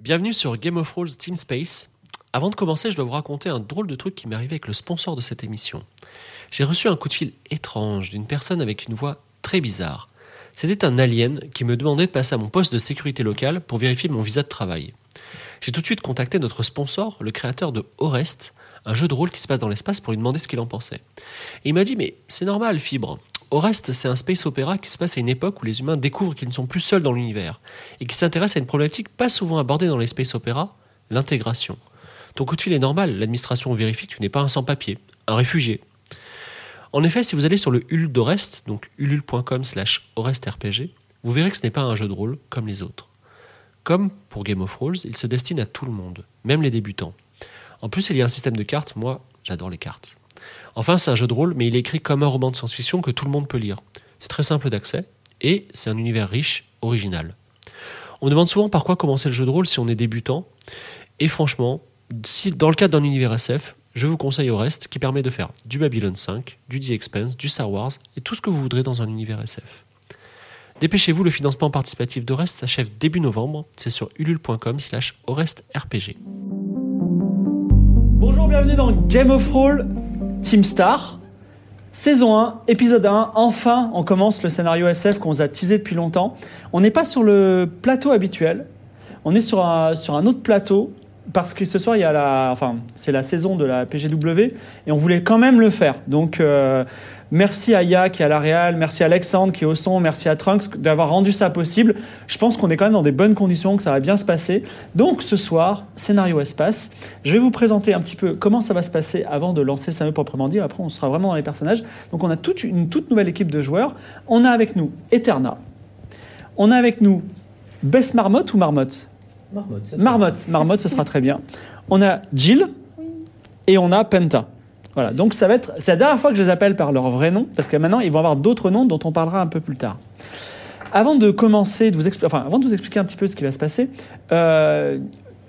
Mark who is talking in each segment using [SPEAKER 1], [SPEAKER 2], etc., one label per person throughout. [SPEAKER 1] Bienvenue sur Game of Thrones Team Space. Avant de commencer, je dois vous raconter un drôle de truc qui m'est arrivé avec le sponsor de cette émission. J'ai reçu un coup de fil étrange d'une personne avec une voix très bizarre. C'était un alien qui me demandait de passer à mon poste de sécurité locale pour vérifier mon visa de travail. J'ai tout de suite contacté notre sponsor, le créateur de Orest, un jeu de rôle qui se passe dans l'espace pour lui demander ce qu'il en pensait. Et il m'a dit mais c'est normal, Fibre. Orest, c'est un space opéra qui se passe à une époque où les humains découvrent qu'ils ne sont plus seuls dans l'univers et qui s'intéresse à une problématique pas souvent abordée dans les space opéras, l'intégration. Ton coup de fil est normal, l'administration vérifie que tu n'es pas un sans-papier, un réfugié. En effet, si vous allez sur le Ulule d'Orest, donc ulule.com slash OrestRPG, vous verrez que ce n'est pas un jeu de rôle comme les autres. Comme pour Game of Thrones, il se destine à tout le monde, même les débutants. En plus, il y a un système de cartes, moi j'adore les cartes. Enfin, c'est un jeu de rôle, mais il est écrit comme un roman de science-fiction que tout le monde peut lire. C'est très simple d'accès, et c'est un univers riche, original. On me demande souvent par quoi commencer le jeu de rôle si on est débutant, et franchement, si dans le cadre d'un univers SF, je vous conseille Orest qui permet de faire du Babylon 5, du The Expanse, du Star Wars et tout ce que vous voudrez dans un univers SF. Dépêchez-vous, le financement participatif d'Orest s'achève début novembre, c'est sur ulule.com slash orestrpg.
[SPEAKER 2] Bonjour, bienvenue dans Game of Roll Team Star. Saison 1, épisode 1, enfin on commence le scénario SF qu'on vous a teasé depuis longtemps. On n'est pas sur le plateau habituel, on est sur un, sur un autre plateau parce que ce soir il y a la, enfin c'est la saison de la PGW et on voulait quand même le faire. Donc euh, merci à Ya qui est à la Real, merci à Alexandre qui est au son, merci à Trunks d'avoir rendu ça possible. Je pense qu'on est quand même dans des bonnes conditions, que ça va bien se passer. Donc ce soir, scénario espace. Je vais vous présenter un petit peu comment ça va se passer avant de lancer le scénario proprement dit. Après on sera vraiment dans les personnages. Donc on a toute une toute nouvelle équipe de joueurs. On a avec nous Eterna. On a avec nous Bess Marmotte ou Marmotte
[SPEAKER 3] Marmotte. ça te
[SPEAKER 2] Marmotte, marmotte, ce sera très bien. On a Jill et on a Penta. Voilà, donc ça va être. C'est la dernière fois que je les appelle par leur vrai nom, parce que maintenant ils vont avoir d'autres noms dont on parlera un peu plus tard. Avant de commencer, de vous expli- enfin, avant de vous expliquer un petit peu ce qui va se passer, euh,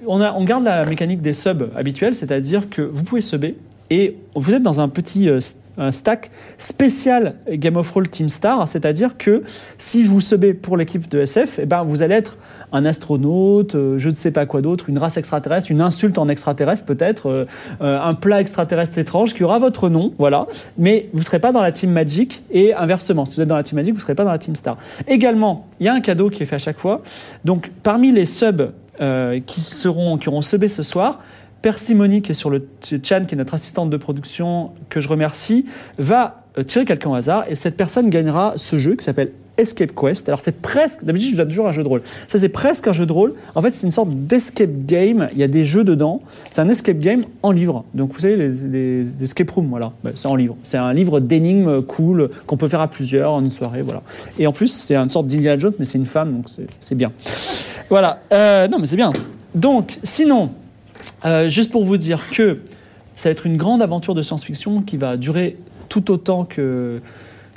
[SPEAKER 2] on, a, on garde la mécanique des subs habituels, c'est-à-dire que vous pouvez subber et vous êtes dans un petit euh, s- un stack spécial Game of Roll Team Star, c'est-à-dire que si vous subez pour l'équipe de SF, eh ben, vous allez être un astronaute, euh, je ne sais pas quoi d'autre, une race extraterrestre, une insulte en extraterrestre peut-être, euh, euh, un plat extraterrestre étrange qui aura votre nom, voilà, mais vous ne serez pas dans la Team Magic et inversement, si vous êtes dans la Team Magic, vous ne serez pas dans la Team Star. Également, il y a un cadeau qui est fait à chaque fois, donc parmi les subs euh, qui, seront, qui auront subé ce soir, Persimony, qui est sur le Chan, qui est notre assistante de production, que je remercie, va euh, tirer quelqu'un au hasard et cette personne gagnera ce jeu qui s'appelle Escape Quest. Alors c'est presque, d'habitude je donne toujours un jeu de rôle. Ça c'est presque un jeu de rôle. En fait c'est une sorte d'escape game. Il y a des jeux dedans. C'est un escape game en livre. Donc vous savez les, les- les escape rooms, voilà. Bah, C'est en livre. C'est un livre d'énigmes euh, cool qu'on peut faire à plusieurs en une soirée, voilà. Et en plus c'est une sorte d'Indiana Jones, mais c'est une femme, donc c'est- c'est bien. Voilà. Euh, non mais c'est bien. Donc sinon. Euh, juste pour vous dire que ça va être une grande aventure de science-fiction qui va durer tout autant que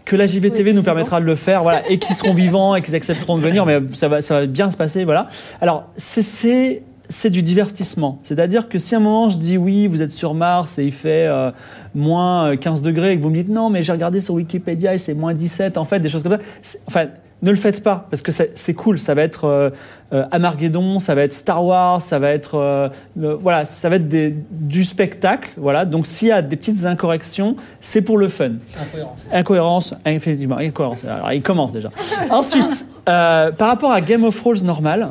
[SPEAKER 2] que la JVTV nous permettra de le faire, voilà, et qu'ils seront vivants et qu'ils accepteront de venir, mais ça va, ça va bien se passer, voilà. Alors, c'est- c'est c'est du divertissement. C'est-à-dire que si à un moment je dis oui, vous êtes sur Mars et il fait euh, moins euh, 15 degrés et que vous me dites non, mais j'ai regardé sur Wikipédia et c'est moins 17, en fait, des choses comme ça. c'est- Enfin, ne le faites pas parce que c'est c'est cool. Ça va être euh, euh, Amarguédon, ça va être Star Wars, ça va être euh, le- voilà, ça va être des- du spectacle, voilà. Donc s'il y a des petites incorrections, c'est pour le fun.
[SPEAKER 3] Incohérence.
[SPEAKER 2] Incohérence, effectivement, incohérence. Alors, il commence déjà. Ensuite, euh, par rapport à Game of Thrones normal,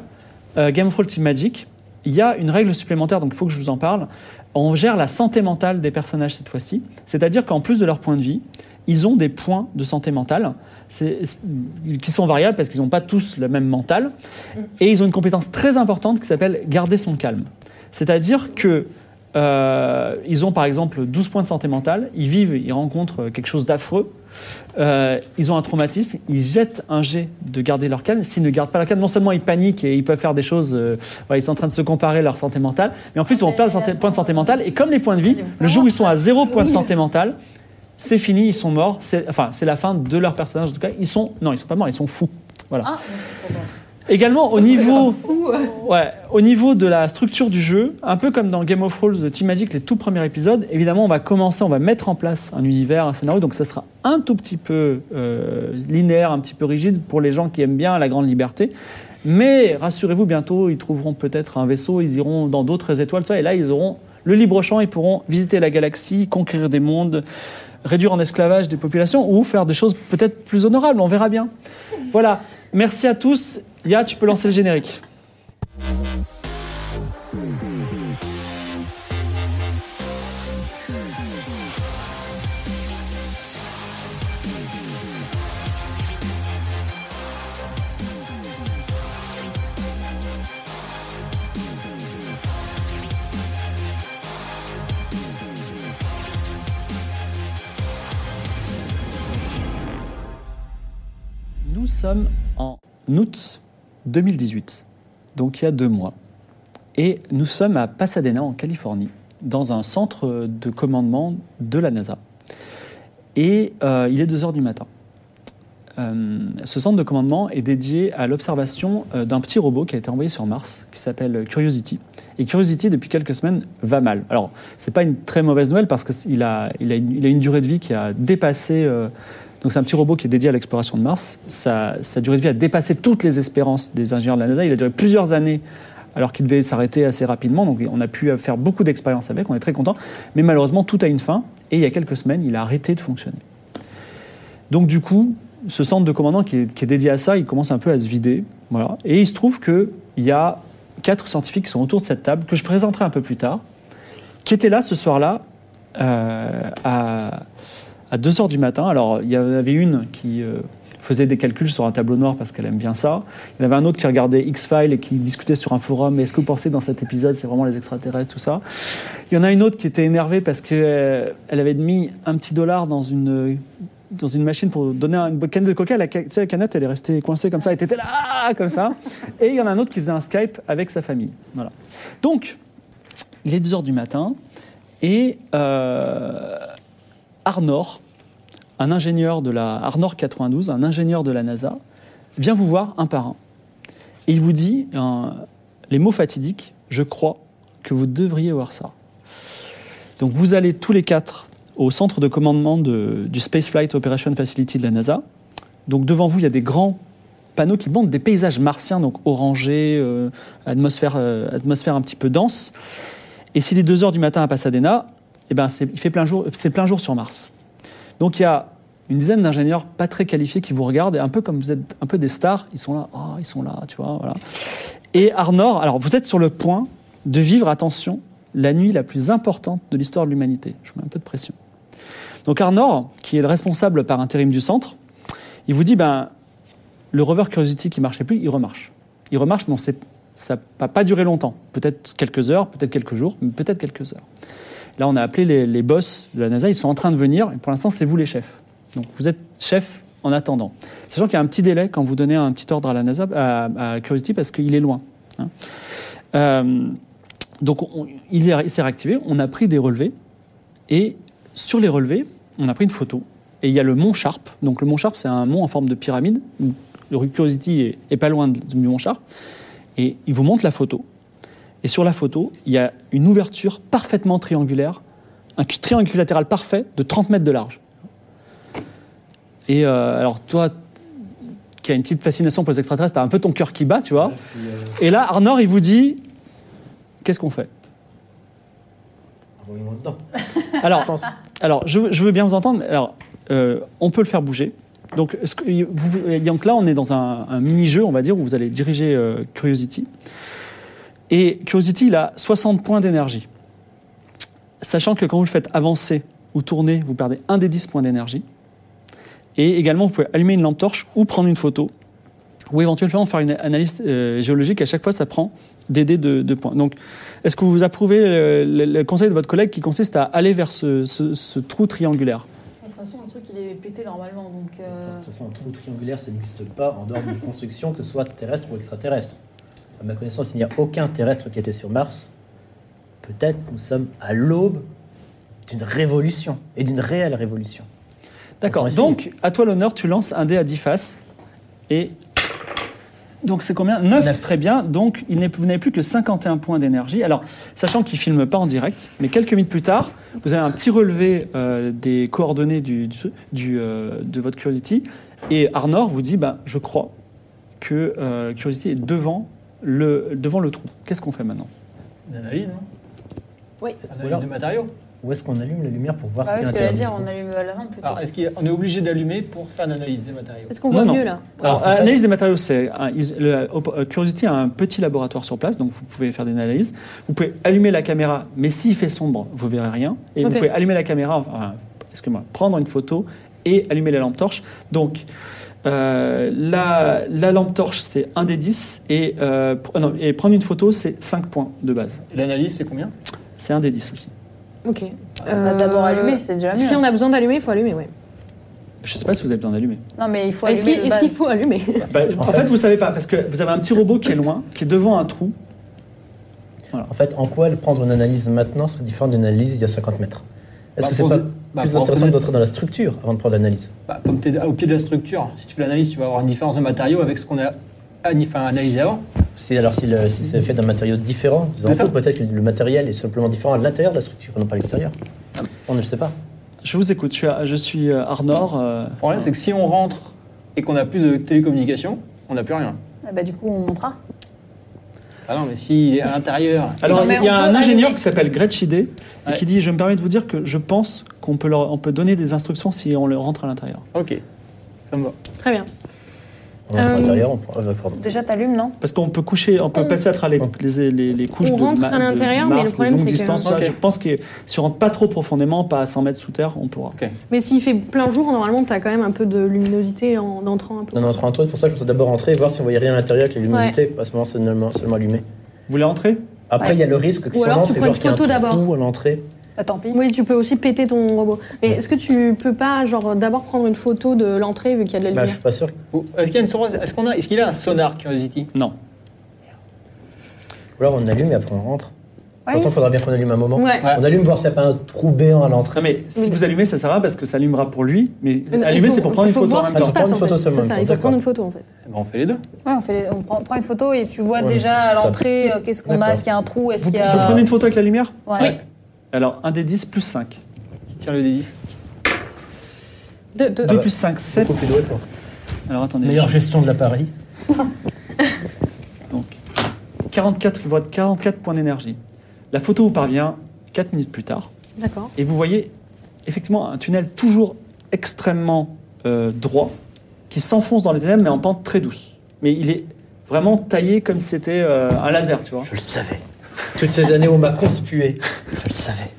[SPEAKER 2] euh, Game of Thrones Team Magic, il y a une règle supplémentaire, donc il faut que je vous en parle. On gère la santé mentale des personnages cette fois-ci. C'est-à-dire qu'en plus de leur point de vie, ils ont des points de santé mentale c'est- qui sont variables parce qu'ils n'ont pas tous le même mental. Et ils ont une compétence très importante qui s'appelle garder son calme. C'est-à-dire que euh, ils ont par exemple 12 points de santé mentale, ils vivent, ils rencontrent quelque chose d'affreux, euh, ils ont un traumatisme, ils jettent un jet de garder leur calme. S'ils ne gardent pas leur calme, non seulement ils paniquent et ils peuvent faire des choses, euh, voilà, ils sont en train de se comparer leur santé mentale, Ah, mais en plus ils vont perdre de santé- points de santé mentale. Et comme les points de vie, le jour où ils sont à zéro point de santé mentale, c'est fini, ils sont morts. C'est- Enfin, c'est la fin de leur personnage. En tout cas, ils sont non, ils sont pas morts, ils sont fous. Voilà.
[SPEAKER 4] Ah, non, c'est pas bon.
[SPEAKER 2] Également au niveau
[SPEAKER 4] Fou.
[SPEAKER 2] Ouais, au niveau de la structure du jeu, un peu comme dans Game of Thrones de Team Magic, les tout premiers épisodes, évidemment, on va commencer, on va mettre en place un univers, un scénario, donc ça sera un tout petit peu euh, linéaire, un petit peu rigide pour les gens qui aiment bien la grande liberté. Mais rassurez-vous, bientôt, ils trouveront peut-être un vaisseau, ils iront dans d'autres étoiles, tout ça, et là, ils auront le libre champ, ils pourront visiter la galaxie, conquérir des mondes, réduire en esclavage des populations ou faire des choses peut-être plus honorables, on verra bien. Voilà, merci à tous. Ya, tu peux lancer le générique. Nous sommes en août 2018, donc il y a deux mois. Et nous sommes à Pasadena, en Californie, dans un centre de commandement de la NASA. Et euh, il est 2 heures du matin. Euh, ce centre de commandement est dédié à l'observation euh, d'un petit robot qui a été envoyé sur Mars, qui s'appelle Curiosity. Et Curiosity, depuis quelques semaines, va mal. Alors, c'est pas une très mauvaise nouvelle parce qu'il a, il a, une- il a une durée de vie qui a dépassé. euh, donc, c'est un petit robot qui est dédié à l'exploration de Mars. Sa, sa durée de vie a dépassé toutes les espérances des ingénieurs de la NASA. Il a duré plusieurs années alors qu'il devait s'arrêter assez rapidement. Donc, on a pu faire beaucoup d'expériences avec. On est très content. Mais malheureusement, tout a une fin. Et il y a quelques semaines, il a arrêté de fonctionner. Donc du coup, ce centre de commandant qui est, qui est dédié à ça, il commence un peu à se vider. Voilà. Et il se trouve qu'il y a quatre scientifiques qui sont autour de cette table, que je présenterai un peu plus tard, qui étaient là ce soir-là euh, à, à 2 heures du matin. Alors, il y en avait une qui euh, faisait des calculs sur un tableau noir parce qu'elle aime bien ça. Il y en avait un autre qui regardait X-Files et qui discutait sur un forum. Est-ce que vous pensez dans cet épisode, c'est vraiment les extraterrestres, tout ça Il y en a une autre qui était énervée parce qu'elle avait mis un petit dollar dans une, dans une machine pour donner une bo- canette de coca. La, ca- tu sais, la canette, elle est restée coincée comme ça. Elle était là, ah, comme ça. Et il y en a un autre qui faisait un Skype avec sa famille. Voilà. Donc, il est 2 heures du matin et euh, Arnor, un ingénieur de la Arnor 92, un ingénieur de la NASA, vient vous voir un par un. Et il vous dit un- les mots fatidiques Je crois que vous devriez voir ça. Donc vous allez tous les quatre au centre de commandement de- du Space Flight Operation Facility de la NASA. Donc devant vous, il y a des grands panneaux qui montrent des paysages martiens, donc orangés, euh, atmosphère, euh, atmosphère un petit peu dense. Et s'il est 2 heures du matin à Pasadena, eh ben c'est- il fait plein jour, c'est plein jour sur Mars. Donc il y a une dizaine d'ingénieurs pas très qualifiés qui vous regardent, et un peu comme vous êtes un peu des stars, ils sont là, Ah, ils sont là, tu vois, voilà. Et Arnor, alors vous êtes sur le point de vivre, attention, la nuit la plus importante de l'histoire de l'humanité. Je vous mets un peu de pression. Donc Arnor, qui est le responsable par intérim du centre, il vous dit, ben, le rover Curiosity qui marchait plus, il remarche. Il remarche, mais on sait, ça va pas durer longtemps. Peut-être quelques heures, peut-être quelques jours, mais peut-être quelques heures. Là, on a appelé les, les boss de la NASA, ils sont en train de venir, et pour l'instant, c'est vous les chefs. Donc vous êtes chef en attendant. Sachant qu'il y a un petit délai quand vous donnez un petit ordre à la NASA, à, à Curiosity, parce qu'il est loin. hein. Euh, donc on- il, est- il s'est réactivé, on a pris des relevés, et sur les relevés, on a pris une photo, et il y a le mont Sharp. Donc le mont Sharp, c'est un mont en forme de pyramide, où le Curiosity est, est pas loin de- du mont Sharp, et il vous montre la photo. Et sur la photo, il y a une ouverture parfaitement triangulaire, un cu- triangle latéral parfait de 30 mètres de large. Et euh, alors toi, qui as une petite fascination pour les extraterrestres, t'as un peu ton cœur qui bat, tu vois. Et là, Arnor, il vous dit, qu'est-ce qu'on fait
[SPEAKER 3] Envoyez-moi dedans.
[SPEAKER 2] Alors, alors je, veux- je veux bien vous entendre. mais Alors, euh, on peut le faire bouger. Donc, est-ce que vous- vous- donc là, on est dans un, un mini-jeu, on va dire, où vous allez diriger euh, Curiosity. Et Curiosity, il a 60 points d'énergie. Sachant que quand vous le faites avancer ou tourner, vous perdez un des 10 points d'énergie. Et également, vous pouvez allumer une lampe torche ou prendre une photo. Ou éventuellement faire une analyse euh, géologique. À chaque fois, ça prend des dés de, de points. Donc, est-ce que vous approuvez euh, le, le conseil de votre collègue qui consiste à aller vers ce, ce- ce trou triangulaire
[SPEAKER 4] De toute façon, le truc, il est pété normalement, donc...
[SPEAKER 3] Enfin, De
[SPEAKER 4] euh,
[SPEAKER 3] toute façon, un trou triangulaire, ça n'existe pas en dehors d'une construction, que ce soit terrestre ou extraterrestre. À ma connaissance, il n'y a aucun terrestre qui était sur Mars. Peut-être nous sommes à l'aube d'une révolution, et d'une réelle révolution.
[SPEAKER 2] D'accord.
[SPEAKER 3] On peut essayer.
[SPEAKER 2] Donc, à toi l'honneur, tu lances un dé à 10 faces. Et. Donc, c'est combien 9,
[SPEAKER 3] Neuf.
[SPEAKER 2] Très bien. Donc, il n'est- vous n'avez plus que 51 points d'énergie. Alors, sachant qu'il ne filme pas en direct, mais quelques minutes plus tard, vous avez un petit relevé euh, des coordonnées du, du- du, euh, de votre Curiosity. Et Arnor vous dit bah, Je crois que euh, Curiosité est devant le, devant le trou. Qu'est-ce qu'on fait maintenant
[SPEAKER 5] Une analyse, non
[SPEAKER 4] Oui.
[SPEAKER 5] Analyse
[SPEAKER 3] Alors-
[SPEAKER 5] des matériaux.
[SPEAKER 3] Où est-ce qu'on allume la lumière pour voir
[SPEAKER 4] Bah
[SPEAKER 3] ce
[SPEAKER 4] oui,
[SPEAKER 3] qu'il y
[SPEAKER 4] ce
[SPEAKER 3] a
[SPEAKER 4] que j'allais
[SPEAKER 3] à
[SPEAKER 4] dire,
[SPEAKER 3] l'intérieur
[SPEAKER 4] on allume à la lampe plutôt.
[SPEAKER 5] Alors, est-ce qu'on est obligé d'allumer pour faire une analyse des matériaux
[SPEAKER 6] Est-ce qu'on
[SPEAKER 2] Non,
[SPEAKER 6] voit
[SPEAKER 2] non.
[SPEAKER 6] mieux là
[SPEAKER 2] Alors,
[SPEAKER 3] Parce qu'en fait-
[SPEAKER 2] analyse des matériaux, c'est un- ils- le- op- euh, Curiosity a un petit laboratoire sur place, donc vous pouvez faire des analyses. Vous pouvez allumer la caméra, mais s'il fait sombre, vous verrez rien. Et vous
[SPEAKER 6] Ok.
[SPEAKER 2] pouvez allumer la caméra, enfin, excusez-moi, prendre une photo et allumer la lampe torche. Donc, euh, la, la lampe torche, c'est 1 des 10, et, euh, pr- non, et prendre une photo, c'est 5 points de base.
[SPEAKER 5] Et L'analyse, c'est combien
[SPEAKER 2] C'est 1 des 10 aussi.
[SPEAKER 6] Ok.
[SPEAKER 4] On va
[SPEAKER 6] Euh,
[SPEAKER 4] Ah, bah, d'abord allumer, c'est déjà mieux.
[SPEAKER 6] Si on a besoin d'allumer, il faut allumer, ouais.
[SPEAKER 2] Je ne sais pas si vous avez besoin d'allumer.
[SPEAKER 4] Non, mais il faut
[SPEAKER 6] Est-ce
[SPEAKER 4] allumer.
[SPEAKER 6] qu'il
[SPEAKER 4] de
[SPEAKER 6] est-ce
[SPEAKER 4] base.
[SPEAKER 6] qu'il faut allumer
[SPEAKER 2] Bah, en fait, vous ne savez pas, parce que vous avez un petit robot qui est loin, qui est devant un trou.
[SPEAKER 3] En fait, en quoi prendre une analyse maintenant serait différent d'une analyse il y a 50 mètres Est-ce
[SPEAKER 5] Bah,
[SPEAKER 3] que c'est
[SPEAKER 5] pour-
[SPEAKER 3] pas
[SPEAKER 5] bah,
[SPEAKER 3] plus
[SPEAKER 5] pour
[SPEAKER 3] intéressant
[SPEAKER 5] reconnaître-
[SPEAKER 3] d'entrer dans la structure avant de prendre l'analyse
[SPEAKER 5] Bah, Comme tu es au pied de la structure, si tu fais l'analyse, tu vas avoir une différence de matériaux avec ce qu'on a ani- enfin, analysé avant.
[SPEAKER 3] si, Alors, si, le- si c'est fait d'un matériau différent, disons,
[SPEAKER 5] C'est ça.
[SPEAKER 3] peut-être que le matériel est simplement différent à l'intérieur de la structure et non pas à l'extérieur.
[SPEAKER 5] Ah.
[SPEAKER 3] On ne le sait pas.
[SPEAKER 2] Je vous écoute, je suis, je suis euh, Arnor. euh,
[SPEAKER 5] Le problème, c'est que si on rentre et qu'on n'a plus de télécommunications, on n'a plus rien.
[SPEAKER 4] Ah bah, du coup, on montera.
[SPEAKER 5] Ah non, mais s'il est à l'intérieur.
[SPEAKER 2] Alors,
[SPEAKER 4] Non, mais
[SPEAKER 2] il y a
[SPEAKER 4] on
[SPEAKER 2] un
[SPEAKER 4] peut
[SPEAKER 2] ingénieur
[SPEAKER 4] allumer.
[SPEAKER 2] qui s'appelle Gretchide et
[SPEAKER 5] Ouais.
[SPEAKER 2] qui dit Je me permets de vous dire que je pense qu'on peut, leur, on peut donner des instructions si on le rentre à l'intérieur.
[SPEAKER 5] Ok, ça me va.
[SPEAKER 6] Très bien.
[SPEAKER 3] On rentre
[SPEAKER 6] Euh,
[SPEAKER 3] à l'intérieur, on prend. euh, pardon.
[SPEAKER 4] Déjà, t'allumes, non
[SPEAKER 2] Parce qu'on peut coucher, on peut
[SPEAKER 6] On-
[SPEAKER 2] passer à travers les, les, les- les couches
[SPEAKER 6] Hmm. On
[SPEAKER 2] de
[SPEAKER 6] rentre
[SPEAKER 2] ma-
[SPEAKER 6] à
[SPEAKER 2] de- de
[SPEAKER 6] l'intérieur,
[SPEAKER 2] Mars,
[SPEAKER 6] mais le
[SPEAKER 2] de
[SPEAKER 6] problème,
[SPEAKER 2] longue
[SPEAKER 6] c'est que-
[SPEAKER 2] distance, ça,
[SPEAKER 5] Ok.
[SPEAKER 2] Je pense que si on rentre pas trop profondément, pas à 100 mètres sous terre, on pourra.
[SPEAKER 6] Mais s'il fait plein jour, normalement, t'as quand même un peu de luminosité en entrant un peu.
[SPEAKER 3] Non, non, on rentre en c'est pour ça que je pensais d'abord entrer et voir si on voyait rien à l'intérieur avec la luminosité, pas seulement, seulement, seulement allumé.
[SPEAKER 2] Vous voulez entrer
[SPEAKER 3] Après, il
[SPEAKER 6] Ouais.
[SPEAKER 3] y a le risque que
[SPEAKER 6] Ou
[SPEAKER 3] si on
[SPEAKER 6] alors, tu
[SPEAKER 3] entre et
[SPEAKER 6] prends une
[SPEAKER 3] genre qu'il y
[SPEAKER 6] photo
[SPEAKER 3] a un
[SPEAKER 6] d'abord.
[SPEAKER 3] trou à l'entrée,
[SPEAKER 4] Bah, tant pis.
[SPEAKER 6] Oui, tu peux aussi péter ton robot. Mais est-ce que tu peux pas, genre, d'abord prendre une photo de l'entrée vu qu'il y a de la
[SPEAKER 3] bah, je
[SPEAKER 6] lumière
[SPEAKER 3] suis pas sûr.
[SPEAKER 5] Oh, Est-ce qu'il y a une source- Est-ce qu'on a Est-ce qu'il a un sonar Curiosity
[SPEAKER 2] Non.
[SPEAKER 3] Ou alors on allume et après on rentre.
[SPEAKER 4] Ouais.
[SPEAKER 3] Pourtant, il faudra bien qu'on allume un moment.
[SPEAKER 6] Ouais.
[SPEAKER 3] On allume voir s'il n'y a pas un trou béant à l'entrée.
[SPEAKER 2] Non, mais si
[SPEAKER 6] Oui.
[SPEAKER 2] vous allumez, ça sert à parce que ça allumera pour lui, mais
[SPEAKER 6] Mais non,
[SPEAKER 2] allumer,
[SPEAKER 6] Euh, il faut-
[SPEAKER 2] c'est pour prendre
[SPEAKER 6] il
[SPEAKER 2] une
[SPEAKER 6] faut
[SPEAKER 2] photo en
[SPEAKER 6] voir
[SPEAKER 2] même
[SPEAKER 6] ce qui
[SPEAKER 3] Alors,
[SPEAKER 6] se
[SPEAKER 2] temps.
[SPEAKER 3] prendre
[SPEAKER 6] passe,
[SPEAKER 3] une
[SPEAKER 6] en
[SPEAKER 3] photo
[SPEAKER 6] fait.
[SPEAKER 3] seulement,
[SPEAKER 6] C'est ça, il faut
[SPEAKER 3] d'accord.
[SPEAKER 6] prendre une photo en fait.
[SPEAKER 5] Eh ben, On fait les deux.
[SPEAKER 4] Ouais, on, fait les- on prend, prend une photo et tu vois
[SPEAKER 3] Ouais,
[SPEAKER 4] déjà
[SPEAKER 3] mais
[SPEAKER 4] à
[SPEAKER 3] ça-
[SPEAKER 4] l'entrée euh, qu'est-ce qu'on a,
[SPEAKER 3] D'accord.
[SPEAKER 4] est-ce qu'il y a un trou, est-ce
[SPEAKER 2] Vous,
[SPEAKER 4] qu'il y
[SPEAKER 2] vous
[SPEAKER 4] a.
[SPEAKER 2] prenez une photo avec la lumière
[SPEAKER 4] Ouais.
[SPEAKER 2] Alors, 1 des 10 plus 5.
[SPEAKER 5] Qui tire le D10
[SPEAKER 6] De, de-
[SPEAKER 2] 2 plus 5, 7.
[SPEAKER 3] Beaucoup plus doué pour-
[SPEAKER 2] Alors, attendez.
[SPEAKER 3] Meilleure
[SPEAKER 2] je-
[SPEAKER 3] gestion de l'appareil.
[SPEAKER 2] Donc, 44, il voit 44 points d'énergie. La photo vous parvient 4 minutes plus tard.
[SPEAKER 6] D'accord.
[SPEAKER 2] Et vous voyez effectivement un tunnel toujours extrêmement euh, droit qui s'enfonce dans les ténèbres, mais en pente très douce. Mais il est vraiment taillé comme si c'était euh, un laser, tu vois.
[SPEAKER 3] Je le savais. Toutes ces années où on m'a conspué, je le savais.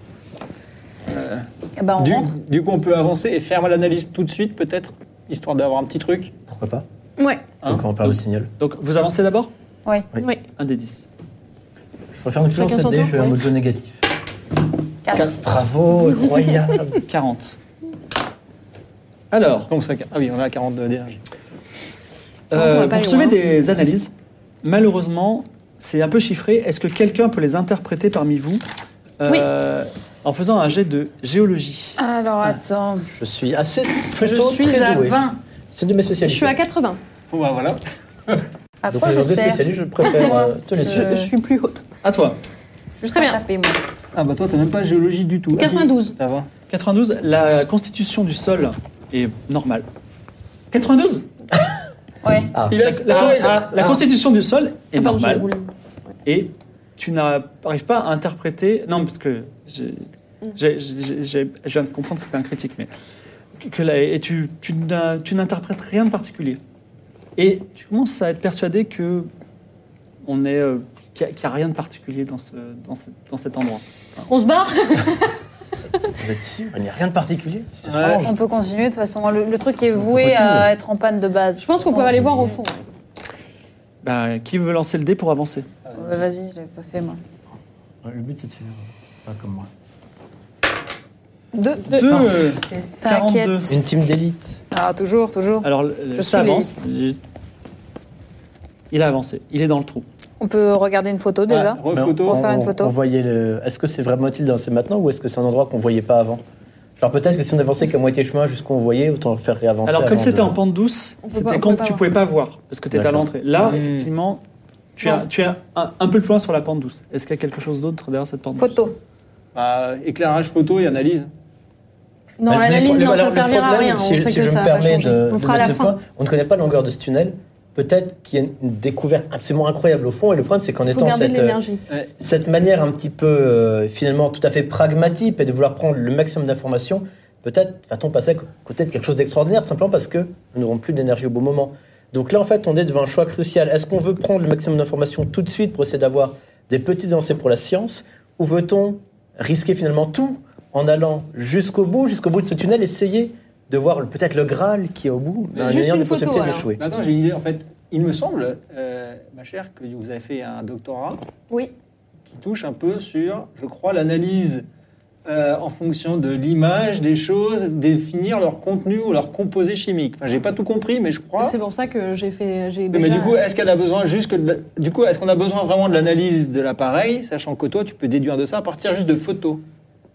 [SPEAKER 4] Eh ben, on
[SPEAKER 5] du,
[SPEAKER 4] rentre.
[SPEAKER 5] du coup, on peut avancer et faire l'analyse tout de suite, peut-être, histoire d'avoir un petit truc.
[SPEAKER 3] Pourquoi pas
[SPEAKER 6] Ouais.
[SPEAKER 5] Hein
[SPEAKER 3] Donc, on parle de signal.
[SPEAKER 2] Donc vous avancez d'abord
[SPEAKER 4] Ouais.
[SPEAKER 3] Oui.
[SPEAKER 6] Ouais.
[SPEAKER 2] Un des 10.
[SPEAKER 3] Je préfère ne plus
[SPEAKER 6] Chacun
[SPEAKER 3] lancer
[SPEAKER 6] son
[SPEAKER 3] de dés,
[SPEAKER 6] tour,
[SPEAKER 3] je suis un
[SPEAKER 6] ouais.
[SPEAKER 3] mode jeu négatif.
[SPEAKER 4] Quatre.
[SPEAKER 3] Bravo, incroyable
[SPEAKER 2] 40. Alors,
[SPEAKER 5] Donc, ça- ah oui, on a 42 d'énergie.
[SPEAKER 6] Par contre, on va
[SPEAKER 2] euh,
[SPEAKER 6] pas
[SPEAKER 2] vous
[SPEAKER 6] aller
[SPEAKER 2] recevez
[SPEAKER 6] loin.
[SPEAKER 2] des analyses. Malheureusement, c'est un peu chiffré. Est-ce que quelqu'un peut les interpréter parmi vous Euh, En faisant un jet de géologie.
[SPEAKER 4] Alors attends,
[SPEAKER 3] Je suis assez
[SPEAKER 4] je
[SPEAKER 3] plutôt
[SPEAKER 4] suis
[SPEAKER 3] très
[SPEAKER 4] à
[SPEAKER 3] doué.
[SPEAKER 4] 20.
[SPEAKER 3] C'est une de mes
[SPEAKER 6] Je
[SPEAKER 3] spécialités.
[SPEAKER 6] suis à 80.
[SPEAKER 5] Bon, bah voilà.
[SPEAKER 4] À
[SPEAKER 3] Donc euh,
[SPEAKER 4] quoi je
[SPEAKER 3] les
[SPEAKER 4] sers
[SPEAKER 3] spécialistes, je préfère
[SPEAKER 4] Moi,
[SPEAKER 3] euh, te laisser.
[SPEAKER 6] Je, je suis plus haute.
[SPEAKER 2] À toi.
[SPEAKER 4] Juste
[SPEAKER 6] Très
[SPEAKER 4] à
[SPEAKER 6] bien.
[SPEAKER 4] taper, moi.
[SPEAKER 5] Ah bah toi, t'as même pas géologie du tout. Ah,
[SPEAKER 6] 92.
[SPEAKER 5] Ça va.
[SPEAKER 2] 92, la constitution du sol est normale. 92
[SPEAKER 4] Ouais.
[SPEAKER 3] Ah,
[SPEAKER 5] Il a
[SPEAKER 2] La,
[SPEAKER 5] spoil
[SPEAKER 2] la- la constitution du sol est
[SPEAKER 6] Ah, pardon, j'ai
[SPEAKER 2] normale.
[SPEAKER 6] roulé.
[SPEAKER 2] Et tu n'arrives pas à interpréter... Non, parce que j'ai- j'ai- j'ai- j'ai- je viens de comprendre que c'était un critique, mais... Que la- et tu, tu n'as- tu n'interprètes rien de particulier. Et tu commences à être persuadé que on est... euh, qu'il n'y a, qu'il y a rien de particulier dans, ce, dans, ce- dans cet endroit.
[SPEAKER 6] On se barre
[SPEAKER 3] Vous êtes sûr Il n'y a rien de particulier C'est
[SPEAKER 5] Ouais.
[SPEAKER 3] étrange.
[SPEAKER 4] Euh, On peut continuer, de toute façon, le, le truc est voué à être en panne de base.
[SPEAKER 6] Je pense qu'on peut
[SPEAKER 3] Ah,
[SPEAKER 6] aller voir au fond.
[SPEAKER 2] Bah, qui veut lancer le dé pour avancer
[SPEAKER 4] Ouais, Euh, Vas-y, je l'avais pas fait, moi.
[SPEAKER 3] Le but, c'est de faire euh, pas comme moi.
[SPEAKER 4] Deux.
[SPEAKER 6] Deux.
[SPEAKER 2] Deux. euh,
[SPEAKER 4] T'inquiète.
[SPEAKER 2] 42.
[SPEAKER 3] Une team d'élite.
[SPEAKER 4] Ah, toujours, toujours.
[SPEAKER 2] Alors, le-
[SPEAKER 4] Je
[SPEAKER 2] ça
[SPEAKER 4] suis
[SPEAKER 2] avance. Il a avancé. Il est dans le trou.
[SPEAKER 4] On peut regarder une photo
[SPEAKER 5] Ouais,
[SPEAKER 4] déjà
[SPEAKER 5] rephoto.
[SPEAKER 4] on va faire une photo.
[SPEAKER 3] on voyait le. Est-ce que c'est vraiment utile d'avancer maintenant ou est-ce que c'est un endroit qu'on voyait pas avant Genre peut-être que si on avançait qu'à moitié chemin jusqu'où on voyait, autant le faire réavancer.
[SPEAKER 2] Alors, comme
[SPEAKER 3] avant
[SPEAKER 2] c'était
[SPEAKER 3] de-
[SPEAKER 2] en pente douce,
[SPEAKER 6] On peut pas-
[SPEAKER 2] c'était
[SPEAKER 6] on
[SPEAKER 2] quand
[SPEAKER 6] peut pas
[SPEAKER 2] tu
[SPEAKER 6] voir.
[SPEAKER 2] pouvais pas voir parce que tu étais à
[SPEAKER 3] D'accord. Hmm.
[SPEAKER 2] l'entrée. Là,
[SPEAKER 5] Mmh.
[SPEAKER 2] effectivement, tu es,
[SPEAKER 4] Non.
[SPEAKER 2] tu es un, un peu plus loin sur la pente douce. Est-ce qu'il y a quelque chose d'autre derrière cette pente douce
[SPEAKER 4] Photo.
[SPEAKER 5] Bah, éclairage photo et analyse.
[SPEAKER 6] Non,
[SPEAKER 3] Bah, le-
[SPEAKER 6] l'analyse,
[SPEAKER 3] le-
[SPEAKER 6] non,
[SPEAKER 3] alors,
[SPEAKER 6] ça
[SPEAKER 3] le
[SPEAKER 6] servira à
[SPEAKER 3] problème,
[SPEAKER 6] rien.
[SPEAKER 3] Si,
[SPEAKER 6] on sait
[SPEAKER 3] si
[SPEAKER 6] que
[SPEAKER 3] je
[SPEAKER 6] ça
[SPEAKER 3] me
[SPEAKER 6] va
[SPEAKER 3] permets
[SPEAKER 6] changer.
[SPEAKER 3] de,
[SPEAKER 6] on
[SPEAKER 3] de
[SPEAKER 6] fera à
[SPEAKER 3] mettre
[SPEAKER 6] la
[SPEAKER 3] ce
[SPEAKER 6] fin.
[SPEAKER 3] point, on ne connaît pas la longueur de ce tunnel. peut-être qu'il y a une découverte absolument incroyable au fond. Et le problème, c'est euh, qu'en
[SPEAKER 6] faut
[SPEAKER 3] étant
[SPEAKER 6] garder
[SPEAKER 3] cette,
[SPEAKER 6] de l'énergie.
[SPEAKER 3] cette manière un petit peu, euh, finalement, tout à fait pragmatique et de vouloir prendre le maximum d'informations, peut-être va-t-on passer à côté de quelque chose d'extraordinaire, tout simplement parce que nous n'aurons plus d'énergie au bon moment. Donc là, en fait, on est devant un choix crucial. Est-ce qu'on veut prendre le maximum d'informations tout de suite pour essayer d'avoir des petites avancées pour la science, ou veut-on risquer finalement tout en allant jusqu'au bout, jusqu'au bout de ce tunnel, essayer de voir le- peut-être le Graal qui est au bout, mais en
[SPEAKER 6] Juste
[SPEAKER 3] ayant
[SPEAKER 6] une
[SPEAKER 3] des
[SPEAKER 6] photo,
[SPEAKER 3] possibilités
[SPEAKER 6] alors.
[SPEAKER 3] d'échouer
[SPEAKER 5] Mais Bah, attends, j'ai une idée. En fait, il me semble, euh, ma chère, que vous avez fait un doctorat
[SPEAKER 6] Oui.
[SPEAKER 5] qui touche un peu sur, je crois, l'analyse euh, en fonction de l'image des choses, définir leur contenu ou leur composé chimique. Enfin, j'ai pas tout compris, mais je
[SPEAKER 2] Ah.
[SPEAKER 5] crois.
[SPEAKER 6] C'est pour ça que j'ai fait. j'ai
[SPEAKER 5] Mais,
[SPEAKER 6] déjà-
[SPEAKER 5] du coup, est-ce qu'elle a besoin juste que de la- du coup, est-ce qu'on a besoin vraiment de l'analyse de l'appareil, sachant que toi, tu peux déduire de ça à partir juste de photos.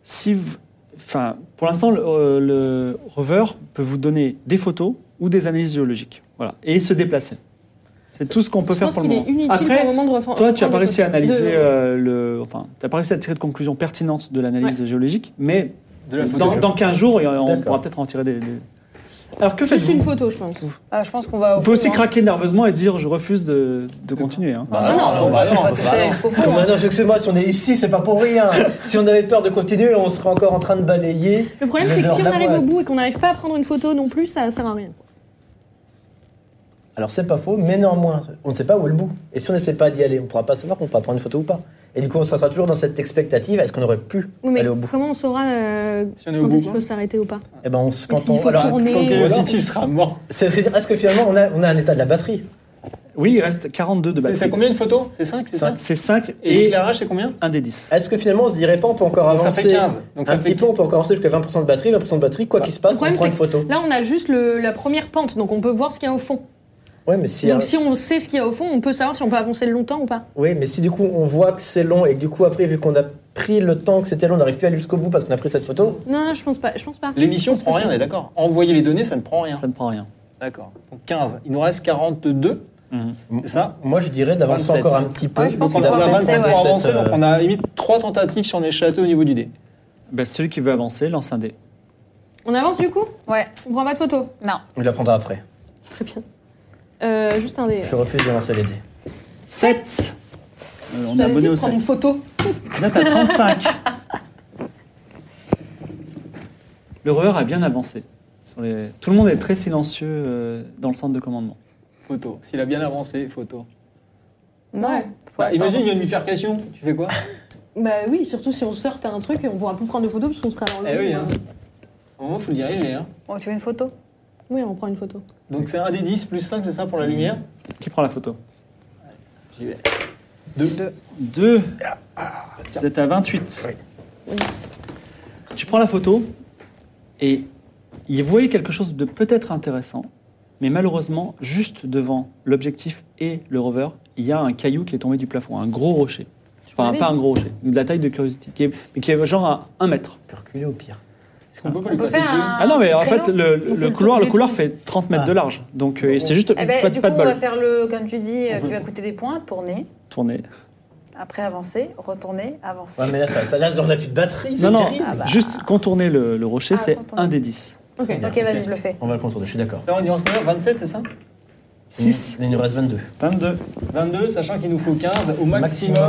[SPEAKER 2] Si vous- enfin, pour l'instant, le, euh, le rover peut vous donner des photos ou des analyses géologiques. Voilà. Et se déplacer. C'est tout ce qu'on peut
[SPEAKER 6] je
[SPEAKER 2] faire
[SPEAKER 6] pense
[SPEAKER 2] pour le
[SPEAKER 6] qu'il
[SPEAKER 2] moment.
[SPEAKER 6] est inutile
[SPEAKER 2] Après,
[SPEAKER 6] pour le moment de refaire.
[SPEAKER 2] toi, tu n'as pas réussi à analyser
[SPEAKER 6] De-
[SPEAKER 2] euh, le. Enfin, tu n'as pas réussi à tirer de conclusions pertinentes de l'analyse géologique, mais
[SPEAKER 5] De la photo.
[SPEAKER 2] dans, dans 15 jours, on
[SPEAKER 3] D'accord.
[SPEAKER 2] pourra peut-être en tirer des. des- Alors que
[SPEAKER 6] Juste une
[SPEAKER 2] faites-vous
[SPEAKER 6] photo, je pense.
[SPEAKER 4] Ah, je pense qu'on va. au
[SPEAKER 2] Vous pouvez aussi
[SPEAKER 4] fond, hein.
[SPEAKER 2] craquer nerveusement et dire je refuse de, de continuer. hein.
[SPEAKER 4] Ah, non,
[SPEAKER 3] Bah non,
[SPEAKER 4] non,
[SPEAKER 3] bah
[SPEAKER 4] on va
[SPEAKER 3] non,
[SPEAKER 4] tout
[SPEAKER 3] bah
[SPEAKER 4] faire
[SPEAKER 3] non.
[SPEAKER 4] jusqu'au
[SPEAKER 3] Bon,
[SPEAKER 4] fond. hein.
[SPEAKER 3] maintenant, excusez-moi, si on est ici, c'est pas pour rien. si on avait peur de continuer, on serait encore en train de balayer.
[SPEAKER 6] Le problème,
[SPEAKER 3] Les
[SPEAKER 6] c'est que
[SPEAKER 3] heures
[SPEAKER 6] si on
[SPEAKER 3] d'avoir.
[SPEAKER 6] arrive au bout et qu'on n'arrive pas à prendre une photo non plus, ça sert à rien.
[SPEAKER 3] Alors, c'est pas faux, mais néanmoins, on ne sait pas où est le bout. Et si on n'essaie pas d'y aller, on ne pourra pas savoir qu'on pourra prendre une photo ou pas. Et du coup, on sera toujours dans cette expectative est-ce qu'on aurait pu
[SPEAKER 6] Oui, mais
[SPEAKER 3] aller au bout
[SPEAKER 6] comment on saura euh,
[SPEAKER 5] Si on est au
[SPEAKER 6] quand
[SPEAKER 5] bout,
[SPEAKER 6] est-ce qu'il
[SPEAKER 5] hein.
[SPEAKER 6] faut s'arrêter ou pas
[SPEAKER 3] Eh ben, on se- quand
[SPEAKER 6] s'il
[SPEAKER 3] on.
[SPEAKER 6] faut tourner-
[SPEAKER 5] Quand
[SPEAKER 6] Et
[SPEAKER 5] Curiosity sera mort.
[SPEAKER 3] c'est ce que je veux dire, est-ce que finalement, on a, on a un état de la batterie
[SPEAKER 2] Oui, il reste 42 de
[SPEAKER 5] C'est c'est
[SPEAKER 2] batterie.
[SPEAKER 5] combien une photo C'est 5, c'est ça
[SPEAKER 2] C'est 5
[SPEAKER 5] Et Ah,
[SPEAKER 2] et
[SPEAKER 5] l'éclairage, c'est combien
[SPEAKER 2] un des 10.
[SPEAKER 3] Est-ce que finalement, on se dirait pas, on peut encore
[SPEAKER 5] Donc,
[SPEAKER 3] avancer
[SPEAKER 5] ça fait 15. Donc, ça
[SPEAKER 3] un
[SPEAKER 5] fait
[SPEAKER 3] petit peu, on peut encore avancer jusqu'à 20% de batterie, 20% de batterie, quoi qu'il se
[SPEAKER 6] Bah, Le
[SPEAKER 3] passe, on
[SPEAKER 6] problème,
[SPEAKER 3] prend
[SPEAKER 6] c'est
[SPEAKER 3] une photo.
[SPEAKER 6] que là, on a juste le- la première pente, donc on peut voir ce qu'il y a au fond.
[SPEAKER 3] Ouais, mais si, hein.
[SPEAKER 6] Donc si on sait ce qu'il y a au fond, on peut savoir si on peut avancer longtemps ou pas.
[SPEAKER 3] Oui, mais si du coup on voit que c'est long et que du coup après, vu qu'on a pris le temps que c'était long, on n'arrive plus à aller jusqu'au bout parce qu'on a pris cette photo.
[SPEAKER 6] Non, je pense pas. Je pense pas.
[SPEAKER 5] L'émission prend rien, on est d'accord. Envoyer les données, ça ne prend rien.
[SPEAKER 2] Ça ne prend rien.
[SPEAKER 5] D'accord. Donc 15. Il nous reste 42,
[SPEAKER 2] Mhm.
[SPEAKER 5] c'est ça
[SPEAKER 3] Moi je dirais d'avancer
[SPEAKER 5] 27.
[SPEAKER 3] encore un petit peu.
[SPEAKER 4] Ouais, je pense
[SPEAKER 5] Donc on
[SPEAKER 4] qu'on
[SPEAKER 5] a
[SPEAKER 4] va avancer,
[SPEAKER 5] 25
[SPEAKER 4] ouais.
[SPEAKER 5] pour avancer, donc
[SPEAKER 3] euh,
[SPEAKER 5] on a limite 3 tentatives si on est château au niveau du dé.
[SPEAKER 2] Bah, celui qui veut avancer lance un dé.
[SPEAKER 6] On avance du coup
[SPEAKER 4] Ouais,
[SPEAKER 6] On prend pas de photo
[SPEAKER 4] non.
[SPEAKER 3] Je la prendrai après.
[SPEAKER 6] Très bien. Euh, juste un des.
[SPEAKER 3] Je refuse de lancer les dés.
[SPEAKER 2] 7 Euh, On est
[SPEAKER 4] J'avais dit
[SPEAKER 2] abonné
[SPEAKER 4] de
[SPEAKER 2] au
[SPEAKER 4] prendre
[SPEAKER 2] 7.
[SPEAKER 4] une photo.
[SPEAKER 2] Là, t'as 35. Le rover a bien avancé. Sur les- Tout le monde est très silencieux euh, dans le centre de commandement.
[SPEAKER 5] Photo. S'il a bien avancé, photo.
[SPEAKER 4] Non.
[SPEAKER 6] Ouais.
[SPEAKER 4] Faut
[SPEAKER 5] Bah,
[SPEAKER 4] attendre.
[SPEAKER 5] imagine, il y a une bifurcation. Tu fais quoi
[SPEAKER 6] Bah oui, surtout si on sort à un truc et on pourra plus prendre de photos parce qu'on sera dans le.
[SPEAKER 5] Eh oui,
[SPEAKER 6] euh,
[SPEAKER 5] hein. Au moment, il faut le diriger. Hein.
[SPEAKER 4] Bon, tu veux une photo
[SPEAKER 6] Oui, on prend une photo.
[SPEAKER 5] Donc c'est 1 des 10 plus 5, c'est ça
[SPEAKER 6] Mmh.
[SPEAKER 5] pour la lumière
[SPEAKER 2] Qui prend la photo
[SPEAKER 5] J'y vais. 2.
[SPEAKER 2] 2.
[SPEAKER 3] Ah,
[SPEAKER 2] Vous êtes à 28. Tu prends la photo et y- vous voyez quelque chose de peut-être intéressant, mais malheureusement, juste devant l'objectif et le rover, il y a un caillou qui est tombé du plafond, un gros rocher. Enfin,
[SPEAKER 6] l'avais
[SPEAKER 2] pas
[SPEAKER 6] dit.
[SPEAKER 2] un gros rocher, de la taille de Curiosity, qui est- mais qui est genre à 1 mètre.
[SPEAKER 3] Je peux reculer au pire.
[SPEAKER 5] Est-ce qu'on peut pas
[SPEAKER 4] On
[SPEAKER 5] lui
[SPEAKER 4] peut
[SPEAKER 5] passer
[SPEAKER 4] faire
[SPEAKER 5] dessus
[SPEAKER 4] un.
[SPEAKER 2] Ah non, mais
[SPEAKER 4] petit
[SPEAKER 2] en fait,
[SPEAKER 4] créneau
[SPEAKER 2] le, le
[SPEAKER 6] On peut le
[SPEAKER 2] couloir, le
[SPEAKER 6] tourner
[SPEAKER 2] couloir
[SPEAKER 6] tout.
[SPEAKER 2] fait 30 mètres
[SPEAKER 3] Ah. Oh.
[SPEAKER 2] de large. Donc, euh, c'est juste
[SPEAKER 4] Eh
[SPEAKER 2] pas,
[SPEAKER 4] ben,
[SPEAKER 2] de-
[SPEAKER 4] du
[SPEAKER 2] pas
[SPEAKER 4] coup,
[SPEAKER 2] de
[SPEAKER 4] on va
[SPEAKER 2] bol.
[SPEAKER 4] faire le, comme tu dis, euh, qui va coûter des points, tourner,
[SPEAKER 2] Tourner.
[SPEAKER 4] après avancer, retourner, avancer.
[SPEAKER 3] Ouais, mais là, ça, ça là, on n'a plus de batterie, c'est
[SPEAKER 2] Non, non,
[SPEAKER 3] terrible.
[SPEAKER 4] Ah bah.
[SPEAKER 2] juste contourner le, le rocher,
[SPEAKER 4] Ah,
[SPEAKER 2] c'est
[SPEAKER 4] contourner.
[SPEAKER 2] 1 des 10.
[SPEAKER 6] Ok.
[SPEAKER 3] bien.
[SPEAKER 4] Ok, vas-y,
[SPEAKER 5] Ok.
[SPEAKER 4] je le fais.
[SPEAKER 3] On va le contourner, je suis d'accord.
[SPEAKER 5] Là, on est en ce moment 27, c'est ça
[SPEAKER 2] 6.
[SPEAKER 3] Il nous reste 22.
[SPEAKER 2] 22.
[SPEAKER 5] 22, sachant qu'il nous faut 15 au maximum,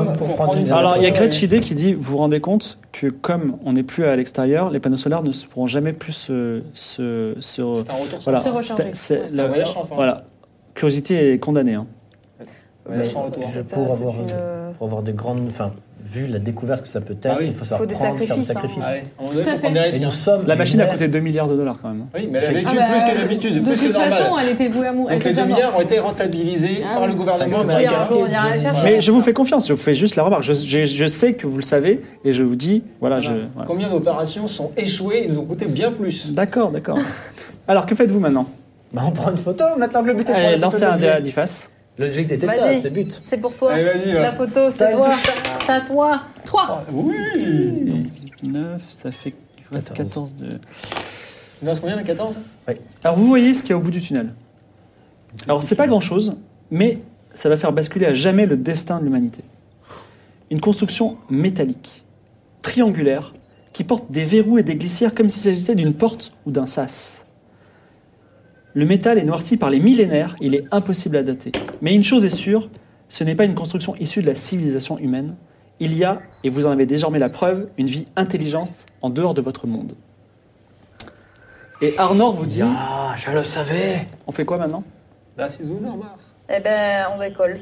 [SPEAKER 3] Maximum
[SPEAKER 5] pour prendre une
[SPEAKER 3] photo.
[SPEAKER 2] Alors, il y a
[SPEAKER 5] Ouais.
[SPEAKER 2] Gretch idée qui dit Vous vous rendez compte que, comme on n'est plus à l'extérieur, les panneaux solaires ne se- pourront jamais plus se. se, se-
[SPEAKER 5] C'est un retour sans
[SPEAKER 2] voilà.
[SPEAKER 6] Se recharger.
[SPEAKER 2] C'est- c'est
[SPEAKER 6] Ouais.
[SPEAKER 2] la-
[SPEAKER 5] Un voyage sans fin.
[SPEAKER 2] voilà. Curiosité est condamnée. hein.
[SPEAKER 4] Bah,
[SPEAKER 5] voyage sans retour.
[SPEAKER 3] c'est-
[SPEAKER 4] C'est
[SPEAKER 3] pour
[SPEAKER 4] c'est
[SPEAKER 3] avoir-
[SPEAKER 4] une- euh,
[SPEAKER 3] Pour avoir de grandes. Enfin, vu la découverte que ça peut être,
[SPEAKER 5] Ah oui.
[SPEAKER 3] il faut savoir
[SPEAKER 4] Faut des
[SPEAKER 3] prendre, faire des
[SPEAKER 4] sacrifices, hein.
[SPEAKER 3] sacrifices.
[SPEAKER 5] Ah ouais, à un moment donné,
[SPEAKER 6] Tout à
[SPEAKER 5] faut prendre des
[SPEAKER 6] fait.
[SPEAKER 3] Et
[SPEAKER 5] risques.
[SPEAKER 3] nous
[SPEAKER 5] hein.
[SPEAKER 3] sommes.
[SPEAKER 2] La machine a
[SPEAKER 3] humains.
[SPEAKER 2] coûté 2 milliards de dollars quand même. hein.
[SPEAKER 5] Oui, mais elle a vécu
[SPEAKER 6] Ah bah,
[SPEAKER 5] plus que d'habitude,
[SPEAKER 6] De
[SPEAKER 5] plus
[SPEAKER 6] toute
[SPEAKER 5] que normal.
[SPEAKER 6] façon, elle était vouée à mourir.
[SPEAKER 5] Donc les 2 milliards ont été rentabilisés
[SPEAKER 6] Ah
[SPEAKER 5] par
[SPEAKER 6] oui.
[SPEAKER 5] le gouvernement
[SPEAKER 3] Ça, c'est
[SPEAKER 4] Puis
[SPEAKER 5] américain.
[SPEAKER 4] un jour, on ira la chercher.
[SPEAKER 2] Mais je vous fais confiance, je vous fais juste la remarque. Je, je- je sais que vous le savez et je vous dis voilà,
[SPEAKER 5] Voilà.
[SPEAKER 2] je. voilà.
[SPEAKER 5] Combien d'opérations sont échouées et nous ont coûté bien plus
[SPEAKER 2] D'accord, d'accord. Alors, que faites-vous maintenant
[SPEAKER 3] Bah, on prend une photo maintenant que le but est de prendre
[SPEAKER 2] Allez,
[SPEAKER 3] une photo
[SPEAKER 2] lancez
[SPEAKER 3] de
[SPEAKER 2] un dé
[SPEAKER 3] l'objet.
[SPEAKER 2] à 10 faces.
[SPEAKER 3] L'objectif était ça,
[SPEAKER 4] Vas-y.
[SPEAKER 3] c'est le but.
[SPEAKER 4] C'est pour toi.
[SPEAKER 5] Allez, vas-y, va.
[SPEAKER 4] La photo, c'est
[SPEAKER 3] T'as
[SPEAKER 4] toi.
[SPEAKER 3] touché.
[SPEAKER 4] C'est à toi.
[SPEAKER 6] 3
[SPEAKER 5] Oui
[SPEAKER 2] 9, ça fait il reste 14
[SPEAKER 3] 14
[SPEAKER 2] de.
[SPEAKER 5] Il nous reste combien, la 14
[SPEAKER 2] Alors vous voyez ce qu'il y a au bout du tunnel. Alors c'est pas grand chose, mais ça va faire basculer à jamais le destin de l'humanité. Une construction métallique, triangulaire, qui porte des verrous et des glissières comme s'il s'agissait d'une porte ou d'un sas. Le métal est noirci par les millénaires, il est impossible à dater. Mais une chose est sûre, ce n'est pas une construction issue de la civilisation humaine. Il y a, et vous en avez désormais la preuve, une vie intelligente en dehors de votre monde. Et Arnor vous dit,
[SPEAKER 3] Ah, je le savais
[SPEAKER 2] on fait quoi maintenant
[SPEAKER 5] Là, c'est Zunarmar.
[SPEAKER 4] Eh ben, on décolle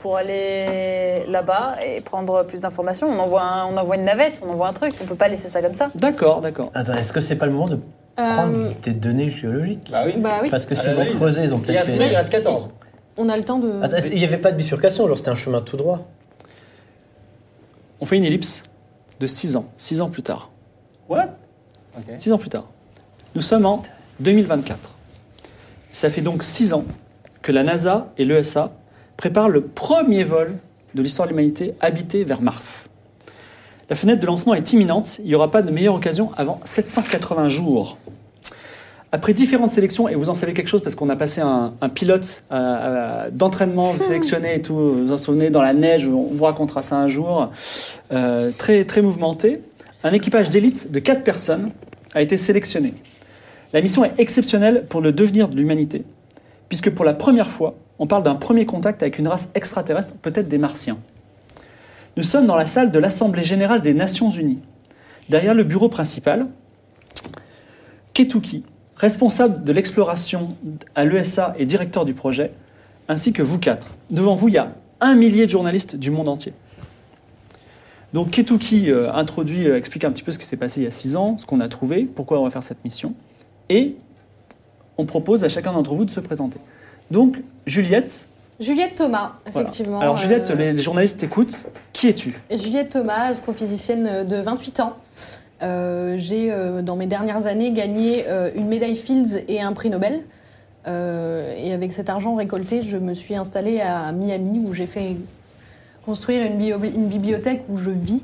[SPEAKER 4] pour aller là-bas et prendre plus d'informations. On envoie, un- on envoie une navette, on envoie un truc. On peut pas laisser ça comme ça.
[SPEAKER 2] D'accord, d'accord.
[SPEAKER 3] Attends, est-ce que c'est pas le moment de prendre
[SPEAKER 6] Euh,
[SPEAKER 3] tes données géologiques
[SPEAKER 5] Bah oui.
[SPEAKER 6] Bah oui,
[SPEAKER 3] Parce que
[SPEAKER 5] Ah,
[SPEAKER 3] s'ils ont
[SPEAKER 5] l'analyse.
[SPEAKER 3] creusé, ils ont
[SPEAKER 5] Il y a
[SPEAKER 3] peut-être
[SPEAKER 5] ce mec, il
[SPEAKER 3] fait...
[SPEAKER 5] reste 14.
[SPEAKER 6] on a le temps de.
[SPEAKER 3] Attends, est-ce- il n'y avait pas de bifurcation, genre c'était un chemin tout droit.
[SPEAKER 2] On fait une ellipse de 6 ans, 6 ans plus tard.
[SPEAKER 5] What Ok.
[SPEAKER 2] 6 ans plus tard. Nous sommes en 2024. Ça fait donc 6 ans que la NASA et l'ESA préparent le premier vol de l'histoire de l'humanité habité vers Mars. La fenêtre de lancement est imminente, il n'y aura pas de meilleure occasion avant 780 jours. Après différentes sélections, et vous en savez quelque chose parce qu'on a passé un, un pilote euh, euh, d'entraînement sélectionné et tout, vous vous en souvenez, dans la neige, on vous racontera ça un jour, euh, très, très mouvementé, un équipage d'élite de 4 personnes a été sélectionné. La mission est exceptionnelle pour le devenir de l'humanité, puisque pour la première fois, on parle d'un premier contact avec une race extraterrestre, peut-être des Martiens. Nous sommes dans la salle de l'Assemblée générale des Nations Unies. Derrière le bureau principal, Ketuki, responsable de l'exploration à l'ESA et directeur du projet, ainsi que vous quatre. Devant vous, il y a un millier de journalistes du monde entier. Donc Ketuki euh, introduit, euh, explique un petit peu ce qui s'est passé il y a six ans, ce qu'on a trouvé, pourquoi on va faire cette mission, et on propose à chacun d'entre vous de se présenter. Donc Juliette,
[SPEAKER 6] Juliette Thomas,
[SPEAKER 2] voilà.
[SPEAKER 6] effectivement.
[SPEAKER 2] alors Juliette,
[SPEAKER 6] euh,
[SPEAKER 2] les les journalistes t'écoutent. Qui es-tu
[SPEAKER 6] Juliette Thomas, astrophysicienne de 28 ans. Euh, j'ai, euh, dans mes dernières années, gagné euh, une médaille Fields et un prix Nobel. Euh, et avec cet argent récolté, je me suis installée à Miami où j'ai fait construire une, bio- une bibliothèque où je vis,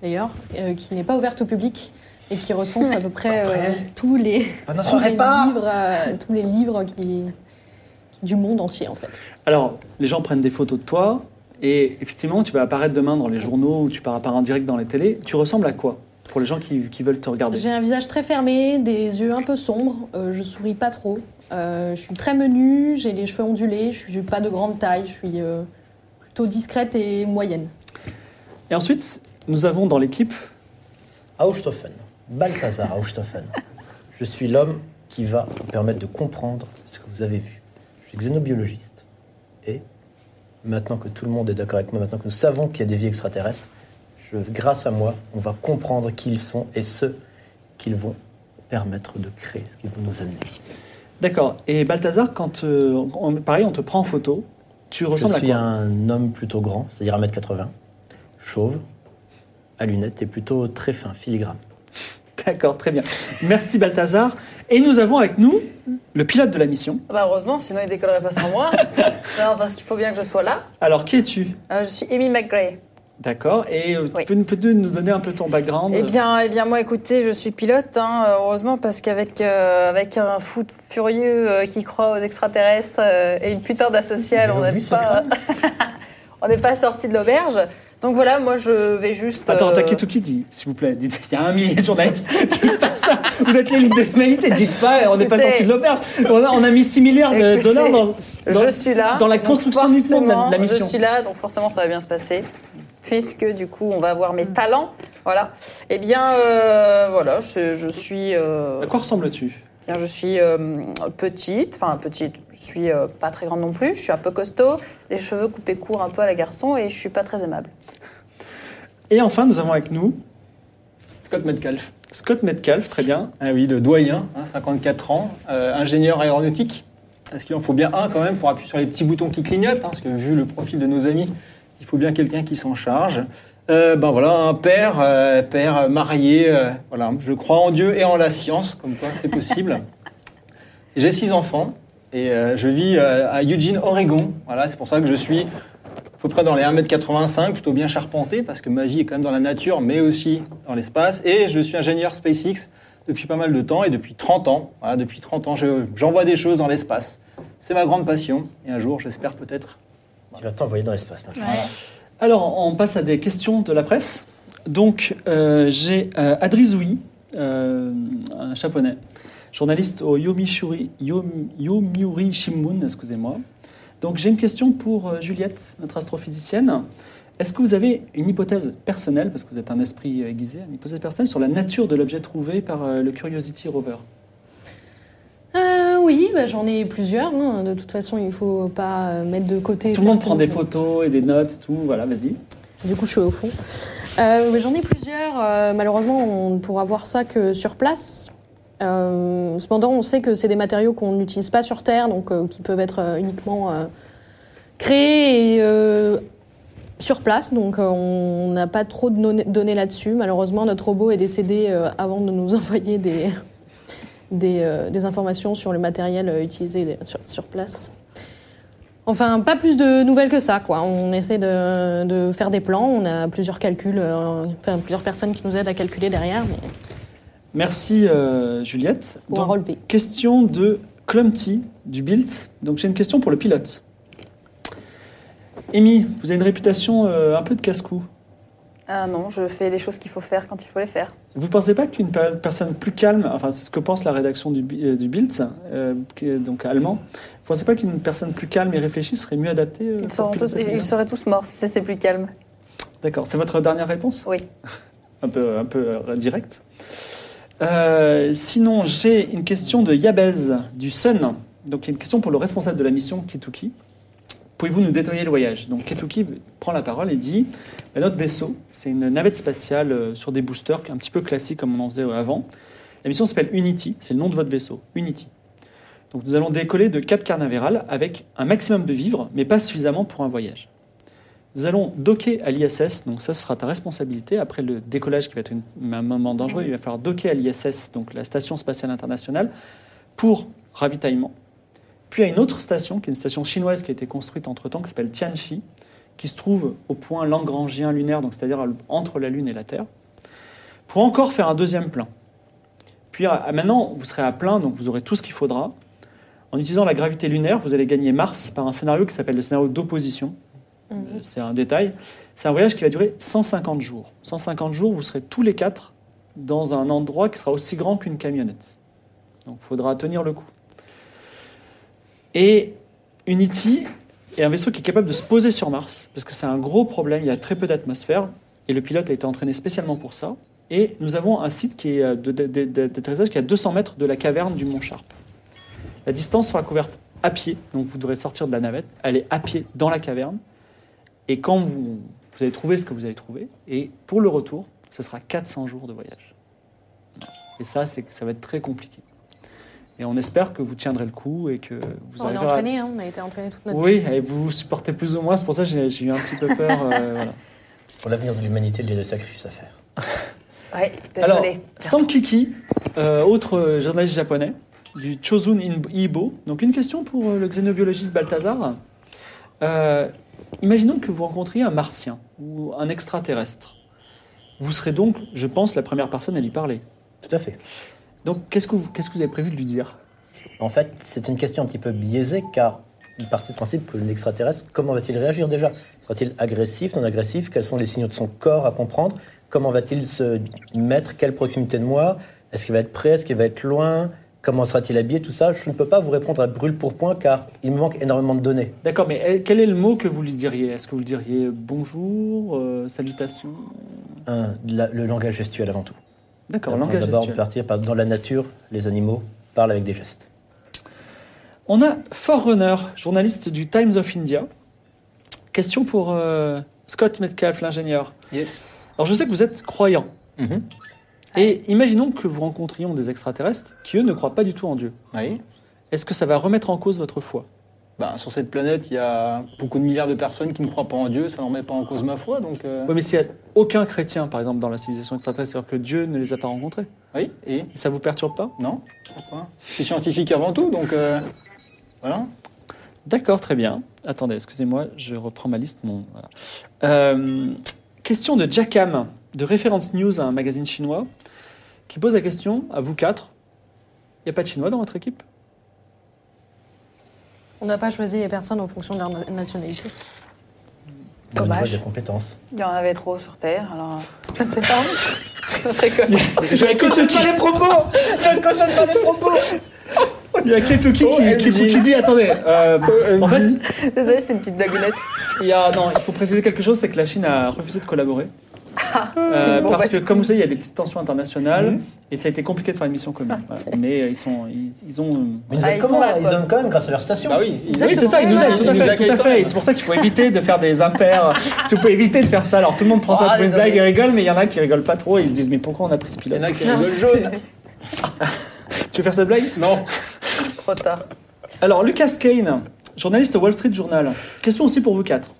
[SPEAKER 6] d'ailleurs, euh, qui n'est pas ouverte au public et qui recense à peu près euh, tous les, tous les livres, euh, tous les livres qui, du monde entier, en fait.
[SPEAKER 2] Alors, les gens prennent des photos de toi, et effectivement, tu vas apparaître demain dans les journaux ou tu pars apparaître en direct dans les télés. Tu ressembles à quoi pour les gens qui, qui veulent te regarder
[SPEAKER 6] J'ai un visage très fermé, des yeux un peu sombres, euh, je souris pas trop. Euh, je suis très menue, j'ai les cheveux ondulés, je suis pas de grande taille, je suis euh, plutôt discrète et moyenne.
[SPEAKER 2] Et ensuite, nous avons dans l'équipe
[SPEAKER 3] Austoffen, Balthazar Austoffen. Je suis l'homme qui va vous permettre de comprendre ce que vous avez vu. Je suis xénobiologiste. Et maintenant que tout le monde est d'accord avec moi, maintenant que nous savons qu'il y a des vies extraterrestres, je- grâce à moi, on va comprendre qui ils sont et ce qu'ils vont permettre de créer, ce qu'ils vont nous amener.
[SPEAKER 2] D'accord. Et Balthazar, quand euh, on- pareil, on te prend en photo, tu
[SPEAKER 3] Je
[SPEAKER 2] ressembles à
[SPEAKER 3] suis
[SPEAKER 2] quoi
[SPEAKER 3] un homme plutôt grand, c'est-à-dire 1m80, chauve, à lunettes et plutôt très fin, filigrane.
[SPEAKER 2] D'accord, très bien. Merci Balthazar. Et nous avons avec nous le pilote de la mission.
[SPEAKER 4] Bah heureusement, sinon ils décollerait pas sans moi. non, parce qu'il faut bien que je sois là.
[SPEAKER 2] Alors, qui es-tu
[SPEAKER 4] Euh, je suis Amy McGray.
[SPEAKER 2] D'accord. Et euh,
[SPEAKER 4] Oui.
[SPEAKER 2] tu peux, peux-tu nous donner un peu ton background
[SPEAKER 4] Eh bien, eh bien, moi, écoutez, je suis pilote, hein, euh, heureusement, parce qu'avec euh, avec un foot furieux euh, qui croit aux extraterrestres euh, et une putain d'associale,
[SPEAKER 3] Vous
[SPEAKER 4] on
[SPEAKER 3] avez vu
[SPEAKER 4] n'est
[SPEAKER 3] ce
[SPEAKER 4] pas, on n'est pas sorti de l'auberge. Donc voilà, moi, je vais juste.
[SPEAKER 2] Attends,
[SPEAKER 4] euh,
[SPEAKER 2] attaquez tout qui dit, s'il vous plaît. Dites, il y a un millier de journalistes. dites pas ça. Vous êtes l'élite de l'humanité. Dites pas, on n'est pas
[SPEAKER 4] Écoutez.
[SPEAKER 2] sorti de l'auberge. On a, on a mis 6 milliards de
[SPEAKER 4] Écoutez,
[SPEAKER 2] dollars dans. dans-
[SPEAKER 4] je suis là.
[SPEAKER 2] dans la
[SPEAKER 4] donc
[SPEAKER 2] construction uniquement de la- de la
[SPEAKER 4] forcément, Je
[SPEAKER 2] mission.
[SPEAKER 4] suis là, donc forcément, ça va bien se passer. Puisque du coup, on va avoir
[SPEAKER 2] Mm.
[SPEAKER 4] mes talents. Voilà. Eh bien, euh, voilà, je, je suis. euh,
[SPEAKER 2] À quoi ressembles-tu
[SPEAKER 4] Bien, je suis euh, petite, enfin petite, je suis euh, pas très grande non plus, je suis un peu costaud, les cheveux coupés courts un peu à la garçon et je suis pas très aimable.
[SPEAKER 2] Et enfin, nous avons avec nous
[SPEAKER 5] Scott Metcalf.
[SPEAKER 2] Scott Metcalf, très bien.
[SPEAKER 5] Ah oui, le doyen, hein, 54 ans, euh, ingénieur aéronautique. Parce qu'il en faut bien un quand même pour appuyer sur les petits boutons qui clignotent, hein, parce que vu le profil de nos amis, il faut bien quelqu'un qui s'en charge. Euh, ben voilà, un père, euh, père marié, euh, voilà, je crois en Dieu et en la science, comme quoi c'est possible. J'ai six enfants et euh, je vis euh, à Eugene, Oregon. Voilà, c'est pour ça que je suis à peu près dans les 1m85, plutôt bien charpenté, parce que ma vie est quand même dans la nature, mais aussi dans l'espace. Et je suis ingénieur SpaceX depuis pas mal de temps, et depuis 30 ans, voilà, depuis 30 ans, je- j'envoie des choses dans l'espace. C'est ma grande passion, et un jour, j'espère peut-être...
[SPEAKER 3] Tu vas t'envoyer dans l'espace maintenant.
[SPEAKER 2] Alors, on passe à des questions de la presse. Donc, euh, j'ai euh, Adri Zoui, euh, un japonais. journaliste au Yomiuri, Yom- Yomiuri Shimbun, excusez-moi. Donc j'ai une question pour euh, Juliette, notre astrophysicienne. Est-ce que vous avez une hypothèse personnelle, parce que vous êtes un esprit euh, aiguisé, une hypothèse personnelle sur la nature de l'objet trouvé par euh, le Curiosity Rover
[SPEAKER 6] Euh, oui, bah, j'en ai plusieurs. hein. De toute façon, il faut pas euh, mettre de côté.
[SPEAKER 2] Tout le monde
[SPEAKER 6] certaines-
[SPEAKER 2] prend des photos et des notes et tout, voilà, vas-y.
[SPEAKER 6] Du coup, je suis au fond. Euh, mais J'en ai plusieurs. Euh, malheureusement, on ne pourra voir ça que sur place. Euh, cependant, on sait que c'est des matériaux qu'on n'utilise pas sur Terre, donc euh, qui peuvent être euh, uniquement euh, créés et, euh, sur place. Donc, euh, on n'a pas trop de données- données là-dessus. Malheureusement, notre robot est décédé euh, avant de nous envoyer des, des, euh, des informations sur le matériel euh, utilisé sur- sur place. Enfin, pas plus de nouvelles que ça, quoi. On essaie de, de faire des plans, on a plusieurs calculs, euh, enfin, plusieurs personnes qui nous aident à calculer derrière, mais
[SPEAKER 2] Merci euh, Juliette.
[SPEAKER 6] pour
[SPEAKER 2] Donc,
[SPEAKER 6] relever.
[SPEAKER 2] Question de Clumpty du Built. Donc j'ai une question pour le pilote. Amy, vous avez une réputation euh, un peu de casse-cou.
[SPEAKER 4] Ah non, je fais les choses qu'il faut faire quand il faut les faire.
[SPEAKER 2] Vous pensez pas qu'une per- personne plus calme, enfin c'est ce que pense la rédaction du, Bi- euh, du Bild, euh, qui est donc allemand, vous pensez pas qu'une personne plus calme et réfléchie serait mieux adaptée euh,
[SPEAKER 4] Ils,
[SPEAKER 2] pour
[SPEAKER 4] seront
[SPEAKER 2] piloter
[SPEAKER 4] tous-
[SPEAKER 2] l'avion
[SPEAKER 4] ils seraient tous morts si c'était plus calme.
[SPEAKER 2] D'accord, c'est votre dernière réponse
[SPEAKER 4] Oui.
[SPEAKER 2] un peu, un peu euh, direct. Euh, sinon, j'ai une question de Yabez du Sun. Donc, une question pour le responsable de la mission, Ketuki. Pouvez-vous nous détailler le voyage Donc, Ketuki prend la parole et dit Bah, Notre vaisseau, c'est une navette spatiale euh, sur des boosters, un petit peu classique comme on en faisait avant. La mission s'appelle Unity, c'est le nom de votre vaisseau, Unity. Donc, nous allons décoller de Cap Carnaveral avec un maximum de vivres, mais pas suffisamment pour un voyage. Nous allons docker à l'ISS, donc ça sera ta responsabilité. Après le décollage qui va être une- un moment dangereux, il va falloir docker à l'ISS, donc la Station Spatiale Internationale, pour ravitaillement. Puis à une autre station, qui est une station chinoise qui a été construite entre-temps, qui s'appelle Tianxi, qui se trouve au point Langrangien lunaire, donc c'est-à-dire entre la Lune et la Terre, pour encore faire un deuxième plein. Puis à- maintenant, vous serez à plein, donc vous aurez tout ce qu'il faudra. En utilisant la gravité lunaire, vous allez gagner Mars par un scénario qui s'appelle le scénario d'opposition. Euh, c'est un détail. C'est un voyage qui va durer 150 jours. 150 jours, vous serez tous les quatre dans un endroit qui sera aussi grand qu'une camionnette. Donc, il faudra tenir le coup. Et Unity est un vaisseau qui est capable de se poser sur Mars, parce que c'est un gros problème, il y a très peu d'atmosphère, et le pilote a été entraîné spécialement pour ça. Et nous avons un site qui est euh, de- de- de- de- d'atterrissage qui est à 200 mètres de la caverne du Mont Sharp. La distance sera couverte à pied, donc vous devrez sortir de la navette, aller à pied dans la caverne, et quand vous, vous allez trouver ce que vous allez trouver, et pour le retour, ce sera 400 jours de voyage. Et ça, c'est ça va être très compliqué. Et on espère que vous tiendrez le coup et que vous
[SPEAKER 6] on est
[SPEAKER 2] arriverez à-
[SPEAKER 6] entraînés, hein, on a été entraînés toute notre
[SPEAKER 2] oui, et vous vous supportez plus ou moins, c'est pour ça que j'ai j'ai eu un petit peu peur. euh, voilà.
[SPEAKER 3] Pour l'avenir de l'humanité, il y a des sacrifices à faire.
[SPEAKER 4] Ouais,
[SPEAKER 2] Alors,
[SPEAKER 4] désolé.
[SPEAKER 2] Sankiki, euh, autre euh, journaliste japonais, du Chozun In- Ibo. Donc une question pour euh, le xénobiologiste Balthazar. Euh, imaginons que vous rencontriez un martien ou un extraterrestre. Vous serez donc, je pense, la première personne à lui parler.
[SPEAKER 3] Tout à fait.
[SPEAKER 2] Donc qu'est-ce que vous, qu'est-ce que vous avez prévu de lui dire
[SPEAKER 3] En fait, c'est une question un petit peu biaisée car il partit du principe que l'extraterrestre, comment va-t-il réagir déjà Sera-t-il agressif, non agressif Quels sont les signaux de son corps à comprendre Comment va-t-il se mettre Quelle proximité de moi Est-ce qu'il va être près Est-ce qu'il va être loin Comment sera-t-il habillé Tout ça, je ne peux pas vous répondre à brûle pour point car il me manque énormément de données.
[SPEAKER 2] D'accord, mais euh, quel est le mot que vous lui diriez Est-ce que vous lui diriez bonjour, euh, salutation
[SPEAKER 3] Un, la- le langage gestuel avant tout.
[SPEAKER 2] D'accord,
[SPEAKER 3] D'abord,
[SPEAKER 2] langage
[SPEAKER 3] D'abord, on peut
[SPEAKER 2] gestuel.
[SPEAKER 3] partir par, dans la nature, les animaux parlent avec des gestes.
[SPEAKER 2] On a Forerunner, journaliste du Times of India. Question pour euh, Scott Metcalf, l'ingénieur.
[SPEAKER 5] Yes.
[SPEAKER 2] Alors je sais que vous êtes croyant. Et imaginons que vous rencontrions des extraterrestres qui, eux, ne croient pas du tout en Dieu.
[SPEAKER 5] Oui.
[SPEAKER 2] Est-ce que ça va remettre en cause votre foi
[SPEAKER 5] Ben, sur cette planète, il y a beaucoup de milliards de personnes qui ne croient pas en Dieu, ça n'en met pas en cause ma foi, donc... euh,
[SPEAKER 2] Oui, mais s'il n'y a aucun chrétien, par exemple, dans la civilisation extraterrestre, c'est-à-dire que Dieu ne les a pas rencontrés,
[SPEAKER 5] Oui, et
[SPEAKER 2] ça vous perturbe pas
[SPEAKER 5] Non Pourquoi Je suis scientifique avant tout, donc... euh, Voilà.
[SPEAKER 2] D'accord, très bien. Attendez, excusez-moi, je reprends ma liste. Mon, voilà. Euh, question de Jackam, de Référence News, un magazine chinois, qui pose la question à vous quatre. Il n'y a pas de Chinois dans votre équipe
[SPEAKER 6] On n'a pas choisi les personnes en fonction de leur na- nationalité.
[SPEAKER 3] Au niveau
[SPEAKER 4] Dommage.
[SPEAKER 3] des compétences.
[SPEAKER 4] Ah, Il y en avait trop sur Terre, alors euh, je ne sais pas. Je rigole.
[SPEAKER 3] Je ne cautionne pas les propos Je ne cautionne pas les propos
[SPEAKER 2] Il y a Ketuki
[SPEAKER 5] Oh,
[SPEAKER 2] qui,
[SPEAKER 5] elle
[SPEAKER 2] qui-
[SPEAKER 5] dit-
[SPEAKER 2] qui dit attendez. euh, en fait,
[SPEAKER 4] Désolée, c'était une petite blagounette.
[SPEAKER 2] il y a- non, il faut préciser quelque chose, c'est que la Chine a refusé de collaborer. Euh,
[SPEAKER 4] Bon,
[SPEAKER 2] parce
[SPEAKER 4] bah,
[SPEAKER 2] que,
[SPEAKER 4] c'est
[SPEAKER 2] comme vous savez, il y a des petites tensions internationales et ça a été compliqué de faire une mission commune. Voilà. Mais euh, ils, sont, ils, ils ont. euh,
[SPEAKER 3] Mais ils
[SPEAKER 4] Ah,
[SPEAKER 3] ont
[SPEAKER 4] ils
[SPEAKER 3] comment
[SPEAKER 4] sont là,
[SPEAKER 3] Ils
[SPEAKER 4] quoi.
[SPEAKER 3] ont quand même grâce à leur station.
[SPEAKER 5] Bah oui, il-
[SPEAKER 6] Exactement.
[SPEAKER 2] Oui, c'est ça, ils nous aident,
[SPEAKER 6] Ils
[SPEAKER 2] tout à
[SPEAKER 5] nous
[SPEAKER 2] fait,
[SPEAKER 5] accueillent
[SPEAKER 2] tout à
[SPEAKER 5] quand
[SPEAKER 2] fait.
[SPEAKER 5] même.
[SPEAKER 2] Et c'est pour ça qu'il faut éviter de faire des impairs. si vous pouvez éviter de faire ça, alors tout le monde prend ça
[SPEAKER 4] Oh,
[SPEAKER 2] pour une
[SPEAKER 4] désolé.
[SPEAKER 2] blague et rigole, mais il y en a qui rigolent pas trop et ils se disent Mais pourquoi on a pris ce
[SPEAKER 5] il y en
[SPEAKER 2] pilote
[SPEAKER 5] a qui veulent jaune.
[SPEAKER 2] Tu veux faire cette blague
[SPEAKER 5] Non,
[SPEAKER 4] Trop tard.
[SPEAKER 2] Alors, Lucas Kane, journaliste au Wall Street Journal. Question aussi pour vous quatre.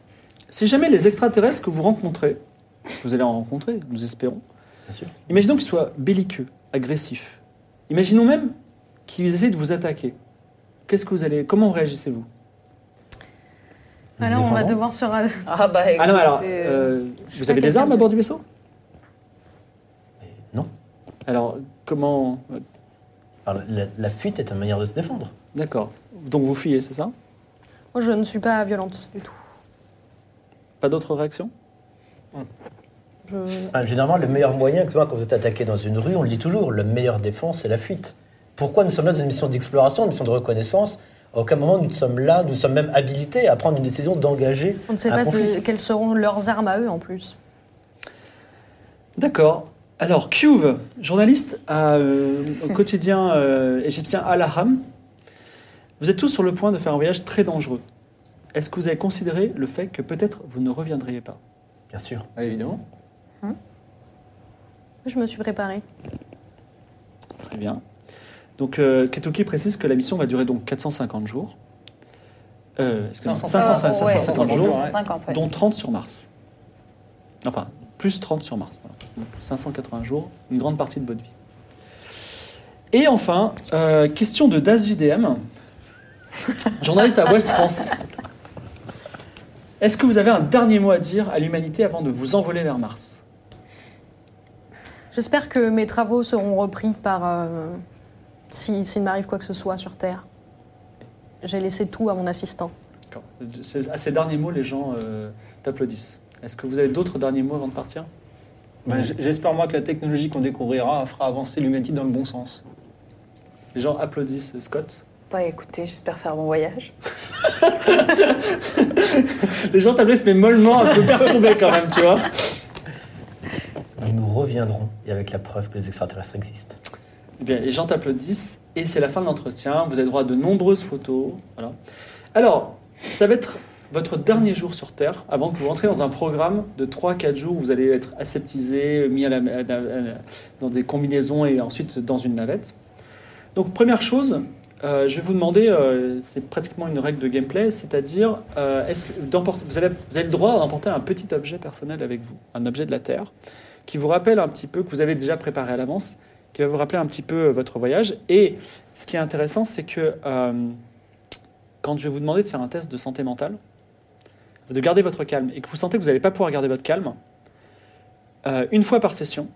[SPEAKER 2] Si jamais les extraterrestres que vous rencontrez, vous allez en rencontrer, nous espérons,
[SPEAKER 3] Bien sûr.
[SPEAKER 2] imaginons qu'ils soient belliqueux, agressifs. Imaginons même qu'ils essaient de vous attaquer. Qu'est-ce que vous allez, comment réagissez-vous
[SPEAKER 6] Alors, on va
[SPEAKER 3] Défendons.
[SPEAKER 6] devoir se. ra-
[SPEAKER 4] Ah bah,
[SPEAKER 2] Ah non,
[SPEAKER 4] écoute,
[SPEAKER 2] alors,
[SPEAKER 4] c'est-
[SPEAKER 2] euh,
[SPEAKER 6] suis
[SPEAKER 2] vous
[SPEAKER 6] pas
[SPEAKER 2] avez des
[SPEAKER 6] quelqu'un
[SPEAKER 2] armes
[SPEAKER 6] de-
[SPEAKER 2] à bord du vaisseau
[SPEAKER 3] Non.
[SPEAKER 2] Alors, comment
[SPEAKER 3] Alors, la, la fuite est une manière de se défendre.
[SPEAKER 2] D'accord. Donc vous fuyez, c'est ça
[SPEAKER 6] Moi, je ne suis pas violente du tout.
[SPEAKER 2] Pas d'autres réactions
[SPEAKER 6] Je...
[SPEAKER 3] Enfin, généralement, le meilleur moyen, que ce soit quand vous êtes attaqué dans une rue, on le dit toujours, la meilleure défense, c'est la fuite. Pourquoi nous sommes là dans une mission d'exploration, une mission de reconnaissance À aucun moment nous ne sommes là, nous sommes même habilités à prendre une décision d'engager
[SPEAKER 6] On ne sait
[SPEAKER 3] un
[SPEAKER 6] pas
[SPEAKER 3] conflit.
[SPEAKER 6] ce- quelles seront leurs armes à eux en plus.
[SPEAKER 2] D'accord. Alors, Cuve, journaliste à, euh, au quotidien euh, égyptien Al-Ahram, vous êtes tous sur le point de faire un voyage très dangereux. Est-ce que vous avez considéré le fait que peut-être vous ne reviendriez pas
[SPEAKER 3] Bien sûr.
[SPEAKER 5] Ah, évidemment.
[SPEAKER 6] Je me suis préparée.
[SPEAKER 2] Très bien. Donc, euh, Ketoki précise que la mission va durer donc 450 jours. Euh, excusez-moi,
[SPEAKER 5] 500,
[SPEAKER 2] 500,
[SPEAKER 4] Ah, ouais,
[SPEAKER 2] 550
[SPEAKER 5] 500,
[SPEAKER 2] jours,
[SPEAKER 4] 550, ouais.
[SPEAKER 2] dont 30 sur Mars. Enfin, plus 30 sur Mars. voilà. Donc, 580 jours, une grande partie de votre vie. Et enfin, euh, question de Das JDM, journaliste à Ouest France. Est-ce que vous avez un dernier mot à dire à l'humanité avant de vous envoler vers Mars
[SPEAKER 6] J'espère que mes travaux seront repris par. euh, si- S'il m'arrive quoi que ce soit sur Terre. J'ai laissé tout à mon assistant.
[SPEAKER 2] D'accord. C'est- À ces derniers mots, les gens euh, t'applaudissent. Est-ce que vous avez d'autres derniers mots avant de partir
[SPEAKER 5] Ben, j- J'espère moi que la technologie qu'on découvrira fera avancer l'humanité dans le bon sens.
[SPEAKER 2] Les gens applaudissent Scott.
[SPEAKER 4] Bah écoutez, j'espère faire mon voyage.
[SPEAKER 2] Les gens t'applaudissent, mais mollement, un peu perturbés quand même, tu vois.
[SPEAKER 3] Nous reviendrons, et avec la preuve que les extraterrestres existent.
[SPEAKER 2] Eh bien, les gens t'applaudissent et c'est la fin de l'entretien. Vous avez droit à de nombreuses photos. Voilà. Alors, ça va être votre dernier jour sur Terre avant que vous rentrez dans un programme de 3-4 jours où vous allez être aseptisé, mis à la- à la- dans des combinaisons et ensuite dans une navette. Donc, première chose, euh, je vais vous demander, euh, c'est pratiquement une règle de gameplay, c'est-à-dire, euh, est-ce que d'emporter- vous, allez- vous avez le droit d'emporter un petit objet personnel avec vous, un objet de la Terre, qui vous rappelle un petit peu, que vous avez déjà préparé à l'avance, qui va vous rappeler un petit peu euh, votre voyage. Et ce qui est intéressant, c'est que euh, quand je vais vous demander de faire un test de santé mentale, de garder votre calme, et que vous sentez que vous n'allez pas pouvoir garder votre calme, euh, une fois par session,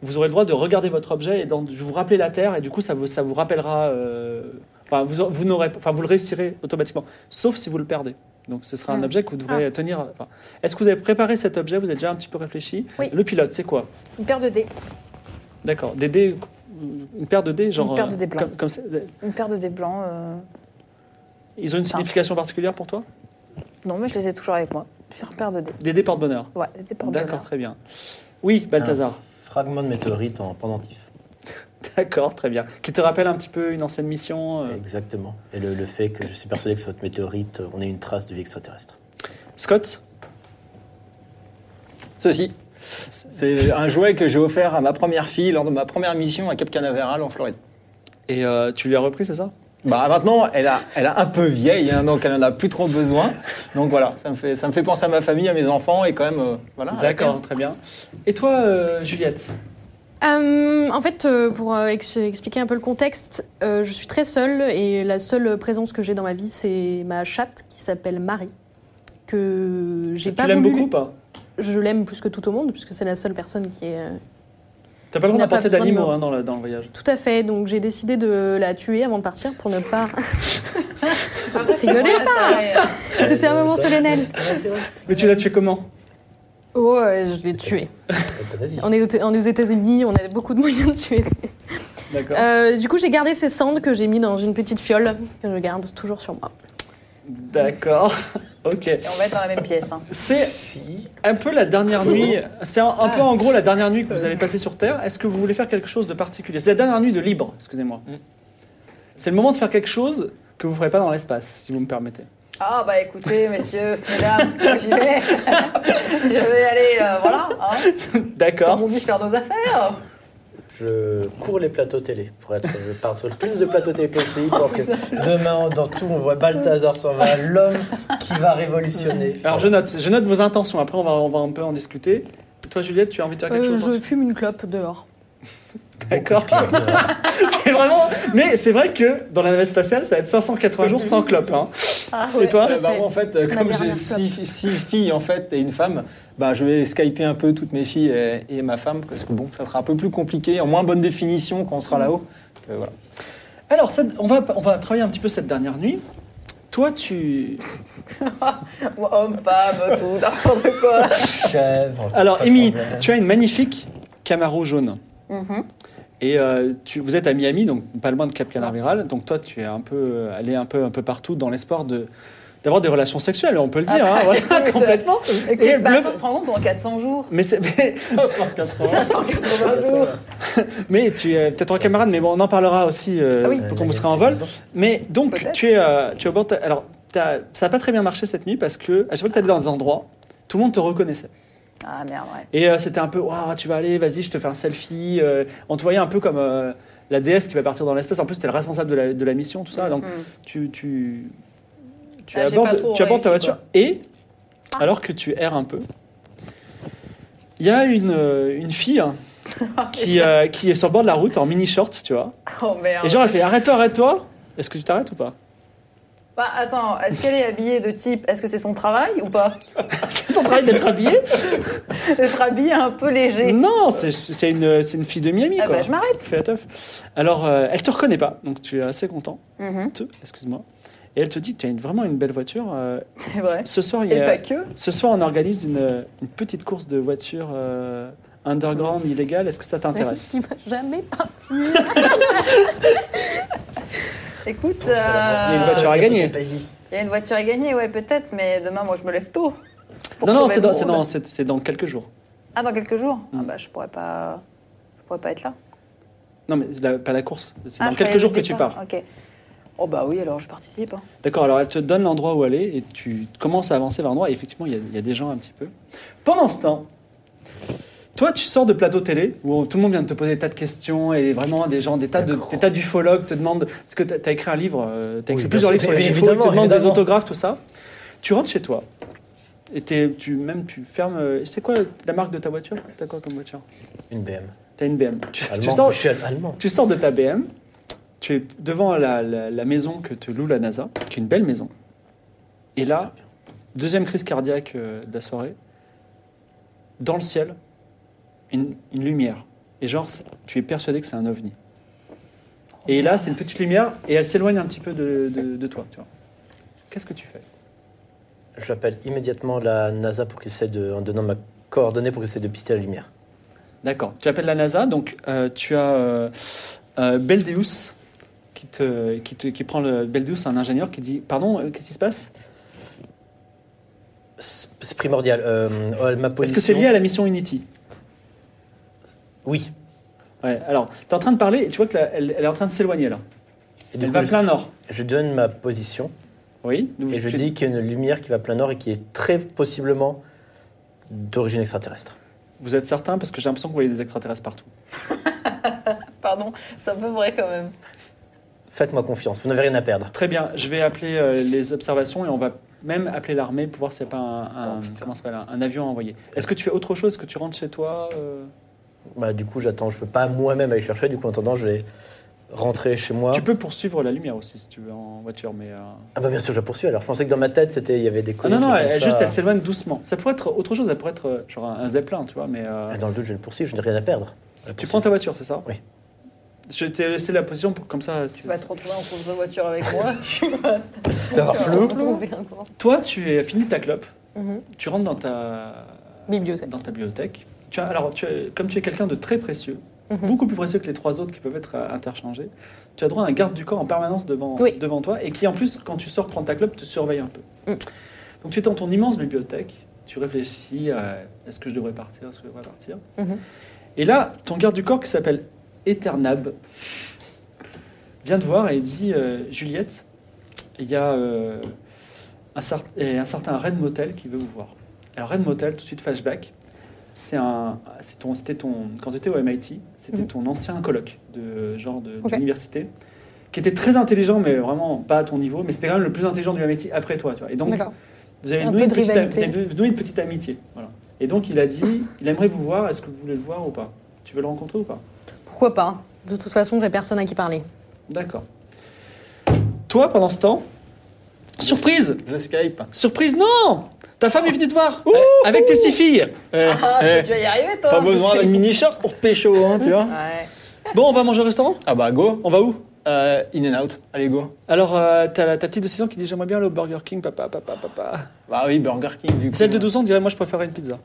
[SPEAKER 2] vous aurez le droit de regarder votre objet et d'en- je vous rappeler la Terre, et du coup, ça vous, ça vous rappellera... euh, Enfin, vous, aurez- vous, n'aurez- enfin, vous le réussirez automatiquement, sauf si vous le perdez. Donc, ce sera un
[SPEAKER 6] Hmm.
[SPEAKER 2] objet que vous devrez tenir. enfin, Est-ce que vous avez préparé cet objet Vous avez déjà un petit peu réfléchi
[SPEAKER 6] Oui.
[SPEAKER 2] Le pilote, c'est quoi
[SPEAKER 4] Une paire de dés.
[SPEAKER 2] D'accord. Des dés, une paire de dés, genre.
[SPEAKER 4] paire
[SPEAKER 2] euh,
[SPEAKER 4] de dés blancs.
[SPEAKER 2] comme- comme ça, des-
[SPEAKER 4] Une paire de dés blancs. euh,
[SPEAKER 2] ils ont une
[SPEAKER 4] Enfin.
[SPEAKER 2] signification particulière pour toi
[SPEAKER 4] Non, mais je les ai toujours avec moi. Une paire de dés.
[SPEAKER 2] Des dés porte-bonheur.
[SPEAKER 4] Ouais, c'était pour
[SPEAKER 2] D'accord, très bien. Oui, Balthazar.
[SPEAKER 3] Fragment de météorite en pendentif.
[SPEAKER 2] D'accord, très bien. Qui te rappelle un petit peu une ancienne mission. euh,
[SPEAKER 3] Exactement. Et le, le fait que je suis persuadé que sur cette météorite, on ait une trace de vie extraterrestre.
[SPEAKER 2] Scott
[SPEAKER 5] Ceci, c'est un jouet que j'ai offert à ma première fille lors de ma première mission à Cap Canaveral en Floride.
[SPEAKER 2] Et euh, tu lui as repris, c'est ça
[SPEAKER 5] Bah maintenant, elle a, elle a un peu vieille, hein, donc elle en a plus trop besoin. Donc voilà, ça me fait, ça me fait penser à ma famille, à mes enfants et quand même, euh, voilà.
[SPEAKER 2] D'accord, très bien. Et toi, euh, Juliette
[SPEAKER 6] Euh, en fait, euh, pour euh, ex- expliquer un peu le contexte, euh, je suis très seule et la seule présence que j'ai dans ma vie, c'est ma chatte qui s'appelle Marie. Que j'ai
[SPEAKER 2] Tu
[SPEAKER 6] pas
[SPEAKER 2] l'aimes
[SPEAKER 6] voulu-
[SPEAKER 2] beaucoup ou pas
[SPEAKER 6] Je l'aime plus que tout au monde, puisque c'est la seule personne qui est. euh,
[SPEAKER 2] T'as pas le
[SPEAKER 6] Je
[SPEAKER 2] droit
[SPEAKER 6] n'ai pas
[SPEAKER 2] d'apporter
[SPEAKER 6] besoin de
[SPEAKER 2] d'animaux
[SPEAKER 6] me-
[SPEAKER 2] hein, dans, le, dans le voyage.
[SPEAKER 6] Tout à fait, donc j'ai décidé de la tuer avant de partir pour ne pas.
[SPEAKER 4] Rigolez
[SPEAKER 6] Rigolez
[SPEAKER 4] pas euh,
[SPEAKER 6] C'était un Ah, moment solennel.
[SPEAKER 2] Mais tu l'as tué comment
[SPEAKER 6] Oh, euh, je l'ai tué.
[SPEAKER 3] Euthanasie.
[SPEAKER 6] On est, aux- on est aux États-Unis, on a beaucoup de moyens de tuer.
[SPEAKER 5] D'accord.
[SPEAKER 6] Euh, du coup, j'ai gardé ces cendres que j'ai mis dans une petite fiole que je garde toujours sur moi.
[SPEAKER 2] D'accord. Ok.
[SPEAKER 4] Et on va être dans la même pièce. hein.
[SPEAKER 2] C'est
[SPEAKER 3] Si.
[SPEAKER 2] un peu la dernière nuit. C'est un, un peu en gros la dernière nuit que vous allez passer sur Terre. Est-ce que vous voulez faire quelque chose de particulier C'est la dernière nuit de libre, excusez-moi.
[SPEAKER 5] Mm.
[SPEAKER 2] C'est le moment de faire quelque chose que vous ne ferez pas dans l'espace, si vous me permettez.
[SPEAKER 4] Ah bah écoutez, messieurs, mesdames, j'y vais. je vais aller, euh, voilà. Hein. Comme
[SPEAKER 2] D'accord.
[SPEAKER 4] on dit, faire nos affaires.
[SPEAKER 3] Je cours les plateaux télé pour être je pars sur le plus de plateaux télé possible
[SPEAKER 6] Oh,
[SPEAKER 3] pour que demain dans tout on voit Balthazar s'en va, l'homme qui va révolutionner.
[SPEAKER 2] Alors je note, je note vos intentions. Après, on va, on va un peu en discuter. Toi, Juliette, tu as envie de faire quelque
[SPEAKER 6] Euh,
[SPEAKER 2] chose
[SPEAKER 6] je fume une clope dehors.
[SPEAKER 2] D'accord. c'est vraiment. Mais c'est vrai que dans la navette spatiale, ça va être 580 jours sans clope. hein.
[SPEAKER 6] Ah,
[SPEAKER 2] Et toi
[SPEAKER 5] Euh, bah, moi, en fait, euh,
[SPEAKER 6] Ma
[SPEAKER 5] comme j'ai
[SPEAKER 6] dernière
[SPEAKER 5] six, six filles en fait et une femme, bah, je vais skyper un peu toutes mes filles et, et ma femme parce que bon, ça sera un peu plus compliqué, en moins bonne définition quand on sera là-haut. Donc, euh, voilà.
[SPEAKER 2] Alors, ça- on, va, on va travailler un petit peu cette dernière nuit. Toi, tu.
[SPEAKER 4] Ou Homme, femme, tout, n'importe quoi.
[SPEAKER 3] Chèvre.
[SPEAKER 2] Alors,
[SPEAKER 3] pas de
[SPEAKER 2] Amy,
[SPEAKER 3] problème.
[SPEAKER 2] tu as une magnifique Camaro jaune.
[SPEAKER 4] Mhm.
[SPEAKER 2] Et euh, tu, vous êtes à Miami, donc pas loin de Cap Canaveral. Donc toi, tu es un peu euh, allé un peu un peu partout dans l'espoir de d'avoir des relations sexuelles. On peut le
[SPEAKER 4] Ah,
[SPEAKER 2] dire, hein, voilà, complètement. Et
[SPEAKER 4] Écoute, bah,
[SPEAKER 2] le-
[SPEAKER 4] tu te rends compte, pendant 400 jours,
[SPEAKER 2] Mais, c'est- mais,
[SPEAKER 4] 580 jours.
[SPEAKER 2] mais tu es peut-être en camarade, mais bon, on en parlera aussi euh,
[SPEAKER 4] Ah oui.
[SPEAKER 2] quand on sera en vol. Mais donc,
[SPEAKER 4] Peut-être.
[SPEAKER 2] tu es, euh, tu es au bord. de ta- Alors, t'as- ça n'a pas très bien marché cette nuit parce que à chaque fois que tu allais dans des endroits, tout le monde te reconnaissait.
[SPEAKER 4] Ah merde, ouais.
[SPEAKER 2] Et euh, c'était un peu, waouh, tu vas aller, vas-y, je te fais un selfie. Euh, on te voyait un peu comme euh, la déesse qui va partir dans l'espace. En plus, tu es le responsable de la, de la mission, tout ça. Donc,
[SPEAKER 4] Mm.
[SPEAKER 2] tu, tu, tu,
[SPEAKER 4] Ah, j'ai pas
[SPEAKER 2] abordes,
[SPEAKER 4] trop
[SPEAKER 2] tu abordes ta
[SPEAKER 4] réussi, Ah.
[SPEAKER 2] voiture. Et, alors que tu erres un peu, il y a une, euh, une fille hein, qui, euh, qui est sur le bord de la route en mini-short, tu vois.
[SPEAKER 4] Oh merde.
[SPEAKER 2] Et genre, elle fait, arrête-toi, arrête-toi. Est-ce que tu t'arrêtes ou pas
[SPEAKER 4] Bah attends, est-ce qu'elle est habillée de type Est-ce que c'est son travail ou pas
[SPEAKER 2] C'est son travail d'être habillée
[SPEAKER 4] D'être habillée un peu léger.
[SPEAKER 2] Non, c'est- c'est une, c'est une fille de Miami,
[SPEAKER 4] Ah
[SPEAKER 2] Mmh, quoi.
[SPEAKER 4] bah je m'arrête.
[SPEAKER 2] Fais la teuf. Alors, euh, elle te reconnaît pas, donc tu es assez content.
[SPEAKER 4] Mhm.
[SPEAKER 2] te- excuse-moi. Et elle te dit, tu as une- vraiment une belle voiture. euh,
[SPEAKER 4] C'est vrai.
[SPEAKER 2] Ce soir, il y
[SPEAKER 4] Et E.
[SPEAKER 2] a-
[SPEAKER 4] pas que.
[SPEAKER 2] ce soir, on organise une, une petite course de voitures euh, underground, illégale. Est-ce que ça t'intéresse
[SPEAKER 6] Qui va jamais partir.
[SPEAKER 4] Écoute,
[SPEAKER 3] C'est
[SPEAKER 4] euh,
[SPEAKER 3] la-
[SPEAKER 2] Il y a une voiture à gagner.
[SPEAKER 4] il y a une voiture à gagner, ouais peut-être, mais demain moi je me lève tôt. pour
[SPEAKER 2] Non, non,
[SPEAKER 4] sauver
[SPEAKER 2] c'est
[SPEAKER 4] le
[SPEAKER 2] dans, c'est
[SPEAKER 4] monde.
[SPEAKER 2] dans- c'est- c'est dans quelques jours.
[SPEAKER 4] Ah dans quelques jours.
[SPEAKER 2] Mm.
[SPEAKER 4] Ah bah je pourrais pas, je pourrais pas être là.
[SPEAKER 2] Non, mais la- pas la course. C'est
[SPEAKER 4] Ah,
[SPEAKER 2] dans
[SPEAKER 4] je
[SPEAKER 2] quelques
[SPEAKER 4] croyais
[SPEAKER 2] jours que tu
[SPEAKER 4] départ.
[SPEAKER 2] pars.
[SPEAKER 4] Ok. Oh bah oui, alors je participe. hein.
[SPEAKER 2] D'accord, alors elle te donne l'endroit où aller et tu commences à avancer vers l'endroit. Et effectivement, il y a- il y, a des gens un petit peu. Pendant ce temps, toi, tu sors de plateau télé où tout le monde vient de te poser des tas de questions et vraiment des gens, des tas de- des tas d'ufologues te demandent. Parce que tu as écrit un livre, tu as
[SPEAKER 3] Oui,
[SPEAKER 2] écrit
[SPEAKER 3] bien
[SPEAKER 2] plusieurs
[SPEAKER 3] sûr,
[SPEAKER 2] livres sur
[SPEAKER 3] mais
[SPEAKER 2] les
[SPEAKER 3] évidemment,
[SPEAKER 2] ufologues, tu demandes des
[SPEAKER 3] évidemment.
[SPEAKER 2] autographes, tout ça. Tu rentres chez toi et t'es- tu, même tu fermes. euh, C'est quoi la marque de ta voiture T'as quoi comme voiture
[SPEAKER 3] Une BM.
[SPEAKER 2] T'as une BM. Tu, tu
[SPEAKER 3] Allemand.
[SPEAKER 2] sors,
[SPEAKER 3] Je suis allemand.
[SPEAKER 2] tu sors de ta BM, tu es devant la, la- la maison que te loue la NASA, qui est une belle maison. Et là, deuxième crise cardiaque euh, de la soirée, dans le ciel, une, une lumière. Et genre, c'est- tu es persuadé que c'est un ovni. Et là, c'est une petite lumière, et elle s'éloigne un petit peu de, de- de toi. tu vois. Qu'est-ce que tu fais
[SPEAKER 3] J'appelle immédiatement la NASA pour qu'ils essaient de, en donnant ma coordonnée pour qu'ils essaient de pister la lumière.
[SPEAKER 2] D'accord. Tu appelles la NASA, donc euh, tu as euh, euh, Beldeus qui, te, qui, te- qui prend le Beldeus, un ingénieur, qui dit Pardon, euh, qu'est-ce qui se passe
[SPEAKER 3] C'est c'est primordial. Euh, oh, ma
[SPEAKER 2] Est-ce
[SPEAKER 3] position.
[SPEAKER 2] que c'est lié à la mission Unity
[SPEAKER 3] Oui.
[SPEAKER 2] Ouais, alors, tu es en train de parler, et tu vois qu'elle elle est en train de s'éloigner là.
[SPEAKER 3] Et du
[SPEAKER 2] Elle
[SPEAKER 3] coup,
[SPEAKER 2] va
[SPEAKER 3] je-
[SPEAKER 2] plein nord.
[SPEAKER 3] Je donne ma position
[SPEAKER 2] Oui d'où
[SPEAKER 3] et je
[SPEAKER 2] tu-
[SPEAKER 3] dis qu'il y a une lumière qui va plein nord et qui est très possiblement d'origine extraterrestre.
[SPEAKER 2] Vous êtes certain Parce que j'ai l'impression que vous voyez des extraterrestres partout.
[SPEAKER 4] Pardon, c'est un peu vrai quand même.
[SPEAKER 3] Faites-moi confiance, vous n'avez rien à perdre.
[SPEAKER 2] Très bien, je vais appeler euh, les observations et on va même appeler l'armée pour voir s'il n'y a pas
[SPEAKER 3] Oh,
[SPEAKER 2] un, un- comment ça s'appelle, un- un avion à envoyer. Est-ce que tu fais autre chose Est-ce que tu rentres chez toi euh
[SPEAKER 3] Bah, du coup, j'attends, je peux pas moi-même aller chercher, du coup, en attendant, je vais rentrer chez moi.
[SPEAKER 2] Tu peux poursuivre la lumière aussi si tu veux en voiture, mais. euh,
[SPEAKER 3] Ah, bah bien sûr, je poursuis alors. Je pensais que dans ma tête, c'était il y avait des
[SPEAKER 2] Ah
[SPEAKER 3] colis.
[SPEAKER 2] non, non,
[SPEAKER 3] des trucs
[SPEAKER 2] elle,
[SPEAKER 3] comme
[SPEAKER 2] elle
[SPEAKER 3] ça.
[SPEAKER 2] juste elle s'éloigne doucement. Ça pourrait être autre chose, ça pourrait être euh, genre un, un zeppelin, tu vois, mais. euh,
[SPEAKER 3] Ah, Dans le doute, je le poursuis, je n'ai rien à perdre. Je
[SPEAKER 2] tu
[SPEAKER 3] poursuis.
[SPEAKER 2] prends ta voiture, c'est ça
[SPEAKER 3] Oui.
[SPEAKER 2] Je t'ai laissé la position pour comme ça.
[SPEAKER 4] Tu vas te retrouver en course de voiture avec moi. Tu vas
[SPEAKER 3] Ça va flou.
[SPEAKER 6] On va trouver un coin.
[SPEAKER 2] Toi, tu es fini ta clope.
[SPEAKER 6] Mhm.
[SPEAKER 2] Tu rentres dans ta
[SPEAKER 6] Bibliothèque.
[SPEAKER 2] dans ta bibliothèque. Tu as, alors, tu as- comme tu es quelqu'un de très précieux,
[SPEAKER 6] Mhm.
[SPEAKER 2] beaucoup plus précieux que les trois autres qui peuvent être euh, interchangés, tu as droit à un garde du corps en permanence devant,
[SPEAKER 6] Oui.
[SPEAKER 2] devant toi et qui, en plus, quand tu sors prendre ta clope, te surveille un peu.
[SPEAKER 6] Mm.
[SPEAKER 2] Donc, tu es dans ton immense bibliothèque, tu réfléchis à est-ce que je devrais partir, est-ce que je devrais partir.
[SPEAKER 6] Mhm.
[SPEAKER 2] Et là, ton garde du corps qui s'appelle Eternab vient te voir et dit euh, Juliette, il y a euh, un, cer- et un certain Red Motel qui veut vous voir. Alors, Red Motel, tout de suite, flashback. C'est un, c'est ton, c'était ton, quand tu étais au MIT, c'était
[SPEAKER 6] Mhm.
[SPEAKER 2] ton ancien colloque de genre de,
[SPEAKER 6] Ok.
[SPEAKER 2] d'université, qui était très intelligent, mais vraiment pas à ton niveau, mais c'était quand même le plus intelligent du MIT après toi, tu vois. Et donc,
[SPEAKER 6] D'accord.
[SPEAKER 2] vous avez
[SPEAKER 6] Un
[SPEAKER 2] noué
[SPEAKER 6] peu
[SPEAKER 2] une,
[SPEAKER 6] de
[SPEAKER 2] petite, am-
[SPEAKER 6] rivalité.
[SPEAKER 2] vous avez noué une petite amitié, voilà. Et donc, il a dit, il aimerait vous voir. Est-ce que vous voulez le voir ou pas Tu veux le rencontrer ou pas
[SPEAKER 6] Pourquoi pas De toute façon, j'ai personne à qui parler.
[SPEAKER 2] D'accord. Toi, pendant ce temps, surprise
[SPEAKER 5] Je Skype.
[SPEAKER 2] Surprise, non Ta femme est venue te voir euh, Avec tes six filles
[SPEAKER 5] Eh,
[SPEAKER 4] Ah,
[SPEAKER 5] eh,
[SPEAKER 4] tu vas y arriver, toi
[SPEAKER 5] pas
[SPEAKER 4] en plus.
[SPEAKER 5] besoin d'une mini-shirt pour pécho, hein, tu vois.
[SPEAKER 4] Ouais.
[SPEAKER 2] Bon, on va manger au restaurant
[SPEAKER 5] Ah bah go.
[SPEAKER 2] On va où
[SPEAKER 5] Euh, in and out. Allez go.
[SPEAKER 2] Alors, euh, t'as la- ta petite de 6 ans qui dit J'aimerais bien le Burger King, papa, papa, papa.
[SPEAKER 5] Bah oui, Burger King. Du coup.
[SPEAKER 2] Celle de 12 ans dirait Moi, je préfère une pizza.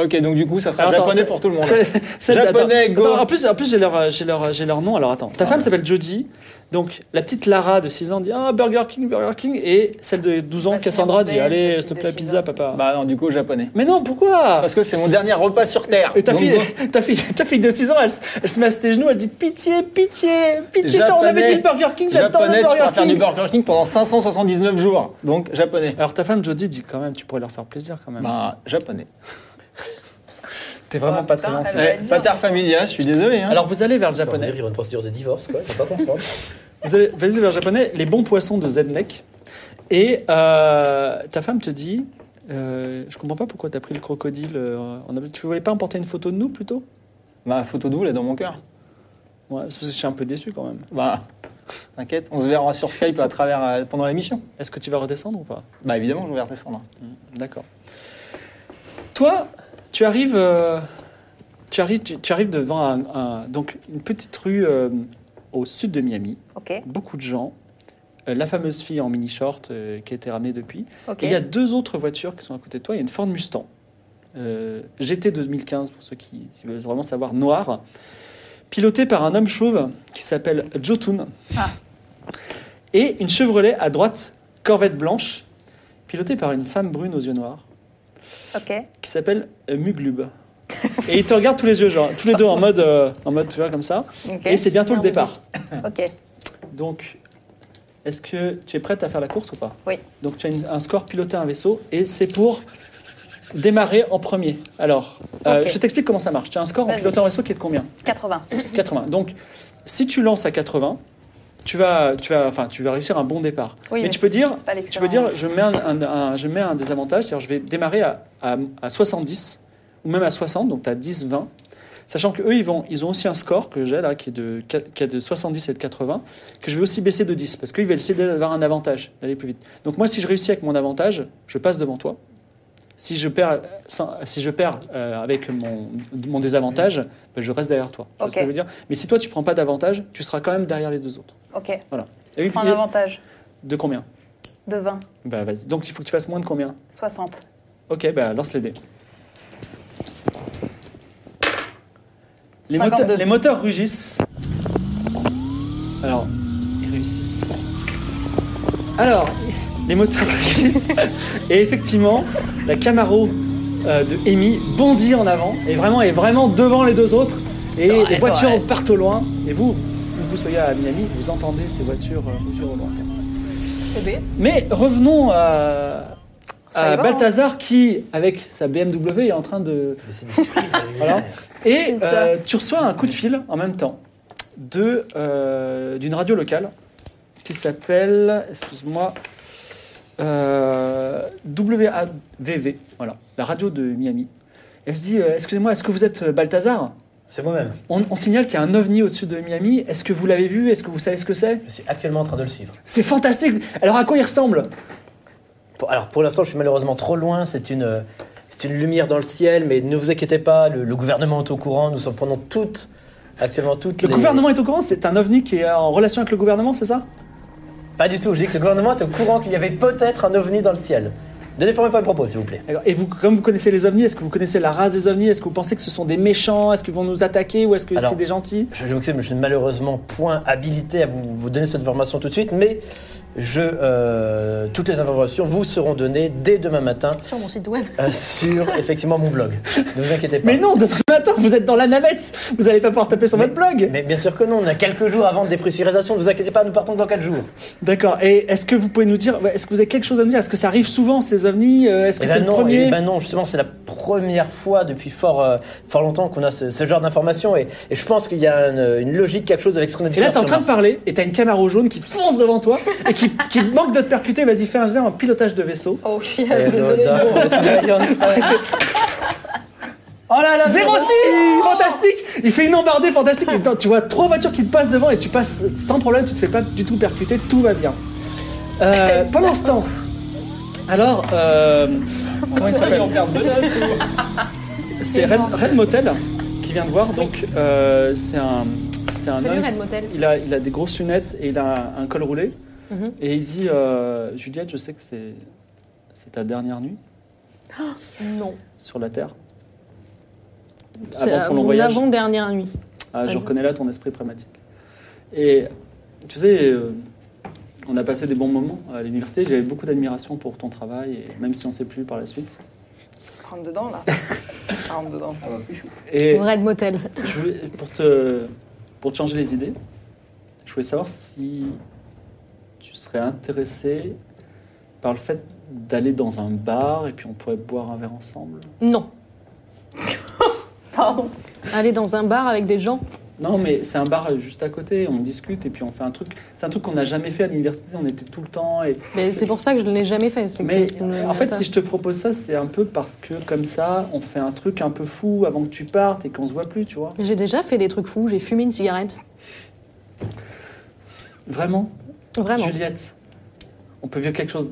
[SPEAKER 5] Ok, donc du coup, ça sera
[SPEAKER 2] Alors, attends,
[SPEAKER 5] Ah, japonais
[SPEAKER 2] c'est-
[SPEAKER 5] pour tout le monde.
[SPEAKER 2] Celle- celle-
[SPEAKER 5] Japonais,
[SPEAKER 2] attends,
[SPEAKER 5] go. Ah.
[SPEAKER 2] attends, en plus, en plus j'ai leur, euh, j'ai leur, euh, j'ai leur nom. Alors, attends. Ta femme s'appelle Jodie. Donc, la petite Lara de 6 ans dit Ah, Burger King, Burger King. Et celle de 12 ans,
[SPEAKER 4] Bah,
[SPEAKER 2] Cassandra, dit
[SPEAKER 4] finlandais,
[SPEAKER 2] Allez,
[SPEAKER 4] cette
[SPEAKER 2] s'il te
[SPEAKER 4] petite
[SPEAKER 2] plaît,
[SPEAKER 4] de six
[SPEAKER 2] pizza,
[SPEAKER 4] ans.
[SPEAKER 2] papa.
[SPEAKER 5] Bah non, du coup, japonais.
[SPEAKER 2] Mais non, pourquoi
[SPEAKER 5] Parce que c'est mon dernier repas sur Terre.
[SPEAKER 2] Et ta
[SPEAKER 5] Donc,
[SPEAKER 2] fille,
[SPEAKER 5] go.
[SPEAKER 2] ta, fille, ta fille de 6 ans, elle, se- elle se met à tes genoux, elle dit Pitié, pitié, pitié,
[SPEAKER 5] Japonais.
[SPEAKER 2] on avait dit le Burger King, j'attends le
[SPEAKER 5] Japonais, tu pourras
[SPEAKER 2] Burger
[SPEAKER 5] faire du
[SPEAKER 2] King.
[SPEAKER 5] Burger King pendant 579 jours. Donc, japonais.
[SPEAKER 2] Alors ta femme Jodie dit quand même, tu pourrais leur faire plaisir quand même.
[SPEAKER 5] Bah, japonais.
[SPEAKER 2] T'es vraiment
[SPEAKER 4] Ah,
[SPEAKER 2] pas
[SPEAKER 4] putain,
[SPEAKER 2] très gentil.
[SPEAKER 4] elle- va
[SPEAKER 5] Eh,
[SPEAKER 4] être dure.
[SPEAKER 5] Pater Familia, je suis désolé. Hein.
[SPEAKER 2] Alors vous allez vers le
[SPEAKER 3] On
[SPEAKER 2] japonais.
[SPEAKER 3] dirait une procédure de divorce, quoi. Je peux pas comprendre.
[SPEAKER 2] Vous allez, vous allez vers le japonais, les bons poissons de Zednek. Et euh, ta femme te dit, euh, je comprends pas pourquoi t'as pris le crocodile. euh, on avait- tu voulais pas emporter une photo de nous plutôt
[SPEAKER 5] Bah, photo de vous, là, dans mon cœur.
[SPEAKER 2] Ouais, c'est parce que je suis un peu déçu quand même.
[SPEAKER 5] Bah, t'inquiète, on se verra sur Skype à travers, euh, pendant l'émission.
[SPEAKER 2] Est-ce que tu vas redescendre ou pas
[SPEAKER 5] Bah, évidemment, je vais redescendre.
[SPEAKER 2] D'accord. Toi, tu arrives, euh, tu arrives, tu, tu arrives devant un, un- donc une petite rue euh, au sud de Miami.
[SPEAKER 4] Ok,
[SPEAKER 2] Beaucoup de gens. Euh, la fameuse fille en mini short euh, qui a été ramenée depuis.
[SPEAKER 4] ok.
[SPEAKER 2] Et il y a deux autres voitures qui sont à côté de toi. Il y a une Ford Mustang euh, GT 2015 pour ceux qui si veulent vraiment savoir noire, pilotée par un homme chauve qui s'appelle Jotun.
[SPEAKER 4] Ah.
[SPEAKER 2] Et une Chevrolet à droite Corvette blanche pilotée par une femme brune aux yeux noirs
[SPEAKER 4] Ok.
[SPEAKER 2] qui s'appelle euh, Muglub. Et ils te regardent tous les yeux, genre, tous les deux en mode, euh, en mode, tu vois, comme ça.
[SPEAKER 4] Ok.
[SPEAKER 2] Et c'est bientôt le départ.
[SPEAKER 4] Ok.
[SPEAKER 2] Donc, est-ce que tu es prête à faire la course ou pas
[SPEAKER 4] Oui.
[SPEAKER 2] Donc, tu as une- un score piloté un vaisseau et c'est pour démarrer en premier. Alors, euh,
[SPEAKER 4] Ok.
[SPEAKER 2] je t'explique comment ça marche. Tu as un score en
[SPEAKER 4] Vas-y.
[SPEAKER 2] pilotant un vaisseau qui est de combien
[SPEAKER 4] 80.
[SPEAKER 2] 80. Donc, si tu lances à 80, tu vas, tu vas, enfin, tu vas réussir un bon départ.
[SPEAKER 4] Oui,
[SPEAKER 2] mais,
[SPEAKER 4] mais
[SPEAKER 2] tu peux dire,
[SPEAKER 4] c'est pas l'excellent.
[SPEAKER 2] tu peux dire, je mets un, un- un- je mets un désavantage, c'est-à-dire je vais démarrer à, à- à 70 ou même à 60, donc tu as 10, 20. Sachant qu'eux, ils, vont- ils ont aussi un score que j'ai là, qui est, de, quat- qui est de 70 et de 80, que je vais aussi baisser de 10, parce qu'ils veulent essayer d'avoir un avantage, d'aller plus vite. Donc moi, si je réussis avec mon avantage, je passe devant toi. Si je perds, sans- si je perds euh, avec mon, mon désavantage, ben, je reste derrière toi. Tu vois
[SPEAKER 4] Ok.
[SPEAKER 2] ce que je veux dire Mais si toi, tu prends pas d'avantage, tu seras quand même derrière les deux autres.
[SPEAKER 4] Ok.
[SPEAKER 2] Voilà. Et oui,
[SPEAKER 4] Prends un
[SPEAKER 2] puis-
[SPEAKER 4] avantage
[SPEAKER 2] de combien
[SPEAKER 4] de 20.
[SPEAKER 2] Bah vas-y. Donc il faut que tu fasses moins de combien
[SPEAKER 4] 60.
[SPEAKER 2] Ok, bah lance les dés. Les
[SPEAKER 4] 52.
[SPEAKER 2] moteurs, les moteurs rugissent. Alors, ils réussissent. Alors, les moteurs rugissent. Et effectivement, la Camaro euh, de Amy bondit en avant et vraiment est vraiment devant les deux autres. Et
[SPEAKER 4] vrai,
[SPEAKER 2] les
[SPEAKER 4] c'est
[SPEAKER 2] voitures
[SPEAKER 4] vrai.
[SPEAKER 2] partent au loin. Et vous, vous soyez à Miami, vous entendez ces voitures euh, rugir au lointain.
[SPEAKER 4] Eh ben,
[SPEAKER 6] Bébé.
[SPEAKER 2] Mais revenons à,
[SPEAKER 4] Ça
[SPEAKER 2] à
[SPEAKER 4] y va, hein.
[SPEAKER 2] Balthazar qui, avec sa BMW, est en train de.
[SPEAKER 3] Mais c'est une suite, la lumière.
[SPEAKER 2] Voilà. Et
[SPEAKER 4] Putain.
[SPEAKER 2] euh, tu reçois un coup de fil en même temps de, euh, d'une radio locale qui s'appelle, excuse-moi, euh, WAVV, voilà, la radio de Miami. Elle se dit, euh, excusez-moi, est-ce que vous êtes euh, Balthazar
[SPEAKER 3] C'est moi-même.
[SPEAKER 2] on, on signale qu'il y a un ovni au-dessus de Miami. Est-ce que vous l'avez vu Est-ce que vous savez ce que c'est
[SPEAKER 3] Je suis actuellement en train de le suivre.
[SPEAKER 2] C'est fantastique Alors à quoi il ressemble
[SPEAKER 3] Pour- alors pour l'instant, je suis malheureusement trop loin. C'est une, euh, c'est une lumière dans le ciel, mais ne vous inquiétez pas, le, le gouvernement est au courant. Nous en prenons toutes, actuellement toutes.
[SPEAKER 2] Le
[SPEAKER 3] les-
[SPEAKER 2] gouvernement est au courant C'est un ovni qui est en relation avec le gouvernement, c'est ça
[SPEAKER 3] Pas du tout. Je dis que le gouvernement est au courant qu'il y avait peut-être un ovni dans le ciel. Ne déformez pas mes propos, s'il vous plaît.
[SPEAKER 2] D'accord. Et vous, comme vous connaissez les ovnis, est-ce que vous connaissez la race des ovnis Est-ce que vous pensez que ce sont des méchants Est-ce qu'ils vont nous attaquer ou est-ce que
[SPEAKER 3] Alors-
[SPEAKER 2] c'est des gentils
[SPEAKER 3] Je, je m'excuse, mais je suis malheureusement point habilité à vous, vous donner cette information tout de suite, mais je, euh, toutes les informations vous seront données dès demain matin
[SPEAKER 6] Sur mon site web.
[SPEAKER 3] euh, sur effectivement mon blog. Ne vous inquiétez pas.
[SPEAKER 2] Mais non, demain matin, vous êtes dans la navette Vous allez pas pouvoir taper sur votre blog
[SPEAKER 3] Mais bien sûr que non, on a quelques jours avant de dépressurisation, ne vous inquiétez pas, nous partons dans 4 jours.
[SPEAKER 2] D'accord. Et est-ce que vous pouvez nous dire, ouais, est-ce que vous avez quelque chose à nous dire Est-ce que ça arrive souvent ces ovnis Euh, Est-ce que
[SPEAKER 3] Eh
[SPEAKER 2] c'est
[SPEAKER 3] ben
[SPEAKER 2] le
[SPEAKER 3] non,
[SPEAKER 2] premier
[SPEAKER 3] eh ben non, justement, c'est la première fois depuis fort, euh, fort longtemps qu'on a ce, ce genre d'informations et, et je pense qu'il y a une, une logique, quelque chose avec ce qu'on a dit.
[SPEAKER 2] Et là,
[SPEAKER 3] tout
[SPEAKER 2] t'es en
[SPEAKER 3] à l'heure
[SPEAKER 2] train de
[SPEAKER 3] sur Mars.
[SPEAKER 2] parler et t'as une Camaro jaune qui fonce devant toi et qui, qui manque de te percuter. Vas-y, fais un jet en pilotage de vaisseau.
[SPEAKER 4] Oh, chiasse,
[SPEAKER 6] Euh,
[SPEAKER 3] Eh,
[SPEAKER 4] désolé.
[SPEAKER 3] d'accord, on se met en-
[SPEAKER 2] Oh là là 06 Fantastique Il fait une embardée fantastique. Et t'en- tu vois trois voitures qui te passent devant et tu passes sans problème, tu te fais pas du tout percuter, tout va bien. Euh, pendant ce temps, alors, euh, comment il s'appelle C'est Red, Red Motel qui vient de voir. Donc, euh, c'est un, c'est un
[SPEAKER 6] Salut
[SPEAKER 2] homme
[SPEAKER 6] Red Motel.
[SPEAKER 2] Il a, il a des grosses lunettes et il a un, un col roulé.
[SPEAKER 6] Mhm.
[SPEAKER 2] Et il dit euh, Juliette, je sais que c'est, c'est ta dernière nuit
[SPEAKER 6] Non.
[SPEAKER 2] sur la Terre.
[SPEAKER 6] C'est
[SPEAKER 2] Avant
[SPEAKER 6] euh,
[SPEAKER 2] ton long
[SPEAKER 6] mon
[SPEAKER 2] voyage.
[SPEAKER 6] avant-dernière nuit.
[SPEAKER 2] Ah, je
[SPEAKER 6] Vas-y.
[SPEAKER 2] reconnais là ton esprit pragmatique. Et tu sais, euh, on a passé des bons moments à l'université. J'avais beaucoup d'admiration pour ton travail, et même si on ne sait plus par la suite.
[SPEAKER 4] Rentre dedans, là. Ça rentre dedans.
[SPEAKER 2] Et
[SPEAKER 6] Au Red Motel.
[SPEAKER 2] je voulais- pour, te, pour te changer les idées, je voulais savoir si tu serais intéressé par le fait d'aller dans un bar et puis on pourrait boire un verre ensemble.
[SPEAKER 6] Non.
[SPEAKER 4] Pardon.
[SPEAKER 6] Aller dans un bar avec des gens.
[SPEAKER 2] Non, mais c'est un bar juste à côté, on discute et puis on fait un truc. C'est un truc qu'on n'a jamais fait à l'université, on était tout le temps. Et...
[SPEAKER 6] Mais c'est pour ça que je ne l'ai jamais fait. c'est que
[SPEAKER 2] Mais
[SPEAKER 6] ça me-
[SPEAKER 2] en fait, si je te propose ça, c'est un peu parce que comme ça, on fait un truc un peu fou avant que tu partes et qu'on se voit plus, tu vois.
[SPEAKER 6] J'ai déjà fait des trucs fous. J'ai fumé une cigarette.
[SPEAKER 2] Vraiment,
[SPEAKER 6] Vraiment.
[SPEAKER 2] Juliette, on peut vivre quelque chose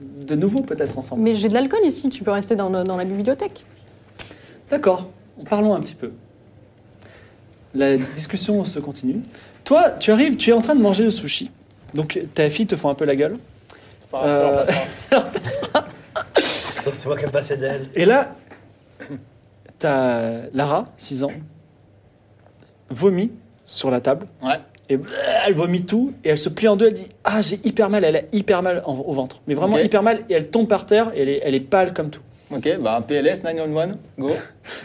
[SPEAKER 2] de nouveau peut-être ensemble.
[SPEAKER 6] Mais j'ai de l'alcool ici. Tu peux rester dans, dans la bibliothèque.
[SPEAKER 2] D'accord, parlons un petit peu. La discussion se continue. Toi, tu arrives, tu es en train de manger le sushi. Donc ta fille te font un peu la gueule. Euh,
[SPEAKER 3] Attends, C'est moi qui ai passé d'elle.
[SPEAKER 2] Et là, t'as Lara, 6 ans, vomit sur la table.
[SPEAKER 5] Ouais.
[SPEAKER 2] Et elle vomit tout et elle se plie en deux. Elle dit Ah, j'ai hyper mal. Elle a hyper mal en- au ventre. Mais vraiment
[SPEAKER 5] Ok.
[SPEAKER 2] hyper mal. Et elle tombe par terre et elle est, elle est pâle comme tout.
[SPEAKER 5] Ok, bah PLS 911, go.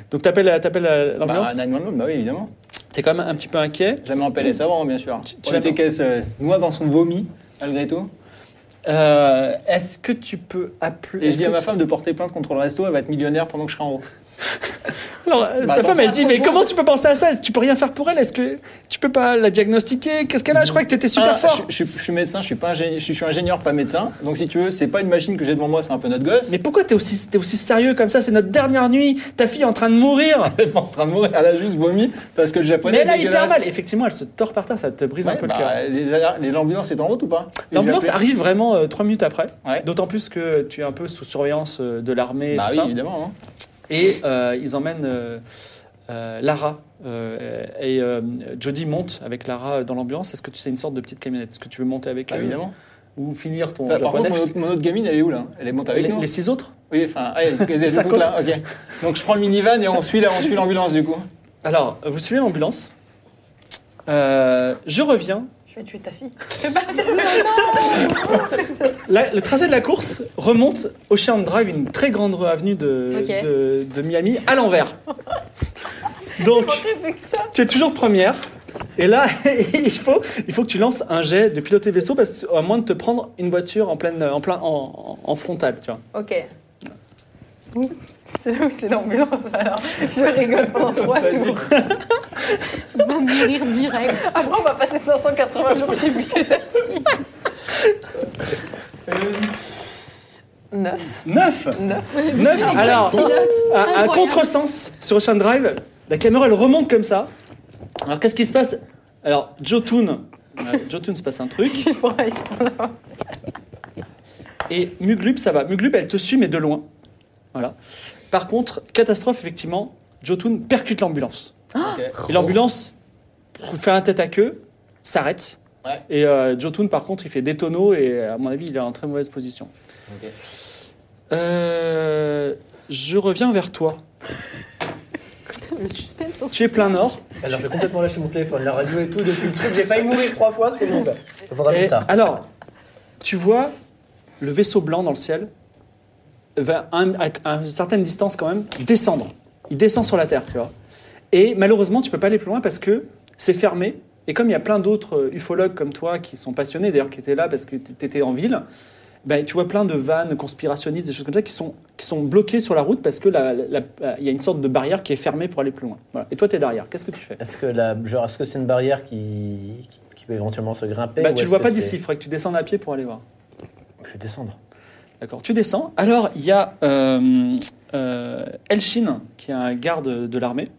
[SPEAKER 2] Donc t'appelles t'appelles, euh, l'ambulance
[SPEAKER 5] Bah, 911, bah oui, évidemment.
[SPEAKER 2] T'es quand même un petit peu inquiet.
[SPEAKER 5] Jamais en PLS avant, bien sûr.
[SPEAKER 2] Tu- tu
[SPEAKER 5] On était
[SPEAKER 2] l'attends.
[SPEAKER 5] qu'elle se noie dans son vomi, malgré tout.
[SPEAKER 2] Euh, Est-ce que tu peux appeler.
[SPEAKER 5] Et
[SPEAKER 2] est-ce
[SPEAKER 5] je dis à
[SPEAKER 2] que
[SPEAKER 5] ma
[SPEAKER 2] tu-
[SPEAKER 5] femme de porter plainte contre le resto, elle va être millionnaire pendant que je serai en haut.
[SPEAKER 2] Alors, euh,
[SPEAKER 5] Bah,
[SPEAKER 2] ta
[SPEAKER 5] attends,
[SPEAKER 2] femme,
[SPEAKER 5] ça
[SPEAKER 2] elle dit Mais comment tu peux penser à ça Tu peux rien faire pour elle Est-ce que tu peux pas la diagnostiquer Qu'est-ce qu'elle a Je crois que t'étais super
[SPEAKER 5] Ah,
[SPEAKER 2] fort.
[SPEAKER 5] Je, je- je suis médecin, je suis, pas ingénieur, je, suis- je suis ingénieur, pas médecin. Donc si tu veux, c'est pas une machine que j'ai devant moi, c'est un peu notre gosse.
[SPEAKER 2] Mais pourquoi t'es aussi, t'es aussi sérieux comme ça C'est notre dernière nuit, ta fille est en train de mourir
[SPEAKER 5] Elle est pas en train de mourir, elle a juste vomi parce que le japonais.
[SPEAKER 2] Mais elle a
[SPEAKER 5] est
[SPEAKER 2] hyper mal
[SPEAKER 5] dégueulasse.
[SPEAKER 2] Effectivement, elle se tord par terre, ça te brise un
[SPEAKER 5] Ouais,
[SPEAKER 2] peu
[SPEAKER 5] bah,
[SPEAKER 2] le cœur.
[SPEAKER 5] les aller- les- L'ambulance est en route ou pas Et
[SPEAKER 2] L'ambulance
[SPEAKER 5] j'ai appelé-
[SPEAKER 2] arrive vraiment euh, trois minutes après,
[SPEAKER 5] Ouais.
[SPEAKER 2] d'autant plus que tu es un peu sous surveillance euh, de l'armée et
[SPEAKER 5] Bah
[SPEAKER 2] tout
[SPEAKER 5] oui,
[SPEAKER 2] ça.
[SPEAKER 5] évidemment. hein.
[SPEAKER 2] Et euh, ils emmènent euh, euh, Lara. euh, et euh, Jody monte avec Lara dans l'ambulance. Est-ce que tu sais une sorte de petite camionnette Est-ce que tu veux monter avec
[SPEAKER 5] Bah,
[SPEAKER 2] eux
[SPEAKER 5] évidemment.
[SPEAKER 2] Ou finir ton
[SPEAKER 5] Enfin, par
[SPEAKER 2] japonais
[SPEAKER 5] contre, mon,
[SPEAKER 2] parce
[SPEAKER 5] autre- mon autre gamine, elle est où là Elle est montée
[SPEAKER 2] que-
[SPEAKER 5] avec
[SPEAKER 2] les,
[SPEAKER 5] nous
[SPEAKER 2] les six autres
[SPEAKER 5] Oui, enfin, ah, ouais, elles- elles
[SPEAKER 2] Ça
[SPEAKER 5] sont toutes là, ok. Donc je prends le minivan et on suit la- on suit l'ambulance du coup.
[SPEAKER 2] Alors, vous suivez l'ambulance. Euh, je reviens
[SPEAKER 4] Je vais tuer ta fille.
[SPEAKER 2] La- le tracé de la course remonte Ocean Drive, une très grande avenue de,
[SPEAKER 4] Ok.
[SPEAKER 2] de- de Miami, à l'envers. Donc, tu es toujours première. Et là, il faut, il faut que tu lances un jet de piloter vaisseau, parce qu'à moins de te prendre une voiture en, pleine, en, plein, en, en- en frontale, tu vois.
[SPEAKER 4] Ok. C'est oui, c'est l'ambulance, alors. Je rigole pendant trois jours.
[SPEAKER 6] Va mourir direct.
[SPEAKER 4] Après, on va passer 580 jours chez buté 9.
[SPEAKER 2] 9
[SPEAKER 4] 9.
[SPEAKER 2] 9 Alors, à, à
[SPEAKER 6] Incroyable.
[SPEAKER 2] contresens sur Ocean Drive, la caméra elle remonte comme ça. Alors, qu'est-ce qui se passe Alors, Jotun, euh, Jotun se passe un truc. Et Muglup, ça va. Muglup, elle te suit, mais de loin. Voilà. Par contre, catastrophe, effectivement, Jotun percute l'ambulance.
[SPEAKER 5] Ok.
[SPEAKER 2] Et l'ambulance fait un tête à queue, s'arrête.
[SPEAKER 5] Ouais.
[SPEAKER 2] Et euh, Jotun, par contre, il fait des tonneaux et à mon avis, il est en très mauvaise position. Euh, je reviens vers toi.
[SPEAKER 6] Le suspense. hein.
[SPEAKER 2] Tu es plein nord.
[SPEAKER 3] Alors j'ai complètement lâché mon téléphone, la radio et tout depuis le truc. J'ai failli mourir trois fois, c'est bon. Ça faudra plus
[SPEAKER 2] Et
[SPEAKER 3] tard.
[SPEAKER 2] alors, tu vois le vaisseau blanc dans le ciel, va un- à, à une certaine distance quand même, descendre. Il descend sur la Terre, tu vois. Et malheureusement, tu peux pas aller plus loin parce que c'est fermé. Et comme il y a plein d'autres euh, ufologues comme toi qui sont passionnés, d'ailleurs qui étaient là parce que tu étais en ville, ben, tu vois plein de vannes conspirationnistes, des choses comme ça, qui sont, qui sont bloquées sur la route parce que la- la- la- il y a une sorte de barrière qui est fermée pour aller plus loin. Voilà. Et toi, tu es derrière. Qu'est-ce que tu fais
[SPEAKER 3] Est-ce que la, genre, est-ce que c'est une barrière qui, qui, qui peut éventuellement se grimper
[SPEAKER 2] bah,
[SPEAKER 3] ou
[SPEAKER 2] Tu ne
[SPEAKER 3] est-ce
[SPEAKER 2] vois
[SPEAKER 3] que
[SPEAKER 2] pas
[SPEAKER 3] c'est-
[SPEAKER 2] d'ici, il faudrait que tu descendes à pied pour aller voir.
[SPEAKER 3] Je vais descendre.
[SPEAKER 2] D'accord, tu descends. Alors, il y a euh, euh, Elshin, qui est un garde de l'armée,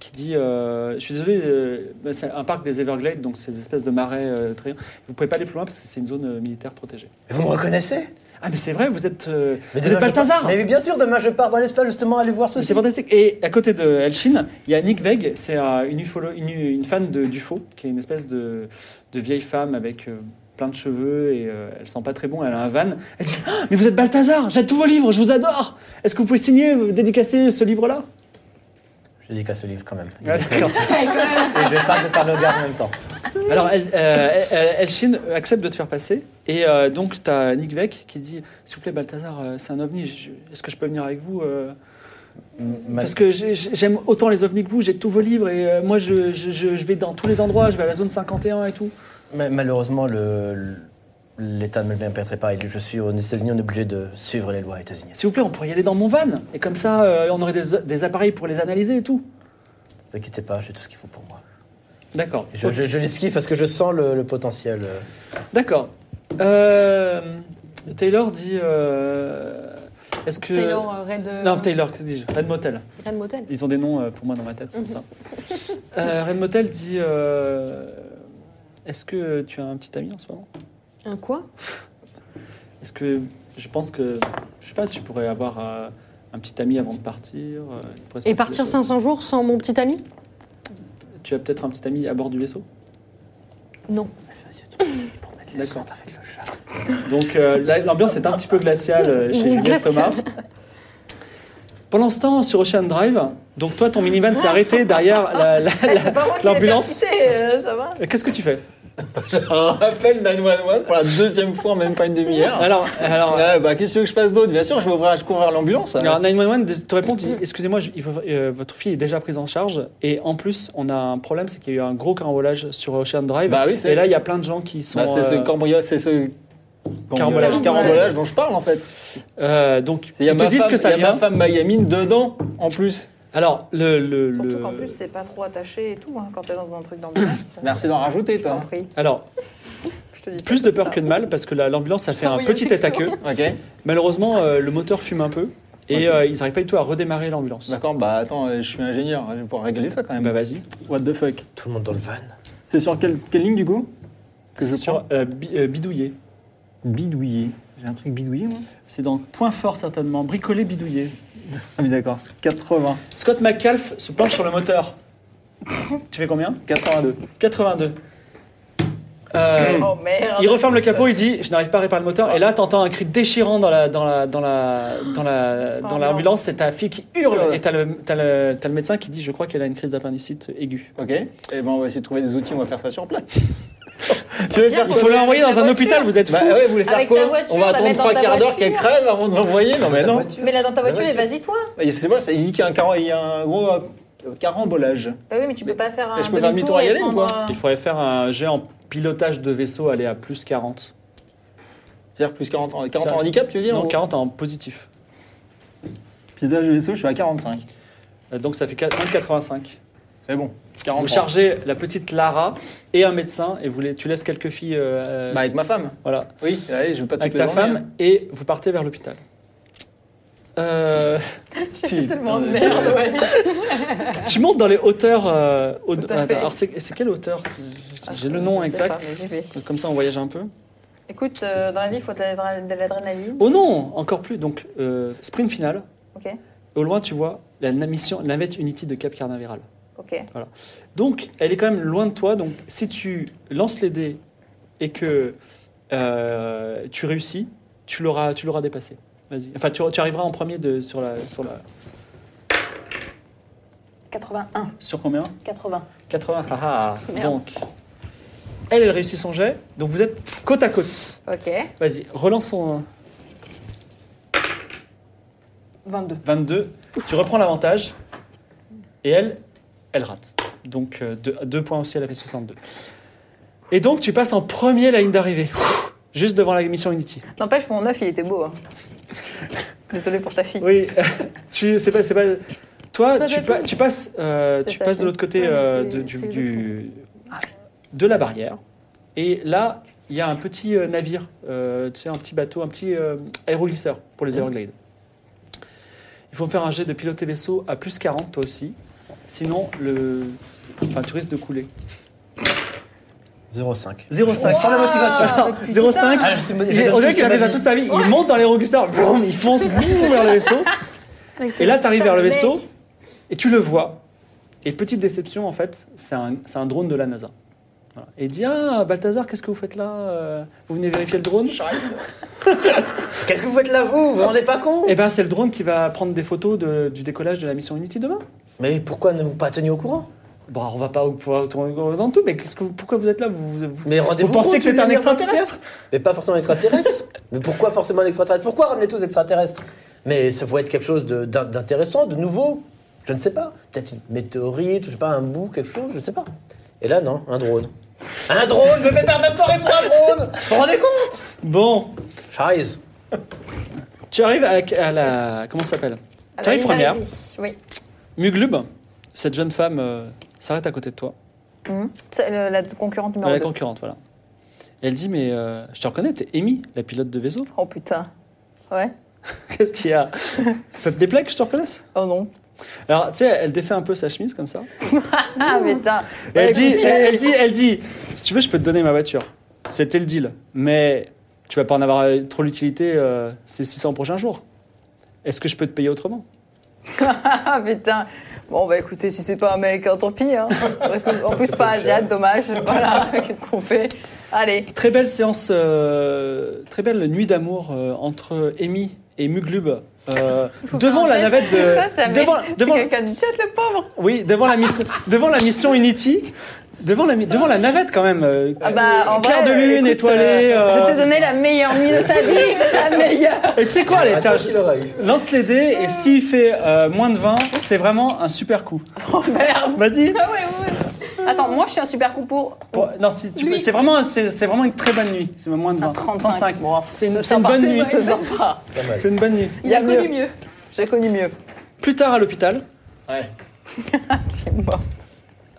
[SPEAKER 2] qui dit euh, Je suis désolé, euh, ben, c'est un parc des Everglades, donc ces espèces de marais euh, très- Vous pouvez pas aller plus loin parce que c'est une zone euh, militaire protégée.
[SPEAKER 3] Mais vous me reconnaissez
[SPEAKER 2] Ah, mais c'est vrai, vous êtes. euh, vous
[SPEAKER 3] demain,
[SPEAKER 2] êtes
[SPEAKER 3] je
[SPEAKER 2] Balthazar
[SPEAKER 3] pars- Mais oui, bien sûr, demain je pars dans l'espace justement aller voir
[SPEAKER 2] Mais
[SPEAKER 3] ceci.
[SPEAKER 2] C'est fantastique. Et à côté de Elshin, il y a Nick Veg, c'est euh, une, ufolo- une, une fan de d'UFO, qui est une espèce de, de vieille femme avec euh, plein de cheveux et euh, elle sent pas très bon, elle a un van. Elle dit Ah, Mais vous êtes Balthazar, j'ai tous vos livres, je vous adore Est-ce que vous pouvez signer, euh, dédicacer ce livre-là
[SPEAKER 3] Je dédicace ce livre quand même.
[SPEAKER 2] Ah, d'accord.
[SPEAKER 3] Et je vais pas te parler au garde en même temps.
[SPEAKER 2] Alors, El- euh, El- Elshin accepte de te faire passer. Et euh, donc, tu as Nick Vec qui dit S'il vous plaît, Balthazar, euh, c'est un ovni, je- je- est-ce que je peux venir avec vous euh,
[SPEAKER 3] Ma-
[SPEAKER 2] Parce que j'ai- j'ai- j'aime autant les ovnis que vous, j'ai tous vos livres et euh, moi je, je- je- je vais dans tous les endroits, je vais à la zone 51 et tout.
[SPEAKER 3] ma- malheureusement, le- le- l'État ne me le permettrait pas. Et Je suis aux États-Unis, on est obligé de suivre les lois états-uniennes.
[SPEAKER 2] S'il vous plaît, on pourrait y aller dans mon van et comme ça euh, on aurait des, des appareils pour les analyser et tout.
[SPEAKER 3] Ne vous inquiétez pas, j'ai tout ce qu'il faut pour moi.
[SPEAKER 2] D'accord.
[SPEAKER 3] Je, je, je les skiffe parce que je sens le, le potentiel. euh.
[SPEAKER 2] D'accord. Euh, Taylor dit euh, Est-ce que.
[SPEAKER 6] Taylor euh, Red.
[SPEAKER 2] Non, Taylor, qu'est-ce que dis-je Red Motel.
[SPEAKER 6] Red Motel.
[SPEAKER 2] Ils ont des noms euh, pour moi dans ma tête, c'est pour
[SPEAKER 6] Mhm.
[SPEAKER 2] ça. Euh, Red Motel dit euh, Est-ce que tu as un petit ami en ce moment
[SPEAKER 6] Un quoi
[SPEAKER 2] Est-ce que je pense que, je sais pas, tu pourrais avoir euh, un petit ami avant de partir euh, il pourrait se passer
[SPEAKER 6] Et partir
[SPEAKER 2] des-
[SPEAKER 6] 500 jours sans mon petit ami
[SPEAKER 2] Tu as peut-être un petit ami à bord du vaisseau
[SPEAKER 6] Non.
[SPEAKER 3] Pour mettre les
[SPEAKER 2] D'accord.
[SPEAKER 3] cendres avec le chat.
[SPEAKER 2] Donc euh, la- l'ambiance est un petit peu glaciale euh, chez
[SPEAKER 6] Oui,
[SPEAKER 2] Juliette Thomas.
[SPEAKER 6] glaciale.
[SPEAKER 2] Pendant ce temps, sur Ocean Drive, donc toi, ton minivan s'est arrêté derrière la- la-
[SPEAKER 4] Eh,
[SPEAKER 2] la-
[SPEAKER 4] c'est pas moi qui l'ai
[SPEAKER 2] l'ambulance.
[SPEAKER 4] percuté, euh, ça va
[SPEAKER 2] Qu'est-ce que tu fais
[SPEAKER 5] Alors, appel 911 pour la deuxième fois en même pas une demi-heure.
[SPEAKER 2] Alors, alors,
[SPEAKER 5] Ouais, bah, qu'est-ce que tu veux que je fasse d'autre Bien sûr, je, vais ouvrir- je cours vers l'ambulance.
[SPEAKER 2] alors 911 te répond, dit, excusez-moi, je- il faut- euh, votre fille est déjà prise en charge et en plus, on a un problème, c'est qu'il y a eu un gros carambolage sur Ocean Drive.
[SPEAKER 5] Bah oui, c'est-
[SPEAKER 2] et là, il y a plein de gens qui sont.
[SPEAKER 5] Bah, c'est ce
[SPEAKER 2] euh,
[SPEAKER 5] cambriolage, c'est ce
[SPEAKER 2] Carambolage.
[SPEAKER 5] carambolage dont je parle en fait.
[SPEAKER 2] euh, donc,
[SPEAKER 5] Il y a
[SPEAKER 2] ils te
[SPEAKER 5] ma
[SPEAKER 2] disent
[SPEAKER 5] femme,
[SPEAKER 2] que ça
[SPEAKER 5] il y a
[SPEAKER 2] vient.
[SPEAKER 5] ma femme Miami dedans en plus.
[SPEAKER 2] Alors, le. le-
[SPEAKER 4] Surtout
[SPEAKER 2] le-
[SPEAKER 4] qu'en plus, c'est pas trop attaché et tout, hein, quand t'es dans un truc d'ambulance.
[SPEAKER 5] Merci d'en rajouter
[SPEAKER 4] Je t'en
[SPEAKER 5] toi.
[SPEAKER 4] prie,
[SPEAKER 2] Alors,
[SPEAKER 4] je te dis ça
[SPEAKER 2] plus de
[SPEAKER 4] comme
[SPEAKER 2] peur
[SPEAKER 4] ça. Ah
[SPEAKER 2] que de mal, parce que la- l'ambulance a fait un
[SPEAKER 6] Oui,
[SPEAKER 2] petit tête à queue.
[SPEAKER 5] Ok.
[SPEAKER 2] Malheureusement, euh, le moteur fume un peu et
[SPEAKER 5] Ok.
[SPEAKER 2] euh, ils n'arrivent pas du tout à redémarrer l'ambulance.
[SPEAKER 5] D'accord, bah attends, euh, je suis ingénieur, je vais pouvoir régler ça quand même.
[SPEAKER 2] Bah vas-y.
[SPEAKER 5] What the fuck
[SPEAKER 3] Tout le monde dans le van.
[SPEAKER 5] C'est sur quelle, quelle ligne du coup Que
[SPEAKER 2] C'est
[SPEAKER 5] je
[SPEAKER 2] sur
[SPEAKER 5] prends
[SPEAKER 2] euh, bi- euh, bidouiller.
[SPEAKER 5] Bidouiller. J'ai un truc bidouillé moi
[SPEAKER 2] C'est dans point fort certainement. Bricoler, bidouiller.
[SPEAKER 5] Ah mais d'accord, c'est 80.
[SPEAKER 2] Scott McCalf se penche sur le moteur. tu fais combien
[SPEAKER 5] 82.
[SPEAKER 2] 82. Euh,
[SPEAKER 4] Oh merde
[SPEAKER 2] Il referme le capot, il dit Je n'arrive pas à réparer le moteur. Et là, t'entends un cri déchirant dans la dans la dans la dans la dans
[SPEAKER 4] Dans
[SPEAKER 2] l'ambulance.
[SPEAKER 4] l'ambulance.
[SPEAKER 2] C'est ta fille qui hurle
[SPEAKER 5] Hurle.
[SPEAKER 2] et t'as le t'as le t'as le médecin qui dit Je crois qu'elle a une crise d'appendicite aiguë.
[SPEAKER 5] Ok. Et ben on va essayer de trouver des outils, on va faire ça sur place. tu veux faire
[SPEAKER 2] Il
[SPEAKER 5] quoi
[SPEAKER 2] faut l'envoyer
[SPEAKER 4] la
[SPEAKER 2] dans un
[SPEAKER 4] voiture.
[SPEAKER 2] hôpital. Vous êtes fous.
[SPEAKER 5] Bah ouais, vous voulez faire
[SPEAKER 4] Avec
[SPEAKER 5] quoi
[SPEAKER 4] ta voiture,
[SPEAKER 5] On va
[SPEAKER 4] la
[SPEAKER 5] attendre
[SPEAKER 4] mettre dans
[SPEAKER 5] trois
[SPEAKER 4] ta
[SPEAKER 5] quarts d'heure
[SPEAKER 4] voiture.
[SPEAKER 5] qu'elle crève avant de l'envoyer Non mais
[SPEAKER 3] Ta
[SPEAKER 5] non.
[SPEAKER 3] voiture.
[SPEAKER 4] Mais là, dans ta
[SPEAKER 2] Bah
[SPEAKER 4] voiture,
[SPEAKER 3] voiture.
[SPEAKER 4] vas-y, toi
[SPEAKER 5] C'est moi, ça- il dit qu'il y a un, car- il y a un gros euh, carambolage.
[SPEAKER 4] Bah oui, mais tu peux pas faire un
[SPEAKER 5] je peux faire demi-tour
[SPEAKER 4] demi-tour
[SPEAKER 5] et y
[SPEAKER 4] et
[SPEAKER 5] aller ou
[SPEAKER 4] prendre...
[SPEAKER 5] quoi
[SPEAKER 4] euh,
[SPEAKER 2] Il faudrait faire un jet en pilotage de vaisseau, aller à plus 40.
[SPEAKER 5] C'est-à-dire plus 40 ans. 40
[SPEAKER 2] Ça-
[SPEAKER 5] ans handicap, tu veux dire
[SPEAKER 2] Non,
[SPEAKER 5] ou-
[SPEAKER 2] 40 en positif.
[SPEAKER 5] Pisage de vaisseau, je suis à 45.
[SPEAKER 2] Euh, Donc ça fait 1,85.
[SPEAKER 5] C'est bon. 40
[SPEAKER 2] Vous chargez la petite Lara et un médecin et vous les, tu laisses quelques filles euh,
[SPEAKER 5] Bah, avec ma femme.
[SPEAKER 2] voilà,
[SPEAKER 5] Oui, allez, je veux pas toutes
[SPEAKER 2] avec
[SPEAKER 5] les
[SPEAKER 2] ta
[SPEAKER 5] journées,
[SPEAKER 2] femme et vous partez vers l'hôpital. Euh,
[SPEAKER 4] J'ai
[SPEAKER 5] Putain,
[SPEAKER 4] fait tellement de
[SPEAKER 5] mais-
[SPEAKER 4] merde, ouais.
[SPEAKER 2] tu montes dans les hauteurs. euh, au-
[SPEAKER 4] Tout à fait.
[SPEAKER 2] alors c'est c'est quelle hauteur
[SPEAKER 4] Ah,
[SPEAKER 2] J'ai
[SPEAKER 4] je-
[SPEAKER 2] le nom
[SPEAKER 4] je sais
[SPEAKER 2] exact.
[SPEAKER 4] pas, mais j'y vais.
[SPEAKER 2] Comme ça on voyage un peu.
[SPEAKER 4] Écoute, euh, dans la vie, il faut de l'adra- de l'adrénaline.
[SPEAKER 2] Oh non, encore plus. Donc euh, sprint final.
[SPEAKER 4] Ok,
[SPEAKER 2] Au loin tu vois la na- mission la navette Unity de Cap Carnaveral.
[SPEAKER 4] ok.
[SPEAKER 2] Donc, elle est quand même loin de toi. Donc, si tu lances les dés et que euh, tu réussis, tu l'auras, tu l'auras dépassé. Vas-y. Enfin, tu, tu arriveras en premier de, sur, la, sur la.
[SPEAKER 4] 81,
[SPEAKER 2] Sur combien Ah,
[SPEAKER 4] 80.
[SPEAKER 2] 80. haha.
[SPEAKER 4] Merde.
[SPEAKER 2] Donc. Elle, elle réussit son jet. Donc vous êtes côte à côte.
[SPEAKER 4] Ok.
[SPEAKER 2] Vas-y, relance son
[SPEAKER 4] 22.
[SPEAKER 2] 22. Tu reprends l'avantage. Et elle, elle rate. Donc euh, deux, deux points aussi, elle a fait 62. Et donc tu passes en premier la ligne d'arrivée. Ouh, Juste devant la mission Unity.
[SPEAKER 4] N'empêche, mon 9, il était beau. hein. Désolé pour ta fille.
[SPEAKER 2] Oui, tu c'est pas c'est pas toi
[SPEAKER 6] C'est pas
[SPEAKER 2] tu,
[SPEAKER 6] ta
[SPEAKER 2] pa-
[SPEAKER 6] faute.
[SPEAKER 2] tu passes euh,
[SPEAKER 4] C'était
[SPEAKER 2] tu
[SPEAKER 4] sa
[SPEAKER 2] passes de
[SPEAKER 4] faute.
[SPEAKER 2] l'autre côté
[SPEAKER 6] Ouais, mais
[SPEAKER 2] euh,
[SPEAKER 6] c'est-
[SPEAKER 2] de, du-
[SPEAKER 6] c'est Ah
[SPEAKER 2] du- de la barrière et là il y a un petit euh, navire euh, tu sais un petit bateau un petit euh, aéroglisseur pour
[SPEAKER 6] Mm.
[SPEAKER 2] les Everglades. Il faut me faire un jet de piloter vaisseau à plus 40 toi aussi. Sinon le enfin tu risques de couler.
[SPEAKER 3] 0,5.
[SPEAKER 2] 0,5 sans la motivation. Non,
[SPEAKER 4] Wow.
[SPEAKER 2] 0,5
[SPEAKER 3] Ah, je suis mo-
[SPEAKER 2] il-
[SPEAKER 3] j'ai
[SPEAKER 2] on dirait
[SPEAKER 3] tout
[SPEAKER 2] qu'il a fait ça
[SPEAKER 3] ma vie.
[SPEAKER 2] toute sa vie. Il monte dans l'aéroglisseur, vroom, il fonce vroom, vers le vaisseau. Et là, tu arrives vers le vaisseau et tu le vois. Et petite déception, en fait, c'est un, c'est un drone de la NASA. Voilà. Et il dit Ah, Balthazar, qu'est-ce que vous faites là Euh, Vous venez vérifier le drone
[SPEAKER 3] Qu'est-ce que vous faites là, vous Vous vous rendez pas compte
[SPEAKER 2] Eh bien, c'est le drone qui va prendre des photos de- du décollage de la mission Unity demain.
[SPEAKER 3] Mais pourquoi ne vous pas tenu au courant
[SPEAKER 2] Bon, on va pas pouvoir tourner dans tout, mais qu'est-ce que vous- pourquoi vous êtes là vous, vous- vous-
[SPEAKER 3] Mais rendez-vous
[SPEAKER 2] Vous pensez
[SPEAKER 3] compte,
[SPEAKER 2] que c'est
[SPEAKER 3] une
[SPEAKER 2] un
[SPEAKER 3] lumière
[SPEAKER 2] extraterrestre
[SPEAKER 3] Mais pas forcément un extraterrestre. Mais pourquoi forcément un extraterrestre Pourquoi ramener tous extraterrestres Mais ça pourrait être quelque chose de- d'in- d'intéressant, de, nouveau. Je ne sais pas. Peut-être une météorite, je sais pas, un bout, quelque chose, je ne sais pas. Et là, non, un drone. Un drone Je vais perdre ma soirée pour un drone Vous vous rendez compte
[SPEAKER 2] Bon,
[SPEAKER 3] Charles,
[SPEAKER 2] tu arrives à la. à la- comment ça s'appelle Tu arrives première.
[SPEAKER 4] Oui.
[SPEAKER 2] Muglub, cette jeune femme euh, s'arrête à côté de toi.
[SPEAKER 4] Mhm. C'est le- la concurrente numéro
[SPEAKER 2] la
[SPEAKER 4] 2.
[SPEAKER 2] concurrente, voilà. Elle dit Mais euh, je te reconnais, t'es Amy, la pilote de vaisseau.
[SPEAKER 4] Oh putain. Ouais.
[SPEAKER 2] Qu'est-ce qu'il y a Ça te déplaît que je te reconnaisse
[SPEAKER 4] Oh non.
[SPEAKER 2] Alors, tu sais, elle défait un peu sa chemise comme ça.
[SPEAKER 4] Ah putain.
[SPEAKER 2] Et elle, dit,
[SPEAKER 4] écoute,
[SPEAKER 2] elle, elle dit, elle dit, si tu veux, je peux te donner ma voiture. C'était le deal. Mais tu vas pas en avoir euh, trop l'utilité euh, ces 600 prochains jours. Est-ce que je peux te payer autrement
[SPEAKER 4] Ah putain. Bon bah écoutez, si c'est pas un mec, hein, tant pis. hein. En plus pas asiat, dommage. Voilà. Qu'est-ce qu'on fait Allez.
[SPEAKER 2] Très belle séance, euh, très belle nuit d'amour euh, entre Amy et Muglub. euh,
[SPEAKER 4] Faut
[SPEAKER 2] devant
[SPEAKER 4] faire un
[SPEAKER 2] la
[SPEAKER 4] geste.
[SPEAKER 2] navette de.
[SPEAKER 4] Ça, ça met-
[SPEAKER 2] devant, devant,
[SPEAKER 4] C'est quelqu'un du chat, le pauvre.
[SPEAKER 2] oui, devant la, mission, devant la mission Unity. Devant la, mi- devant la navette quand même. euh,
[SPEAKER 4] Ah bah, en
[SPEAKER 2] Clair
[SPEAKER 4] vrai,
[SPEAKER 2] de lune,
[SPEAKER 4] écoute,
[SPEAKER 2] étoilée.
[SPEAKER 4] euh,
[SPEAKER 2] euh,
[SPEAKER 4] Je t'ai donné la meilleure nuit de ta vie, la meilleure.
[SPEAKER 2] Et tu sais quoi, allez, tiens, je-
[SPEAKER 3] aura eu.
[SPEAKER 2] lance les dés et s'il fait euh, moins de 20, c'est vraiment un super coup.
[SPEAKER 4] Oh merde.
[SPEAKER 2] Vas-y.
[SPEAKER 4] Ah ouais, ouais. Attends, moi je suis un super coup pour
[SPEAKER 2] Bon, non, si tu peux-
[SPEAKER 4] Lui.
[SPEAKER 2] c'est vraiment, c'est c'est vraiment une très bonne nuit. C'est moins de 20.
[SPEAKER 4] un 35. Ah, Bon, alors,
[SPEAKER 2] C'est une,
[SPEAKER 4] ce
[SPEAKER 2] c'est une
[SPEAKER 4] sympa,
[SPEAKER 2] bonne
[SPEAKER 4] c'est
[SPEAKER 2] nuit.
[SPEAKER 4] vrai, C'est sympa.
[SPEAKER 3] Pas mal.
[SPEAKER 2] C'est une bonne nuit.
[SPEAKER 4] Il a connu mieux. J'ai connu mieux.
[SPEAKER 2] Plus tard à l'hôpital,
[SPEAKER 5] Ouais,
[SPEAKER 4] Bon.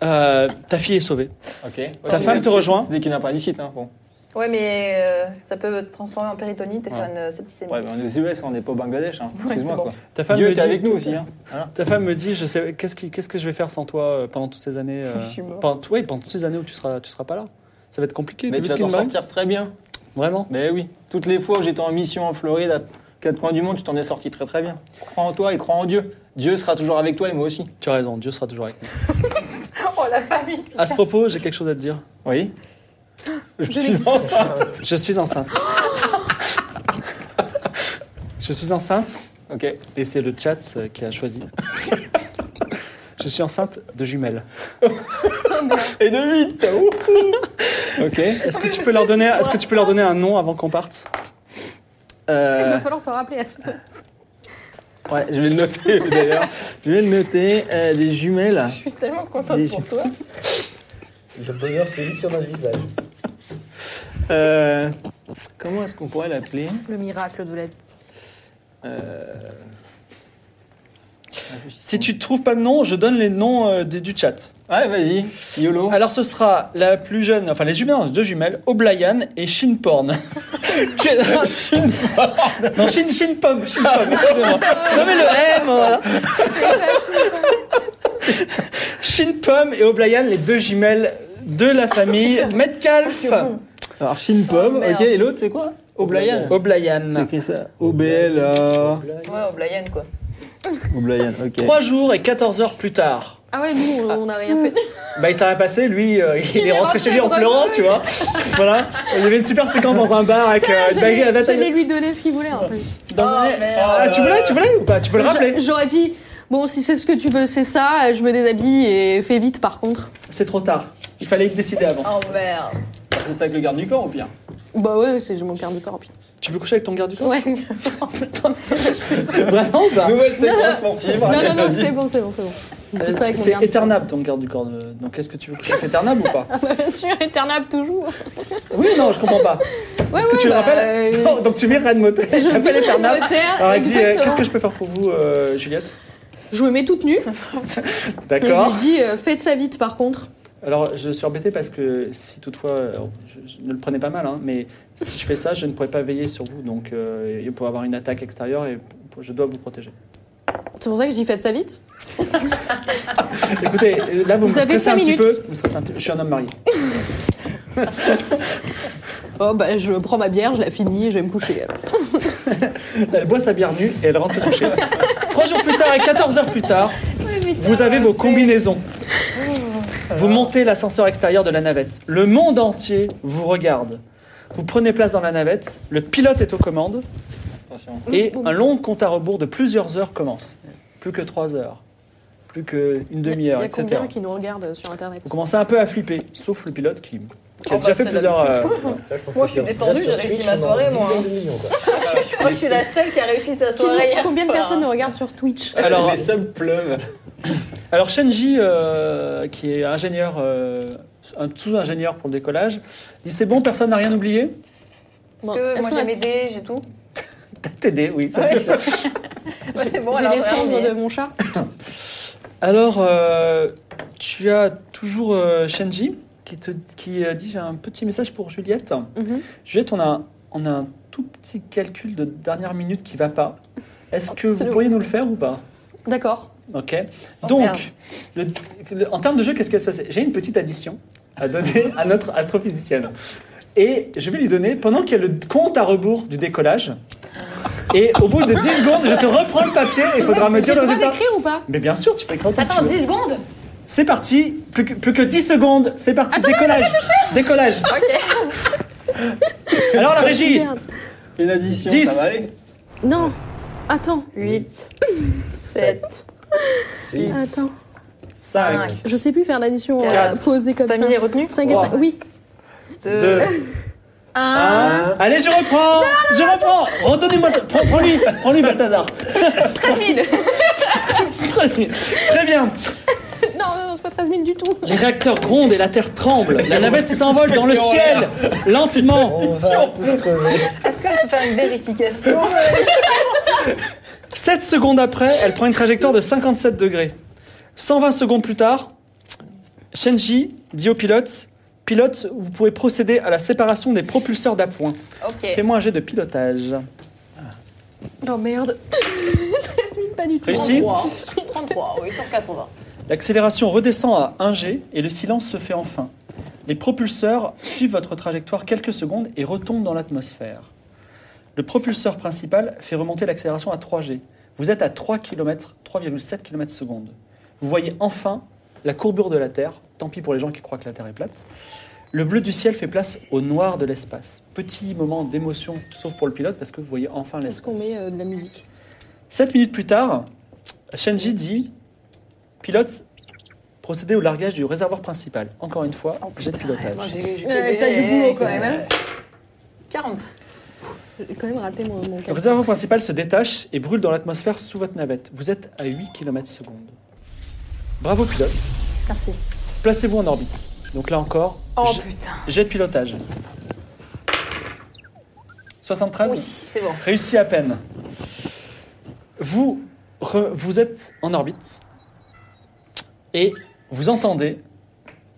[SPEAKER 2] euh, ta fille est sauvée.
[SPEAKER 5] ok. Ouais,
[SPEAKER 2] Ta
[SPEAKER 5] c'est-
[SPEAKER 2] femme te
[SPEAKER 5] c'est-
[SPEAKER 2] rejoint
[SPEAKER 5] C'est dès qu'il n'y en a pas d'ici, hein. Bon.
[SPEAKER 4] Ouais, mais euh, ça peut te transformer en péritonite et
[SPEAKER 5] Ouais.
[SPEAKER 4] faire une euh, septicémie.
[SPEAKER 5] Ouais, mais on est aux US, on n'est pas au Bangladesh, hein. Excuse-moi,
[SPEAKER 4] c'est bon.
[SPEAKER 5] quoi.
[SPEAKER 2] Ta femme,
[SPEAKER 5] Dieu
[SPEAKER 2] me
[SPEAKER 5] était
[SPEAKER 2] dit,
[SPEAKER 5] avec nous aussi, hein.
[SPEAKER 2] ta femme me dit, je sais, qu'est-ce qui- qu'est-ce que je vais faire sans toi euh, pendant toutes ces années euh,
[SPEAKER 4] Je suis mort.
[SPEAKER 2] pendant, ouais, pendant toutes ces années où tu seras, tu seras pas là. Ça va être compliqué.
[SPEAKER 5] Mais
[SPEAKER 2] T'as vu
[SPEAKER 5] tu
[SPEAKER 2] ce
[SPEAKER 5] vas t'en
[SPEAKER 2] qu'il me
[SPEAKER 5] sortir très bien.
[SPEAKER 2] dit Vraiment.
[SPEAKER 5] Ben oui, toutes les fois où j'étais en mission en Floride, à quatre coins du monde, tu t'en es sorti très très bien. Crois en toi et crois en Dieu. Dieu sera toujours avec toi et moi aussi.
[SPEAKER 2] Tu as raison. Dieu sera toujours avec nous.
[SPEAKER 4] Oh la famille
[SPEAKER 2] À ce propos, j'ai quelque chose à te dire.
[SPEAKER 5] Oui. Je suis
[SPEAKER 2] Je suis enceinte. je suis enceinte.
[SPEAKER 5] Ok.
[SPEAKER 2] Et c'est le chat euh, qui a choisi. Je suis enceinte de jumelles.
[SPEAKER 5] Et de vite Ok.
[SPEAKER 2] Est-ce que tu peux leur donner, est-ce que tu peux leur donner un nom avant qu'on parte
[SPEAKER 6] Il
[SPEAKER 5] Euh,
[SPEAKER 6] va falloir se rappeler à ce
[SPEAKER 5] ouais, je vais le noter d'ailleurs. Je vais le noter. euh, des jumelles.
[SPEAKER 4] Je suis tellement contente
[SPEAKER 5] Des-
[SPEAKER 4] pour toi.
[SPEAKER 3] Le bonheur se lit sur notre visage.
[SPEAKER 5] Euh, comment est-ce qu'on pourrait l'appeler
[SPEAKER 6] Le miracle de la vie.
[SPEAKER 5] Euh,
[SPEAKER 2] Si tu ne trouves pas de nom, je donne les noms euh, des- du chat.
[SPEAKER 5] Ouais, vas-y. YOLO.
[SPEAKER 2] Alors ce sera la plus jeune, enfin les jumelles, deux jumelles, Oblayan et Shinporn. Shinporn Non, Shin, Shinpom, Shinpom, excusez-moi. Non mais le M, voilà. Shinpom et Oblayan, les deux jumelles de la famille Metcalf.
[SPEAKER 5] Alors, Shin Pomme.
[SPEAKER 4] Oh, merde.
[SPEAKER 5] ok, et l'autre, c'est quoi O'Brien.
[SPEAKER 2] Oblayan.
[SPEAKER 5] T'as écrit ça OBL. euh,
[SPEAKER 4] Ouais, O'Brien, quoi.
[SPEAKER 5] O'Brien, ok.
[SPEAKER 2] Trois jours et 14 heures plus tard,
[SPEAKER 6] Ah ouais, nous, on n'a rien fait.
[SPEAKER 2] Bah, il s'est rien passé, lui, euh, il,
[SPEAKER 6] Il
[SPEAKER 2] est
[SPEAKER 6] est
[SPEAKER 2] rentré
[SPEAKER 6] rentré
[SPEAKER 2] chez lui en
[SPEAKER 6] dans le
[SPEAKER 2] pleurant,
[SPEAKER 6] rue.
[SPEAKER 2] tu vois. voilà. Il y avait une super séquence dans un bar avec euh, une baguette à la taille.
[SPEAKER 6] J'allais lui donner ce qu'il voulait en plus.
[SPEAKER 2] dans le
[SPEAKER 4] Oh,
[SPEAKER 2] nez.
[SPEAKER 4] merde.
[SPEAKER 2] Ah, tu voulais, tu voulais ou pas Tu peux le rappeler
[SPEAKER 6] J'a- J'aurais dit, bon, si c'est ce que tu veux, c'est ça, je me déshabille et fais vite par contre.
[SPEAKER 2] C'est trop tard. Il fallait décider avant.
[SPEAKER 4] Oh merde.
[SPEAKER 5] Ah, C'est ça avec le garde du corps, au pire.
[SPEAKER 6] Bah ouais, c'est mon quart de corps. puis.
[SPEAKER 2] Tu veux coucher avec ton garde du corps
[SPEAKER 6] Ouais.
[SPEAKER 2] Vraiment ou pas
[SPEAKER 5] Ah, Nouvelle séquence pour fibre.
[SPEAKER 6] non, non, non,
[SPEAKER 5] Vas-y.
[SPEAKER 6] c'est bon, c'est bon, c'est bon.
[SPEAKER 2] Euh,
[SPEAKER 6] C'est pas avec mon
[SPEAKER 2] C'est
[SPEAKER 6] garde.
[SPEAKER 2] éternable ton garde du corps. euh, Donc est-ce que tu veux coucher avec éternable ou pas
[SPEAKER 6] Bien sûr, éternable toujours.
[SPEAKER 2] Oui, non, je comprends pas.
[SPEAKER 6] Ouais,
[SPEAKER 2] Est-ce que
[SPEAKER 6] ouais,
[SPEAKER 2] tu le
[SPEAKER 6] bah,
[SPEAKER 2] rappelles
[SPEAKER 6] euh,
[SPEAKER 2] Non, Donc tu viens Red Motel,
[SPEAKER 6] Je vais
[SPEAKER 2] t'appelles
[SPEAKER 6] sur
[SPEAKER 2] éternable.
[SPEAKER 6] le terre,
[SPEAKER 2] Alors elle dit euh,
[SPEAKER 6] exactement.
[SPEAKER 2] Qu'est-ce que je peux faire pour vous, euh, Juliette
[SPEAKER 6] Je me mets toute nue. Je
[SPEAKER 2] D'accord.
[SPEAKER 6] lui dis, euh, faites ça vite par contre.
[SPEAKER 2] Alors, je suis embêté parce que si toutefois, alors, je, je ne le prenais pas mal, hein, mais si je fais ça, je ne pourrais pas veiller sur vous, donc euh, il pourrait avoir une attaque extérieure et p- je dois vous protéger.
[SPEAKER 6] C'est pour ça que je dis faites ça vite.
[SPEAKER 2] Écoutez, euh, là vous,
[SPEAKER 6] Vous
[SPEAKER 2] me
[SPEAKER 6] avez
[SPEAKER 2] stressez un
[SPEAKER 6] cinq
[SPEAKER 2] petit
[SPEAKER 6] minutes.
[SPEAKER 2] peu. Vous me stressez un petit peu. Je suis un homme marié.
[SPEAKER 6] Oh bah je prends ma bière, je la finis, je vais me coucher. alors.
[SPEAKER 2] Elle boit sa Euh, bière nue et elle rentre se coucher. Trois jours plus tard et 14 heures plus tard, vous avez vos combinaisons. Vous montez l'ascenseur extérieur de la navette. Le monde entier vous regarde. Vous prenez place dans la navette. Le pilote est aux commandes.
[SPEAKER 5] Attention.
[SPEAKER 2] Et un long compte à rebours de plusieurs heures commence. Plus que trois heures, plus qu'une demi-heure,
[SPEAKER 6] Il y a
[SPEAKER 2] etc.
[SPEAKER 6] combien qui nous regardent sur internet
[SPEAKER 2] Vous commencez un peu à flipper, sauf le pilote qui, qui a
[SPEAKER 4] Oh,
[SPEAKER 2] déjà
[SPEAKER 4] bah,
[SPEAKER 2] fait
[SPEAKER 4] c'est
[SPEAKER 2] plusieurs... euh,
[SPEAKER 3] Là, pense
[SPEAKER 4] Moi, je
[SPEAKER 3] que
[SPEAKER 4] suis
[SPEAKER 3] si on
[SPEAKER 4] détendue, j'ai
[SPEAKER 3] reste sur
[SPEAKER 4] réussi
[SPEAKER 3] Twitch,
[SPEAKER 4] ma
[SPEAKER 3] on aura
[SPEAKER 4] soirée,
[SPEAKER 3] dix
[SPEAKER 4] moi.
[SPEAKER 3] millions de millions, quoi.
[SPEAKER 4] Je crois que je suis la seule qui a réussi sa
[SPEAKER 6] Qui nous-
[SPEAKER 4] soirée. hier
[SPEAKER 6] Combien de
[SPEAKER 4] soir.
[SPEAKER 6] personnes nous regardent sur Twitch
[SPEAKER 2] Alors-
[SPEAKER 5] Alors, les subs pleuvent.
[SPEAKER 2] Alors Shenji, euh, qui est ingénieur, euh, un sous-ingénieur pour le décollage, dit c'est bon, personne n'a rien oublié
[SPEAKER 4] Parce
[SPEAKER 6] Bon,
[SPEAKER 4] que
[SPEAKER 6] est-ce
[SPEAKER 4] moi,
[SPEAKER 6] qu'on a-
[SPEAKER 4] j'ai mes dés, j'ai tout.
[SPEAKER 2] T'as t'aidé, oui, ça c'est sûr.
[SPEAKER 4] Ouais, c'est bon,
[SPEAKER 6] J'ai
[SPEAKER 4] alors.
[SPEAKER 6] les cendres
[SPEAKER 4] rien,
[SPEAKER 6] de mon chat.
[SPEAKER 2] Alors, euh, tu as toujours euh, Shenji qui, te, qui euh, dit j'ai un petit message pour Juliette.
[SPEAKER 6] Mhm.
[SPEAKER 2] Juliette, on a, on a un tout petit calcul de dernière minute qui va pas. Est-ce que vous
[SPEAKER 6] Absolument.
[SPEAKER 2] pourriez nous le faire ou pas
[SPEAKER 6] D'accord.
[SPEAKER 2] Ok.
[SPEAKER 4] Oh, merde.
[SPEAKER 2] Donc, le- le- en termes de jeu, qu'est-ce qui va se passer J'ai une petite addition à donner à notre astrophysicienne. Et je vais lui donner, pendant qu'il y a le compte à rebours du décollage, et au bout de 10 secondes, je te reprends le papier et il faudra me
[SPEAKER 6] J'ai
[SPEAKER 2] dire
[SPEAKER 6] le
[SPEAKER 2] le
[SPEAKER 6] droit
[SPEAKER 2] résultat.
[SPEAKER 6] d'écrire ou pas
[SPEAKER 2] Mais bien sûr, tu peux écrire
[SPEAKER 4] mais-
[SPEAKER 2] autant que tu
[SPEAKER 4] Attends,
[SPEAKER 2] veux.
[SPEAKER 4] 10 secondes
[SPEAKER 2] C'est parti, plus que, plus que 10 secondes, c'est parti, décollage Décollage Alors la régie
[SPEAKER 6] Merde.
[SPEAKER 5] Une addition,
[SPEAKER 2] Dix.
[SPEAKER 5] ça va aller
[SPEAKER 6] Non. Attends.
[SPEAKER 4] 8, 7, 6.
[SPEAKER 6] Attends.
[SPEAKER 2] Cinq,
[SPEAKER 4] Cinq.
[SPEAKER 6] Je sais plus faire l'addition euh,
[SPEAKER 4] Quatre.
[SPEAKER 6] posée comme
[SPEAKER 4] T'as
[SPEAKER 6] ça.
[SPEAKER 4] mis les retenues
[SPEAKER 6] 5 et
[SPEAKER 2] Trois.
[SPEAKER 6] 5. Oui.
[SPEAKER 2] deux, Ah.
[SPEAKER 4] 2, 1.
[SPEAKER 2] un. Allez, je reprends Je reprends Redonnez-moi ça Prends- Prends-lui Prends-lui, Balthazar
[SPEAKER 4] 13 000
[SPEAKER 2] Stress, mais- Très bien
[SPEAKER 6] Non, non, non, c'est pas 13 000 du tout.
[SPEAKER 2] Les réacteurs grondent et la Terre tremble. La navette s'envole dans le
[SPEAKER 5] Quelle
[SPEAKER 2] ciel,
[SPEAKER 5] horreur.
[SPEAKER 2] lentement.
[SPEAKER 3] On va tous crever.
[SPEAKER 4] Est-ce que je peux faire une vérification
[SPEAKER 2] 7 secondes après, elle prend une trajectoire de 57 degrés. 120 secondes plus tard, Shenji dit au pilote Pilote, vous pouvez procéder à la séparation des propulseurs d'appoint.
[SPEAKER 4] Ok.
[SPEAKER 2] Fais-moi un jet de pilotage.
[SPEAKER 6] Non, merde. 13 000, pas du tout.
[SPEAKER 2] Réussi
[SPEAKER 4] 33, oui, sur 80.
[SPEAKER 2] L'accélération redescend à 1G et le silence se fait enfin. Les propulseurs suivent votre trajectoire quelques secondes et retombent dans l'atmosphère. Le propulseur principal fait remonter l'accélération à 3G. Vous êtes à 3 km, 3,7 km secondes. Vous voyez enfin la courbure de la Terre. Tant pis pour les gens qui croient que la Terre est plate. Le bleu du ciel fait place au noir de l'espace. Petit moment d'émotion, sauf pour le pilote, parce que vous voyez enfin
[SPEAKER 6] Est-ce
[SPEAKER 2] l'espace.
[SPEAKER 6] qu'on met euh, de la musique
[SPEAKER 2] Sept minutes plus tard, Shenji dit Pilote, procédez au largage du réservoir principal. Encore une fois, jet de pilotage.
[SPEAKER 4] Oh, Moi, j'ai j'ai
[SPEAKER 6] Euh,
[SPEAKER 4] fait
[SPEAKER 6] T'as du
[SPEAKER 4] des-
[SPEAKER 6] boulot quand même. hein.
[SPEAKER 4] 40.
[SPEAKER 6] J'ai quand même raté mon,
[SPEAKER 5] Ah,
[SPEAKER 6] mon
[SPEAKER 5] bah,
[SPEAKER 2] Le
[SPEAKER 6] calcul.
[SPEAKER 2] réservoir principal se détache et brûle dans l'atmosphère sous votre navette. Vous êtes à 8 km secondes. Bravo, pilote.
[SPEAKER 6] Merci.
[SPEAKER 2] Placez-vous en orbite. Donc là encore,
[SPEAKER 4] Oh
[SPEAKER 2] j-
[SPEAKER 4] putain.
[SPEAKER 2] jet de pilotage. 73
[SPEAKER 4] Oui, c'est bon.
[SPEAKER 2] Réussi à peine. Vous, re- vous êtes en orbite et vous entendez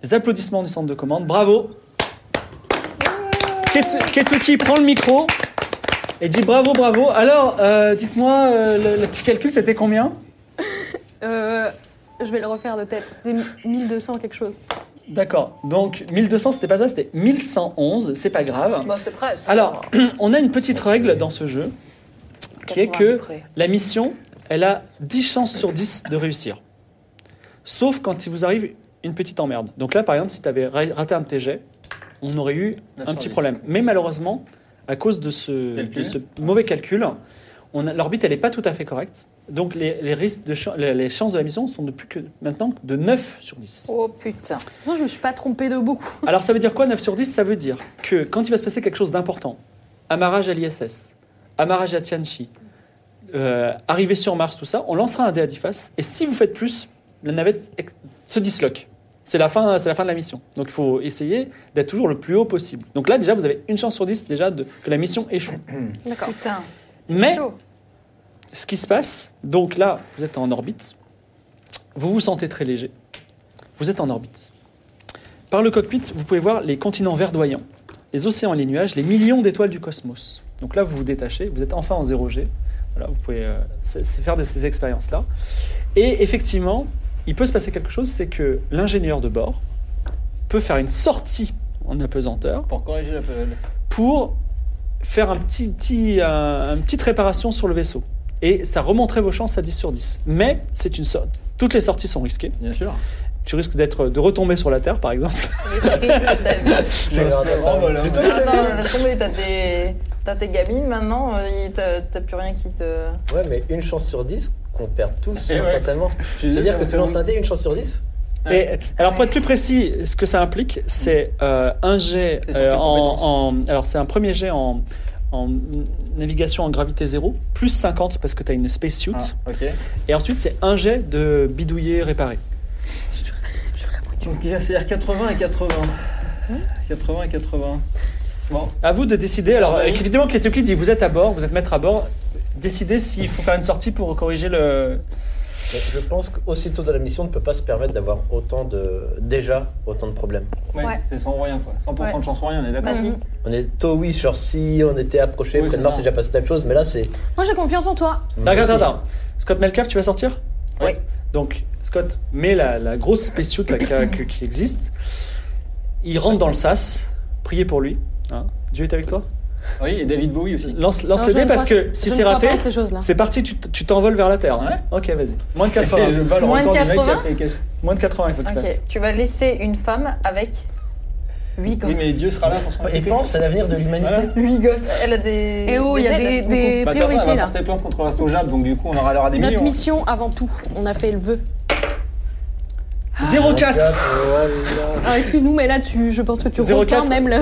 [SPEAKER 2] les applaudissements du centre de commande. Bravo Ket- Ketuki prend le micro et dit bravo, bravo. Alors, euh, dites-moi, euh, le, le petit calcul, c'était combien
[SPEAKER 6] Euh, je vais le refaire de tête. C'était 1200 quelque chose.
[SPEAKER 2] D'accord. Donc, 1200, c'était pas ça, c'était 1111. C'est pas grave.
[SPEAKER 4] Bon, c'est prêt. c'est
[SPEAKER 2] Alors,
[SPEAKER 4] sûr.
[SPEAKER 2] on a une petite règle dans ce jeu qui est
[SPEAKER 4] 80 à
[SPEAKER 2] que
[SPEAKER 4] peu près.
[SPEAKER 2] La mission, elle a 10 chances sur 10 de réussir. sauf quand il vous arrive une petite emmerde. Donc là, par exemple, si tu avais raté un de tes jets, on aurait eu un
[SPEAKER 5] 910.
[SPEAKER 2] petit problème. Mais malheureusement, à cause de ce,
[SPEAKER 5] Calcul.
[SPEAKER 2] de ce mauvais calcul, on a- l'orbite, elle n'est pas tout à fait correcte. Donc les, les risques de chan- les, les chances de la mission sont de plus que maintenant de 9 sur 10.
[SPEAKER 4] Oh putain.
[SPEAKER 6] Non, je me suis pas trompée de beaucoup.
[SPEAKER 2] Alors ça veut dire quoi 9 sur 10 Ça veut dire que quand il va se passer quelque chose d'important, amarrage à l'ISS, amarrage à Tianchi, euh, arrivée sur Mars, tout ça, on lancera un dé à 10 faces et si vous faites plus, la navette ex- se disloque. C'est la, fin, c'est la fin de la mission. Donc il faut essayer d'être toujours le plus haut possible. Donc là déjà vous avez une chance sur 10 déjà de, que la mission échoue.
[SPEAKER 4] D'accord. Putain.
[SPEAKER 2] Mais
[SPEAKER 4] Chaud.
[SPEAKER 2] ce qui se passe, donc là, vous êtes en orbite, vous vous sentez très léger, vous êtes en orbite. Par le cockpit, vous pouvez voir les continents verdoyants, les océans et les nuages, les millions d'étoiles du cosmos. Donc là, vous vous détachez, vous êtes enfin en 0G. Voilà, vous pouvez euh, c'est- c'est faire de ces expériences-là. Et effectivement, il peut se passer quelque chose, c'est que l'ingénieur de bord peut faire une sortie en apesanteur
[SPEAKER 5] Pour corriger la puzzle.
[SPEAKER 2] pour faire un petit, petit, un, un petite réparation sur le vaisseau. Et ça remonterait vos chances à 10 sur 10. Mais c'est une sorte. Toutes les sorties sont risquées.
[SPEAKER 5] Bien sûr.
[SPEAKER 2] Tu risques d'être de retomber sur la Terre, par exemple.
[SPEAKER 4] Les risques que t'as vus.
[SPEAKER 5] C'est
[SPEAKER 3] Alors,
[SPEAKER 5] le grand vol, hein.
[SPEAKER 2] Plutôt-
[SPEAKER 4] Attends, laisse tomber, t'as tes... t'as tes gamines maintenant, euh, il- t'as t'as plus rien qui te.
[SPEAKER 3] Ouais, mais une chance sur 10 qu'on perd tous,
[SPEAKER 5] Eh
[SPEAKER 3] hein,
[SPEAKER 5] ouais.
[SPEAKER 3] certainement.
[SPEAKER 5] Je disais,
[SPEAKER 3] C'est-à-dire que tu
[SPEAKER 5] c'est un-
[SPEAKER 3] lances un dé, une chance sur 10
[SPEAKER 2] Et, alors, pour être plus précis, ce que ça implique, c'est euh, un jet
[SPEAKER 5] C'est sur
[SPEAKER 2] euh,
[SPEAKER 5] quelle compétence
[SPEAKER 2] en, en- Alors, c'est un premier jet en, en navigation en gravité zéro, plus 50 parce que tu as une spacesuit.
[SPEAKER 5] Ah, ok.
[SPEAKER 2] Et ensuite, c'est un jet de bidouiller réparé.
[SPEAKER 5] Donc il y a c'est-à-dire 80 et 80. 80 et 80. Bon,
[SPEAKER 2] À vous de décider.
[SPEAKER 6] Ah,
[SPEAKER 2] Alors,
[SPEAKER 5] Oui.
[SPEAKER 2] évidemment, Kétokli dit vous êtes à bord, vous êtes maître à bord. Décidez s'il faut faire une sortie pour corriger le.
[SPEAKER 3] Mais Je pense qu'aussitôt dans la mission, on ne peut pas se permettre d'avoir autant de. déjà, autant de problèmes.
[SPEAKER 5] ouais,
[SPEAKER 4] Ouais.
[SPEAKER 5] c'est sans rien quoi. 100%
[SPEAKER 4] Ouais.
[SPEAKER 5] de chance sans rien, on est d'accord
[SPEAKER 4] Vas-y.
[SPEAKER 3] On est tôt, oui, genre si on était approché,
[SPEAKER 5] Oui,
[SPEAKER 3] près
[SPEAKER 5] c'est
[SPEAKER 3] de Mars,
[SPEAKER 5] ça.
[SPEAKER 3] c'est déjà passé telle chose, mais là, c'est.
[SPEAKER 6] Moi, j'ai confiance en toi.
[SPEAKER 2] Regarde, regarde, regarde. Scott Melcalf, tu vas sortir
[SPEAKER 4] Oui.
[SPEAKER 2] Donc, Scott met la, la grosse spacesuit là, qui, a- que- qui existe. Il rentre dans le sas. Priez pour lui. hein. Dieu est avec toi.
[SPEAKER 5] Oui, et David Bowie aussi.
[SPEAKER 2] Lance, lance
[SPEAKER 6] Non,
[SPEAKER 2] le
[SPEAKER 6] je
[SPEAKER 2] dé
[SPEAKER 6] ne
[SPEAKER 2] parce
[SPEAKER 6] crois-
[SPEAKER 2] que si
[SPEAKER 6] je ne
[SPEAKER 2] c'est
[SPEAKER 6] crois
[SPEAKER 2] raté,
[SPEAKER 6] pas en ces choses-là.
[SPEAKER 2] c'est parti, tu t- tu t'envoles vers la Terre. hein. Ok, vas-y. Moins de 80.
[SPEAKER 5] Et je bats le
[SPEAKER 4] Moins de
[SPEAKER 5] record du mec qui a
[SPEAKER 4] 80?
[SPEAKER 5] fait cache-
[SPEAKER 2] Moins de 80, il faut que tu fasses.
[SPEAKER 4] Ok. Tu vas laisser une femme avec 8 gosses.
[SPEAKER 5] Oui, mais Dieu sera là pour son
[SPEAKER 3] Et pense à l'avenir de l'humanité.
[SPEAKER 5] Voilà.
[SPEAKER 4] 8 gosses. Elle a des.
[SPEAKER 6] Et oh, il y a des,
[SPEAKER 4] aides,
[SPEAKER 6] des
[SPEAKER 5] Bah, de toute façon,
[SPEAKER 6] priorités
[SPEAKER 5] elle va
[SPEAKER 6] là.
[SPEAKER 5] porter plainte contre la SOJAB, donc du coup, on aura l'heure à des
[SPEAKER 6] Notre
[SPEAKER 5] millions. hein.
[SPEAKER 6] mission avant tout, on a fait le vœu.
[SPEAKER 3] Oh,
[SPEAKER 2] 0,4
[SPEAKER 6] Ah, excuse-nous, mais là, tu, je pense que tu
[SPEAKER 2] 04.
[SPEAKER 6] repeins même le.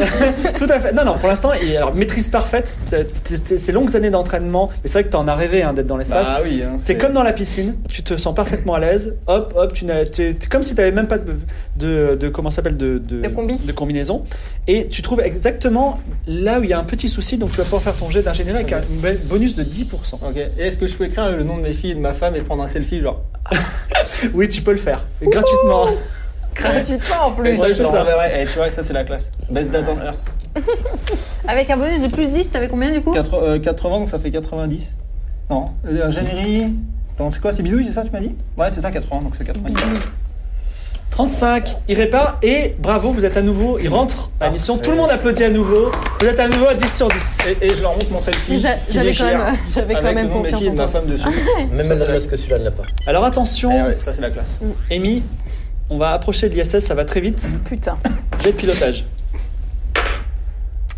[SPEAKER 2] Tout à fait. Non, non, pour l'instant, et alors maîtrise parfaite, t'es- t'es- t'es- ces longues années d'entraînement, mais c'est vrai que t'en as rêvé hein, d'être dans l'espace.
[SPEAKER 5] Bah oui, hein,
[SPEAKER 2] c'est comme dans la piscine, tu te sens parfaitement à l'aise, hop, hop, tu n'as- t'es t'es comme si t'avais même pas de, de, de- comment ça s'appelle, de,
[SPEAKER 4] De combi.
[SPEAKER 2] combinaison, et tu trouves exactement là où il y a un petit souci, donc tu vas pouvoir faire ton jet d'ingénierie avec un bo- bonus de 10%.
[SPEAKER 5] Ok, et est-ce que je peux écrire le nom de mes filles et de ma femme et prendre un selfie, genre
[SPEAKER 2] Oui, tu peux le faire, gratuitement.
[SPEAKER 4] Gratuitement en plus.
[SPEAKER 2] Ouais,
[SPEAKER 5] Ouais,
[SPEAKER 2] c'est
[SPEAKER 5] je
[SPEAKER 2] ça.
[SPEAKER 5] l'enverrai. Eh, tu vois, ça c'est la classe. Best date on Earth.
[SPEAKER 4] Avec un bonus de plus 10, t'avais combien du coup
[SPEAKER 5] Quatre- euh, 80, donc ça fait 90. Non, euh, ingénierie. Non, c'est quoi C'est bidouille, c'est ça, tu m'as dit Ouais, c'est ça, 80, donc c'est 90.
[SPEAKER 2] 35, il répare, et bravo, vous êtes à nouveau, il rentre à la mission, tout le monde applaudit à nouveau, vous êtes à nouveau à 10 sur 10.
[SPEAKER 5] Et, et je leur montre mon selfie.
[SPEAKER 6] Mais j'a-
[SPEAKER 5] qui
[SPEAKER 6] J'avais quand
[SPEAKER 5] déchire,
[SPEAKER 6] même, j'avais quand
[SPEAKER 5] Avec
[SPEAKER 6] même
[SPEAKER 5] le nom de mes
[SPEAKER 6] confiance
[SPEAKER 5] filles et
[SPEAKER 6] en
[SPEAKER 5] de ma
[SPEAKER 6] toi. Ah,
[SPEAKER 5] femme dessus.
[SPEAKER 3] Même
[SPEAKER 5] Ça, c'est
[SPEAKER 3] Elon
[SPEAKER 5] vrai.
[SPEAKER 3] Musk, celui-là ne l'a pas.
[SPEAKER 2] Alors attention,
[SPEAKER 5] Eh ouais, ça c'est la classe.
[SPEAKER 6] Mm.
[SPEAKER 2] Amy, on va approcher de l'ISS, ça va très vite.
[SPEAKER 4] Putain.
[SPEAKER 2] Jet de pilotage.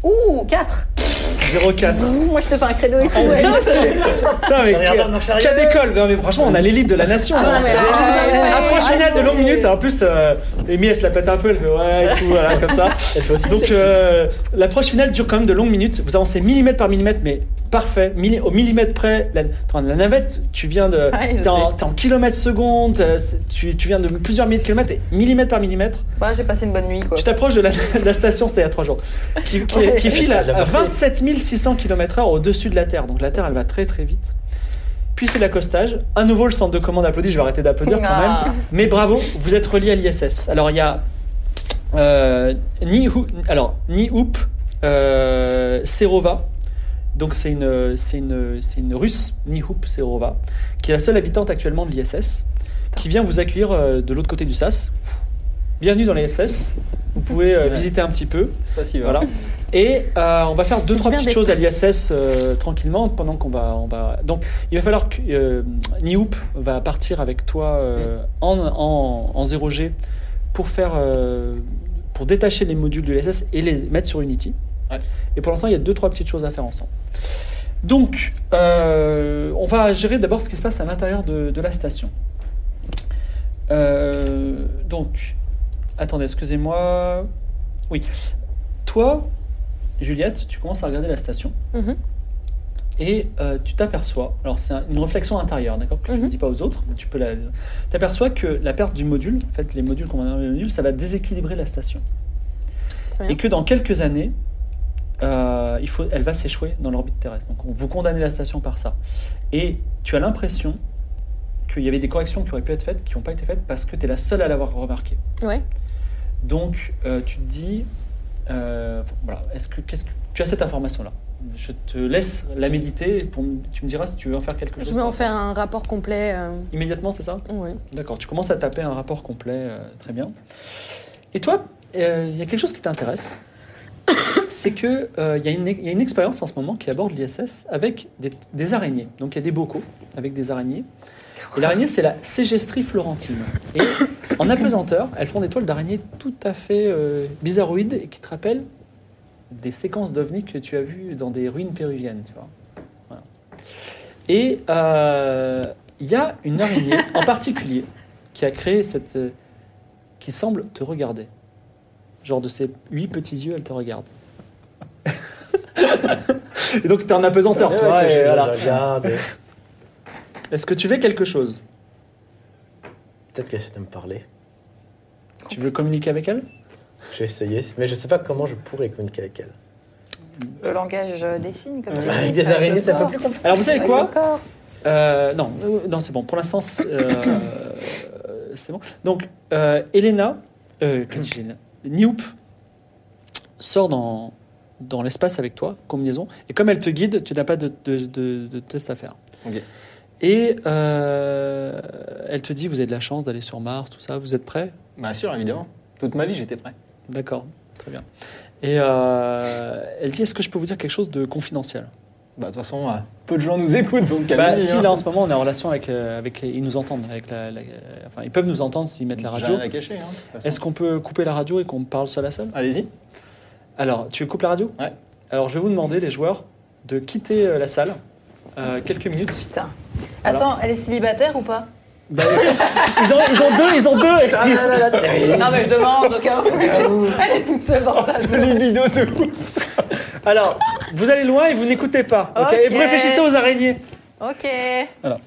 [SPEAKER 4] Ouh, 4.
[SPEAKER 2] 04.
[SPEAKER 4] Moi je te fais un credo
[SPEAKER 5] Ah,
[SPEAKER 4] et tout.
[SPEAKER 2] Putain, mais
[SPEAKER 3] Regarde, on marche arrière.
[SPEAKER 2] quel école Non, mais franchement, on a l'élite de la nation. là.
[SPEAKER 6] Ah, mais-
[SPEAKER 2] Approche finale de longue minute. En plus, euh, Amy, elle se la pète un peu, elle fait ouais et tout, voilà, comme ça.
[SPEAKER 3] Elle fait aussi
[SPEAKER 2] Donc,
[SPEAKER 3] sexy.
[SPEAKER 2] euh, l'approche finale dure quand même de longues minutes. Vous avancez millimètre par millimètre, mais parfait. Milli- au millimètre près, la, attends, la navette, tu viens de.
[SPEAKER 4] Ouais, je
[SPEAKER 2] t'es, en,
[SPEAKER 4] sais.
[SPEAKER 2] t'es en kilomètres secondes, euh, c'est- tu, tu viens de plusieurs milliers de kilomètres, et millimètre par millimètre.
[SPEAKER 4] Bah, j'ai passé une bonne nuit quoi.
[SPEAKER 2] Tu t'approches de la, de la station, c'était il y a trois jours, qui, qui-
[SPEAKER 4] Ouais.
[SPEAKER 2] qui file
[SPEAKER 3] Ça,
[SPEAKER 2] à,
[SPEAKER 3] j'ai
[SPEAKER 2] à
[SPEAKER 3] marqué.
[SPEAKER 2] 27 600 km/h au-dessus de la Terre. Donc la Terre, elle va très très vite. Puis c'est l'accostage. À nouveau, le centre de commande applaudit. Je vais arrêter d'applaudir quand
[SPEAKER 4] Ah.
[SPEAKER 2] même. Mais bravo, vous êtes relié à l'ISS. Alors il y a euh, ni, Hou- alors, ni Hoop, euh, Serova. Donc c'est une, c'est une, c'est une russe, Nihoop Serova, qui est la seule habitante actuellement de l'ISS, qui vient vous accueillir euh, de l'autre côté du SAS. Bienvenue dans l'ISS. Vous pouvez euh,
[SPEAKER 5] Ouais.
[SPEAKER 2] visiter un petit peu.
[SPEAKER 5] C'est pas si
[SPEAKER 2] Voilà. Et euh, on va faire deux, trois
[SPEAKER 6] plein
[SPEAKER 2] petites choses à
[SPEAKER 6] d'espèces.
[SPEAKER 2] l'ISS euh, tranquillement pendant qu'on va, on va. Donc, il va falloir que euh, Nioup va partir avec toi euh, en, en, en 0G pour faire. euh, pour détacher les modules de l'ISS et les mettre sur Unity.
[SPEAKER 5] Ouais.
[SPEAKER 2] Et pour l'instant, il y a deux, trois petites choses à faire ensemble. Donc, euh, on va gérer d'abord ce qui se passe à l'intérieur de, de la station. Euh, donc, attendez, excusez-moi. Oui. Toi, Juliette, tu commences à regarder la station
[SPEAKER 6] Mhm.
[SPEAKER 2] et euh, tu t'aperçois, alors c'est un- une réflexion intérieure, d'accord, que tu ne
[SPEAKER 6] Mhm.
[SPEAKER 2] dis pas aux autres, mais tu peux la... T'aperçois que la perte du module, en fait les modules qu'on va dans les modules, ça va déséquilibrer la station.
[SPEAKER 6] Très bien.
[SPEAKER 2] Et que dans quelques années, euh, il faut, elle va s'échouer dans l'orbite terrestre. Donc on- vous condamnez la station par ça. Et tu as l'impression qu'il y avait des corrections qui auraient pu être faites, qui n'ont pas été faites parce que tu es la seule à l'avoir remarqué.
[SPEAKER 6] Ouais.
[SPEAKER 2] Donc euh, tu te dis, euh, voilà, est-ce que, qu'est-ce que tu as cette information-là Je te laisse la méditer. Pour, m- tu me diras si tu veux en faire quelque chose.
[SPEAKER 6] Je vais en
[SPEAKER 2] par
[SPEAKER 6] faire
[SPEAKER 2] rapport.
[SPEAKER 6] un rapport complet. euh,
[SPEAKER 2] Immédiatement, c'est ça
[SPEAKER 6] ouais.
[SPEAKER 2] D'accord. Tu commences à taper un rapport complet, euh, très bien. Et toi, euh, il y a quelque chose qui t'intéresse. C'est que euh, il y, a une- il y a une expérience en ce moment qui aborde l'ISS avec des, des araignées. Donc il y a des bocaux avec des araignées. Et l'araignée, c'est la Cégestrie florentine. Et en apesanteur, elles font des toiles d'araignées tout à fait euh, bizarroïdes et qui te rappellent des séquences d'ovnis que tu as vues dans des ruines péruviennes. Tu vois. Voilà. Et euh, il y a une araignée en particulier qui a créé cette. euh, qui semble te regarder. Genre de ses huit petits yeux, elle te regarde. et donc, tu es en apesanteur, tu vois. et voilà.
[SPEAKER 3] regarde.
[SPEAKER 2] Est-ce que tu fais quelque chose
[SPEAKER 3] Peut-être qu'elle essaie de me parler.
[SPEAKER 2] Tu veux communiquer avec elle
[SPEAKER 3] Je vais essayer, mais je sais pas comment je pourrais communiquer avec elle.
[SPEAKER 4] Le langage euh, des signes, comme tu dis.
[SPEAKER 3] Avec des araignées, c'est un peu plus compliqué.
[SPEAKER 2] Alors, vous savez
[SPEAKER 4] Avec
[SPEAKER 2] quoi
[SPEAKER 4] le corps.
[SPEAKER 2] Euh, non, euh, non, c'est bon. Pour l'instant, c'est euh, c'est bon. Donc, euh, Elena, euh, que dis-je, Elena Nioop sort dans, dans l'espace avec toi, combinaison. Et comme elle te guide, tu n'as pas de, de- de- de test à faire.
[SPEAKER 5] Ok.
[SPEAKER 2] Et euh, elle te dit, vous avez de la chance d'aller sur Mars, tout ça. Vous êtes prêts
[SPEAKER 5] Bien Bah, sûr, évidemment. Toute ma vie, j'étais prêt.
[SPEAKER 2] D'accord, très bien. Et euh, elle dit, est-ce que je peux vous dire quelque chose de confidentiel
[SPEAKER 5] Bah, de toute façon, euh, peu de gens nous écoutent, donc
[SPEAKER 2] Bah,
[SPEAKER 5] allez-y,
[SPEAKER 2] si
[SPEAKER 5] hein.
[SPEAKER 2] là en ce moment on est en relation avec, euh, avec ils nous entendent avec la, la- euh, enfin ils peuvent nous entendre s'ils mettent la
[SPEAKER 5] J'ai
[SPEAKER 2] radio.
[SPEAKER 5] rien à cacher, hein, de toute façon.
[SPEAKER 2] Est-ce qu'on peut couper la radio et qu'on parle seul à seul
[SPEAKER 5] Allez-y.
[SPEAKER 2] Alors tu coupes la radio
[SPEAKER 5] Ouais.
[SPEAKER 2] Alors je vais vous demander les joueurs de quitter euh, la salle euh, quelques minutes.
[SPEAKER 4] Putain.
[SPEAKER 2] Alors.
[SPEAKER 4] Attends, elle est célibataire ou pas
[SPEAKER 2] Bah, ils, ont, ils ont deux, ils ont deux.
[SPEAKER 3] Ah là là là, terrible.
[SPEAKER 4] Non, mais je demande au cas où. Elle est toute seule dans sa
[SPEAKER 5] Le libido de ouf.
[SPEAKER 2] Alors vous allez loin et vous n'écoutez pas. ok
[SPEAKER 4] Ok.
[SPEAKER 2] Et vous réfléchissez aux araignées.
[SPEAKER 4] Ok.
[SPEAKER 2] Voilà.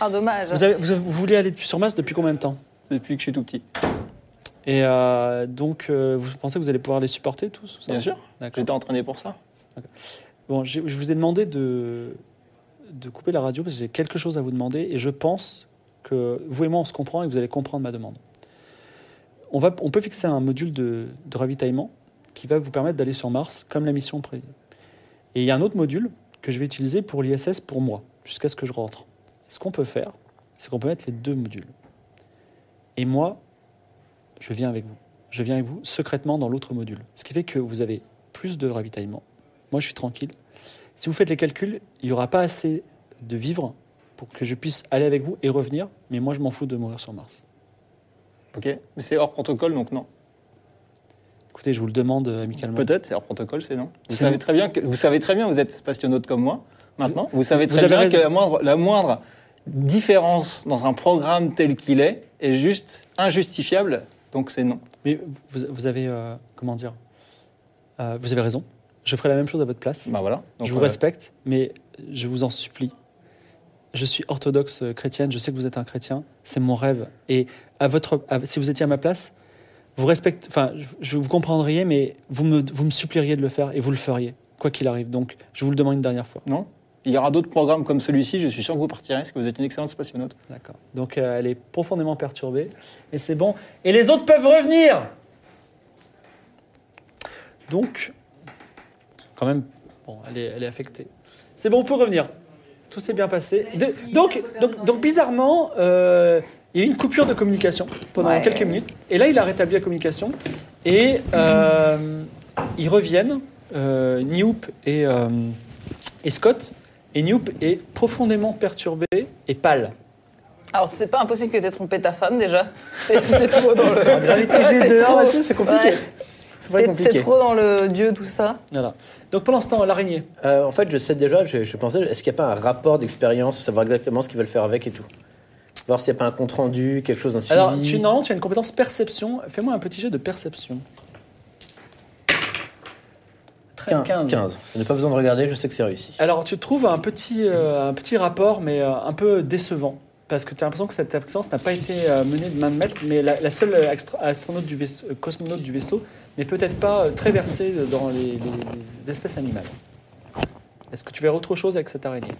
[SPEAKER 4] Ah, dommage.
[SPEAKER 2] Vous, avez- vous- vous voulez aller sur Mars depuis combien de temps
[SPEAKER 5] Depuis que je suis tout petit.
[SPEAKER 2] Et euh, donc euh, vous pensez que vous allez pouvoir les supporter tous ou ça
[SPEAKER 5] Bien sûr.
[SPEAKER 2] D'accord.
[SPEAKER 5] J'étais entraîné pour ça.
[SPEAKER 2] Bon, j'ai- je vous ai demandé de, de couper la radio parce que j'ai quelque chose à vous demander et je pense que vous et moi on se comprend et vous allez comprendre ma demande. On, va, on peut fixer un module de, de ravitaillement qui va vous permettre d'aller sur Mars comme la mission prévue. Et il y a un autre module que je vais utiliser pour l'ISS pour moi, jusqu'à ce que je rentre. Ce qu'on peut faire, c'est qu'on peut mettre les deux modules. Et moi, je viens avec vous. Je viens avec vous secrètement dans l'autre module. Ce qui fait que vous avez plus de ravitaillement. Moi, je suis tranquille. Si vous faites les calculs, il n'y aura pas assez de vivres pour que je puisse aller avec vous et revenir. Mais moi, je m'en fous de mourir sur Mars.
[SPEAKER 5] Ok. Mais c'est hors protocole, donc non.
[SPEAKER 2] Écoutez, je vous le demande euh, amicalement.
[SPEAKER 5] Peut-être, c'est hors protocole, c'est non. Vous
[SPEAKER 2] C'est
[SPEAKER 5] savez,
[SPEAKER 2] non.
[SPEAKER 5] très bien que, vous savez très bien, vous êtes spationaute comme moi, maintenant. Vous, savez
[SPEAKER 2] vous
[SPEAKER 5] très
[SPEAKER 2] avez
[SPEAKER 5] bien
[SPEAKER 2] raison.
[SPEAKER 5] que la moindre, la moindre différence dans un programme tel qu'il est est juste injustifiable, donc c'est non.
[SPEAKER 2] Mais vous, vous avez euh, comment dire Euh, Vous avez raison. Je ferai la même chose à votre place.
[SPEAKER 5] Bah voilà. Donc,
[SPEAKER 2] je vous
[SPEAKER 5] euh,
[SPEAKER 2] respecte, mais je vous en supplie. Je suis orthodoxe euh, chrétienne, je sais que vous êtes un chrétien, c'est mon rêve. Et à votre, à- si vous étiez à ma place, vous respecte, enfin, je- je vous comprendriez, mais vous me, vous me supplieriez de le faire et vous le feriez, quoi qu'il arrive. Donc, je vous le demande une dernière fois.
[SPEAKER 5] Non. Il y aura d'autres programmes comme celui-ci, je suis sûr que vous partirez, parce que vous êtes une excellente spationaute.
[SPEAKER 2] D'accord. Donc, euh, elle est profondément perturbée, et c'est bon. Et les autres peuvent revenir Donc, quand même, bon, elle est, elle est affectée. C'est bon, on peut revenir. Tout s'est bien passé. De- donc, donc, donc, bizarrement, euh, il y a eu une coupure de communication pendant
[SPEAKER 4] Ouais.
[SPEAKER 2] quelques minutes. Et là, il a rétabli la communication. Et euh, ils reviennent. euh, Newp et, euh, et Scott. Et Newp est profondément perturbé et pâle.
[SPEAKER 4] Alors, c'est pas impossible que t'aies trompé ta femme déjà. T'es t'es trop dans le.
[SPEAKER 3] La gravité
[SPEAKER 4] Ouais, t'es
[SPEAKER 3] G2
[SPEAKER 4] trop-
[SPEAKER 3] là-dessus, c'est compliqué.
[SPEAKER 4] Ouais.
[SPEAKER 3] C'est vrai
[SPEAKER 4] T'es- T'es
[SPEAKER 3] compliqué.
[SPEAKER 4] trop dans le dieu, tout ça.
[SPEAKER 2] Voilà. Donc pendant ce temps, l'araignée.
[SPEAKER 3] Euh, en fait, je sais déjà, je, je pensais, est-ce qu'il n'y a pas un rapport d'expérience, savoir exactement ce qu'ils veulent faire avec et tout Voir s'il n'y a pas un compte rendu, quelque chose, un suivi.
[SPEAKER 2] Alors, tu, normalement, tu as une compétence perception. Fais-moi un petit jet de perception. Très-
[SPEAKER 3] 15. 15. Je n'ai pas besoin de regarder, je sais que c'est réussi.
[SPEAKER 2] Alors, tu trouves un petit, euh, un petit rapport, mais euh, un peu décevant. Parce que tu as l'impression que cette absence n'a pas été euh, menée de main de maître, mais la, la seule euh, extra- astronaute du vaisseau, euh, cosmonaute du vaisseau n'est peut-être pas euh, très versée dans les, les- les espèces animales. Est-ce que tu verras autre chose avec cette araignée
[SPEAKER 3] Le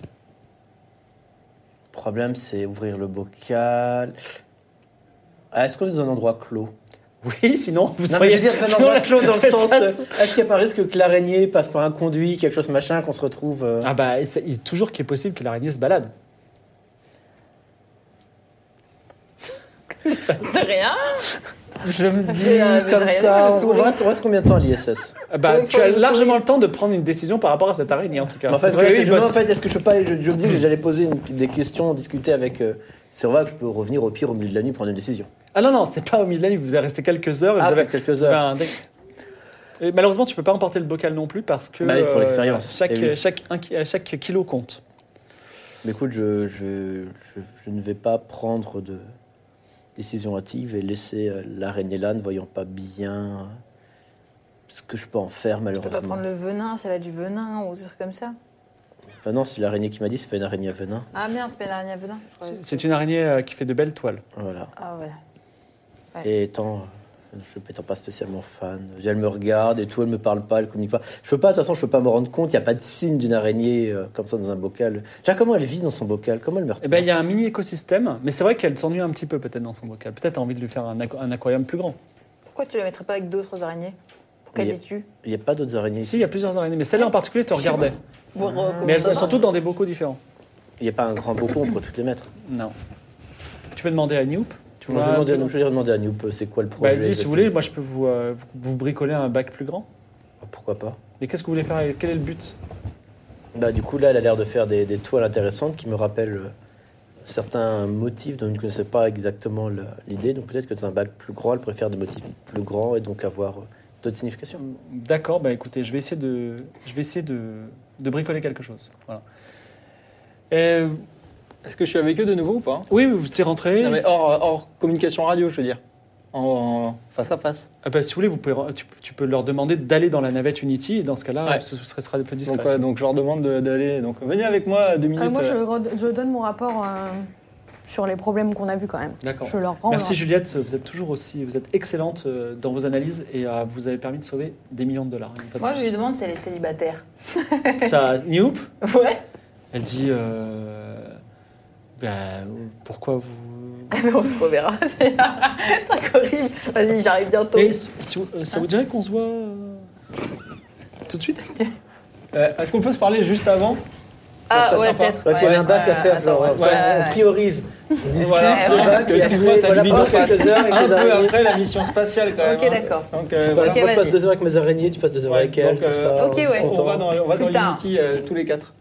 [SPEAKER 3] problème, c'est ouvrir le bocal. Ah, est-ce qu'on est dans un endroit clos
[SPEAKER 2] Oui, sinon, vous
[SPEAKER 3] Non, mais je
[SPEAKER 2] seriez
[SPEAKER 3] veux dire, c'est un
[SPEAKER 2] sinon,
[SPEAKER 3] endroit
[SPEAKER 2] la-
[SPEAKER 3] clos dans le sens.
[SPEAKER 2] l'espace-
[SPEAKER 3] euh, Est-ce qu'il n'y a pas un risque que l'araignée passe par un conduit, quelque chose machin, qu'on se retrouve. euh,
[SPEAKER 2] Ah bah, et c'est- il est toujours qu'il est possible que l'araignée se balade.
[SPEAKER 4] De rien.
[SPEAKER 3] Je me dis
[SPEAKER 4] J'ai, euh,
[SPEAKER 3] comme
[SPEAKER 4] j'ai
[SPEAKER 3] ça.
[SPEAKER 4] rien, je
[SPEAKER 3] On
[SPEAKER 4] souris.
[SPEAKER 3] reste, on reste combien de temps à l'ISS
[SPEAKER 2] Ah Bah,
[SPEAKER 4] Donc,
[SPEAKER 2] tu as
[SPEAKER 3] euh,
[SPEAKER 4] faut-
[SPEAKER 2] largement le temps de prendre une décision par rapport à cette araignée, en tout cas.
[SPEAKER 3] Mais En fait,
[SPEAKER 2] Parce que là,
[SPEAKER 3] oui,
[SPEAKER 2] c'est Hmm.
[SPEAKER 3] je-
[SPEAKER 2] le
[SPEAKER 3] non, en
[SPEAKER 2] boss.
[SPEAKER 3] fait, est-ce que je peux pas je, je me dis que j'allais poser une- des questions, discuter avec. euh, c'est vrai que je peux revenir au pire au milieu de la nuit prendre une décision.
[SPEAKER 2] Ah non, non, c'est pas au milieu de la nuit, vous avez resté quelques heures. et
[SPEAKER 3] Ah,
[SPEAKER 2] vous avez...
[SPEAKER 3] quelques
[SPEAKER 2] vous avez
[SPEAKER 3] heures.
[SPEAKER 2] un deck. Et malheureusement, tu peux pas emporter le bocal non plus parce que
[SPEAKER 3] Bah oui, pour
[SPEAKER 2] euh,
[SPEAKER 3] l'expérience.
[SPEAKER 2] chaque,
[SPEAKER 3] Eh oui.
[SPEAKER 2] chaque, un ki- chaque kilo compte.
[SPEAKER 3] Mais écoute, je, je, je, je ne vais pas prendre de décision hâtive et laisser euh, l'araignée là, ne voyant pas bien euh, ce que je peux en faire,
[SPEAKER 4] Tu peux pas
[SPEAKER 3] malheureusement.
[SPEAKER 4] prendre le venin si elle a du venin ou des trucs comme ça.
[SPEAKER 3] Enfin, non, c'est l'araignée qui m'a dit, c'est pas une araignée à venin.
[SPEAKER 4] Ah merde, c'est pas une araignée à venin. je croyais
[SPEAKER 2] C'est-
[SPEAKER 4] que-
[SPEAKER 2] C'est une araignée euh, qui fait de belles toiles.
[SPEAKER 3] Voilà.
[SPEAKER 4] Ah ouais.
[SPEAKER 3] Et étant, euh, je n'étant pas spécialement fan, elle me regarde et tout, elle me parle pas, elle communique pas. Je peux pas, de toute façon, je peux pas me rendre compte, il n'y a pas de signe d'une araignée euh, comme ça dans un bocal. Tiens, comment elle vit dans son bocal Comment elle meurt
[SPEAKER 2] Et ben, il y a un mini écosystème, mais c'est vrai qu'elle s'ennuie un petit peu peut-être dans son bocal. Peut-être t'as envie de lui faire un, aqu- un aquarium plus grand.
[SPEAKER 4] Pourquoi tu la mettrais pas avec d'autres araignées Pour qu'elle
[SPEAKER 3] Mais-
[SPEAKER 4] les tue
[SPEAKER 3] Il n'y a pas d'autres araignées
[SPEAKER 2] Ici,
[SPEAKER 3] ici
[SPEAKER 2] il y a plusieurs araignées, mais celle-là en particulier te regardait.
[SPEAKER 4] Vous recommandez
[SPEAKER 2] Mais elles
[SPEAKER 4] pas
[SPEAKER 2] elles sont toutes dans des bocaux différents.
[SPEAKER 3] Il n'y a pas un grand bocon, on pourrait toutes les mettre.
[SPEAKER 2] Non. Tu peux demander à Newp. Tu
[SPEAKER 3] Moi,
[SPEAKER 2] vois,
[SPEAKER 3] je vais demander à
[SPEAKER 2] tout-
[SPEAKER 3] Noob, je vais demander à Noob, euh, c'est quoi le
[SPEAKER 2] Bah,
[SPEAKER 3] projet
[SPEAKER 2] dis, si vous
[SPEAKER 3] exactement
[SPEAKER 2] voulez, moi je peux vous, euh, vous- vous bricoler un bac plus grand.
[SPEAKER 3] Pourquoi pas
[SPEAKER 2] Mais qu'est-ce que vous voulez faire avec Quel est le but
[SPEAKER 3] Bah, du coup, là, elle a l'air de faire des, des toiles intéressantes qui me rappellent euh, certains motifs dont je ne connaissais pas exactement le- l'idée. Donc, peut-être que dans un bac plus grand, elle préfère des motifs plus grands et donc avoir euh, d'autres significations.
[SPEAKER 2] D'accord, bah écoutez, je vais essayer de, je vais essayer de, de bricoler quelque chose. Voilà. Et-
[SPEAKER 5] Est-ce que je suis avec eux de nouveau ou pas hein?
[SPEAKER 2] oui, vous t'es rentré.
[SPEAKER 5] Non, mais hors, euh, hors communication radio, je veux dire. En, en face à face.
[SPEAKER 2] Ah bah, si vous voulez, vous pouvez, tu, tu peux leur demander d'aller dans la navette Unity et dans ce cas-là,
[SPEAKER 5] Ouais.
[SPEAKER 2] ce, ce sera un peu discret.
[SPEAKER 5] Donc, ouais, donc je leur demande de- d'aller. Donc venez avec moi deux minutes.
[SPEAKER 6] Euh, moi, je,
[SPEAKER 5] euh,
[SPEAKER 6] re- je donne mon rapport euh, sur les problèmes qu'on a vus quand même.
[SPEAKER 2] D'accord.
[SPEAKER 6] Je leur rends. euh,
[SPEAKER 2] Merci
[SPEAKER 6] leur-
[SPEAKER 2] Juliette, vous êtes toujours aussi, vous êtes excellente euh, dans vos analyses et euh, vous avez permis de sauver des millions de dollars. une fois de
[SPEAKER 4] Moi, je lui
[SPEAKER 2] plus.
[SPEAKER 4] demande si elle est célibataire.
[SPEAKER 2] Ça, Newp,
[SPEAKER 4] Ouais.
[SPEAKER 2] elle dit, euh, bah, pourquoi vous,
[SPEAKER 4] Ah on se reverra. C'est c'est horrible. Vas-y, j'arrive bientôt.
[SPEAKER 2] Et si- si vous- euh, ça vous dirait qu'on se voit euh, tout de suite
[SPEAKER 5] euh, Est-ce qu'on peut se parler juste avant ça
[SPEAKER 4] ah
[SPEAKER 5] serait
[SPEAKER 4] ouais,
[SPEAKER 5] sympa.
[SPEAKER 4] peut-être.
[SPEAKER 3] Ouais, puis il y a un bac à
[SPEAKER 4] ouais,
[SPEAKER 3] faire,
[SPEAKER 4] attends,
[SPEAKER 3] genre,
[SPEAKER 4] ouais,
[SPEAKER 3] tiens,
[SPEAKER 4] ouais,
[SPEAKER 3] on
[SPEAKER 4] ouais.
[SPEAKER 3] priorise. On discute,
[SPEAKER 5] Voilà,
[SPEAKER 4] ouais,
[SPEAKER 3] le bac,
[SPEAKER 5] parce que
[SPEAKER 3] et
[SPEAKER 5] excuse-moi,
[SPEAKER 3] après,
[SPEAKER 5] t'as
[SPEAKER 3] voilà,
[SPEAKER 5] mis dans
[SPEAKER 3] pendant
[SPEAKER 5] ta-
[SPEAKER 3] quelques heures,
[SPEAKER 5] un
[SPEAKER 3] avec les
[SPEAKER 5] peu
[SPEAKER 3] araignées.
[SPEAKER 5] après la mission spatiale quand même.
[SPEAKER 4] Ok,
[SPEAKER 5] hein.
[SPEAKER 4] d'accord.
[SPEAKER 5] Donc euh,
[SPEAKER 3] Voilà,
[SPEAKER 5] voilà.
[SPEAKER 4] Ok,
[SPEAKER 3] moi, je passe
[SPEAKER 4] vas-y.
[SPEAKER 3] deux heures avec mes araignées, tu passes deux heures
[SPEAKER 5] Ouais,
[SPEAKER 3] avec elle, tout
[SPEAKER 5] donc, euh,
[SPEAKER 3] ça.
[SPEAKER 4] ok,
[SPEAKER 3] on se
[SPEAKER 4] ouais.
[SPEAKER 3] contente.
[SPEAKER 5] On va dans, on va
[SPEAKER 4] Plus
[SPEAKER 5] dans
[SPEAKER 4] tard.
[SPEAKER 5] Unity euh, tous les quatre.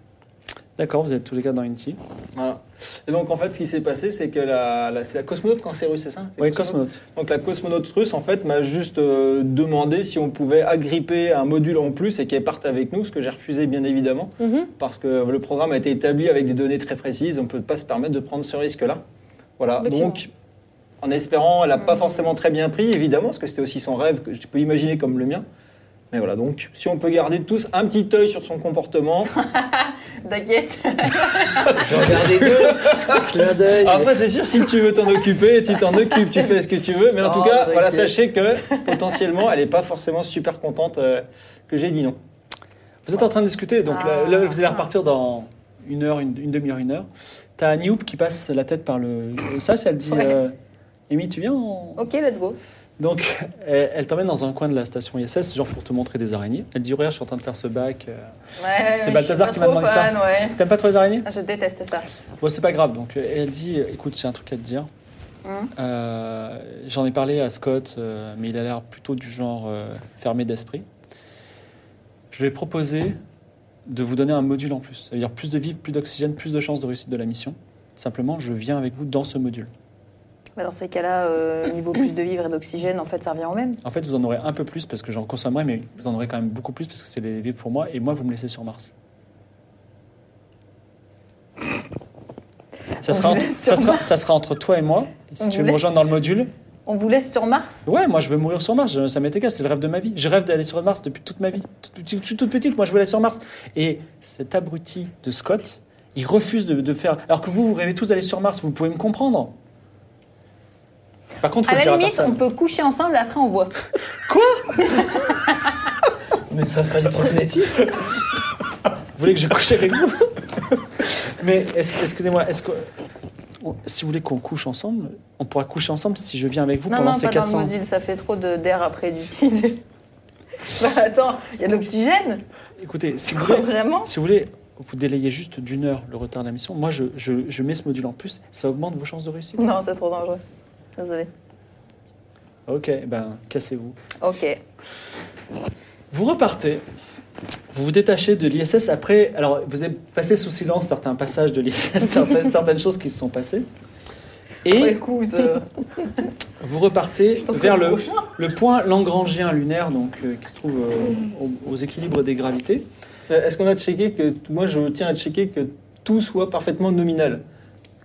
[SPEAKER 2] D'accord, vous êtes tous les quatre dans Unity.
[SPEAKER 5] Voilà. Et donc en fait, ce qui s'est passé, c'est que la, la- c'est la cosmonaute quand c'est russe, c'est ça C'est
[SPEAKER 2] Oui, cosmonaute.
[SPEAKER 5] Donc la cosmonaute russe, en fait, m'a juste euh, demandé si on pouvait agripper un module en plus et qu'elle parte avec nous, ce que j'ai refusé bien évidemment,
[SPEAKER 6] Mhm.
[SPEAKER 5] parce que le programme a été établi avec des données très précises, on ne peut pas se permettre de prendre ce risque-là. Voilà,
[SPEAKER 6] Effectivement.
[SPEAKER 5] donc en espérant, elle n'a pas forcément très bien pris, évidemment, parce que c'était aussi son rêve que je peux imaginer comme le mien. Mais voilà, donc si on peut garder tous un petit œil sur son comportement.
[SPEAKER 4] T'inquiète.
[SPEAKER 3] Je regarde les deux, clin d'œil.
[SPEAKER 5] Après, c'est sûr, si tu veux t'en occuper, tu t'en occupes, tu fais ce que tu veux. Mais en
[SPEAKER 4] Oh,
[SPEAKER 5] tout cas,
[SPEAKER 4] t'inquiète.
[SPEAKER 5] voilà, sachez que potentiellement, elle n'est pas forcément super contente euh, que j'ai dit non.
[SPEAKER 2] Vous êtes en train de discuter, donc là-
[SPEAKER 4] Ah.
[SPEAKER 2] là, vous allez repartir dans une heure, une, une demi-heure, une heure. T'as Newp qui passe la tête par le. Ça, c'est elle dit.
[SPEAKER 4] Ouais.
[SPEAKER 2] euh, Amy, tu viens on-
[SPEAKER 4] Ok, let's go.
[SPEAKER 2] Donc, elle, elle t'emmène dans un coin de la station ISS, genre pour te montrer des araignées. Elle dit Regarde, je suis en train de faire ce bac. euh.
[SPEAKER 4] Ouais,
[SPEAKER 2] C'est
[SPEAKER 4] mais
[SPEAKER 2] Balthazar
[SPEAKER 4] je
[SPEAKER 2] qui
[SPEAKER 4] suis
[SPEAKER 2] m'a
[SPEAKER 4] pas trop
[SPEAKER 2] demandé ça.
[SPEAKER 4] fan, Ouais.
[SPEAKER 2] T'aimes pas trop les araignées
[SPEAKER 4] Ah, Je déteste ça.
[SPEAKER 2] Bon, c'est pas grave. Donc, euh, elle dit Écoute, j'ai un truc à te dire.
[SPEAKER 4] Mhm.
[SPEAKER 2] Euh, J'en ai parlé à Scott, euh, mais il a l'air plutôt du genre euh, fermé d'esprit. je vais proposer de vous donner un module en plus. Ça veut dire plus de vivre, plus d'oxygène, plus de chances de réussite de la mission. Simplement, je viens avec vous dans ce module.
[SPEAKER 4] Bah, dans ces cas-là, euh, niveau plus de vivres et d'oxygène, en fait, ça revient au même.
[SPEAKER 2] En fait, vous en aurez un peu plus parce que j'en consommerai, mais vous en aurez quand même beaucoup plus parce que c'est les vivres pour moi. Et moi, vous me laissez sur Mars. Ça
[SPEAKER 4] On
[SPEAKER 2] sera,
[SPEAKER 4] vous
[SPEAKER 2] entre,
[SPEAKER 4] laisse
[SPEAKER 2] ça,
[SPEAKER 4] sur
[SPEAKER 2] sera, ça sera entre toi et moi. Et si
[SPEAKER 4] On
[SPEAKER 2] tu
[SPEAKER 4] vous
[SPEAKER 2] veux me
[SPEAKER 4] laisse
[SPEAKER 2] rejoindre dans le
[SPEAKER 4] sur-
[SPEAKER 2] module,
[SPEAKER 4] On vous laisse sur Mars
[SPEAKER 2] ouais, moi je veux mourir sur Mars. je- Ça m'est égal, c'est le rêve de ma vie. Je rêve d'aller sur Mars depuis toute ma vie. Toute petite- Je suis toute petite, moi je voulais aller sur Mars. Et cet abruti de Scott, il refuse de, de faire. Alors que vous, vous rêvez tous d'aller sur Mars, vous pouvez me comprendre. Par contre, faut
[SPEAKER 4] À
[SPEAKER 2] le dire
[SPEAKER 4] la
[SPEAKER 2] à
[SPEAKER 4] limite, on
[SPEAKER 2] personne.
[SPEAKER 4] peut coucher ensemble, après on voit.
[SPEAKER 3] Mais ça serait du proxénétisme.
[SPEAKER 2] Vous voulez que je couche avec vous Mais est-ce que- excusez-moi, est-ce que si vous voulez qu'on couche ensemble, on pourra coucher ensemble si je viens avec vous
[SPEAKER 4] non,
[SPEAKER 2] pendant
[SPEAKER 4] non,
[SPEAKER 2] ces
[SPEAKER 4] pas dans
[SPEAKER 2] 400.
[SPEAKER 4] le module, ça fait trop de- d'air après d'utiliser. bah attends, il y a de l'oxygène
[SPEAKER 2] Écoutez, si vous voulez,
[SPEAKER 4] Vraiment
[SPEAKER 2] si vous voulez, vous délayez juste d'une heure le retard de la mission. Moi, je, je- je mets ce module en plus, ça augmente vos chances de réussite.
[SPEAKER 4] Non, c'est trop dangereux. Désolée.
[SPEAKER 2] Ok, ben cassez-vous.
[SPEAKER 4] Ok.
[SPEAKER 2] Vous repartez. Vous vous détachez de l'ISS après. Alors, vous avez passé sous silence certains passages de l'ISS, certaines, certaines choses qui se sont passées. Et
[SPEAKER 4] Bah, écoute, euh,
[SPEAKER 2] vous repartez
[SPEAKER 4] t'en
[SPEAKER 2] vers
[SPEAKER 4] prie,
[SPEAKER 2] le,
[SPEAKER 4] prochain.
[SPEAKER 2] le point Lagrangeien lunaire, donc, euh, qui se trouve euh, aux, aux équilibres des gravités.
[SPEAKER 5] Euh, Est-ce qu'on a checké que. Moi, je tiens à checker que tout soit parfaitement nominal.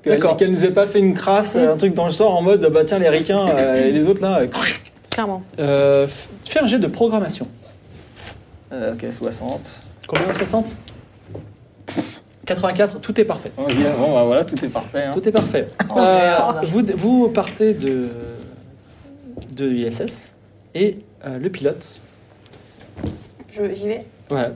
[SPEAKER 5] Que-
[SPEAKER 2] D'accord.
[SPEAKER 5] Qu'elle nous ait pas fait une crasse, un truc dans le sort en mode bah tiens, les ricains euh, et les autres là. euh,
[SPEAKER 6] Clairement.
[SPEAKER 2] Euh, f- fais un jet de programmation.
[SPEAKER 5] Euh, ok, 60.
[SPEAKER 2] Combien 60 84, tout est parfait.
[SPEAKER 5] Oh, bien, bon, bah, voilà, tout est parfait. hein.
[SPEAKER 2] Tout est parfait.
[SPEAKER 4] Oh,
[SPEAKER 2] Euh,
[SPEAKER 4] merde.
[SPEAKER 2] vous, vous partez de, de l'ISS et euh, le pilote.
[SPEAKER 4] je- j'y vais.
[SPEAKER 2] Voilà.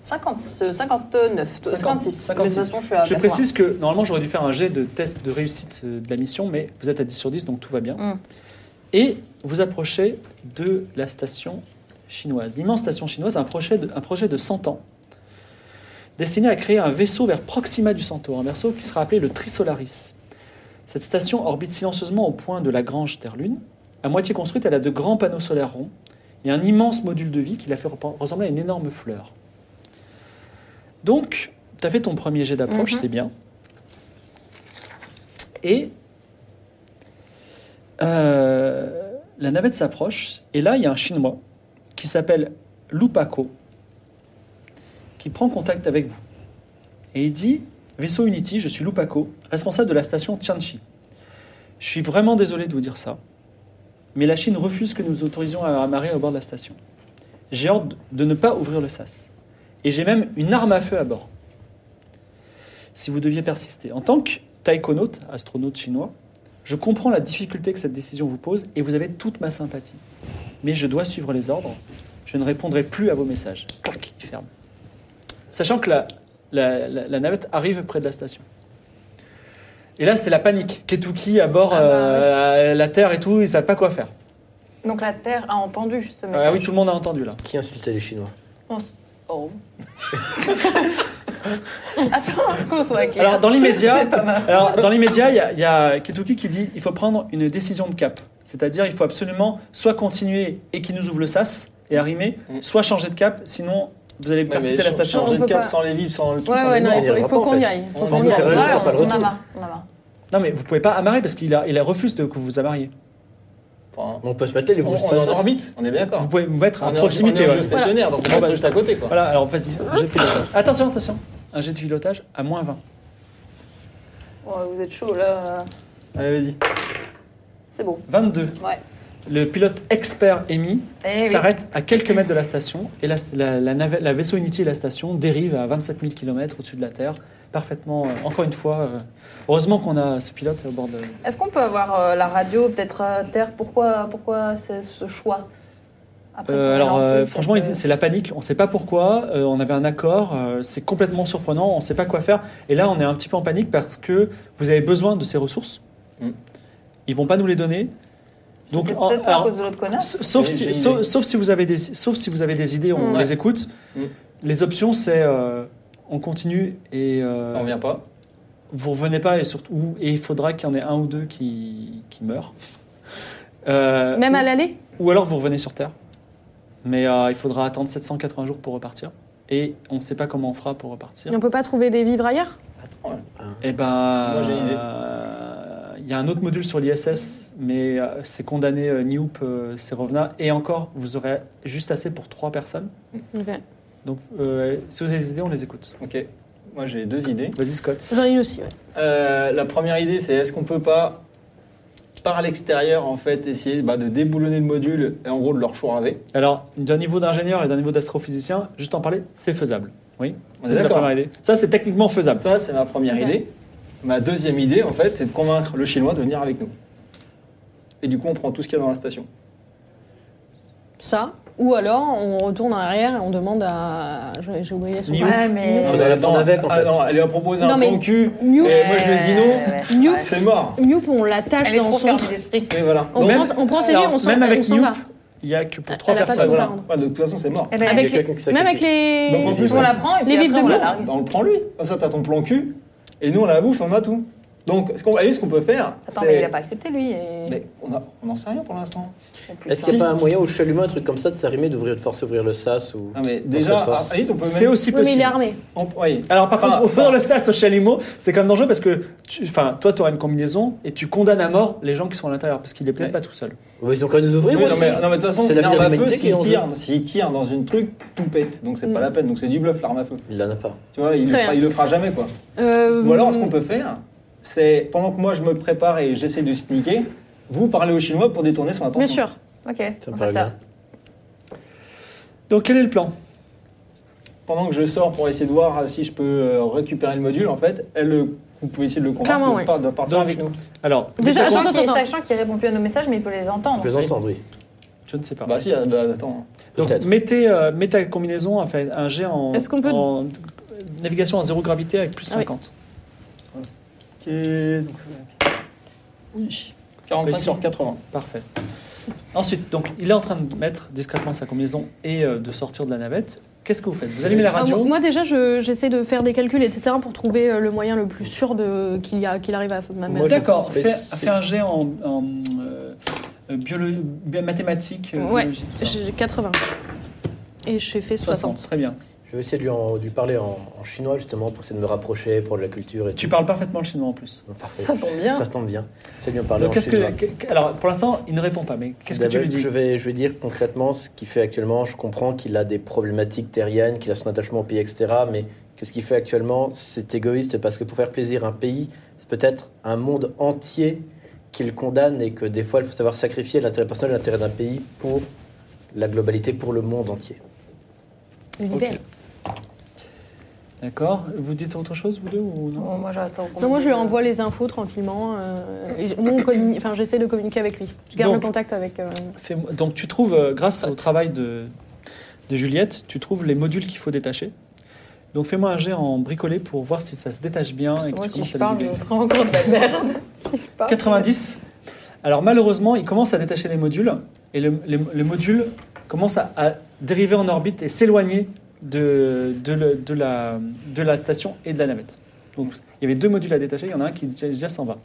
[SPEAKER 4] 50, euh, 59, euh, 56.
[SPEAKER 2] 56.
[SPEAKER 4] De toute façon, je suis à
[SPEAKER 2] Je
[SPEAKER 4] 80.
[SPEAKER 2] précise que normalement j'aurais dû faire un jet de test de réussite euh, de la mission, mais vous êtes à 10 sur 10, donc tout va bien.
[SPEAKER 4] Mm.
[SPEAKER 2] Et vous approchez de la station chinoise. L'immense station chinoise, un projet, de, un projet de 100 ans, destiné à créer un vaisseau vers Proxima du Centaure, un vaisseau qui sera appelé le Trisolaris. Cette station orbite silencieusement au point de Lagrange Terre-Lune. À moitié construite, elle a de grands panneaux solaires ronds et un immense module de vie qui la fait repen- ressembler à une énorme fleur. Donc, tu as fait ton premier jet d'approche,
[SPEAKER 4] Mhm.
[SPEAKER 2] c'est bien. Et euh, la navette s'approche, et là, il y a un Chinois qui s'appelle Lupako qui prend contact avec vous. Et il dit Vaisseau Unity, je suis Lupako, responsable de la station Tianchi. Je suis vraiment désolé de vous dire ça, mais la Chine refuse que nous autorisions à amarrer au bord de la station. J'ai ordre de ne pas ouvrir le sas. Et j'ai même une arme à feu à bord. Si vous deviez persister. En tant que taïkonaute, astronaute chinois, je comprends la difficulté que cette décision vous pose et vous avez toute ma sympathie. Mais je dois suivre les ordres. Je ne répondrai plus à vos messages. Clac, il ferme. Sachant que la, la- la- la navette arrive près de la station. Et là, c'est la panique. Ketuki à bord,
[SPEAKER 4] Ah bah
[SPEAKER 2] euh, la Terre et tout, ils ne savent pas quoi faire.
[SPEAKER 4] Donc la Terre a entendu ce message.
[SPEAKER 2] Ah oui, tout le monde a entendu là.
[SPEAKER 3] Qui insultait les Chinois
[SPEAKER 4] On s- Oh. Attends, qu'on soit clair.
[SPEAKER 2] Alors dans l'immédiat,
[SPEAKER 4] C'est pas mal.
[SPEAKER 2] alors dans l'immédiat, il y a- il y, a Ketuki qui dit il faut prendre une décision de cap, c'est-à-dire il faut absolument soit continuer et qui nous ouvre le sas et arrimer,
[SPEAKER 5] Mm.
[SPEAKER 2] soit changer de cap, sinon vous allez
[SPEAKER 5] Ouais, mais
[SPEAKER 2] percuter la
[SPEAKER 5] ch-
[SPEAKER 2] station.
[SPEAKER 5] Changer
[SPEAKER 6] On
[SPEAKER 5] de
[SPEAKER 6] peut
[SPEAKER 5] cap
[SPEAKER 6] pas.
[SPEAKER 5] sans les villes, sans le truc.
[SPEAKER 6] Ouais,
[SPEAKER 5] on
[SPEAKER 6] ouais,
[SPEAKER 5] est
[SPEAKER 6] non,
[SPEAKER 5] mort.
[SPEAKER 6] il faut, il faut qu'on y aille.
[SPEAKER 5] On
[SPEAKER 6] Faut
[SPEAKER 5] va
[SPEAKER 6] qu'on
[SPEAKER 5] nous
[SPEAKER 6] y
[SPEAKER 5] faire
[SPEAKER 2] Ah,
[SPEAKER 6] aille.
[SPEAKER 5] une
[SPEAKER 4] Ouais,
[SPEAKER 3] passe à le
[SPEAKER 4] on, en a
[SPEAKER 3] retour.
[SPEAKER 4] marre, on en a marre.
[SPEAKER 2] Non mais vous pouvez pas amarrer parce qu'il a, il a refuse de que vous amarriez.
[SPEAKER 5] Enfin,
[SPEAKER 3] On peut se battre les
[SPEAKER 5] on,
[SPEAKER 3] vous
[SPEAKER 5] on est en orbite, on est bien
[SPEAKER 2] Vous
[SPEAKER 5] d'accord.
[SPEAKER 2] pouvez vous mettre
[SPEAKER 5] On
[SPEAKER 2] à
[SPEAKER 5] est en-
[SPEAKER 2] proximité.
[SPEAKER 5] Ah, On est en
[SPEAKER 2] ouais.
[SPEAKER 5] jeu stationnaire, donc
[SPEAKER 2] Ah
[SPEAKER 5] on
[SPEAKER 2] bah-
[SPEAKER 5] va juste à côté quoi.
[SPEAKER 2] Voilà, alors vas-y, un jet de pilotage. Attention, attention, un jet de pilotage à moins 20.
[SPEAKER 4] Ouais, vous êtes chaud là. euh,
[SPEAKER 5] Allez, vas-y.
[SPEAKER 4] C'est bon.
[SPEAKER 2] 22.
[SPEAKER 4] Ouais. Eh
[SPEAKER 2] Le pilote expert émis
[SPEAKER 4] Et
[SPEAKER 2] s'arrête à quelques mètres de la station et la, la- la nave- la vaisseau Unity et la station dérivent à 27 000 km au-dessus de la Terre, parfaitement, euh, encore une fois, euh, heureusement qu'on a ce pilote au bord de...
[SPEAKER 4] Est-ce qu'on peut avoir euh, la radio, peut-être euh, Terre Pourquoi, pourquoi ce, ce choix Après qu'on
[SPEAKER 2] Euh,
[SPEAKER 4] a
[SPEAKER 2] alors
[SPEAKER 4] lancé
[SPEAKER 2] euh,
[SPEAKER 4] Ah, cette,
[SPEAKER 2] franchement, il dit-
[SPEAKER 4] euh,
[SPEAKER 2] c'est la panique, on ne sait pas pourquoi, euh, on avait un accord, euh, c'est complètement surprenant, on ne sait pas quoi faire, et là on est un petit peu en panique parce que vous avez besoin de ces ressources,
[SPEAKER 5] Mm.
[SPEAKER 2] ils vont pas nous les donner, donc
[SPEAKER 4] c'était
[SPEAKER 2] en-
[SPEAKER 4] peut-être
[SPEAKER 2] alors,
[SPEAKER 4] à cause de l'autre connasse.
[SPEAKER 2] Sauf
[SPEAKER 5] Oui, j'ai
[SPEAKER 2] si,
[SPEAKER 5] une
[SPEAKER 2] sauf,
[SPEAKER 5] idée.
[SPEAKER 2] sauf si vous avez des, sauf si vous avez des idées, on
[SPEAKER 4] Mm.
[SPEAKER 2] les écoute.
[SPEAKER 5] Mm.
[SPEAKER 2] Les options, c'est euh, on continue et euh,
[SPEAKER 5] On vient pas.
[SPEAKER 2] vous revenez pas et surtout ou- et il faudra qu'il y en ait un ou deux qui, qui meurent. Euh,
[SPEAKER 6] Même
[SPEAKER 2] ou,
[SPEAKER 6] à l'aller
[SPEAKER 2] ou alors vous revenez sur Terre. mais euh, il faudra attendre 780 jours pour repartir. Et on ne sait pas comment on fera pour repartir.
[SPEAKER 6] Et on peut pas trouver des vivres ailleurs
[SPEAKER 2] Et ben,
[SPEAKER 5] Moi, j'ai une idée.
[SPEAKER 2] euh, il y a un autre module sur l'ISS, mais euh, c'est condamné euh, Nioup, euh, c'est Rovna, et encore, vous aurez juste assez pour trois personnes.
[SPEAKER 6] Ok.
[SPEAKER 2] Donc, euh, si vous avez des idées, on les écoute.
[SPEAKER 5] Ok. Moi, j'ai deux idées.
[SPEAKER 2] Vas-y, Scott.
[SPEAKER 6] J'en ai une aussi, ouais.
[SPEAKER 5] Euh, la première idée, c'est est-ce qu'on peut pas, par l'extérieur, en fait, essayer bah, de déboulonner le module et en gros de leur chouraver
[SPEAKER 2] Alors, d'un niveau d'ingénieur et d'un niveau d'astrophysicien, juste en parler, c'est faisable. Oui,
[SPEAKER 5] On est
[SPEAKER 2] Ça, c'est la
[SPEAKER 5] d'accord.
[SPEAKER 2] première idée. Ça, c'est techniquement faisable.
[SPEAKER 5] Ça, c'est ma première
[SPEAKER 6] Ouais.
[SPEAKER 5] idée. Ma deuxième idée, en fait, c'est de convaincre le Chinois de venir avec nous. Et du coup, on prend tout ce qu'il y a dans la station.
[SPEAKER 6] Ça. Ou alors, on retourne en arrière et on demande à. J'ai j'ai oublié son
[SPEAKER 2] New.
[SPEAKER 6] nom.
[SPEAKER 4] Ouais, mais.
[SPEAKER 3] Faudrait la prendre
[SPEAKER 5] Non,
[SPEAKER 3] avec, en
[SPEAKER 5] ah
[SPEAKER 3] fait.
[SPEAKER 5] non, elle lui a proposé
[SPEAKER 6] Non,
[SPEAKER 5] un
[SPEAKER 6] mais-
[SPEAKER 5] plan cul.
[SPEAKER 6] New.
[SPEAKER 5] Et moi, je lui ai dit non.
[SPEAKER 6] New.
[SPEAKER 5] C'est mort.
[SPEAKER 6] Youp, on l'attache
[SPEAKER 4] Elle est
[SPEAKER 6] dans
[SPEAKER 4] trop
[SPEAKER 6] son.
[SPEAKER 4] fermée d'esprit.
[SPEAKER 5] Oui, voilà.
[SPEAKER 6] On
[SPEAKER 5] Donc,
[SPEAKER 6] prend, on prend ses
[SPEAKER 2] Alors,
[SPEAKER 6] livres, on s'en
[SPEAKER 2] même
[SPEAKER 6] on
[SPEAKER 2] avec
[SPEAKER 6] s'en
[SPEAKER 2] Newp,
[SPEAKER 6] va.
[SPEAKER 2] il n'y a que pour
[SPEAKER 6] Elle
[SPEAKER 2] trois
[SPEAKER 6] a pas de
[SPEAKER 5] ouais,
[SPEAKER 2] personnes.
[SPEAKER 5] voilà.
[SPEAKER 6] pardon.
[SPEAKER 5] Ouais, de toute façon, c'est mort.
[SPEAKER 3] Ah,
[SPEAKER 4] Elle est-
[SPEAKER 6] Avec
[SPEAKER 4] on
[SPEAKER 6] les-
[SPEAKER 3] quelqu'un qui
[SPEAKER 6] Même
[SPEAKER 3] sacrifie.
[SPEAKER 6] avec les.
[SPEAKER 5] Donc, en plus, on
[SPEAKER 4] la prend et puis
[SPEAKER 6] Les
[SPEAKER 4] après,
[SPEAKER 6] vivres de
[SPEAKER 4] on la
[SPEAKER 6] bois.
[SPEAKER 4] largue.
[SPEAKER 5] Bah, on le prend lui. Comme ça, t'as ton plan cul. Et nous, on a la bouffe, on a tout. Donc, ce qu'on, allez, ce qu'on peut faire,
[SPEAKER 4] Attends,
[SPEAKER 5] c'est-
[SPEAKER 4] mais il a pas accepté lui. Et...
[SPEAKER 5] Mais on a- on n'en sait rien pour l'instant.
[SPEAKER 4] Oh, putain.
[SPEAKER 5] Si.
[SPEAKER 3] Est-ce qu'il n'y a pas un moyen où je suis allumé un truc comme ça de s'arrimer, d'ouvrir de force, ouvrir le sas ou.
[SPEAKER 5] Non, mais
[SPEAKER 3] Contre
[SPEAKER 5] déjà,
[SPEAKER 3] la
[SPEAKER 5] à,
[SPEAKER 3] force. Ah,
[SPEAKER 5] à la limite, on peut
[SPEAKER 2] C'est
[SPEAKER 5] même.
[SPEAKER 2] aussi
[SPEAKER 6] Oui, mais il est
[SPEAKER 2] possible.
[SPEAKER 6] armé.
[SPEAKER 5] on- oui.
[SPEAKER 2] Alors par
[SPEAKER 5] Enfin,
[SPEAKER 2] contre, ouvrir
[SPEAKER 5] enfin.
[SPEAKER 2] le sas au chalumeau, c'est quand même dangereux parce que, tu- enfin, toi, tu auras une combinaison et tu condamnes à mort les gens qui sont à l'intérieur parce qu'il est peut-être
[SPEAKER 5] Ouais.
[SPEAKER 2] pas tout seul.
[SPEAKER 3] Oh, bah, ils ont quand même nous ouvrir
[SPEAKER 5] Oui, non,
[SPEAKER 3] aussi.
[SPEAKER 5] mais, non, mais de toute façon,
[SPEAKER 3] C'est l'avenir
[SPEAKER 5] l'arme
[SPEAKER 3] de
[SPEAKER 5] à feu,
[SPEAKER 3] l'humanité qui
[SPEAKER 5] s'il
[SPEAKER 3] est en
[SPEAKER 5] tire, s'il tire dans une truc, tout pète. Donc c'est pas la peine. Donc c'est du bluff, l'arme à feu.
[SPEAKER 3] Il en a pas.
[SPEAKER 5] Tu vois, il le,
[SPEAKER 6] Très
[SPEAKER 5] fera,
[SPEAKER 6] bien.
[SPEAKER 5] il le fera jamais, quoi.
[SPEAKER 6] Euh,
[SPEAKER 5] Ou alors, ce qu'on peut faire, c'est pendant que moi je me prépare et j'essaie de sneaker, vous parlez au chinois pour détourner son attention.
[SPEAKER 6] Bien sûr.
[SPEAKER 4] Ok, on
[SPEAKER 3] Ça me
[SPEAKER 4] fait
[SPEAKER 3] paraît
[SPEAKER 4] ça.
[SPEAKER 3] bien.
[SPEAKER 2] Donc quel est le plan
[SPEAKER 5] Pendant que je sors pour essayer de voir si je peux euh, récupérer le module, en fait, elle, euh, vous pouvez essayer de le convaincre
[SPEAKER 6] Clairement,
[SPEAKER 5] de,
[SPEAKER 6] ouais.
[SPEAKER 5] par- de partir
[SPEAKER 2] Donc,
[SPEAKER 5] avec nous.
[SPEAKER 2] Alors,
[SPEAKER 6] Déjà,
[SPEAKER 4] sachant
[SPEAKER 6] attends,
[SPEAKER 4] qu'il-
[SPEAKER 6] attends, attends.
[SPEAKER 4] sachant qu'il répond plus à nos messages, mais il peut les entendre.
[SPEAKER 3] Je peux entendre, oui.
[SPEAKER 2] je ne sais pas.
[SPEAKER 5] Bah si, ah, bah, attends.
[SPEAKER 2] Donc
[SPEAKER 3] Peut-être.
[SPEAKER 2] mettez, euh, mets ta combinaison, enfin, un jet en,
[SPEAKER 6] Est-ce qu'on peut-
[SPEAKER 2] en navigation à zéro gravité avec plus
[SPEAKER 6] Ah oui.
[SPEAKER 2] 50.
[SPEAKER 5] Ok, donc ça va. Oui. 45
[SPEAKER 2] Réussi.
[SPEAKER 5] sur 80.
[SPEAKER 2] Parfait. Ensuite, donc il est en train de mettre discrètement sa combinaison et euh, de sortir de la navette. Qu'est-ce que vous faites Vous allumez la
[SPEAKER 6] Ah,
[SPEAKER 2] radio
[SPEAKER 6] moi- moi déjà, je- j'essaie de faire des calculs, etc. pour trouver euh, le moyen le plus sûr de qu'il y a- qu'il arrive à ma
[SPEAKER 3] Moi, je-
[SPEAKER 2] D'accord,
[SPEAKER 3] mais
[SPEAKER 2] fais,
[SPEAKER 3] c'est-
[SPEAKER 2] fais un jet en, en, euh, euh, biolo- bi- mathématiques, euh,
[SPEAKER 6] Ouais,
[SPEAKER 2] biologie, tout ça.
[SPEAKER 6] J'ai 80. Et j'ai fait 60.
[SPEAKER 2] 60, très bien.
[SPEAKER 3] Je vais essayer de lui, en- de lui parler en, en chinois justement pour essayer de me rapprocher, pour de la culture et
[SPEAKER 2] Tu
[SPEAKER 3] tout.
[SPEAKER 2] parles parfaitement le chinois en plus.
[SPEAKER 3] Parfait.
[SPEAKER 4] Ça tombe bien.
[SPEAKER 3] Ça tombe bien. C'est bien parler
[SPEAKER 2] Donc,
[SPEAKER 3] en
[SPEAKER 2] qu'est-ce
[SPEAKER 3] chinois.
[SPEAKER 2] que, que- alors, pour l'instant, il ne répond pas, mais qu'est-ce que tu lui
[SPEAKER 3] D'abord,
[SPEAKER 2] dis
[SPEAKER 3] je vais, je vais dire concrètement ce qu'il fait actuellement. Je comprends qu'il a des problématiques terriennes, qu'il a son attachement au pays, etc. Mais que ce qu'il fait actuellement, c'est égoïste parce que pour faire plaisir à un pays, c'est peut-être un monde entier qu'il condamne et que des fois, il faut savoir sacrifier l'intérêt personnel, l'intérêt d'un pays pour la globalité, pour le monde entier.
[SPEAKER 6] L'univers.
[SPEAKER 2] Ok. D'accord. Vous dites autre chose, vous deux ou non
[SPEAKER 4] Bon, moi j'attends. qu'on
[SPEAKER 6] Non,
[SPEAKER 4] me
[SPEAKER 6] moi je lui
[SPEAKER 4] dise, euh,
[SPEAKER 6] envoie les infos tranquillement. euh, et j- nous, on communi- enfin, j'essaie de communiquer avec lui. Je garde
[SPEAKER 2] Donc.
[SPEAKER 6] le contact avec. euh,
[SPEAKER 2] Fais-moi- Donc, tu trouves, euh, grâce au travail de, de Juliette, tu trouves les modules qu'il faut détacher. Donc, fais-moi un jet en bricolé pour voir si ça se détache bien. Et que
[SPEAKER 4] Moi,
[SPEAKER 2] tu
[SPEAKER 4] si
[SPEAKER 2] commences
[SPEAKER 4] je
[SPEAKER 2] à
[SPEAKER 4] parle,
[SPEAKER 2] les
[SPEAKER 4] je
[SPEAKER 2] aider.
[SPEAKER 4] ferai encore de la merde. si je parle.
[SPEAKER 2] 90. Alors malheureusement, il commence à détacher les modules et le, les- le module commence à, à dériver en orbite et s'éloigner de, de, le- de la, de la station et de la navette. Donc il y avait deux modules à détacher, il y en a un qui déjà, déjà s'en va.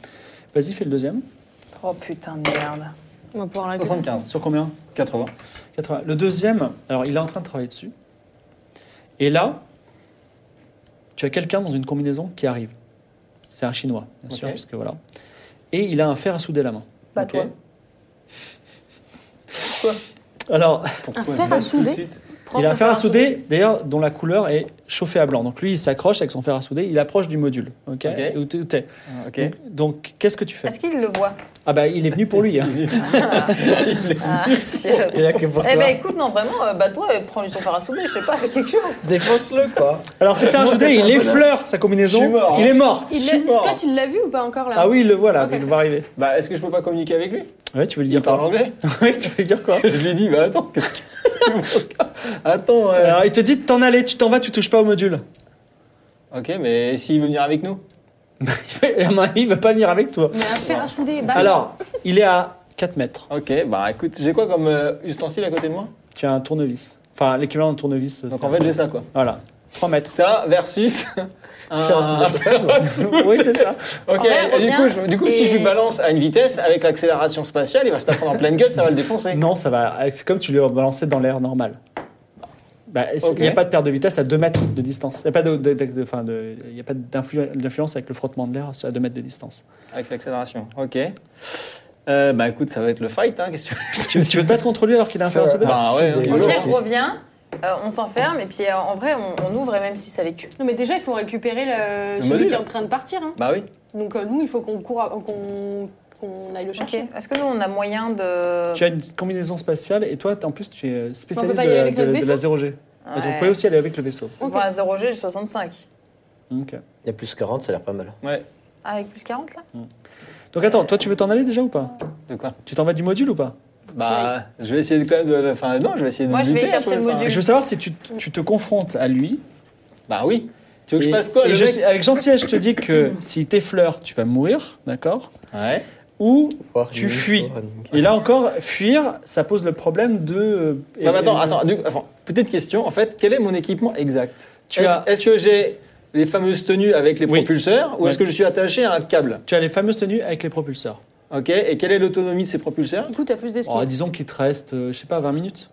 [SPEAKER 2] Vas-y, fais le deuxième.
[SPEAKER 4] Oh putain de merde.
[SPEAKER 6] On va pouvoir la-
[SPEAKER 5] 75.
[SPEAKER 2] Sur combien
[SPEAKER 5] 80.
[SPEAKER 2] 80. Le deuxième, alors il est en train de travailler dessus. Et là, tu as quelqu'un dans une combinaison qui arrive. C'est un chinois, bien sûr,
[SPEAKER 5] Ok.
[SPEAKER 2] puisque voilà. Et il a un fer à souder à la main.
[SPEAKER 4] Bah
[SPEAKER 5] Ok.
[SPEAKER 4] toi.
[SPEAKER 2] Alors,
[SPEAKER 5] Pourquoi
[SPEAKER 6] fer
[SPEAKER 5] c'est
[SPEAKER 6] à
[SPEAKER 5] pas tout de
[SPEAKER 6] souder
[SPEAKER 5] suite
[SPEAKER 4] Prends
[SPEAKER 2] il a
[SPEAKER 4] ce
[SPEAKER 2] un fer à
[SPEAKER 4] parachute.
[SPEAKER 2] souder, d'ailleurs, dont la couleur est chauffée à blanc. Donc lui, il s'accroche avec son fer à souder, il approche du module. Ok.
[SPEAKER 5] Ok.
[SPEAKER 2] Où t'es- où t'es.
[SPEAKER 5] Ah, Ok.
[SPEAKER 2] Donc, donc, qu'est-ce que tu fais
[SPEAKER 4] Est-ce qu'il le voit
[SPEAKER 2] Ah bah, il est venu pour lui. hein.
[SPEAKER 4] Ah, yes.
[SPEAKER 3] Et là que pour
[SPEAKER 4] Eh ben écoute, non, vraiment, euh, bah toi, euh, prends-lui son fer à souder, je sais pas, fais quelque chose.
[SPEAKER 3] Défonce-le, quoi.
[SPEAKER 2] Alors, ce fer à souder, il effleure sa
[SPEAKER 5] Je
[SPEAKER 2] combinaison.
[SPEAKER 5] suis mort, hein.
[SPEAKER 2] Il est mort.
[SPEAKER 6] Il
[SPEAKER 5] Je suis
[SPEAKER 6] l'a-
[SPEAKER 5] mort.
[SPEAKER 6] Scott, il l'a vu ou pas encore là
[SPEAKER 2] Ah oui, il le voit là,
[SPEAKER 6] Ok.
[SPEAKER 2] il le voit arriver.
[SPEAKER 5] Bah, est-ce que je peux pas communiquer avec lui
[SPEAKER 2] Ouais, tu veux lui
[SPEAKER 5] Il
[SPEAKER 2] dire
[SPEAKER 5] parle
[SPEAKER 2] quoi
[SPEAKER 5] anglais
[SPEAKER 2] Ouais, tu veux lui dire quoi
[SPEAKER 5] Je lui ai dit, bah attends, qu'est-ce que. attends, euh,
[SPEAKER 2] Alors, il te dit de t'en aller, tu t'en vas, tu touches pas au module.
[SPEAKER 5] Ok, mais s'il veut venir avec nous
[SPEAKER 2] Et à mon avis, il va pas venir avec toi.
[SPEAKER 6] Mais un fer à souder. bah,
[SPEAKER 2] Alors, il est à 4 mètres.
[SPEAKER 5] Ok, bah écoute, j'ai quoi comme euh, ustensile à côté de moi
[SPEAKER 2] Tu as un tournevis. Enfin, l'équivalent d'un tournevis. euh,
[SPEAKER 5] Donc
[SPEAKER 2] c'est
[SPEAKER 5] en fait, j'ai ça quoi.
[SPEAKER 2] Voilà. 3 mètres.
[SPEAKER 5] Ça versus un,
[SPEAKER 3] Faire un
[SPEAKER 5] un Pegasus.
[SPEAKER 2] oui, c'est ça.
[SPEAKER 5] Ok,
[SPEAKER 4] vrai,
[SPEAKER 5] et du
[SPEAKER 4] revient
[SPEAKER 5] coup, je- du coup, si
[SPEAKER 4] et-
[SPEAKER 5] je lui balance à une vitesse, avec l'accélération spatiale, il va se la prendre en pleine gueule, ça va le défoncer.
[SPEAKER 2] Non, ça va. C'est comme tu le balançais dans l'air normal. Bah, c'est- Il
[SPEAKER 5] Ok.
[SPEAKER 2] n'y a pas de perte de vitesse à 2 mètres de distance. Il n'y a pas de- de- de- de- enfin, de- il y a pas d'influ- d'influence avec le frottement de l'air à 2 mètres de distance.
[SPEAKER 5] Avec l'accélération, ok. Euh, bah écoute, ça va être le fight, hein, qu'est-ce que
[SPEAKER 2] tu, veux, tu veux te battre contre lui alors qu'il a un fer à
[SPEAKER 3] Ah,
[SPEAKER 2] souder
[SPEAKER 5] Ah
[SPEAKER 3] c'est
[SPEAKER 5] ouais,
[SPEAKER 3] des
[SPEAKER 5] hein.
[SPEAKER 4] On
[SPEAKER 5] lourd,
[SPEAKER 4] vient,
[SPEAKER 3] lourds,
[SPEAKER 4] on
[SPEAKER 3] c'est-
[SPEAKER 4] revient, euh, on s'enferme et puis euh, en vrai on, on ouvre et même si ça les tue.
[SPEAKER 6] Non, mais déjà, il faut récupérer le,
[SPEAKER 5] Le
[SPEAKER 6] celui
[SPEAKER 5] module.
[SPEAKER 6] qui est en train de partir. hein.
[SPEAKER 5] Bah oui.
[SPEAKER 6] Donc, euh, nous, il faut qu'on court, à- qu'on qu'on aille le
[SPEAKER 4] Ok.
[SPEAKER 6] chercher.
[SPEAKER 4] Est-ce que nous on a moyen de.
[SPEAKER 2] Tu as une combinaison spatiale et toi, t'es- en plus, tu es spécialiste
[SPEAKER 6] pas y
[SPEAKER 2] de,
[SPEAKER 6] aller
[SPEAKER 2] la-
[SPEAKER 6] avec notre
[SPEAKER 2] de- de la
[SPEAKER 6] vaisseau
[SPEAKER 2] 0G. Ah, donc vous pouvez aussi aller avec le vaisseau.
[SPEAKER 6] Ok.
[SPEAKER 4] Moi, à 0 G, j'ai 65.
[SPEAKER 2] Ok.
[SPEAKER 3] Il y a plus 40, ça a l'air pas mal.
[SPEAKER 5] Ouais.
[SPEAKER 4] Ah, Avec plus 40 là
[SPEAKER 2] Donc attends, toi, tu veux t'en aller déjà ou pas
[SPEAKER 5] De quoi
[SPEAKER 2] Tu t'en vas du module ou pas
[SPEAKER 5] Bah, je vais essayer de quand même de. Enfin, non, je vais essayer de.
[SPEAKER 4] Moi, je vais
[SPEAKER 5] buter un
[SPEAKER 4] chercher
[SPEAKER 5] peu,
[SPEAKER 4] le
[SPEAKER 5] enfin.
[SPEAKER 4] module.
[SPEAKER 2] Je veux savoir si tu, tu te confrontes à lui.
[SPEAKER 5] Bah oui. Tu veux que
[SPEAKER 2] Et-
[SPEAKER 5] je fasse quoi
[SPEAKER 2] et
[SPEAKER 5] le
[SPEAKER 2] je
[SPEAKER 5] mec
[SPEAKER 2] suis- Avec gentillesse, je te dis que s'il t'effleure, tu vas mourir, d'accord
[SPEAKER 5] Ouais.
[SPEAKER 2] Ou
[SPEAKER 3] Voir
[SPEAKER 2] Tu
[SPEAKER 3] une-
[SPEAKER 2] fuis.
[SPEAKER 3] voir une-
[SPEAKER 2] Et là encore, fuir, ça pose le problème de. euh,
[SPEAKER 5] Non, mais attends,
[SPEAKER 2] et-
[SPEAKER 5] attends, du- enfin, petite question. En fait, quel est mon équipement exact
[SPEAKER 2] Tu
[SPEAKER 5] Est-ce
[SPEAKER 2] as-
[SPEAKER 5] est-ce que j'ai les fameuses tenues avec les
[SPEAKER 2] Oui.
[SPEAKER 5] propulseurs ou
[SPEAKER 2] Ouais.
[SPEAKER 5] est-ce que je suis attaché à un câble
[SPEAKER 2] Tu as les fameuses tenues avec les propulseurs.
[SPEAKER 5] Ok, et quelle est l'autonomie de ces propulseurs
[SPEAKER 6] Du coup, t'as plus d'esquive.
[SPEAKER 2] Oh, disons qu'il te reste, euh, je sais pas, 20 minutes.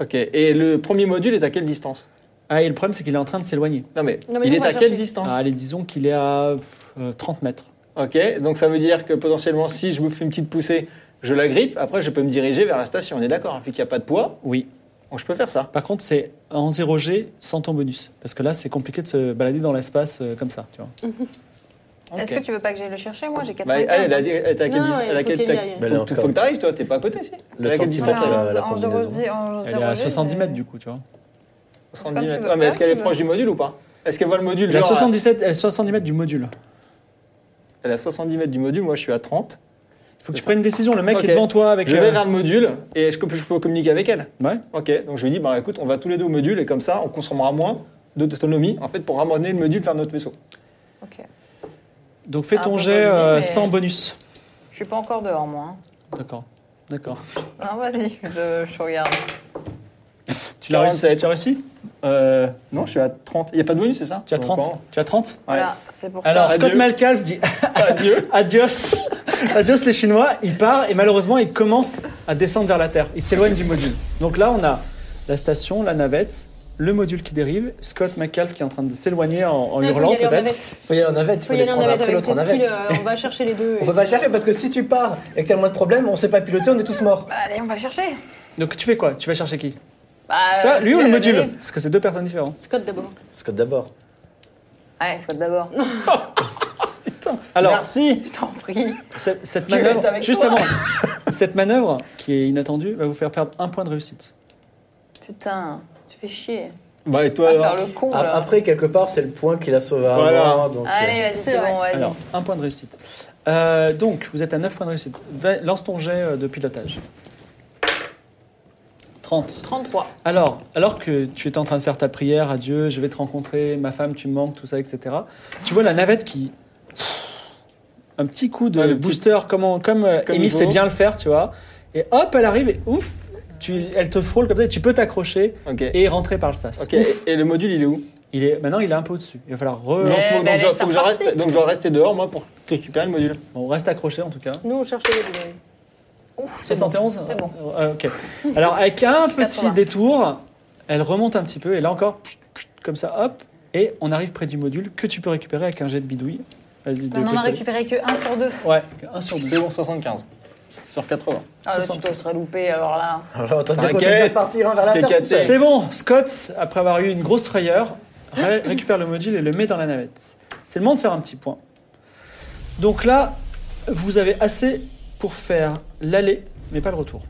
[SPEAKER 5] Ok, et le premier module est à quelle distance
[SPEAKER 2] Ah, et le problème, c'est qu'il est en train de s'éloigner.
[SPEAKER 5] Non mais,
[SPEAKER 6] Non, mais
[SPEAKER 5] il
[SPEAKER 6] nous,
[SPEAKER 5] est
[SPEAKER 6] on va
[SPEAKER 5] à quelle
[SPEAKER 6] chercher.
[SPEAKER 5] distance
[SPEAKER 2] Ah, allez, disons qu'il est à euh, 30 mètres.
[SPEAKER 5] Ok, donc ça veut dire que potentiellement si je me fais une petite poussée, je la grippe, après je peux me diriger vers la station, on est d'accord Vu qu'il n'y a pas de poids,
[SPEAKER 2] Oui.
[SPEAKER 5] donc je peux faire ça.
[SPEAKER 2] Par contre, c'est en 0G sans ton bonus. Parce que là, c'est compliqué de se balader dans l'espace euh, comme ça, tu vois.
[SPEAKER 4] Est-ce que tu veux pas que j'aille le chercher Moi, j'ai
[SPEAKER 5] Bah, allez,
[SPEAKER 4] 95.
[SPEAKER 5] elle
[SPEAKER 4] hein.
[SPEAKER 5] a dit- elle est à quelle
[SPEAKER 6] Non,
[SPEAKER 5] distance
[SPEAKER 6] il
[SPEAKER 5] elle a quelle-
[SPEAKER 6] faut qu'elle y
[SPEAKER 5] t'as-
[SPEAKER 6] aille.
[SPEAKER 3] Mais elle est
[SPEAKER 5] Faut que-
[SPEAKER 3] encore-
[SPEAKER 5] faut que t'arrives toi, t'es pas à côté si
[SPEAKER 3] Le
[SPEAKER 5] Elle a
[SPEAKER 3] temps
[SPEAKER 5] quelle
[SPEAKER 3] qu'il
[SPEAKER 5] distance
[SPEAKER 3] passe,
[SPEAKER 5] elle
[SPEAKER 3] elle
[SPEAKER 5] a
[SPEAKER 3] a-
[SPEAKER 4] Voilà,
[SPEAKER 3] la
[SPEAKER 4] en
[SPEAKER 3] combinaison.
[SPEAKER 4] 0G, en euh,
[SPEAKER 2] Elle est à
[SPEAKER 4] 0G,
[SPEAKER 2] 70
[SPEAKER 4] mais-
[SPEAKER 2] mètres, du coup, tu vois.
[SPEAKER 4] C'est comme
[SPEAKER 5] 70
[SPEAKER 4] tu
[SPEAKER 5] mètres.
[SPEAKER 4] veux
[SPEAKER 5] Ah, mais
[SPEAKER 4] pas,
[SPEAKER 5] est-ce qu'elle
[SPEAKER 4] tu
[SPEAKER 5] est
[SPEAKER 4] veux.
[SPEAKER 5] proche du module ou pas Est-ce qu'elle voit le module
[SPEAKER 2] Elle est à
[SPEAKER 5] genre,
[SPEAKER 2] 77, elle est à 70 mètres du module.
[SPEAKER 5] Elle est à 70 mètres du module, moi je suis à 30.
[SPEAKER 2] Il faut que
[SPEAKER 5] C'est
[SPEAKER 2] tu
[SPEAKER 5] ça.
[SPEAKER 2] prennes une décision. Le mec
[SPEAKER 5] Ok.
[SPEAKER 2] est devant toi avec.
[SPEAKER 5] Je
[SPEAKER 2] euh,
[SPEAKER 5] vais vers le module et je peux, je peux communiquer avec elle.
[SPEAKER 2] Ouais.
[SPEAKER 5] Ok, donc je lui dis, bah écoute, on va tous les deux au module et comme ça, on consommera moins d'autonomie en fait pour ramener le module vers notre vaisseau.
[SPEAKER 4] Ok.
[SPEAKER 2] Donc fais
[SPEAKER 4] un
[SPEAKER 2] ton
[SPEAKER 4] peu
[SPEAKER 2] jet
[SPEAKER 4] rosy,
[SPEAKER 2] euh,
[SPEAKER 4] mais-
[SPEAKER 2] sans bonus.
[SPEAKER 4] Je suis pas encore dehors, moi.
[SPEAKER 2] D'accord. D'accord.
[SPEAKER 4] hein. Non, vas-y, je, je regarde.
[SPEAKER 2] Tu l'as réussi
[SPEAKER 5] 47.
[SPEAKER 2] Tu as réussi
[SPEAKER 5] Euh, non, je suis à 30. Il n'y a pas de bonus, c'est ça
[SPEAKER 2] Tu as
[SPEAKER 5] Donc,
[SPEAKER 2] 30
[SPEAKER 5] en-
[SPEAKER 2] Tu as 30
[SPEAKER 4] Voilà, c'est pour
[SPEAKER 2] Alors,
[SPEAKER 4] ça.
[SPEAKER 5] Adieu.
[SPEAKER 2] Scott Malkalf dit
[SPEAKER 5] Adieu.
[SPEAKER 2] adios, adios les Chinois, il part et malheureusement il commence à descendre vers la Terre, il s'éloigne du module. Donc là on a la station, la navette, le module qui dérive, Scott Malkalf qui est en train de s'éloigner en, en
[SPEAKER 6] Non, il faut
[SPEAKER 2] hurlant
[SPEAKER 6] y aller en
[SPEAKER 2] peut-être.
[SPEAKER 6] navette.
[SPEAKER 3] Faut y aller en navette,
[SPEAKER 6] Il
[SPEAKER 3] faut
[SPEAKER 6] faut y
[SPEAKER 3] les
[SPEAKER 6] aller en
[SPEAKER 3] prendre
[SPEAKER 6] navette
[SPEAKER 3] après
[SPEAKER 6] avec
[SPEAKER 3] l'autre
[SPEAKER 6] tes
[SPEAKER 3] en
[SPEAKER 6] skills.
[SPEAKER 3] navette.
[SPEAKER 6] euh, On va chercher les deux.
[SPEAKER 3] On
[SPEAKER 6] et-
[SPEAKER 3] peut pas le chercher parce que si tu pars et que t'as moins de problèmes, on sait pas piloter, on est tous morts.
[SPEAKER 4] Bah, allez, on va le chercher.
[SPEAKER 2] Donc tu fais quoi Tu vas chercher qui
[SPEAKER 4] Bah,
[SPEAKER 2] Ça,
[SPEAKER 4] euh,
[SPEAKER 2] lui ou
[SPEAKER 4] c'est
[SPEAKER 2] le
[SPEAKER 4] la
[SPEAKER 2] module
[SPEAKER 4] vérité.
[SPEAKER 2] Parce que c'est deux personnes différentes.
[SPEAKER 6] Scott d'abord.
[SPEAKER 3] Parce que d'abord,
[SPEAKER 4] Ouais, Scott d'abord.
[SPEAKER 2] Alors,
[SPEAKER 5] Merci.
[SPEAKER 4] Je t'en prie.
[SPEAKER 2] cette, cette
[SPEAKER 4] Tu vas être
[SPEAKER 2] manœuvre,
[SPEAKER 4] avec
[SPEAKER 2] juste
[SPEAKER 4] toi.
[SPEAKER 2] avant, cette manœuvre qui est inattendue va vous faire perdre un point de réussite.
[SPEAKER 4] Putain, tu fais chier.
[SPEAKER 5] Bah et
[SPEAKER 4] Va
[SPEAKER 5] toi alors
[SPEAKER 4] faire le con,
[SPEAKER 3] a-
[SPEAKER 4] là.
[SPEAKER 3] après, quelque part, c'est le point qui la sauve à
[SPEAKER 5] Voilà.
[SPEAKER 3] avant, donc, euh,
[SPEAKER 4] Allez, vas-y,
[SPEAKER 6] C'est
[SPEAKER 4] c'est
[SPEAKER 6] vrai.
[SPEAKER 4] bon, vas-y.
[SPEAKER 2] Alors, un point de réussite. Euh, donc, vous êtes à 9 points de réussite. Va- lance ton jet euh, de pilotage. 30.
[SPEAKER 6] 33.
[SPEAKER 2] Alors, alors que tu étais en train de faire ta prière à Dieu, je vais te rencontrer, ma femme, tu me manques, tout ça, etc. Tu vois la navette qui. Un petit coup de
[SPEAKER 5] Ouais, le petit-
[SPEAKER 2] booster, comme, on- comme, euh,
[SPEAKER 5] Comme
[SPEAKER 2] Amy
[SPEAKER 5] il faut.
[SPEAKER 2] sait bien le faire, tu vois. Et hop, elle arrive et ouf, tu, elle te frôle comme ça, et tu peux t'accrocher
[SPEAKER 5] Ok.
[SPEAKER 2] et rentrer par le sas.
[SPEAKER 5] Ok, et, et le module il est où
[SPEAKER 2] Il est, maintenant, il est un peu au-dessus. Il va falloir re.
[SPEAKER 5] Donc,
[SPEAKER 4] Mais-
[SPEAKER 5] faut-
[SPEAKER 4] ben,
[SPEAKER 5] donc,
[SPEAKER 4] elle
[SPEAKER 5] je-
[SPEAKER 4] est
[SPEAKER 5] faut que je reste-
[SPEAKER 4] repartie.
[SPEAKER 5] donc je dois rester dehors moi pour récupérer le module.
[SPEAKER 2] Bon, on reste accroché en tout cas.
[SPEAKER 6] Nous, on cherche les deux.
[SPEAKER 4] Ouf, c'est bon.
[SPEAKER 2] 71
[SPEAKER 4] C'est bon.
[SPEAKER 2] Euh, ok. Alors, avec un petit
[SPEAKER 4] 80.
[SPEAKER 2] détour, elle remonte un petit peu, et là encore, comme ça, hop, et on arrive près du module que tu peux récupérer avec un jet de bidouille. Vas-y, de
[SPEAKER 4] On en a
[SPEAKER 2] bricoler.
[SPEAKER 4] récupéré que 1 sur 2.
[SPEAKER 2] Ouais, 1 sur 2.
[SPEAKER 5] C'est bon 75 sur 80.
[SPEAKER 4] Ah, là,
[SPEAKER 2] 60.
[SPEAKER 4] tu te serais loupé, alors là.
[SPEAKER 3] Alors, on
[SPEAKER 5] T'inquiète.
[SPEAKER 3] continue de partir hein, vers la Terre.
[SPEAKER 5] T'inquiète.
[SPEAKER 3] tout seul.
[SPEAKER 2] C'est bon, Scott, après avoir eu une grosse frayeur, ré-
[SPEAKER 4] Ah.
[SPEAKER 2] récupère le module et le met dans la navette. C'est le moment de faire un petit point. Donc là, vous avez assez pour faire l'aller, mais pas le retour.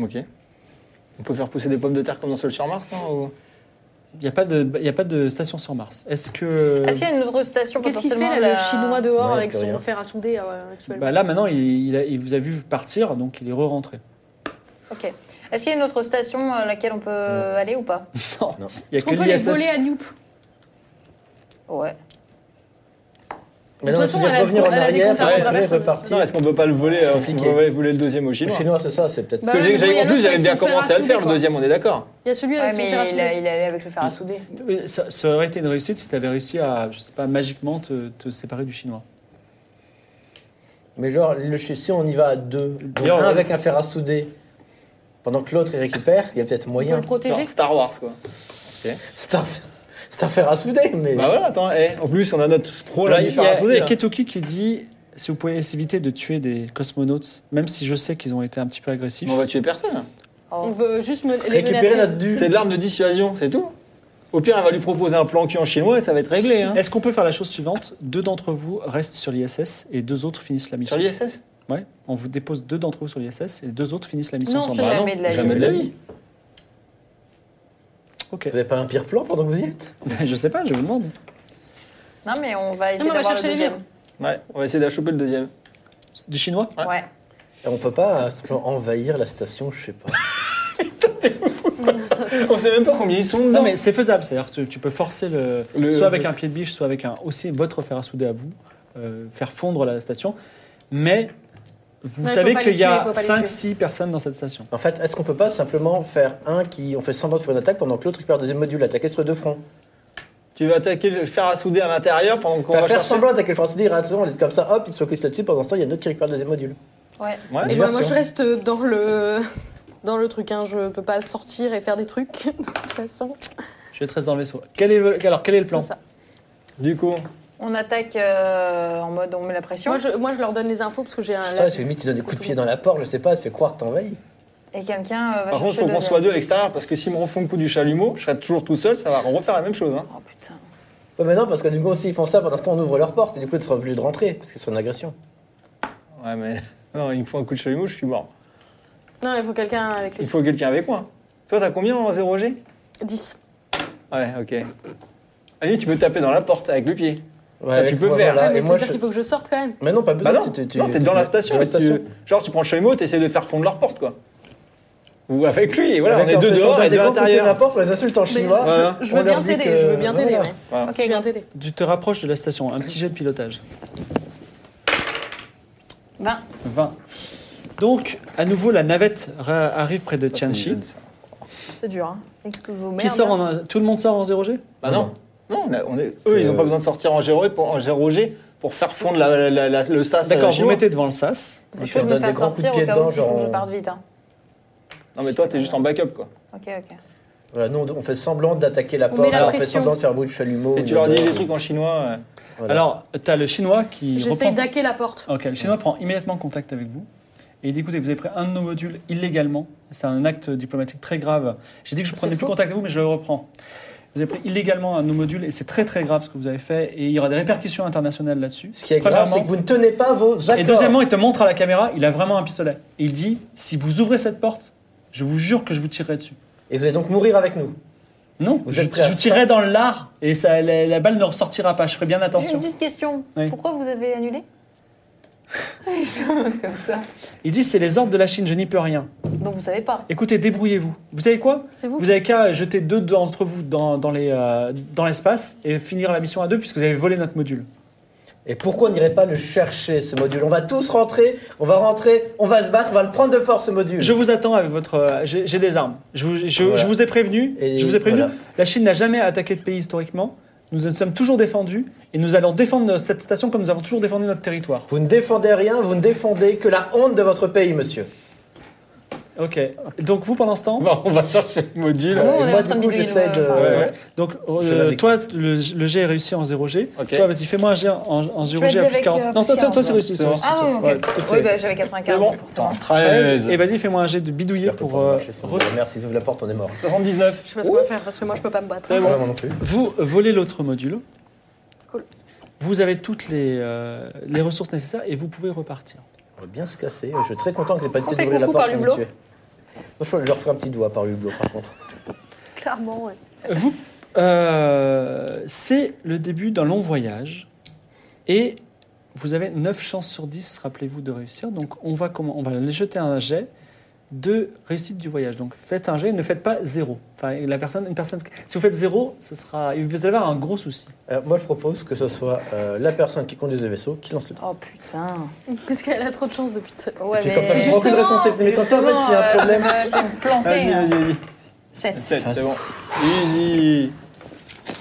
[SPEAKER 5] Ok. On peut faire pousser des pommes de terre comme dans Seul sur Mars, non ou-
[SPEAKER 2] Il n'y a, pas de- il y a pas de station sur Mars. Est-ce que...
[SPEAKER 4] Est-ce qu'il y a une autre station
[SPEAKER 6] Euh, Qu'est-ce qu'il fait
[SPEAKER 4] potentiellement là
[SPEAKER 6] là, le chinois dehors
[SPEAKER 3] Ouais,
[SPEAKER 6] avec
[SPEAKER 3] plus
[SPEAKER 6] son
[SPEAKER 3] rien.
[SPEAKER 6] fer à souder euh, actuellement
[SPEAKER 2] Bah là maintenant il, il a- il vous a vu partir donc il est re-rentré.
[SPEAKER 4] Ok. Est-ce qu'il y a une autre station euh, à laquelle on peut aller ou pas
[SPEAKER 2] Il y a
[SPEAKER 6] Bah, Est-ce qu'on peut les
[SPEAKER 2] l'ISS.
[SPEAKER 6] voler à Newp
[SPEAKER 4] Ouais.
[SPEAKER 3] Mais
[SPEAKER 6] De
[SPEAKER 3] non,
[SPEAKER 6] toute
[SPEAKER 3] je veux
[SPEAKER 6] façon,
[SPEAKER 3] dire,
[SPEAKER 6] elle a-
[SPEAKER 3] revenir en
[SPEAKER 6] elle a des
[SPEAKER 3] arrière,
[SPEAKER 6] comptes à
[SPEAKER 3] après,
[SPEAKER 6] rendre à personne.
[SPEAKER 5] Non,
[SPEAKER 3] repartir.
[SPEAKER 5] est-ce qu'on peut pas le voler
[SPEAKER 3] C'est
[SPEAKER 5] euh, Est-ce qu'on
[SPEAKER 3] compliqué.
[SPEAKER 5] peut voler le deuxième au
[SPEAKER 3] Le
[SPEAKER 5] chinois
[SPEAKER 3] chinois, c'est ça, c'est peut-être.
[SPEAKER 6] Bah,
[SPEAKER 5] Parce que j'ai-
[SPEAKER 6] oui, il y
[SPEAKER 5] j'avais
[SPEAKER 6] a
[SPEAKER 5] compris,
[SPEAKER 6] l'autre
[SPEAKER 5] j'avais
[SPEAKER 6] avec
[SPEAKER 5] bien
[SPEAKER 6] son fer à
[SPEAKER 5] commencé à le
[SPEAKER 6] souder,
[SPEAKER 5] faire, le
[SPEAKER 6] quoi.
[SPEAKER 5] deuxième, on est d'accord.
[SPEAKER 6] Il y a celui
[SPEAKER 4] Ouais,
[SPEAKER 6] avec
[SPEAKER 4] mais
[SPEAKER 6] son
[SPEAKER 4] il,
[SPEAKER 6] fer à
[SPEAKER 4] a-
[SPEAKER 6] souder.
[SPEAKER 4] il allait avec le fer à souder.
[SPEAKER 2] Mais Ça, ça aurait été une réussite si tu avais réussi à, je sais pas, magiquement te, te séparer du chinois.
[SPEAKER 3] Mais genre, le, ch- si on y va à deux, donc
[SPEAKER 2] Bien,
[SPEAKER 3] un
[SPEAKER 2] ouais.
[SPEAKER 3] avec un fer à souder, pendant que l'autre il récupère, il y a peut-être
[SPEAKER 6] On peut
[SPEAKER 3] moyen.
[SPEAKER 6] le protéger.
[SPEAKER 5] Genre Star Wars, quoi.
[SPEAKER 3] C'est un, c'est un fer à souder, mais.
[SPEAKER 5] Bah voilà, attends, eh, en plus, on a notre pro là,
[SPEAKER 2] Là,
[SPEAKER 5] du
[SPEAKER 2] Bah, il y
[SPEAKER 5] fer à
[SPEAKER 2] a, il
[SPEAKER 5] souder.
[SPEAKER 2] y a
[SPEAKER 5] là.
[SPEAKER 2] Ketoki qui dit si vous pouvez éviter de tuer des cosmonautes, même si je sais qu'ils ont été un petit peu agressifs.
[SPEAKER 5] Mais On va tuer personne. hein.
[SPEAKER 6] On
[SPEAKER 4] Oh.
[SPEAKER 6] veut juste me, les
[SPEAKER 3] Récupérer
[SPEAKER 6] menacer.
[SPEAKER 3] notre dû.
[SPEAKER 5] C'est de l'arme de dissuasion, c'est tout. Au pire, elle va lui proposer un plan cul en chinois et ça va être réglé. Hein.
[SPEAKER 2] Est-ce qu'on peut faire la chose suivante Deux d'entre vous restent sur l'ISS et deux autres finissent la mission.
[SPEAKER 5] Sur l'ISS
[SPEAKER 2] Ouais. On vous dépose deux d'entre vous sur l'ISS et deux autres finissent la mission
[SPEAKER 6] Non,
[SPEAKER 2] sans
[SPEAKER 6] je-
[SPEAKER 2] bras.
[SPEAKER 4] Jamais de la vie.
[SPEAKER 5] Bah Jamais de la vie.
[SPEAKER 2] Ok.
[SPEAKER 3] Vous avez pas un pire plan pendant que vous y êtes
[SPEAKER 2] je sais pas, je vous demande.
[SPEAKER 4] Non, mais on va essayer
[SPEAKER 6] Non, mais
[SPEAKER 4] d'avoir
[SPEAKER 6] on va
[SPEAKER 4] le
[SPEAKER 6] chercher les
[SPEAKER 4] deuxième.
[SPEAKER 5] Ouais, on va essayer d'achoper le deuxième.
[SPEAKER 2] Des Chinois
[SPEAKER 5] Ouais.
[SPEAKER 4] Ouais.
[SPEAKER 3] Et on peut pas euh, simplement envahir la station, je sais pas.
[SPEAKER 5] On sait même pas combien ils sont dedans.
[SPEAKER 2] Non, mais c'est faisable. C'est-à-dire que tu, tu peux forcer le,
[SPEAKER 5] Le-
[SPEAKER 2] soit avec
[SPEAKER 5] le-
[SPEAKER 2] un pied de biche, soit avec un aussi votre fer à souder à vous, euh, faire fondre la station. Mais vous
[SPEAKER 6] Ouais,
[SPEAKER 2] savez
[SPEAKER 6] faut pas
[SPEAKER 2] qu'il
[SPEAKER 6] les
[SPEAKER 2] y
[SPEAKER 6] tuer,
[SPEAKER 2] a
[SPEAKER 6] faut pas les
[SPEAKER 2] 5-6 personnes dans cette station.
[SPEAKER 3] En fait, est-ce qu'on peut pas simplement faire un qui. On fait semblant de faire une attaque pendant que l'autre récupère le deuxième module, attaquer sur les deux fronts
[SPEAKER 5] Tu vas attaquer le fer à souder à l'intérieur pendant qu'on
[SPEAKER 3] Enfin,
[SPEAKER 5] va
[SPEAKER 3] faire
[SPEAKER 5] chercher.
[SPEAKER 3] semblant d'attaquer le fer à souder, attention, on est comme ça, hop, il se focus là-dessus, pendant ce temps, il y a un autre qui récupère le deuxième module.
[SPEAKER 4] Ouais.
[SPEAKER 5] Ouais.
[SPEAKER 6] Et
[SPEAKER 3] Diversion.
[SPEAKER 6] Eh ben, moi, moi, je reste dans le dans le truc. Hein. Je peux pas sortir et faire des trucs de toute façon.
[SPEAKER 2] Je vais te rester dans le vaisseau. Quel est le- alors, quel est le plan
[SPEAKER 6] C'est ça.
[SPEAKER 5] Du coup,
[SPEAKER 4] On attaque euh, en mode on met la pression.
[SPEAKER 6] Moi je, moi, je leur donne les infos parce que j'ai un.
[SPEAKER 3] Putain, c'est limite, tu donnes des coups de pied dans la porte, je sais pas, tu fais croire que t'envahis.
[SPEAKER 4] Et quelqu'un euh, va
[SPEAKER 5] par contre,
[SPEAKER 4] chercher
[SPEAKER 5] faut
[SPEAKER 4] le
[SPEAKER 5] qu'on
[SPEAKER 4] deuxième.
[SPEAKER 5] soit deux à l'extérieur parce que s'ils me refont le coup du chalumeau, je serai toujours tout seul, ça va refaire la même chose. Hein.
[SPEAKER 4] Oh putain.
[SPEAKER 3] Ouais, mais non, parce que du coup, s'ils font ça, pendant ce temps, on ouvre leur porte, et du coup, ils seront obligés de rentrer, parce que c'est une agression.
[SPEAKER 5] Ouais, mais non, il me faut un coup de chalumeau, je suis mort.
[SPEAKER 6] Non, il faut quelqu'un avec
[SPEAKER 5] Il
[SPEAKER 6] lui.
[SPEAKER 5] faut quelqu'un avec moi. Toi, t'as combien en 0G
[SPEAKER 6] 10.
[SPEAKER 5] Ouais, ok. Allez, tu peux taper dans la porte avec le pied.
[SPEAKER 3] Ouais,
[SPEAKER 5] Ça, tu
[SPEAKER 3] avec-
[SPEAKER 5] peux
[SPEAKER 3] ouais,
[SPEAKER 5] faire.
[SPEAKER 3] voilà,
[SPEAKER 6] ouais,
[SPEAKER 3] Ah, et
[SPEAKER 6] mais
[SPEAKER 3] moi,
[SPEAKER 6] c'est-à-dire
[SPEAKER 3] je-
[SPEAKER 6] qu'il faut que je sorte quand même.
[SPEAKER 3] Mais non, pas
[SPEAKER 5] Bah
[SPEAKER 3] besoin.
[SPEAKER 5] non,
[SPEAKER 3] tu- tu-
[SPEAKER 5] non, t'es
[SPEAKER 3] tu-
[SPEAKER 5] dans la station.
[SPEAKER 3] Dans la
[SPEAKER 5] tu-
[SPEAKER 3] station.
[SPEAKER 5] genre, tu prends le chalumeau, t'essaies de faire fondre leur porte, quoi. Ou avec lui, et voilà,
[SPEAKER 3] Avec
[SPEAKER 5] on est
[SPEAKER 3] en
[SPEAKER 5] deux
[SPEAKER 3] faisant
[SPEAKER 5] dehors et
[SPEAKER 3] des
[SPEAKER 5] deux à
[SPEAKER 3] grands coups de la
[SPEAKER 5] l'intérieur.
[SPEAKER 3] porte, on les insulte en chinois.
[SPEAKER 6] je-
[SPEAKER 5] Voilà.
[SPEAKER 6] je,
[SPEAKER 3] On
[SPEAKER 6] veux
[SPEAKER 3] leur
[SPEAKER 6] bien
[SPEAKER 3] dit
[SPEAKER 6] t'aider.
[SPEAKER 3] que-
[SPEAKER 6] Je veux bien t'aider.
[SPEAKER 3] voilà.
[SPEAKER 6] ouais.
[SPEAKER 5] Voilà.
[SPEAKER 4] Ok,
[SPEAKER 6] Je viens
[SPEAKER 4] go.
[SPEAKER 6] t'aider.
[SPEAKER 2] Tu te rapproches de la station. Un petit jet de pilotage.
[SPEAKER 4] 20.
[SPEAKER 2] 20. Donc, à nouveau, la navette ra- arrive près de
[SPEAKER 5] Ça, c'est une
[SPEAKER 2] Tianchi.
[SPEAKER 5] bonne- ça.
[SPEAKER 4] C'est dur, hein. Avec toutes vos merdes.
[SPEAKER 2] Qui sort en un- Tout le monde sort en 0G
[SPEAKER 5] Bah non. Non, on a- on est, eux, ils ont
[SPEAKER 3] Euh,
[SPEAKER 5] pas besoin de sortir en 0G pour, en 0G pour faire fondre la- la- la- le sas. euh,
[SPEAKER 2] D'accord, vous
[SPEAKER 5] chinois.
[SPEAKER 2] mettez devant le SAS.
[SPEAKER 4] C'est
[SPEAKER 3] Ok,
[SPEAKER 4] chaud
[SPEAKER 3] on
[SPEAKER 4] de me
[SPEAKER 3] donne des
[SPEAKER 4] faire
[SPEAKER 3] grands coups de
[SPEAKER 4] sortir
[SPEAKER 3] pied
[SPEAKER 4] au cas
[SPEAKER 3] dedans,
[SPEAKER 4] où s'il faut que
[SPEAKER 3] genre,
[SPEAKER 4] je
[SPEAKER 3] on-
[SPEAKER 4] parte vite. Hein.
[SPEAKER 5] Non, mais toi, t'es juste en backup, quoi.
[SPEAKER 4] Ok, ok.
[SPEAKER 3] Voilà, nous, on- on fait semblant d'attaquer la
[SPEAKER 6] On
[SPEAKER 3] porte,
[SPEAKER 6] met la
[SPEAKER 3] on fait
[SPEAKER 6] pression.
[SPEAKER 3] semblant de faire bruit de chalumeau.
[SPEAKER 5] Et
[SPEAKER 3] une
[SPEAKER 5] tu leur dis
[SPEAKER 3] odeur,
[SPEAKER 5] des trucs en chinois. euh,
[SPEAKER 3] voilà.
[SPEAKER 2] Alors, tu as le chinois qui.
[SPEAKER 6] J'essaye
[SPEAKER 2] reprend- Ah.
[SPEAKER 6] d'hacker la porte.
[SPEAKER 2] Ok, le Chinois prend immédiatement contact avec vous. Et il dit, écoutez, vous avez pris un de nos modules illégalement. C'est un acte diplomatique très grave. J'ai dit que je
[SPEAKER 6] C'est
[SPEAKER 2] prenais plus
[SPEAKER 6] faux.
[SPEAKER 2] contact avec vous, mais je le reprends. Vous avez pris illégalement un de nos modules et c'est très très grave ce que vous avez fait. Et il y aura des répercussions internationales là-dessus.
[SPEAKER 3] Ce qui est grave,
[SPEAKER 2] Premièrement.
[SPEAKER 3] c'est que vous ne tenez pas vos accords.
[SPEAKER 2] Et deuxièmement, il te montre à la caméra, il a vraiment un pistolet. Et il dit, si vous ouvrez cette porte, je vous jure que je vous tirerai dessus.
[SPEAKER 3] Et vous allez donc mourir avec nous.
[SPEAKER 2] Non,
[SPEAKER 3] Vous
[SPEAKER 2] je,
[SPEAKER 3] êtes prêts à
[SPEAKER 2] je
[SPEAKER 3] ça
[SPEAKER 2] tirerai dans le lard et ça, la, la balle ne ressortira pas. Je ferai bien
[SPEAKER 4] J'ai une
[SPEAKER 2] attention.
[SPEAKER 4] petite question.
[SPEAKER 2] Oui.
[SPEAKER 4] Pourquoi vous avez annulé Comme ça.
[SPEAKER 2] Il dit, c'est les ordres de la Chine, je n'y peux rien.
[SPEAKER 4] Donc vous savez pas.
[SPEAKER 2] Écoutez, débrouillez-vous. Vous savez quoi
[SPEAKER 6] C'est vous.
[SPEAKER 2] Vous avez qu'à jeter deux d'entre vous dans, dans les, euh, dans l'espace et finir la mission à deux puisque vous avez volé notre module.
[SPEAKER 3] Et pourquoi on n'irait pas le chercher, ce module On va tous rentrer, on va rentrer, on va se battre, on va le prendre de force, ce module.
[SPEAKER 2] Je vous attends avec votre. euh, J'ai j'ai des armes. Je vous, je,
[SPEAKER 3] Voilà.
[SPEAKER 2] je vous ai prévenu.
[SPEAKER 3] Et
[SPEAKER 2] je vous ai prévenu.
[SPEAKER 3] voilà.
[SPEAKER 2] La Chine n'a jamais attaqué de pays historiquement. Nous nous sommes toujours défendus et nous allons défendre cette station comme nous avons toujours défendu notre territoire.
[SPEAKER 3] Vous ne défendez rien, vous ne défendez que la honte de votre pays, monsieur.
[SPEAKER 2] Ok. Donc vous pendant ce temps.
[SPEAKER 5] Bon, on va chercher le module.
[SPEAKER 4] Nous, on
[SPEAKER 3] Et
[SPEAKER 4] est
[SPEAKER 3] moi,
[SPEAKER 4] en
[SPEAKER 3] du
[SPEAKER 4] train de
[SPEAKER 3] coup,
[SPEAKER 4] bidouiller
[SPEAKER 3] j'essaie
[SPEAKER 4] le- hein.
[SPEAKER 3] de.
[SPEAKER 4] enfin,
[SPEAKER 5] Ouais, ouais.
[SPEAKER 2] Donc euh,
[SPEAKER 3] Je l'avais
[SPEAKER 2] toi le, le jet est réussi en 0G.
[SPEAKER 5] Ok.
[SPEAKER 2] Toi vas-y fais-moi un jet en, en
[SPEAKER 4] l'as
[SPEAKER 2] 0G
[SPEAKER 4] dit
[SPEAKER 2] à plus
[SPEAKER 4] avec,
[SPEAKER 2] 40.
[SPEAKER 4] euh,
[SPEAKER 2] non toi,
[SPEAKER 4] plus
[SPEAKER 2] toi, toi, c'est
[SPEAKER 4] 40,
[SPEAKER 2] réussi. c'est réussi,
[SPEAKER 4] Ah
[SPEAKER 2] c'est
[SPEAKER 4] oui,
[SPEAKER 2] réussi.
[SPEAKER 4] ok.
[SPEAKER 2] Ouais, tout est-
[SPEAKER 4] oui, bah, j'avais 95,
[SPEAKER 5] bon. Eh ben,
[SPEAKER 4] forcément.
[SPEAKER 5] 13.
[SPEAKER 2] Et vas-y fais-moi un jet de bidouiller pour euh,
[SPEAKER 3] Merde, s'ils ouvrent la porte, on est mort.
[SPEAKER 5] 79.
[SPEAKER 6] Je sais pas ce qu'on va faire parce que moi, je peux pas me battre.
[SPEAKER 5] Très bon.
[SPEAKER 3] Vraiment non plus.
[SPEAKER 2] Vous volez l'autre module.
[SPEAKER 6] Cool.
[SPEAKER 2] Vous avez toutes les, euh, les ressources nécessaires et vous pouvez repartir.
[SPEAKER 3] On va bien se casser. Je suis très content que j'ai pas
[SPEAKER 4] Est-ce qu'on
[SPEAKER 3] décidé
[SPEAKER 4] fait
[SPEAKER 3] d'ouvrir la
[SPEAKER 4] coucou
[SPEAKER 3] porte
[SPEAKER 4] par
[SPEAKER 3] pour me
[SPEAKER 4] l'hublot
[SPEAKER 3] tuer. Moi, je leur ferai un petit doigt par l'hublot, par contre.
[SPEAKER 6] Clairement, ouais.
[SPEAKER 2] Vous, euh, c'est le début d'un long voyage et vous avez 9 chances sur 10, rappelez-vous, de réussir. Donc on va, comment, on va aller jeter un jet deux réussites du voyage. Donc faites un jet, ne faites pas zéro. Enfin, la personne, une personne. Si vous faites zéro, ce sera, vous allez avoir un gros souci.
[SPEAKER 3] Alors, Euh, moi, je propose que ce soit euh, la personne qui conduise le vaisseau qui lance le truc.
[SPEAKER 4] Oh putain.
[SPEAKER 6] Parce qu'elle a trop de chance depuis tout à l'heure.
[SPEAKER 4] Ouais,
[SPEAKER 3] Puis comme ça, je prends aucune responsabilité. Mais comme ça, en fait, s'il y a un problème.
[SPEAKER 4] euh, je vais me
[SPEAKER 5] Vas-y,
[SPEAKER 4] planter. hein.
[SPEAKER 5] vas-y, vas-y.
[SPEAKER 4] Sept.
[SPEAKER 5] Sept, C'est bon. Easy.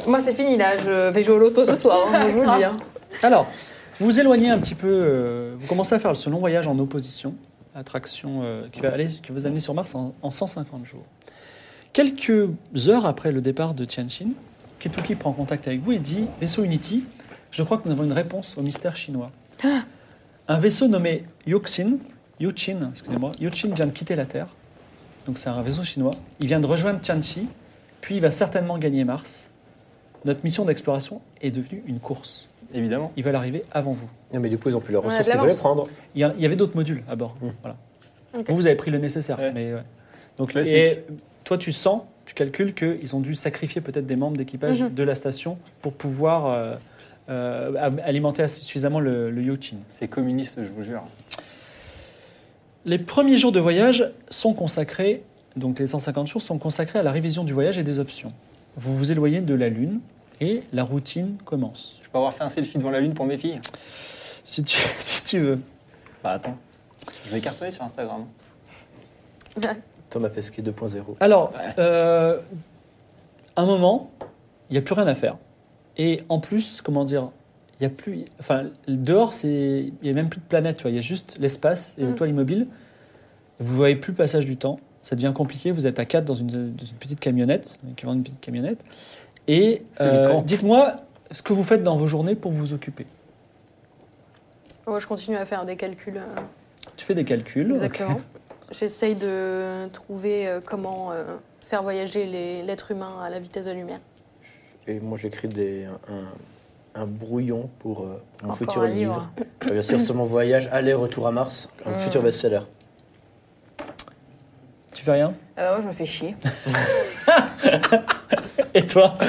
[SPEAKER 4] Moi, c'est fini là. Je vais jouer au loto ce soir. hein, je vous le dis. hein.
[SPEAKER 2] Alors, vous éloignez un petit peu, euh, vous commencez à faire ce long voyage en opposition, attraction euh, qui, va aller, qui vous amener sur Mars en, en 150 jours. Quelques heures après le départ de Tianjin, Ketuki prend contact avec vous et dit Vaisseau Unity, je crois que nous avons une réponse au mystère chinois. Un vaisseau nommé Yuxin, Yuchin, excusez-moi, Yuchin vient de quitter la Terre, donc c'est un vaisseau chinois. Il vient de rejoindre Tianchi, puis il va certainement gagner Mars. Notre mission d'exploration est devenue une course
[SPEAKER 5] Évidemment.
[SPEAKER 2] ils veulent arriver avant vous.
[SPEAKER 3] Non, mais du coup, ils ont plus leurs
[SPEAKER 4] euh, On a de
[SPEAKER 3] ressources qu'ils voulaient
[SPEAKER 4] l'avance.
[SPEAKER 3] prendre.
[SPEAKER 2] Il y, a- il y avait d'autres modules à bord. Voilà.
[SPEAKER 4] Ok.
[SPEAKER 2] Vous, vous avez pris le nécessaire.
[SPEAKER 5] Ouais.
[SPEAKER 2] Mais, ouais. Donc,
[SPEAKER 5] Classique.
[SPEAKER 2] et toi, tu sens, tu calcules qu'ils ont dû sacrifier peut-être des membres d'équipage
[SPEAKER 4] Mhm.
[SPEAKER 2] de la station pour pouvoir euh, euh, am- alimenter suffisamment le, le Yochin.
[SPEAKER 5] C'est communiste, je vous jure.
[SPEAKER 2] Les premiers jours de voyage sont consacrés, donc les 150 jours sont consacrés à la révision du voyage et des options. Vous vous éloignez de la Lune et la routine commence.
[SPEAKER 5] Je peux avoir fait un selfie devant la lune pour mes filles
[SPEAKER 2] Si tu, si tu veux.
[SPEAKER 5] Bah attends. Je vais cartonner sur Instagram.
[SPEAKER 3] Thomas Pesquet 2.0.
[SPEAKER 2] Alors, euh, un moment, il n'y a plus rien à faire. Et en plus, comment dire, il y a plus. Enfin, dehors, c'est- il n'y a même plus de planète, tu vois. Il y a juste l'espace, les
[SPEAKER 4] Mhm.
[SPEAKER 2] étoiles immobiles. Vous voyez plus le passage du temps. Ça devient compliqué. Vous êtes à quatre dans une, dans une petite camionnette, qui vend une petite camionnette. Et
[SPEAKER 5] C'est le
[SPEAKER 2] euh,
[SPEAKER 5] camp.
[SPEAKER 2] dites-moi ce que vous faites dans vos journées pour vous occuper.
[SPEAKER 6] Moi, Oh, je continue à faire des calculs. euh,
[SPEAKER 2] Tu fais des calculs.
[SPEAKER 6] Exactement. J'essaye de trouver euh, comment euh, faire voyager les- l'être humain à la vitesse de la lumière.
[SPEAKER 3] Et moi, j'écris des- un, un brouillon pour euh, mon
[SPEAKER 4] Encore
[SPEAKER 3] futur
[SPEAKER 4] un
[SPEAKER 3] livre.
[SPEAKER 4] livre.
[SPEAKER 3] Euh, bien sûr, c'est mon voyage aller-retour à Mars, un
[SPEAKER 4] Mm.
[SPEAKER 3] futur best-seller.
[SPEAKER 2] Tu fais rien
[SPEAKER 4] Euh, moi, je me fais chier.
[SPEAKER 2] Et toi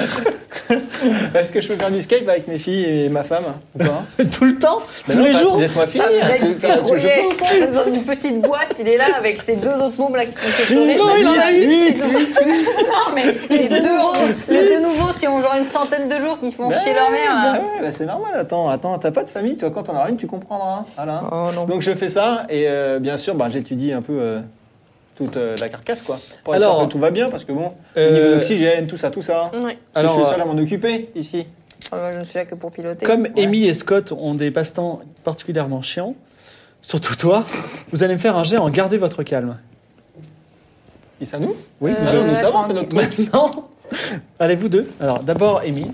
[SPEAKER 5] Est-ce que je peux faire du skate bah, avec mes filles et ma femme ou pas
[SPEAKER 2] Tout le temps
[SPEAKER 5] Bah
[SPEAKER 2] Tous
[SPEAKER 5] non,
[SPEAKER 2] les
[SPEAKER 5] pas-
[SPEAKER 2] jours
[SPEAKER 5] Laisse-moi finir.
[SPEAKER 4] Ah, mais là, il fait
[SPEAKER 5] Parce que
[SPEAKER 4] trop
[SPEAKER 5] je
[SPEAKER 4] vieille.
[SPEAKER 5] peux.
[SPEAKER 4] Il est dans une petite boîte, il est là avec ses deux autres mômes là qui font que pleurer.
[SPEAKER 2] Non, il en a
[SPEAKER 4] Huit,
[SPEAKER 2] huit,
[SPEAKER 4] huit. Non, mais les deux, autres, les deux nouveaux qui ont genre une centaine de jours qui font
[SPEAKER 5] Bah
[SPEAKER 4] chier leur mère. hein.
[SPEAKER 5] Bah
[SPEAKER 4] là.
[SPEAKER 5] ouais, bah c'est normal, attends, attends, t'as pas de famille, toi quand t'en auras une, tu comprendras. hein. Voilà.
[SPEAKER 4] Oh non.
[SPEAKER 5] Donc je fais ça et euh, bien sûr bah, j'étudie un peu euh, toute euh, la carcasse quoi. Pour être
[SPEAKER 2] Alors,
[SPEAKER 5] sûr que tout va bien parce que bon,
[SPEAKER 2] euh,
[SPEAKER 5] le niveau d'oxygène, tout ça, tout ça. Parce que
[SPEAKER 2] alors, euh,
[SPEAKER 5] je suis le seul à m'en occuper ici.
[SPEAKER 4] Ah, moi, je ne suis là que pour piloter.
[SPEAKER 2] Comme
[SPEAKER 5] Ouais.
[SPEAKER 2] Amy et Scott ont des passe-temps particulièrement chiants, surtout toi, vous allez me faire un jet en garder votre calme.
[SPEAKER 5] Et ça nous
[SPEAKER 2] Oui,
[SPEAKER 5] Nous
[SPEAKER 4] Euh,
[SPEAKER 5] deux, nous savons, on fait
[SPEAKER 4] attendez.
[SPEAKER 5] notre truc.
[SPEAKER 2] Maintenant, allez vous deux. Alors d'abord Amy.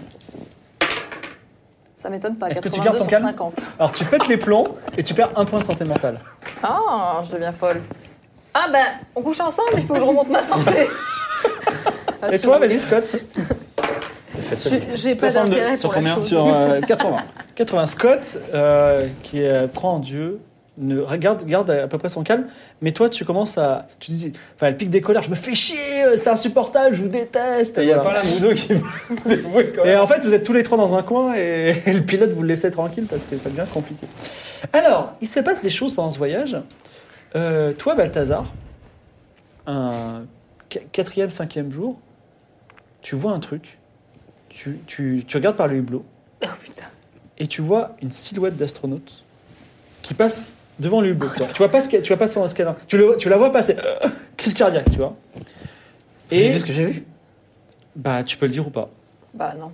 [SPEAKER 4] Ça m'étonne pas.
[SPEAKER 2] Est-ce que tu gardes
[SPEAKER 4] 82
[SPEAKER 2] ton
[SPEAKER 4] sur
[SPEAKER 2] calme
[SPEAKER 4] 50.
[SPEAKER 2] Alors tu pètes les plombs et tu perds un point de santé mentale.
[SPEAKER 4] Ah, je deviens folle. Ah ben,
[SPEAKER 6] bah,
[SPEAKER 4] on couche ensemble, il faut que je remonte ma santé.
[SPEAKER 6] Ah,
[SPEAKER 2] et toi, vas-y Scott.
[SPEAKER 3] Faites ça
[SPEAKER 6] J'ai
[SPEAKER 3] vite.
[SPEAKER 6] j'ai pas
[SPEAKER 5] 62.
[SPEAKER 6] d'intérêt
[SPEAKER 5] sur
[SPEAKER 6] pour la
[SPEAKER 5] combien
[SPEAKER 6] chose.
[SPEAKER 5] Sur euh, 80.
[SPEAKER 2] 80 Scott euh, qui euh, prend en Dieu. Ne, regarde, garde à peu près son calme, mais toi tu commences à. Tu dis, enfin, elle pique des colères, je me fais chier, euh, c'est insupportable, je vous déteste.
[SPEAKER 5] Il n'y a
[SPEAKER 2] Voilà.
[SPEAKER 5] pas la Moudo qui va se débrouiller quand
[SPEAKER 2] Et
[SPEAKER 5] même.
[SPEAKER 2] en fait, vous êtes tous les trois dans un coin et, et le pilote vous le laissez tranquille parce que ça devient compliqué. Alors, il se passe des choses pendant ce voyage. Euh, toi, Balthazar, un qu- quatrième, cinquième jour, tu vois un truc. Tu, tu- tu regardes par le hublot
[SPEAKER 4] Oh putain.
[SPEAKER 2] et tu vois une silhouette d'astronaute qui passe devant le hublot. toi. Tu vois pas ce qu'elle- tu vois pas son scanner. Tu, le- tu la vois passer. Crise cardiaque, tu vois.
[SPEAKER 3] Vous avez
[SPEAKER 2] Et
[SPEAKER 3] vu ce que j'ai vu
[SPEAKER 2] bah, tu peux le dire ou pas.
[SPEAKER 4] Bah non.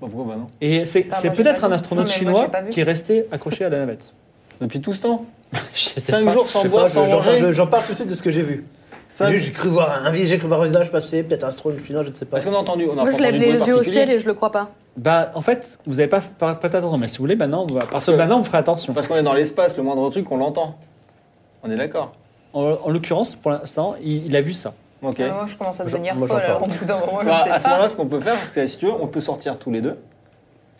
[SPEAKER 5] Bon, pourquoi pas non
[SPEAKER 2] Et c'est
[SPEAKER 4] Ah,
[SPEAKER 2] c'est
[SPEAKER 4] moi, j'ai
[SPEAKER 2] peut-être
[SPEAKER 4] pas
[SPEAKER 2] un
[SPEAKER 4] vu.
[SPEAKER 2] astronaute
[SPEAKER 4] Non, mais moi,
[SPEAKER 2] chinois
[SPEAKER 4] j'ai pas vu.
[SPEAKER 2] qui est resté accroché à la navette.
[SPEAKER 5] Depuis tout ce temps
[SPEAKER 2] Je sais
[SPEAKER 5] 5
[SPEAKER 2] pas.
[SPEAKER 5] jours
[SPEAKER 3] Je
[SPEAKER 5] sans
[SPEAKER 3] sais
[SPEAKER 5] boire,
[SPEAKER 3] pas,
[SPEAKER 5] sans
[SPEAKER 3] je- j'en-
[SPEAKER 5] manger.
[SPEAKER 3] je- J'en parle tout de suite de ce que j'ai vu.
[SPEAKER 5] Cinq-
[SPEAKER 3] J'ai vu- j'ai cru voir un visage, j'ai cru voir un visage passer, peut-être un strong chinois, je ne sais pas.
[SPEAKER 5] Parce qu'on a entendu. On a
[SPEAKER 6] Moi,
[SPEAKER 5] pas
[SPEAKER 6] je
[SPEAKER 5] entendu
[SPEAKER 6] lève
[SPEAKER 5] de
[SPEAKER 6] les
[SPEAKER 5] bruit
[SPEAKER 6] yeux au
[SPEAKER 5] particulier.
[SPEAKER 6] ciel et je le crois pas.
[SPEAKER 2] Bah, en fait, vous n'avez pas pas pas attention, mais si vous voulez, maintenant, on va- à partir de
[SPEAKER 5] que-
[SPEAKER 2] maintenant, vous ferez attention.
[SPEAKER 5] Parce qu'on est dans l'espace, le moindre truc, on l'entend. On est d'accord.
[SPEAKER 2] En, en l'occurrence, pour l'instant, il, il a vu ça.
[SPEAKER 5] Ok.
[SPEAKER 4] Ah, moi, je commence à
[SPEAKER 3] Moi,
[SPEAKER 4] devenir
[SPEAKER 3] j'en- moi, j'en
[SPEAKER 4] folle.
[SPEAKER 3] parle.
[SPEAKER 4] alors, Au bout d'un moment, je
[SPEAKER 5] Bah,
[SPEAKER 4] ne
[SPEAKER 5] à
[SPEAKER 4] sais
[SPEAKER 5] ce
[SPEAKER 4] pas.
[SPEAKER 5] moment-là, ce qu'on peut faire, c'est que si tu veux, on peut sortir tous les deux.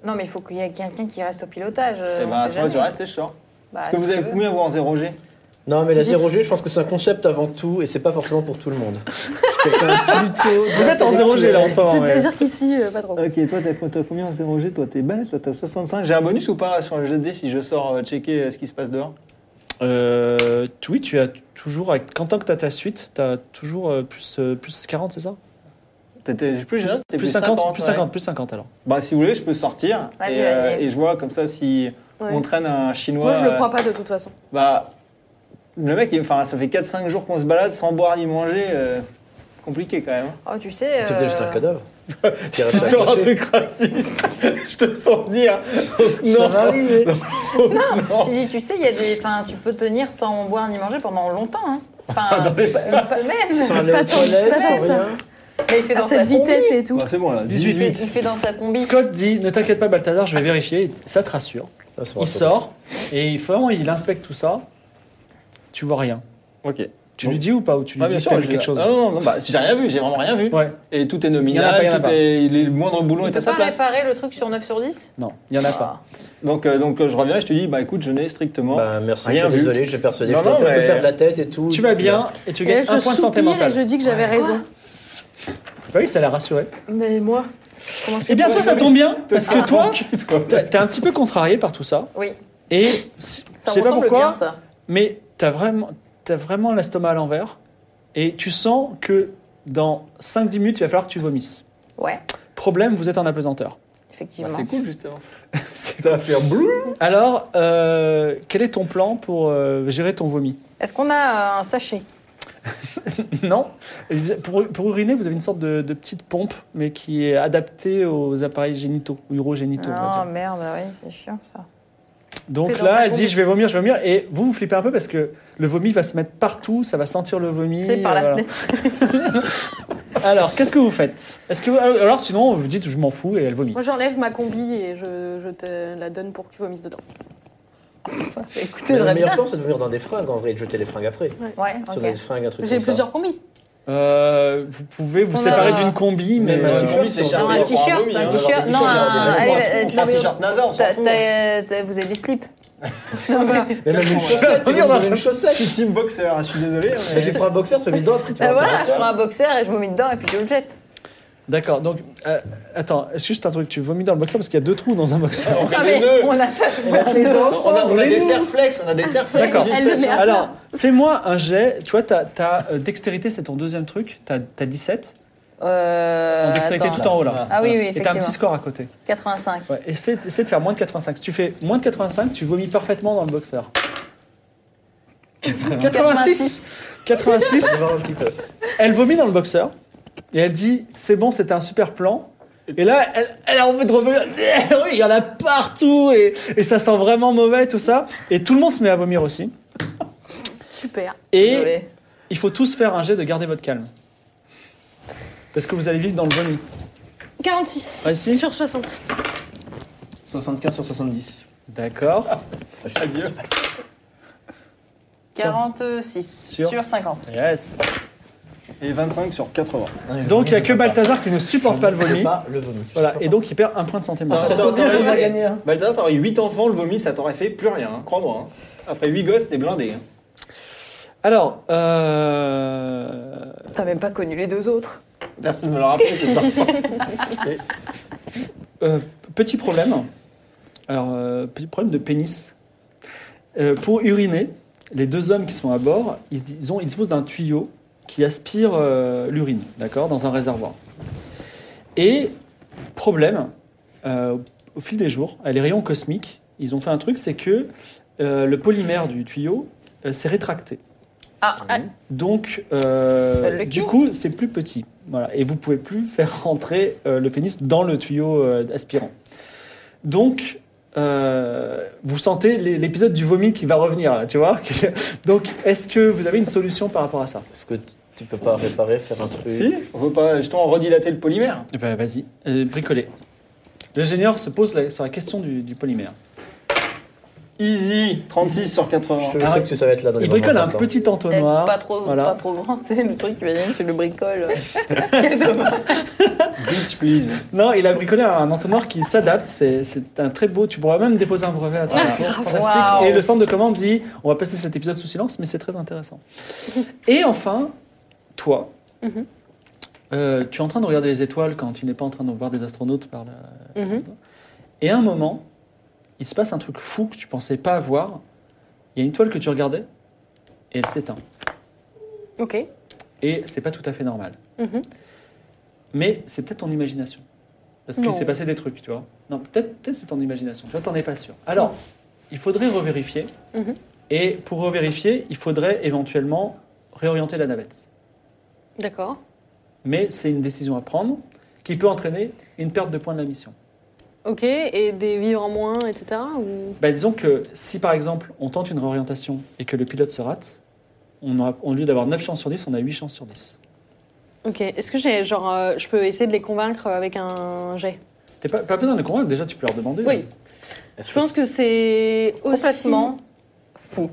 [SPEAKER 4] Non, mais il faut qu'il y ait quelqu'un qui reste au pilotage. euh,
[SPEAKER 5] et ben, à ce moment-là, tu restes et je sors.
[SPEAKER 4] Bah,
[SPEAKER 5] Parce que vous avez combien à vous en 0G
[SPEAKER 3] Non, mais la
[SPEAKER 4] Dix.
[SPEAKER 3] 0G, je pense que c'est un concept avant tout, et c'est pas forcément pour tout le monde.
[SPEAKER 4] Euh,
[SPEAKER 3] Je suis quelqu'un plutôt.
[SPEAKER 2] Vous êtes en 0G là en ce moment. Oh, ouais.
[SPEAKER 6] C'est-à-dire qu'ici, euh, pas trop.
[SPEAKER 5] Ok, toi, t'as t'as combien en 0G Toi, t'es balèze, toi, t'as 65. J'ai un bonus ou pas là, sur le jet de dés si je sors euh, checker euh, ce qui se passe dehors
[SPEAKER 2] Euh, tu- oui, tu as toujours, avec- quand tant que tu as ta suite, tu as toujours euh, plus, euh, plus 40, c'est ça
[SPEAKER 5] T'étais plus jeune, t'étais
[SPEAKER 2] Plus 50, plus
[SPEAKER 5] ouais.
[SPEAKER 2] 50, plus 50 alors.
[SPEAKER 5] Bah, si vous voulez, je peux sortir.
[SPEAKER 4] Vas-y,
[SPEAKER 5] et, euh,
[SPEAKER 4] vas-y.
[SPEAKER 5] et je vois comme ça si
[SPEAKER 6] Ouais.
[SPEAKER 5] on traîne un chinois.
[SPEAKER 6] Moi, je le
[SPEAKER 5] euh,
[SPEAKER 6] crois pas de toute façon.
[SPEAKER 5] Bah, le mec, il- enfin, ça fait 4-5 jours qu'on se balade sans boire ni manger. euh, compliqué quand même.
[SPEAKER 4] Oh, tu sais.
[SPEAKER 3] C'était
[SPEAKER 4] euh,
[SPEAKER 3] juste un cadavre. Qui
[SPEAKER 5] Tu
[SPEAKER 3] reste à
[SPEAKER 5] sors un
[SPEAKER 3] cacher.
[SPEAKER 5] truc raciste. je te sens venir.
[SPEAKER 3] Ça va arriver.
[SPEAKER 4] Tu dis, tu sais, il y a des. Enfin, tu peux tenir sans boire ni manger pendant longtemps. hein. Enfin,
[SPEAKER 5] Dans les-
[SPEAKER 4] une semaine.
[SPEAKER 3] Sans aller aux
[SPEAKER 6] Pas tant que
[SPEAKER 3] toilettes, sans
[SPEAKER 6] ça, ça.
[SPEAKER 3] rien.
[SPEAKER 4] Mais il fait
[SPEAKER 6] À
[SPEAKER 4] dans sa
[SPEAKER 6] cette vitesse
[SPEAKER 4] combi.
[SPEAKER 6] et tout.
[SPEAKER 5] Bah, c'est bon là,
[SPEAKER 4] Il fait,
[SPEAKER 5] 18.
[SPEAKER 4] il fait dans sa combi.
[SPEAKER 2] Scott dit Ne t'inquiète pas, Balthazar, je vais vérifier. Ça te rassure.
[SPEAKER 3] Ah, ça va,
[SPEAKER 2] Il
[SPEAKER 3] ça va.
[SPEAKER 2] sort et il- vraiment, il inspecte tout ça. Tu vois rien.
[SPEAKER 5] Ok.
[SPEAKER 2] Tu lui dis ou pas Ou tu lui
[SPEAKER 5] Ah,
[SPEAKER 2] dis
[SPEAKER 5] bien
[SPEAKER 2] que
[SPEAKER 5] sûr,
[SPEAKER 2] t'as vu
[SPEAKER 5] je-
[SPEAKER 2] quelque chose
[SPEAKER 5] Ah, non, non, non, bah, si j'ai rien vu, j'ai vraiment rien vu.
[SPEAKER 2] Ouais,
[SPEAKER 5] Et tout est
[SPEAKER 2] Il y en a
[SPEAKER 5] nominal,
[SPEAKER 2] pas, il y en a
[SPEAKER 5] tout
[SPEAKER 2] pas.
[SPEAKER 5] est- le moindre boulon
[SPEAKER 4] Il
[SPEAKER 5] est
[SPEAKER 4] peut
[SPEAKER 5] à sa
[SPEAKER 4] pas
[SPEAKER 5] place.
[SPEAKER 4] réparer le truc sur 9 sur 10
[SPEAKER 2] non, il n'y en a pas.
[SPEAKER 5] Donc, euh, donc euh, je reviens et je te dis, bah écoute, je n'ai strictement.
[SPEAKER 3] Bah, merci,
[SPEAKER 5] Rien
[SPEAKER 3] je suis
[SPEAKER 5] vu.
[SPEAKER 3] désolé, je suis persuadé.
[SPEAKER 5] Non,
[SPEAKER 3] je t'ai
[SPEAKER 5] non,
[SPEAKER 3] un peu
[SPEAKER 5] mais-
[SPEAKER 3] perdu la tête et tout.
[SPEAKER 2] Tu vas bien et tu
[SPEAKER 6] Et là,
[SPEAKER 4] Eh,
[SPEAKER 2] gagnes
[SPEAKER 6] Eh, je
[SPEAKER 2] Eh, un point de santé
[SPEAKER 6] soupire et
[SPEAKER 2] mentale.
[SPEAKER 6] je dis que j'avais raison.
[SPEAKER 2] Bah oui, ça l'a rassuré.
[SPEAKER 6] Mais moi, comment je
[SPEAKER 2] Et bien, toi, ça tombe bien parce que toi,
[SPEAKER 5] Cul, toi.
[SPEAKER 2] t'as- t'es un petit peu contrarié par tout ça.
[SPEAKER 4] Ah. Oui,
[SPEAKER 2] Et c- je
[SPEAKER 4] ça me
[SPEAKER 2] sais pas
[SPEAKER 4] ressemble
[SPEAKER 2] pourquoi,
[SPEAKER 4] bien ça.
[SPEAKER 2] mais t'as vraiment, t'as vraiment l'estomac à l'envers et tu sens que dans 5-10 minutes, il va falloir que tu vomisses.
[SPEAKER 4] Ouais,
[SPEAKER 2] Problème, vous êtes en apesanteur.
[SPEAKER 5] Bah,
[SPEAKER 4] effectivement.
[SPEAKER 5] c'est cool justement.
[SPEAKER 2] C'est
[SPEAKER 5] Ça va faire blou.
[SPEAKER 2] Alors, euh, quel est ton plan pour euh, gérer ton vomi
[SPEAKER 4] Est-ce qu'on a euh, un sachet
[SPEAKER 2] Non. Pour, pour uriner, vous avez une sorte de, de petite pompe, mais qui est adaptée aux appareils génitaux, ou urogénitaux. on va
[SPEAKER 4] Oh
[SPEAKER 2] dire.
[SPEAKER 4] merde, oui, c'est chiant ça.
[SPEAKER 2] Donc
[SPEAKER 4] Fais dans ta
[SPEAKER 2] là, elle dit
[SPEAKER 4] combi.
[SPEAKER 2] je vais vomir, je vais vomir, et vous vous flippez un peu parce que le vomi va se mettre partout, ça va sentir le vomi.
[SPEAKER 4] C'est par la
[SPEAKER 2] euh, voilà.
[SPEAKER 4] fenêtre.
[SPEAKER 2] Alors, qu'est-ce que vous faites Est-ce que vous- alors sinon vous dites je m'en fous et elle vomit.
[SPEAKER 6] Moi, j'enlève ma combi et je, je te la donne pour que tu vomisses dedans.
[SPEAKER 4] Écoutez,
[SPEAKER 3] Mais le
[SPEAKER 4] j'aurais
[SPEAKER 3] meilleur
[SPEAKER 4] bien.
[SPEAKER 3] plan, c'est de venir dans des fringues en vrai et de jeter les fringues après.
[SPEAKER 4] Ouais,
[SPEAKER 3] Si on a des
[SPEAKER 4] ok.
[SPEAKER 3] fringues, un truc
[SPEAKER 6] J'ai
[SPEAKER 3] comme ça.
[SPEAKER 6] plusieurs combis.
[SPEAKER 2] Euh, vous pouvez vous
[SPEAKER 4] qu'on
[SPEAKER 2] séparer
[SPEAKER 4] a-
[SPEAKER 2] d'une combi, mais
[SPEAKER 5] Même
[SPEAKER 2] euh,
[SPEAKER 5] un
[SPEAKER 2] combi,
[SPEAKER 5] t-shirt, c'est
[SPEAKER 2] c'est-
[SPEAKER 5] cher.
[SPEAKER 4] Non, un
[SPEAKER 5] pour
[SPEAKER 4] t-shirt,
[SPEAKER 5] vomi,
[SPEAKER 4] un
[SPEAKER 5] hein.
[SPEAKER 4] t-shirt,
[SPEAKER 5] Alors,
[SPEAKER 4] non,
[SPEAKER 5] des t-shirts,
[SPEAKER 4] un-
[SPEAKER 5] des
[SPEAKER 4] allez,
[SPEAKER 5] t-shirts,
[SPEAKER 4] euh,
[SPEAKER 5] on prend un
[SPEAKER 4] tu-
[SPEAKER 5] t-shirt NASA, on s'en
[SPEAKER 4] T'as-
[SPEAKER 5] fout.
[SPEAKER 4] t'as- t'as- Vous avez des slips Ah,
[SPEAKER 6] Non, voilà.
[SPEAKER 3] Mais même une
[SPEAKER 5] Tu
[SPEAKER 3] chaussette,
[SPEAKER 5] vas venir dans
[SPEAKER 3] une
[SPEAKER 5] un- Je
[SPEAKER 3] chaussette.
[SPEAKER 5] suis team boxer, je suis désolé.
[SPEAKER 3] Mais tu
[SPEAKER 5] Mais...
[SPEAKER 3] prends un boxeur, tu le mets dedans, après tu
[SPEAKER 4] Bah
[SPEAKER 3] vas
[SPEAKER 4] voilà, je
[SPEAKER 3] boxeur.
[SPEAKER 4] prends un boxer et je vous mets dedans et puis je le jette.
[SPEAKER 2] D'accord. Donc euh, attends, est-ce juste un truc, tu vomis dans le boxeur parce qu'il y a deux trous dans un boxeur.
[SPEAKER 5] On
[SPEAKER 4] Ah,
[SPEAKER 5] fait les
[SPEAKER 4] mais
[SPEAKER 5] deux.
[SPEAKER 4] on a pas
[SPEAKER 3] On a les dents
[SPEAKER 5] On a,
[SPEAKER 4] hein.
[SPEAKER 5] on a des
[SPEAKER 3] ensemble.
[SPEAKER 5] serflex, on a des serflex.
[SPEAKER 2] D'accord.
[SPEAKER 6] Elle le met à
[SPEAKER 2] Alors, fais-moi un jet. Tu vois, ta ta, euh, dextérité, c'est ton deuxième truc. T'as as 17.
[SPEAKER 4] Euh.
[SPEAKER 2] en dextérité
[SPEAKER 4] attends.
[SPEAKER 2] tout en haut là.
[SPEAKER 4] Ah oui, oui,
[SPEAKER 2] Et t'as un petit
[SPEAKER 4] effectivement.
[SPEAKER 2] score à côté.
[SPEAKER 4] 85.
[SPEAKER 2] Ouais. Et fais, essaie de faire moins de 85. Si tu fais moins de 85, tu vomis parfaitement dans le boxeur. 86 86
[SPEAKER 3] On va voir un petit peu.
[SPEAKER 2] Elle vomit dans le boxeur et elle dit c'est bon, c'était un super plan. Et là, elle, elle a envie de revenir. Il y en a partout et, et ça sent vraiment mauvais tout ça. Et tout le monde se met à vomir aussi.
[SPEAKER 6] Super.
[SPEAKER 2] Et
[SPEAKER 4] Désolé.
[SPEAKER 2] il faut tous faire un jet de garder votre calme. Parce que vous allez vivre dans le vomi.
[SPEAKER 6] 46
[SPEAKER 2] Ah, si.
[SPEAKER 6] sur 60.
[SPEAKER 3] 75 sur 70.
[SPEAKER 2] D'accord.
[SPEAKER 5] Adieu.
[SPEAKER 4] 46
[SPEAKER 2] Sur-
[SPEAKER 4] sur, 50.
[SPEAKER 2] Yes.
[SPEAKER 5] Et 25 sur 80.
[SPEAKER 3] Ah,
[SPEAKER 2] Donc il n'y a que Balthazar qui ne supporte pas le vomi.
[SPEAKER 3] Pas le vomi.
[SPEAKER 2] Voilà. Et donc il perd un point de santé
[SPEAKER 3] Ah,
[SPEAKER 2] morale.
[SPEAKER 3] ça
[SPEAKER 5] Attends,
[SPEAKER 3] tombe bien,
[SPEAKER 5] attends,
[SPEAKER 3] on va
[SPEAKER 5] attends.
[SPEAKER 3] gagner. hein.
[SPEAKER 5] Balthazar, t'aurais 8 enfants, le vomi, ça t'aurait fait plus rien, hein, crois-moi. hein. Après 8 gosses, t'es blindé. hein.
[SPEAKER 2] Alors, euh...
[SPEAKER 4] T'as même pas connu les deux autres.
[SPEAKER 5] Personne ne me l'a rappelé, c'est ça.
[SPEAKER 2] Euh, petit problème. Alors, euh, petit problème de pénis. Euh, pour uriner, les deux hommes qui sont à bord, ils, ils ont, ils disposent d'un tuyau qui aspire euh, l'urine, d'accord, dans un réservoir. Et problème, euh, au fil des jours, à les rayons cosmiques, ils ont fait un truc, c'est que euh, le polymère du tuyau euh, s'est rétracté.
[SPEAKER 4] Ah, ah,
[SPEAKER 2] Donc, euh,
[SPEAKER 4] Le
[SPEAKER 2] du
[SPEAKER 4] cul.
[SPEAKER 2] coup, c'est plus petit. Voilà. Et vous pouvez plus faire rentrer euh, le pénis dans le tuyau euh, aspirant. Donc, euh, vous sentez l'é- l'épisode du vomi qui va revenir, là, tu vois. Donc, est-ce que vous avez une solution par rapport à ça
[SPEAKER 3] Est-ce que tu- tu peux pas réparer, faire un truc
[SPEAKER 5] On veut pas justement redilater le polymère.
[SPEAKER 2] Eh ben, vas-y, euh, bricoler. L'ingénieur se pose la- sur la question du, du polymère.
[SPEAKER 5] Easy, 36 sur 80.
[SPEAKER 3] Je
[SPEAKER 2] Ah,
[SPEAKER 3] sais que ça va être là dans les
[SPEAKER 2] Il bricole
[SPEAKER 3] moments
[SPEAKER 2] un
[SPEAKER 3] importants.
[SPEAKER 2] petit
[SPEAKER 4] elle est
[SPEAKER 2] entonnoir.
[SPEAKER 4] Eh, pas trop,
[SPEAKER 2] voilà.
[SPEAKER 4] pas trop grand, c'est le truc, imagine, tu le bricoles. euh, Quel dommage.
[SPEAKER 5] Bitch, please.
[SPEAKER 2] Non, il a bricolé un entonnoir qui s'adapte. C'est c'est un très beau. Tu pourras même déposer un brevet à ton tour. Fantastique.
[SPEAKER 4] Wow.
[SPEAKER 2] Et le centre de commande dit on va passer cet épisode sous silence, mais c'est très intéressant. Et enfin, toi,
[SPEAKER 6] Mhm.
[SPEAKER 2] euh, tu es en train de regarder les étoiles quand tu n'es pas en train de voir des astronautes par là.
[SPEAKER 6] Mhm.
[SPEAKER 2] Et à un moment, il se passe un truc fou que tu pensais pas avoir. Il y a une toile que tu regardais et elle s'éteint.
[SPEAKER 4] Ok.
[SPEAKER 2] Et c'est pas tout à fait normal.
[SPEAKER 6] Mhm.
[SPEAKER 2] Mais c'est peut-être ton imagination. Parce qu'il
[SPEAKER 6] Non.
[SPEAKER 2] s'est passé des trucs, tu vois. Non, peut-être peut c'est ton imagination. Tu vois, t'en es pas sûr. Alors, il faudrait revérifier.
[SPEAKER 6] Mhm.
[SPEAKER 2] Et pour revérifier, il faudrait éventuellement réorienter la navette.
[SPEAKER 6] D'accord.
[SPEAKER 2] Mais c'est une décision à prendre qui peut entraîner une perte de points de la mission.
[SPEAKER 6] Ok, et des vivres en moins, etc. ou-
[SPEAKER 2] Bah, disons que si par exemple on tente une réorientation et que le pilote se rate, on aura- au lieu d'avoir 9 chances sur 10, on a 8 chances sur 10.
[SPEAKER 6] Ok, est-ce que j'ai, genre, euh, je peux essayer de les convaincre avec un jet
[SPEAKER 2] T'es pas, pas besoin de les convaincre, déjà tu peux leur demander.
[SPEAKER 6] Oui,
[SPEAKER 3] Est-ce
[SPEAKER 6] je pense que c'est aussi-
[SPEAKER 4] Complètement. Fou.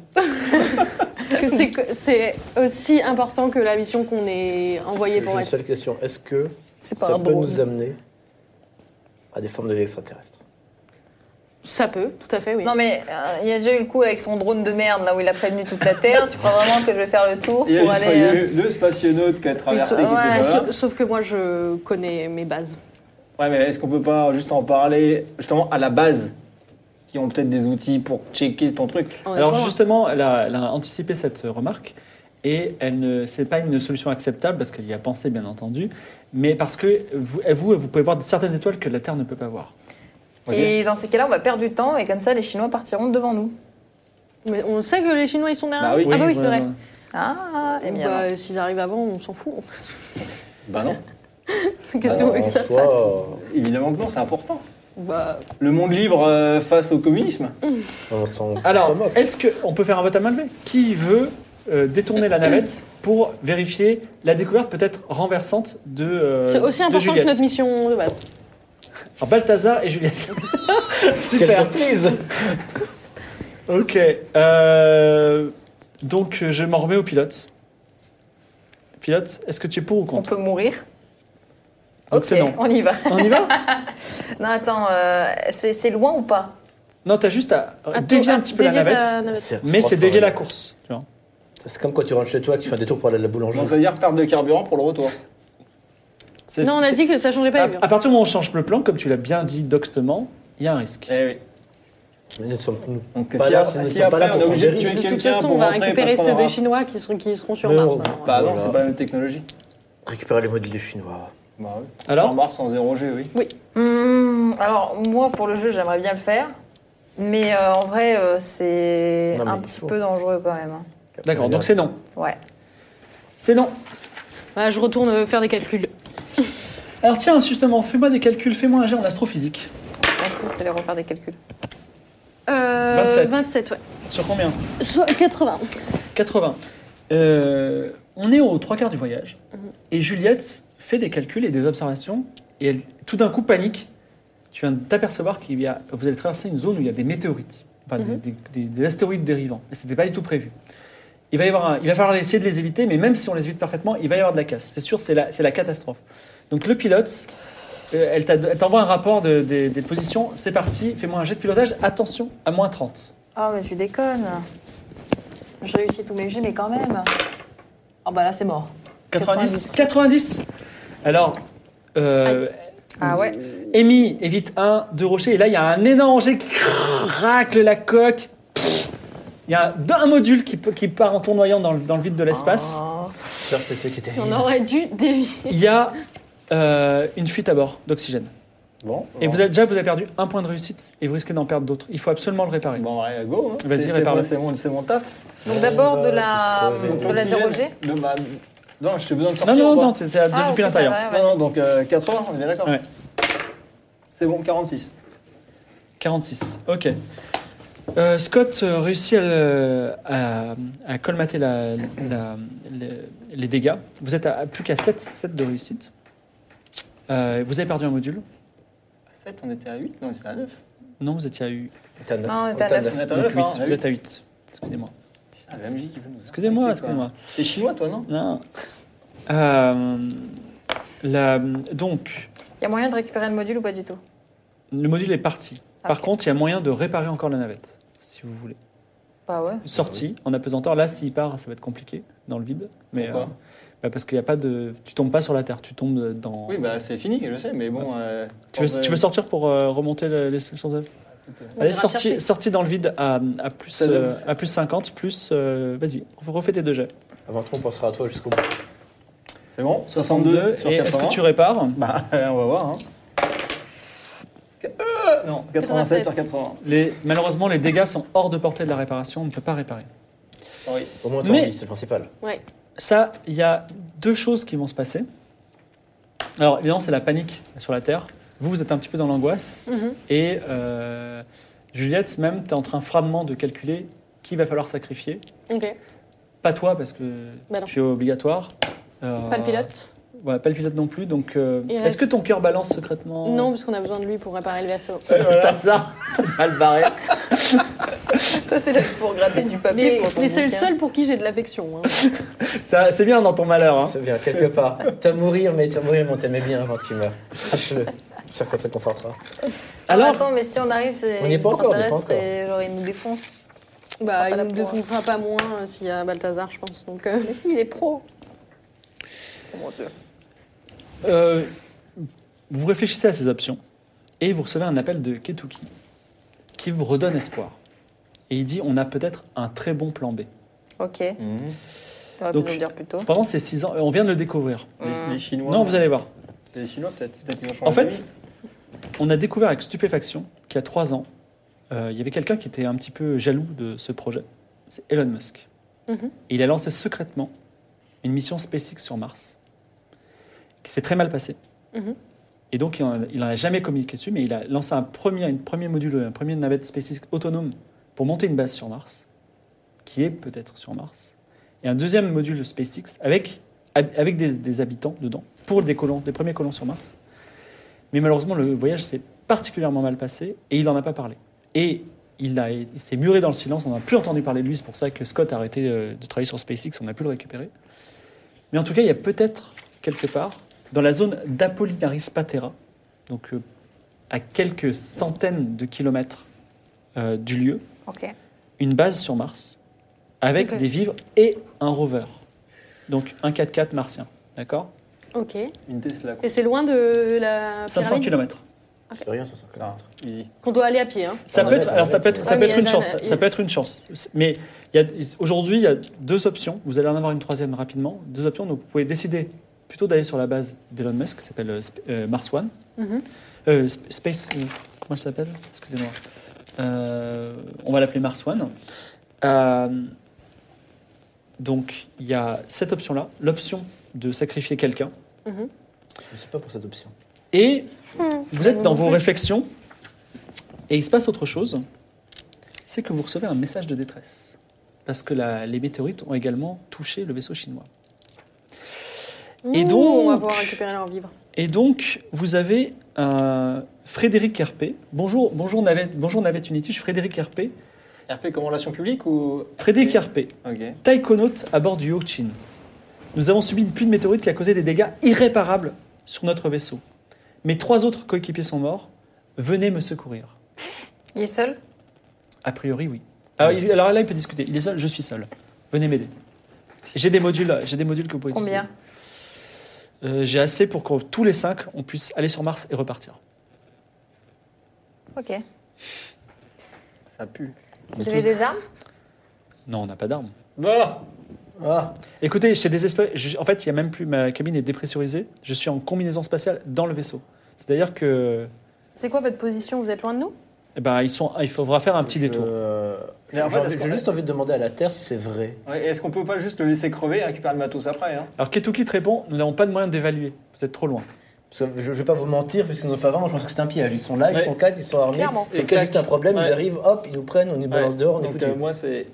[SPEAKER 6] que c'est- c'est aussi important que la mission qu'on est envoyée
[SPEAKER 3] J'ai
[SPEAKER 6] pour
[SPEAKER 3] une
[SPEAKER 6] être.
[SPEAKER 3] seule question. Est-ce que
[SPEAKER 4] C'est pas
[SPEAKER 3] ça
[SPEAKER 4] un
[SPEAKER 3] peut
[SPEAKER 4] drone.
[SPEAKER 3] nous amener à des formes de vie extraterrestre
[SPEAKER 6] Ça peut, tout à fait, oui.
[SPEAKER 4] Non mais euh, il y a déjà eu le coup avec son drone de merde là où il a prévenu toute la Terre. tu crois vraiment que je vais faire le tour
[SPEAKER 5] Il y a
[SPEAKER 4] pour
[SPEAKER 5] eu-
[SPEAKER 4] aller
[SPEAKER 5] il y
[SPEAKER 4] euh,
[SPEAKER 5] a eu le spationaute qui a traversé,
[SPEAKER 4] se-
[SPEAKER 5] qui était
[SPEAKER 4] ouais,
[SPEAKER 5] pas là.
[SPEAKER 6] Sauf, sauf que moi, je connais mes bases.
[SPEAKER 5] Ouais, mais est-ce qu'on peut pas juste en parler justement à la base qui ont peut-être des outils pour checker ton truc
[SPEAKER 6] En
[SPEAKER 2] Alors
[SPEAKER 6] attendant.
[SPEAKER 2] justement, elle a, elle a anticipé cette euh, remarque et elle ne, c'est pas une solution acceptable parce qu'elle y a pensé bien entendu, mais parce que vous, vous, vous pouvez voir certaines étoiles que la Terre ne peut pas voir.
[SPEAKER 4] Et dans ces cas-là, on va perdre du temps et comme ça, les Chinois partiront devant nous.
[SPEAKER 6] Mais on sait que les Chinois, ils sont derrière.
[SPEAKER 5] Bah oui.
[SPEAKER 6] nous. ah bah oui, c'est
[SPEAKER 2] voilà.
[SPEAKER 6] vrai.
[SPEAKER 4] Ah, eh bien.
[SPEAKER 6] Bah, S'ils arrivent avant, on s'en fout.
[SPEAKER 5] Bah non,
[SPEAKER 3] Bah,
[SPEAKER 6] Qu'est-ce que vous voulez que ça fasse
[SPEAKER 5] évidemment que non, c'est important.
[SPEAKER 6] Bah,
[SPEAKER 5] Le monde libre euh, face au communisme
[SPEAKER 3] On s'en
[SPEAKER 2] Alors,
[SPEAKER 3] Alors, moque.
[SPEAKER 2] est-ce qu'on peut faire un vote à main levée Qui veut euh, détourner la navette pour vérifier la découverte peut-être renversante de euh,
[SPEAKER 6] C'est aussi
[SPEAKER 2] de
[SPEAKER 6] important que
[SPEAKER 2] Juliette
[SPEAKER 6] notre mission de base.
[SPEAKER 2] Alors, Balthazar et Juliette.
[SPEAKER 3] Quelle
[SPEAKER 2] Super.
[SPEAKER 3] surprise
[SPEAKER 2] Ok. euh, donc, euh, je m'en remets au pilote. Pilote, est-ce que tu es pour ou
[SPEAKER 4] On
[SPEAKER 2] contre
[SPEAKER 4] peut mourir.
[SPEAKER 2] Donc
[SPEAKER 4] ok,
[SPEAKER 2] c'est non.
[SPEAKER 4] on y va.
[SPEAKER 2] On y va
[SPEAKER 4] Non, attends, euh, c'est c'est loin ou pas
[SPEAKER 2] Non, t'as juste à euh,
[SPEAKER 6] Attends,
[SPEAKER 2] dévier un
[SPEAKER 6] ah,
[SPEAKER 2] petit peu la
[SPEAKER 6] dévier ta
[SPEAKER 2] navette, mais c'est dévier la course. tu vois.
[SPEAKER 3] C'est comme quand tu rentres chez toi et que tu fais un détour pour aller à la boulangerie.
[SPEAKER 5] Donc ça veut dire perte de carburant pour le retour.
[SPEAKER 2] C'est-
[SPEAKER 6] Non, on a
[SPEAKER 2] c'est- Ah,
[SPEAKER 6] dit que ça changeait pas
[SPEAKER 2] à,
[SPEAKER 6] les murs.
[SPEAKER 2] à partir du moment où on change le plan, comme tu l'as bien dit doctement, il y a un risque.
[SPEAKER 5] Eh oui.
[SPEAKER 3] Mais nous ne sommes nous
[SPEAKER 5] Donc
[SPEAKER 3] pas
[SPEAKER 5] si,
[SPEAKER 3] là,
[SPEAKER 5] a-
[SPEAKER 3] si nous ne
[SPEAKER 5] si
[SPEAKER 3] sommes pas
[SPEAKER 5] après
[SPEAKER 3] là
[SPEAKER 5] on
[SPEAKER 3] pour
[SPEAKER 5] est
[SPEAKER 3] prendre des
[SPEAKER 5] obligé de tuer
[SPEAKER 3] risques.
[SPEAKER 6] De toute
[SPEAKER 5] quelqu'un
[SPEAKER 6] façon, on
[SPEAKER 5] pour
[SPEAKER 6] va
[SPEAKER 5] rentrer
[SPEAKER 6] récupérer
[SPEAKER 5] parce qu'on
[SPEAKER 6] ceux
[SPEAKER 5] aura...
[SPEAKER 6] des Chinois qui seront, qui seront sur
[SPEAKER 3] Mais
[SPEAKER 6] Mars.
[SPEAKER 3] on-
[SPEAKER 6] alors.
[SPEAKER 5] Bah non,
[SPEAKER 3] Voilà.
[SPEAKER 5] c'est pas la même technologie.
[SPEAKER 3] récupérer les modèles du chinois.
[SPEAKER 5] Bah oui.
[SPEAKER 2] Alors
[SPEAKER 5] Sur Mars en 0 G, oui.
[SPEAKER 4] Hmm, Alors, moi, pour le jeu, j'aimerais bien le faire. Mais euh, en vrai, euh, c'est
[SPEAKER 3] Non, mais
[SPEAKER 4] un
[SPEAKER 3] il
[SPEAKER 4] petit
[SPEAKER 3] faut.
[SPEAKER 4] peu dangereux quand même. hein.
[SPEAKER 3] Eh
[SPEAKER 2] D'accord, donc c'est non.
[SPEAKER 4] Ouais.
[SPEAKER 2] C'est non.
[SPEAKER 6] Bah, je retourne faire des calculs.
[SPEAKER 2] Alors tiens, justement, fais-moi des calculs, fais-moi un jet en astrophysique.
[SPEAKER 4] Est-ce que tu allais refaire des calculs
[SPEAKER 6] Euh,
[SPEAKER 2] 27.
[SPEAKER 6] 27, ouais.
[SPEAKER 2] Sur combien
[SPEAKER 6] So- 80.
[SPEAKER 2] 80. Euh, on est aux trois quarts du voyage. Et Juliette fait des calculs et des observations. Et elle, tout d'un coup, panique. Tu viens de t'apercevoir qu'il y a, vous allez traverser une zone où il y a des météorites, enfin des- des, des- des astéroïdes dérivants. Et c'était pas du tout prévu. Il va, y avoir un- il va falloir essayer de les éviter, mais même si on les évite parfaitement, il va y avoir de la casse. C'est sûr, c'est la, c'est la catastrophe. Donc le pilote, euh, elle t'a- elle t'envoie un rapport de- des- des positions. C'est parti, fais-moi un jet de pilotage. Attention, à moins 30.
[SPEAKER 4] Ah, mais tu déconnes. Je réussis tous mes jets, mais quand même. Oh, bah là, c'est mort.
[SPEAKER 2] 90 90 Alors, euh,
[SPEAKER 4] Ah ouais
[SPEAKER 2] Amy évite un, deux rochers, et là, il y a un énorme jet qui racle la coque. Il y a un, un module qui, peut- qui part en tournoyant dans le, dans le vide de l'espace.
[SPEAKER 4] Oh.
[SPEAKER 3] Ça, c'est ce qui était.
[SPEAKER 6] On aurait dû dévier.
[SPEAKER 2] Il y a euh, une fuite à bord d'oxygène.
[SPEAKER 5] Bon.
[SPEAKER 2] Et
[SPEAKER 5] bon.
[SPEAKER 2] vous avez, déjà, vous avez perdu un point de réussite, et vous risquez d'en perdre d'autres. Il faut absolument le réparer.
[SPEAKER 5] Bon, ouais, go. hein.
[SPEAKER 2] Vas-y,
[SPEAKER 5] C'est- c'est
[SPEAKER 2] répare-le.
[SPEAKER 5] bon, C'est mon, c'est mon taf.
[SPEAKER 4] Donc d'abord de
[SPEAKER 3] On va
[SPEAKER 4] la,
[SPEAKER 3] tous crever.
[SPEAKER 4] de la 0G
[SPEAKER 5] Le man- Non, j'ai besoin de
[SPEAKER 2] non,
[SPEAKER 5] sortir.
[SPEAKER 2] non,
[SPEAKER 5] ou
[SPEAKER 2] non,
[SPEAKER 5] pas
[SPEAKER 2] non, c'est c'est depuis
[SPEAKER 4] Ah, ok, ça
[SPEAKER 2] l'intérieur.
[SPEAKER 4] va, ouais,
[SPEAKER 5] Non, non, donc euh, 80, on est bien d'accord
[SPEAKER 2] Ouais.
[SPEAKER 5] C'est bon, 46.
[SPEAKER 2] 46, ok. Euh, Scott euh, réussit à, le- à- à colmater la- la- le- les dégâts. Vous êtes à, à plus qu'à 7, 7 de réussite. Euh, vous avez perdu un module
[SPEAKER 5] À 7, on était à 8 Non, c'était à 9.
[SPEAKER 2] Non, vous étiez à 8.
[SPEAKER 4] Non, on est à neuf.
[SPEAKER 5] On est à Ah,
[SPEAKER 2] Donc
[SPEAKER 5] 9,
[SPEAKER 2] 8,
[SPEAKER 5] hein,
[SPEAKER 2] vous êtes à 8. Excusez-moi.
[SPEAKER 5] Putain, le MJ qui veut nous
[SPEAKER 2] Excusez-moi,
[SPEAKER 5] attaquer,
[SPEAKER 2] excusez-moi.
[SPEAKER 5] quoi. T'es chinois, toi, non
[SPEAKER 2] Non. Euh, la- donc,
[SPEAKER 4] Il y a moyen de récupérer le module ou pas du tout
[SPEAKER 2] le module est parti.
[SPEAKER 4] Ah,
[SPEAKER 2] Par
[SPEAKER 4] ok.
[SPEAKER 2] contre, il y a moyen de réparer encore la navette, si vous voulez.
[SPEAKER 4] Bah ouais.
[SPEAKER 2] sortie en apesanteur. Là, s'il part, ça va être compliqué dans le vide. Mais
[SPEAKER 5] Pourquoi
[SPEAKER 2] euh, bah, parce qu'il y a pas de, tu tombes pas sur la terre, tu tombes dans.
[SPEAKER 5] Oui, bah c'est fini, je sais, mais bon. euh,
[SPEAKER 2] tu, veux,
[SPEAKER 5] quand, euh,
[SPEAKER 2] tu veux sortir pour euh, remonter le- les choses
[SPEAKER 6] On
[SPEAKER 2] Allez,
[SPEAKER 6] ira
[SPEAKER 2] sortie,
[SPEAKER 6] chercher.
[SPEAKER 2] sortie dans le vide à, à plus,
[SPEAKER 5] Ça donne-
[SPEAKER 2] euh, à plus 50, plus. euh, Vas-y, refais tes deux jets.
[SPEAKER 3] Avant tout, on pensera à toi jusqu'au bout.
[SPEAKER 5] C'est bon 62 sur
[SPEAKER 2] Et est-ce que
[SPEAKER 5] 80.
[SPEAKER 2] tu répares
[SPEAKER 5] Bah, euh, on va voir. Hein. Qu- euh, non, 87 sur 80.
[SPEAKER 2] les, Malheureusement, les dégâts sont hors de portée de la réparation, on ne peut pas réparer.
[SPEAKER 5] Ah oui.
[SPEAKER 3] Au moins, t'es
[SPEAKER 2] Mais-
[SPEAKER 3] en vie, c'est le principal.
[SPEAKER 2] Ça, il y a deux choses qui vont se passer. Alors, évidemment, c'est la panique sur la Terre. Vous, vous êtes un petit peu dans l'angoisse.
[SPEAKER 6] Mhm.
[SPEAKER 2] Et euh, Juliette, même, tu es en train froidement de calculer qui va falloir sacrifier.
[SPEAKER 6] Ok.
[SPEAKER 2] Pas toi, parce que
[SPEAKER 6] Bah non.
[SPEAKER 2] tu es obligatoire. Euh,
[SPEAKER 6] Pas le pilote
[SPEAKER 2] Ouais, pas le pilote non plus. Donc, euh,
[SPEAKER 6] Il
[SPEAKER 2] est-ce
[SPEAKER 6] reste-
[SPEAKER 2] que ton cœur balance secrètement
[SPEAKER 6] Non, parce qu'on a besoin de lui pour réparer le vaisseau.
[SPEAKER 2] T'as ça C'est mal barré.
[SPEAKER 4] Toi, t'es là pour gratter du papier.
[SPEAKER 6] Mais,
[SPEAKER 4] pour ton
[SPEAKER 6] mais c'est le
[SPEAKER 4] bouquin.
[SPEAKER 6] seul pour qui j'ai de l'affection. hein.
[SPEAKER 2] Ça, C'est bien dans ton malheur. hein.
[SPEAKER 3] Ça vient quelque part. T'as mourir, mais t'as mourir, mais on t'aimait bien avant que tu meures. Sache-le. J'espère que ça te réconfortera.
[SPEAKER 4] Ah,
[SPEAKER 2] Alors,
[SPEAKER 4] attends, mais si on arrive, c'est
[SPEAKER 3] On
[SPEAKER 4] les
[SPEAKER 3] n'y est pas encore, on n'y est pas
[SPEAKER 4] extraterrestres et genre ils nous défoncent. On sera
[SPEAKER 6] bah,
[SPEAKER 4] pas
[SPEAKER 6] il
[SPEAKER 4] là
[SPEAKER 6] ne
[SPEAKER 4] pour-
[SPEAKER 6] défoncera pas moins euh, s'il y a Balthazar, je pense. Donc, euh,
[SPEAKER 4] Mais si, il est pro. Oh mon dieu.
[SPEAKER 2] Euh, vous réfléchissez à ces options et vous recevez un appel de Ketuki qui vous redonne espoir. Et il dit on a peut-être un très bon plan B.
[SPEAKER 4] Ok.
[SPEAKER 5] Mhm.
[SPEAKER 4] T'aurais pu
[SPEAKER 2] Donc-
[SPEAKER 4] nous le dire plus tôt.
[SPEAKER 2] Pendant ces six ans, euh, on vient de le découvrir.
[SPEAKER 5] Les, les Chinois.
[SPEAKER 2] Non, vous allez voir.
[SPEAKER 5] C'est Les Chinois, peut-être. Peut-être qu'ils ont changé
[SPEAKER 2] En
[SPEAKER 5] de
[SPEAKER 2] fait,
[SPEAKER 5] pays.
[SPEAKER 2] on a découvert avec stupéfaction qu'il y a trois ans, euh, il y avait quelqu'un qui était un petit peu jaloux de ce projet. C'est Elon Musk.
[SPEAKER 6] Mhm.
[SPEAKER 2] Et il a lancé secrètement une mission SpaceX sur Mars, qui s'est très mal passée.
[SPEAKER 6] Mhm.
[SPEAKER 2] Et donc, il en a- il n'en a jamais communiqué dessus, mais il a lancé un premier, une premier module, un premier navette SpaceX autonome pour monter une base sur Mars, qui est peut-être sur Mars, et un deuxième module SpaceX avec, avec des, des habitants dedans, pour des colons, des premiers colons sur Mars. Mais malheureusement, le voyage s'est particulièrement mal passé et il n'en a pas parlé. Et il, a- il s'est muré dans le silence, on n'a plus entendu parler de lui, c'est pour ça que Scott a arrêté euh, de travailler sur SpaceX, on n'a plus le récupérer. Mais en tout cas, il y a peut-être quelque part, dans la zone d'Apollinaris Patera, donc euh, à quelques centaines de kilomètres euh, du lieu,
[SPEAKER 4] Ok.
[SPEAKER 2] une base sur Mars avec
[SPEAKER 6] Ok.
[SPEAKER 2] des vivres et un rover. Donc un 4x4 martien, d'accord
[SPEAKER 6] ok.
[SPEAKER 5] Une Tesla. Quoi.
[SPEAKER 6] Et c'est loin de la pyramide
[SPEAKER 2] 500 km.
[SPEAKER 3] C'est rien sur 5 kilomètres.
[SPEAKER 5] Easy.
[SPEAKER 6] qu'on doit aller à pied. Hein.
[SPEAKER 2] Ça
[SPEAKER 3] On
[SPEAKER 2] peut
[SPEAKER 3] arrête,
[SPEAKER 2] être,
[SPEAKER 3] on
[SPEAKER 2] alors ça
[SPEAKER 3] arrête,
[SPEAKER 2] peut être,
[SPEAKER 6] mais-
[SPEAKER 2] ça
[SPEAKER 6] Ouais,
[SPEAKER 2] peut
[SPEAKER 6] mais
[SPEAKER 2] être
[SPEAKER 6] il y
[SPEAKER 2] une
[SPEAKER 6] a
[SPEAKER 2] chance.
[SPEAKER 6] jamais-
[SPEAKER 2] Ça peut être une chance. Mais il y a- aujourd'hui, il y a deux options. Vous allez en avoir une troisième rapidement. Deux options. Donc vous pouvez décider plutôt d'aller sur la base d'Elon Musk, qui s'appelle euh, Sp- euh, Mars One,
[SPEAKER 6] Mhm.
[SPEAKER 2] Euh, Sp- Space. euh, comment elle s'appelle Excusez-moi. Euh, on va l'appeler Mars One. Euh, donc il y a cette option-là, l'option de sacrifier quelqu'un.
[SPEAKER 3] Je suis pas pour cette option.
[SPEAKER 2] Et vous êtes dans
[SPEAKER 6] non
[SPEAKER 2] vos
[SPEAKER 6] plus.
[SPEAKER 2] réflexions et il se passe autre chose. C'est que vous recevez un message de détresse. Parce que la- les météorites ont également touché le vaisseau chinois. Et
[SPEAKER 6] Ouh,
[SPEAKER 2] donc-
[SPEAKER 6] on va pouvoir récupérer leurs vivres.
[SPEAKER 2] Et donc, vous avez un Frédéric Herpé. Bonjour, bonjour Navette, bonjour Navette Unity, je suis Frédéric Herpé.
[SPEAKER 5] RP comme relation publique ou.
[SPEAKER 2] Frédéric Herpé,
[SPEAKER 5] Ok.
[SPEAKER 2] taïkonaute à bord du Yokchin. Nous avons subi une pluie de météorites qui a causé des dégâts irréparables sur notre vaisseau. Mes trois autres coéquipiers sont morts. Venez me secourir.
[SPEAKER 4] Il est seul
[SPEAKER 2] A priori, oui. Alors, il- alors là, il peut discuter. Il est seul, je suis seul. Venez m'aider. J'ai des modules, j'ai des modules que vous pouvez
[SPEAKER 4] Combien
[SPEAKER 2] utiliser. Euh, J'ai assez pour que tous les cinq, on puisse aller sur Mars et repartir.
[SPEAKER 4] Ok.
[SPEAKER 5] Ça pue.
[SPEAKER 4] Vous avez des armes
[SPEAKER 2] Non, on n'a pas d'armes.
[SPEAKER 5] Bah
[SPEAKER 3] Ah
[SPEAKER 2] Écoutez, j'ai des espèces. je- En fait, il y a même plus ma cabine est dépressurisée. Je suis en combinaison spatiale dans le vaisseau. C'est-à-dire que,
[SPEAKER 6] C'est quoi votre position Vous êtes loin de nous
[SPEAKER 2] eh ben, ils sont. Il faudra faire un petit
[SPEAKER 3] Je-
[SPEAKER 2] détour.
[SPEAKER 3] euh,
[SPEAKER 5] Mais en
[SPEAKER 3] J'ai
[SPEAKER 5] fait, parce
[SPEAKER 3] envie-
[SPEAKER 5] qu'en
[SPEAKER 3] j'ai
[SPEAKER 5] fait-
[SPEAKER 3] juste envie de demander à la Terre si c'est vrai.
[SPEAKER 5] ouais, et Est-ce qu'on peut pas juste le laisser crever et récupérer le matos après hein
[SPEAKER 2] Alors, Ketuki te répond Nous n'avons pas de moyen d'évaluer. Vous êtes trop loin.
[SPEAKER 3] Parce que je, je vais pas vous mentir, puisqu'ils nous ont fait avant, je pense que c'est un piège. Ils sont là, ils
[SPEAKER 5] Ouais.
[SPEAKER 3] sont quatre, ils sont armés.
[SPEAKER 6] Clairement.
[SPEAKER 3] Et quand
[SPEAKER 5] clac.
[SPEAKER 3] juste un problème,
[SPEAKER 5] Ouais.
[SPEAKER 3] ils arrivent, hop, ils nous prennent, on est balance
[SPEAKER 5] Ouais.
[SPEAKER 3] dehors, on est
[SPEAKER 5] Donc,
[SPEAKER 3] foutus.
[SPEAKER 5] euh, moi, c'est.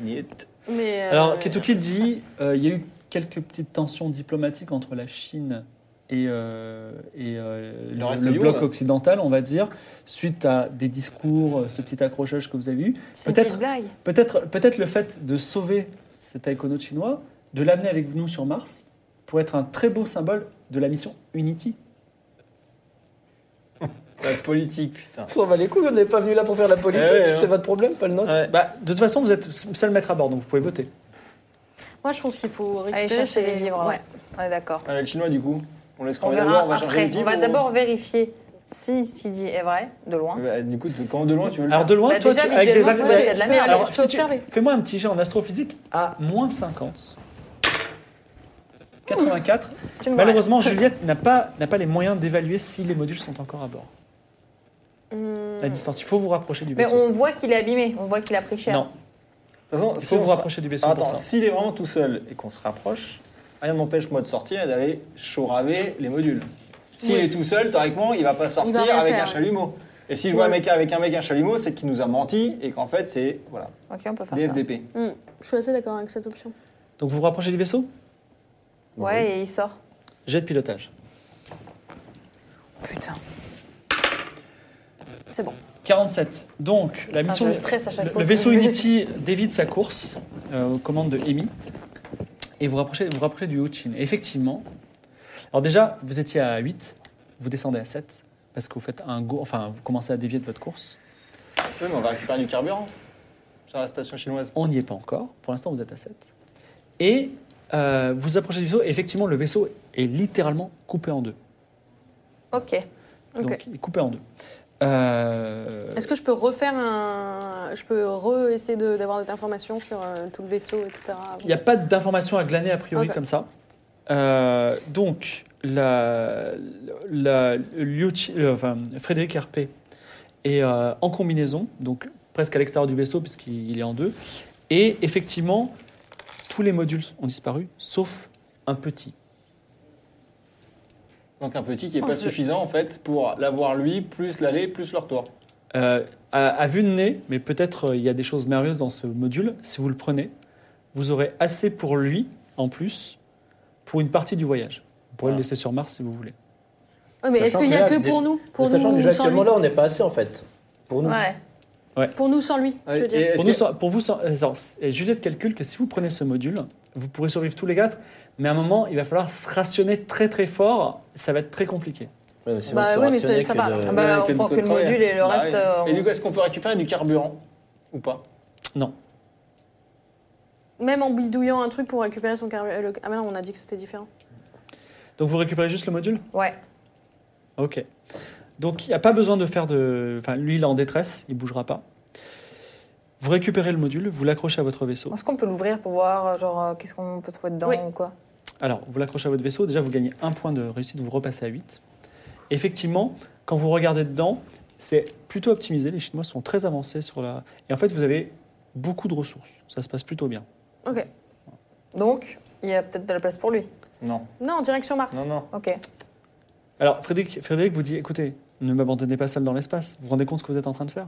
[SPEAKER 5] Niet.
[SPEAKER 6] Mais, euh,
[SPEAKER 2] Alors, Ketuki dit euh, il y a eu quelques petites tensions diplomatiques entre la Chine et, euh, et, euh,
[SPEAKER 5] Le reste
[SPEAKER 2] le,
[SPEAKER 5] du
[SPEAKER 2] bloc
[SPEAKER 5] monde.
[SPEAKER 2] occidental, on va dire, suite à des discours, euh, ce petit accrochage que vous avez eu.
[SPEAKER 4] C'est une petite
[SPEAKER 2] Peut-être
[SPEAKER 4] blague.
[SPEAKER 2] peut-être, peut-être le fait de sauver cet taïkonaute chinois, de l'amener avec nous sur Mars, pourrait être un très beau symbole de la mission Unity.
[SPEAKER 5] La politique, putain.
[SPEAKER 3] On s'en va les couilles, on n'est pas venu là pour faire la politique,
[SPEAKER 5] Ouais, ouais, ouais.
[SPEAKER 3] c'est votre problème, pas le nôtre.
[SPEAKER 2] Bah, de toute façon, vous êtes seul maître à bord, donc vous pouvez voter.
[SPEAKER 6] moi, je pense qu'il faut récupérer
[SPEAKER 4] Allez chercher les
[SPEAKER 6] ces-
[SPEAKER 4] vivres.
[SPEAKER 6] Ouais.
[SPEAKER 4] On est d'accord.
[SPEAKER 5] Ah, le chinois, du coup. On laisse
[SPEAKER 4] On
[SPEAKER 5] crever d'abord,
[SPEAKER 4] verra
[SPEAKER 5] on va changer
[SPEAKER 4] après.
[SPEAKER 5] les vivres.
[SPEAKER 4] On va
[SPEAKER 5] ou-
[SPEAKER 4] d'abord vérifier Si ce qu'il dit est vrai, de loin.
[SPEAKER 5] Bah, du coup, de- quand de loin, tu veux le
[SPEAKER 2] Alors de
[SPEAKER 5] faire.
[SPEAKER 2] loin,
[SPEAKER 4] Bah,
[SPEAKER 2] toi,
[SPEAKER 4] déjà,
[SPEAKER 2] tu- avec des
[SPEAKER 4] visuellement,
[SPEAKER 6] ouais,
[SPEAKER 2] actes-
[SPEAKER 6] il y a de la
[SPEAKER 4] Ah,
[SPEAKER 6] merde,
[SPEAKER 2] Alors,
[SPEAKER 6] je peux
[SPEAKER 2] si tu-
[SPEAKER 6] observer.
[SPEAKER 2] Fais-moi un petit jet en astrophysique à moins 50. 84.
[SPEAKER 4] Tu me vois.
[SPEAKER 2] Malheureusement, Juliette n'a pas, n'a pas les moyens d'évaluer si les modules sont encore à bord.
[SPEAKER 4] Hmm.
[SPEAKER 2] La distance, il faut vous rapprocher du
[SPEAKER 4] Mais
[SPEAKER 2] vaisseau.
[SPEAKER 4] on voit qu'il est abîmé, on voit qu'il a pris cher.
[SPEAKER 2] Non,
[SPEAKER 5] De toute façon,
[SPEAKER 2] il
[SPEAKER 5] si
[SPEAKER 2] faut
[SPEAKER 5] on
[SPEAKER 2] vous
[SPEAKER 5] se- Ah,
[SPEAKER 2] rapprocher du vaisseau pour
[SPEAKER 5] Attends,
[SPEAKER 2] ça.
[SPEAKER 5] s'il est vraiment tout seul et qu'on se rapproche, rien n'empêche moi de sortir et d'aller choraver les modules. S'il
[SPEAKER 6] Oui.
[SPEAKER 5] est tout seul, théoriquement, il va pas sortir
[SPEAKER 6] rien
[SPEAKER 5] avec
[SPEAKER 6] faire.
[SPEAKER 5] un chalumeau. Et si je vois
[SPEAKER 6] Ouais.
[SPEAKER 5] un mec avec un mec un chalumeau, c'est qu'il nous a menti et qu'en fait, c'est voilà,
[SPEAKER 4] Ok, on peut faire
[SPEAKER 5] des
[SPEAKER 4] ça.
[SPEAKER 5] FDP.
[SPEAKER 6] Hmm, je suis assez d'accord avec cette option.
[SPEAKER 2] Donc vous vous rapprochez du vaisseau
[SPEAKER 4] Ouais, et il sort.
[SPEAKER 2] Jet de pilotage.
[SPEAKER 4] Putain. C'est bon.
[SPEAKER 2] 47. Donc la
[SPEAKER 4] Putain,
[SPEAKER 2] mission.
[SPEAKER 4] je stresse à chaque
[SPEAKER 2] le,
[SPEAKER 4] fois.
[SPEAKER 2] le vaisseau Unity dévide sa course euh, aux commandes de Amy et vous rapprochez, vous rapprochez du Hochin. Et effectivement, alors déjà, vous étiez à 8, vous descendez à 7 parce que vous faites un go, enfin vous commencez à dévier de votre course.
[SPEAKER 5] Oui, mais on va récupérer du carburant sur la station chinoise.
[SPEAKER 2] On n'y est pas encore. Pour l'instant, vous êtes à 7. Et euh, vous approchez du vaisseau. Et effectivement, le vaisseau est littéralement coupé en deux.
[SPEAKER 4] Ok.
[SPEAKER 6] Ok.
[SPEAKER 2] Donc, il est coupé en deux. Euh,
[SPEAKER 6] Est-ce que je peux refaire un. Je peux re-essayer de- d'avoir des informations sur euh, tout le vaisseau, etc.
[SPEAKER 2] Il n'y a pas d'informations à glaner a priori
[SPEAKER 6] Ok.
[SPEAKER 2] comme ça. Euh, donc, la, la- Liu Qi- euh, enfin, Frédéric Herpé est euh, en combinaison, donc presque à l'extérieur du vaisseau puisqu'il il est en deux. Et effectivement, tous les modules ont disparu, sauf un petit.
[SPEAKER 5] Donc un petit qui est
[SPEAKER 6] Oh,
[SPEAKER 5] pas
[SPEAKER 6] je-
[SPEAKER 5] suffisant en fait pour l'avoir lui, plus l'aller, plus le retour.
[SPEAKER 2] Euh, à, à vue de nez, mais peut-être euh, il y a des choses merveilleuses dans ce module, si vous le prenez, vous aurez assez pour lui, en plus, pour une partie du voyage. Vous pourrez
[SPEAKER 5] Voilà.
[SPEAKER 2] le laisser sur Mars si vous voulez.
[SPEAKER 6] Ouais, mais est-ce
[SPEAKER 3] Sachant
[SPEAKER 6] qu'il n'y
[SPEAKER 3] que
[SPEAKER 6] a
[SPEAKER 3] là,
[SPEAKER 6] que
[SPEAKER 3] dé-
[SPEAKER 6] pour nous Pour
[SPEAKER 3] Mais sachant que
[SPEAKER 6] nous,
[SPEAKER 3] déjà,
[SPEAKER 6] sans lui
[SPEAKER 3] actuellement là, on n'est pas assez en fait. Pour nous.
[SPEAKER 4] Ouais.
[SPEAKER 6] Pour nous, sans lui, je veux
[SPEAKER 5] Et
[SPEAKER 6] dire.
[SPEAKER 5] est-ce
[SPEAKER 2] Pour,
[SPEAKER 5] que-
[SPEAKER 2] nous, sans- pour vous, sans- euh, sans- et Juliette calcule que si vous prenez ce module, vous pourrez survivre tous les quatre, mais à un moment, il va falloir se rationner très très fort, ça va être très compliqué.
[SPEAKER 3] Ouais, mais si on
[SPEAKER 4] Bah
[SPEAKER 3] se
[SPEAKER 4] oui, mais
[SPEAKER 3] rationnait
[SPEAKER 4] c'est- ça
[SPEAKER 3] que
[SPEAKER 4] va.
[SPEAKER 3] de-
[SPEAKER 4] Ah bah,
[SPEAKER 5] Ouais,
[SPEAKER 4] on
[SPEAKER 5] que
[SPEAKER 4] prend
[SPEAKER 5] de
[SPEAKER 4] que le
[SPEAKER 5] travail.
[SPEAKER 4] module et le
[SPEAKER 5] Bah,
[SPEAKER 4] reste,
[SPEAKER 5] ouais.
[SPEAKER 4] euh,
[SPEAKER 5] Et
[SPEAKER 4] on-
[SPEAKER 5] du coup, est-ce qu'on peut récupérer du carburant ou pas
[SPEAKER 6] Même en bidouillant un truc pour récupérer son carburant. le- Ah, mais non, on a dit que c'était différent.
[SPEAKER 2] Donc vous récupérez juste le module
[SPEAKER 4] Ouais.
[SPEAKER 2] Ok. Donc il n'y a pas besoin de faire de... Enfin, lui, il est en détresse, il ne bougera pas. Vous récupérez le module, vous l'accrochez à votre vaisseau.
[SPEAKER 4] Est-ce qu'on peut l'ouvrir pour voir, euh, genre, euh, qu'est-ce qu'on peut trouver dedans
[SPEAKER 6] Oui.
[SPEAKER 4] ou quoi
[SPEAKER 2] Alors, vous l'accrochez à votre vaisseau, déjà vous gagnez un point de réussite, vous repassez à 8. Effectivement, quand vous regardez dedans, c'est plutôt optimisé, les Chinois sont très avancés sur la... Et en fait, vous avez beaucoup de ressources, ça se passe plutôt bien.
[SPEAKER 6] Ok.
[SPEAKER 4] Donc, il y a peut-être de la place pour lui.
[SPEAKER 5] Non.
[SPEAKER 6] Non, direction Mars.
[SPEAKER 5] Non, non.
[SPEAKER 4] Ok.
[SPEAKER 2] Alors, Frédéric, Frédéric vous dit, écoutez, ne m'abandonnez pas seul dans l'espace, vous vous rendez compte ce que vous êtes en train de faire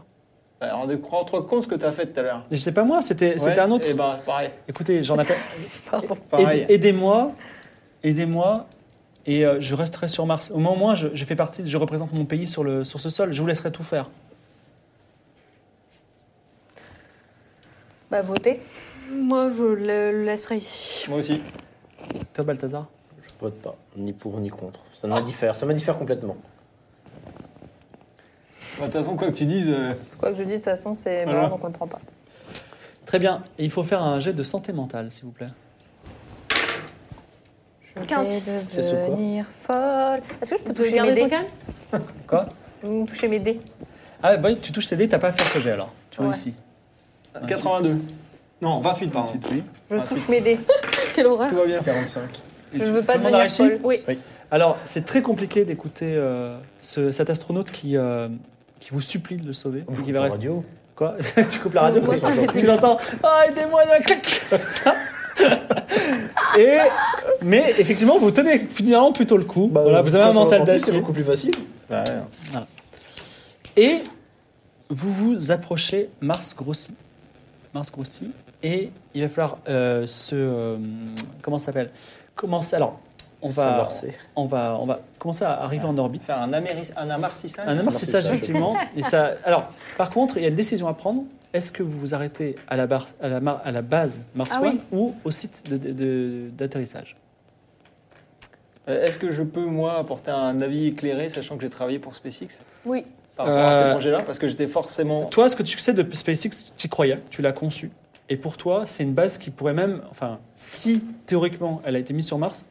[SPEAKER 5] Bah, Rends-toi compte ce que t'as fait tout à l'heure.
[SPEAKER 2] Mais Je sais pas moi, c'était c'était
[SPEAKER 5] Ouais,
[SPEAKER 2] un autre.
[SPEAKER 5] Et bah, pareil.
[SPEAKER 2] Écoutez, j'en appelle...
[SPEAKER 4] Pardon.
[SPEAKER 5] Pareil.
[SPEAKER 2] Aide- Aidez-moi, aidez-moi, et euh, je resterai sur Mars. Au moins, au moins, je, je fais partie, je représente mon pays sur, le, sur ce sol, je vous laisserai tout faire.
[SPEAKER 4] Bah, voter.
[SPEAKER 6] Moi, je le laisserai ici.
[SPEAKER 5] Moi aussi.
[SPEAKER 2] Toi, Balthazar
[SPEAKER 3] Je vote pas, ni pour ni contre. Ça m'indiffère, ça m'indiffère complètement.
[SPEAKER 5] Bah, De toute façon, quoi que tu dises, euh,
[SPEAKER 4] Quoi que je dise, de toute façon, c'est
[SPEAKER 5] Voilà.
[SPEAKER 4] mort, donc on le prend pas.
[SPEAKER 2] Très bien. Et il faut faire un jet de santé mentale, s'il vous plaît.
[SPEAKER 4] Je vais
[SPEAKER 6] 15.
[SPEAKER 3] C'est sous quoi
[SPEAKER 4] devenir folle. Est-ce que je peux
[SPEAKER 6] Tu veux
[SPEAKER 4] toucher mes
[SPEAKER 6] garder son
[SPEAKER 4] dés
[SPEAKER 6] calme
[SPEAKER 2] Quoi
[SPEAKER 4] Je peux toucher mes dés.
[SPEAKER 2] Ah, bah, tu touches tes dés, t'as pas à faire ce jet alors. Tu
[SPEAKER 4] Ouais. Euh,
[SPEAKER 2] réussis. Ah,
[SPEAKER 5] 82. Non, 28, pardon.
[SPEAKER 4] Je
[SPEAKER 5] Ah,
[SPEAKER 4] touche
[SPEAKER 5] c'est-
[SPEAKER 4] mes dés.
[SPEAKER 6] Quelle horreur.
[SPEAKER 5] Tout va bien.
[SPEAKER 3] 45.
[SPEAKER 2] Et
[SPEAKER 4] Je
[SPEAKER 2] tu-
[SPEAKER 4] ne veux pas
[SPEAKER 2] tout le monde a
[SPEAKER 4] devenir
[SPEAKER 2] réussi
[SPEAKER 4] folle.
[SPEAKER 6] Oui.
[SPEAKER 2] Alors, c'est très compliqué d'écouter euh, ce- cet astronaute qui, euh, qui vous supplie de le sauver.
[SPEAKER 3] Je
[SPEAKER 2] qui va
[SPEAKER 3] coupe la
[SPEAKER 2] rester-
[SPEAKER 3] radio.
[SPEAKER 2] Quoi Tu coupes la radio
[SPEAKER 6] Moi, ça m'était-
[SPEAKER 2] Tu l'entends Ah, aidez-moi, il y a un clac Comme ça. Et, mais effectivement, vous tenez finalement plutôt le coup. voilà, vous avez
[SPEAKER 3] euh, Quand
[SPEAKER 2] un
[SPEAKER 3] on
[SPEAKER 2] mental
[SPEAKER 3] l'entend plus, Bah, C'est
[SPEAKER 2] d'acier.
[SPEAKER 3] beaucoup plus facile.
[SPEAKER 2] Et vous vous approchez, Mars grossit. Mars grossit. Et il va falloir euh, se. euh, comment ça s'appelle Commencer. Alors, on va,
[SPEAKER 3] S'amorcer.
[SPEAKER 2] on, va, on va commencer à arriver en orbite.
[SPEAKER 5] Faire un, améris- un amarcissage.
[SPEAKER 2] Un amortissage,
[SPEAKER 3] amortissage,
[SPEAKER 2] effectivement. Et ça, alors, par contre, il y a une décision à prendre. Est-ce que vous vous arrêtez à la, barre- à la, mar- à la base Mars
[SPEAKER 6] Ah
[SPEAKER 2] One
[SPEAKER 6] oui.
[SPEAKER 2] ou au site de- de- de- d'atterrissage
[SPEAKER 5] Euh, Est-ce que je peux, moi, apporter un avis éclairé, sachant que j'ai travaillé pour SpaceX
[SPEAKER 6] Oui.
[SPEAKER 5] par rapport à
[SPEAKER 2] Euh,
[SPEAKER 5] ces projets-là Parce que j'étais forcément.
[SPEAKER 2] Toi, ce que tu sais de SpaceX, tu y croyais, tu l'as conçu. Et pour toi, c'est une base qui pourrait même, enfin, si théoriquement elle a été mise sur Mars,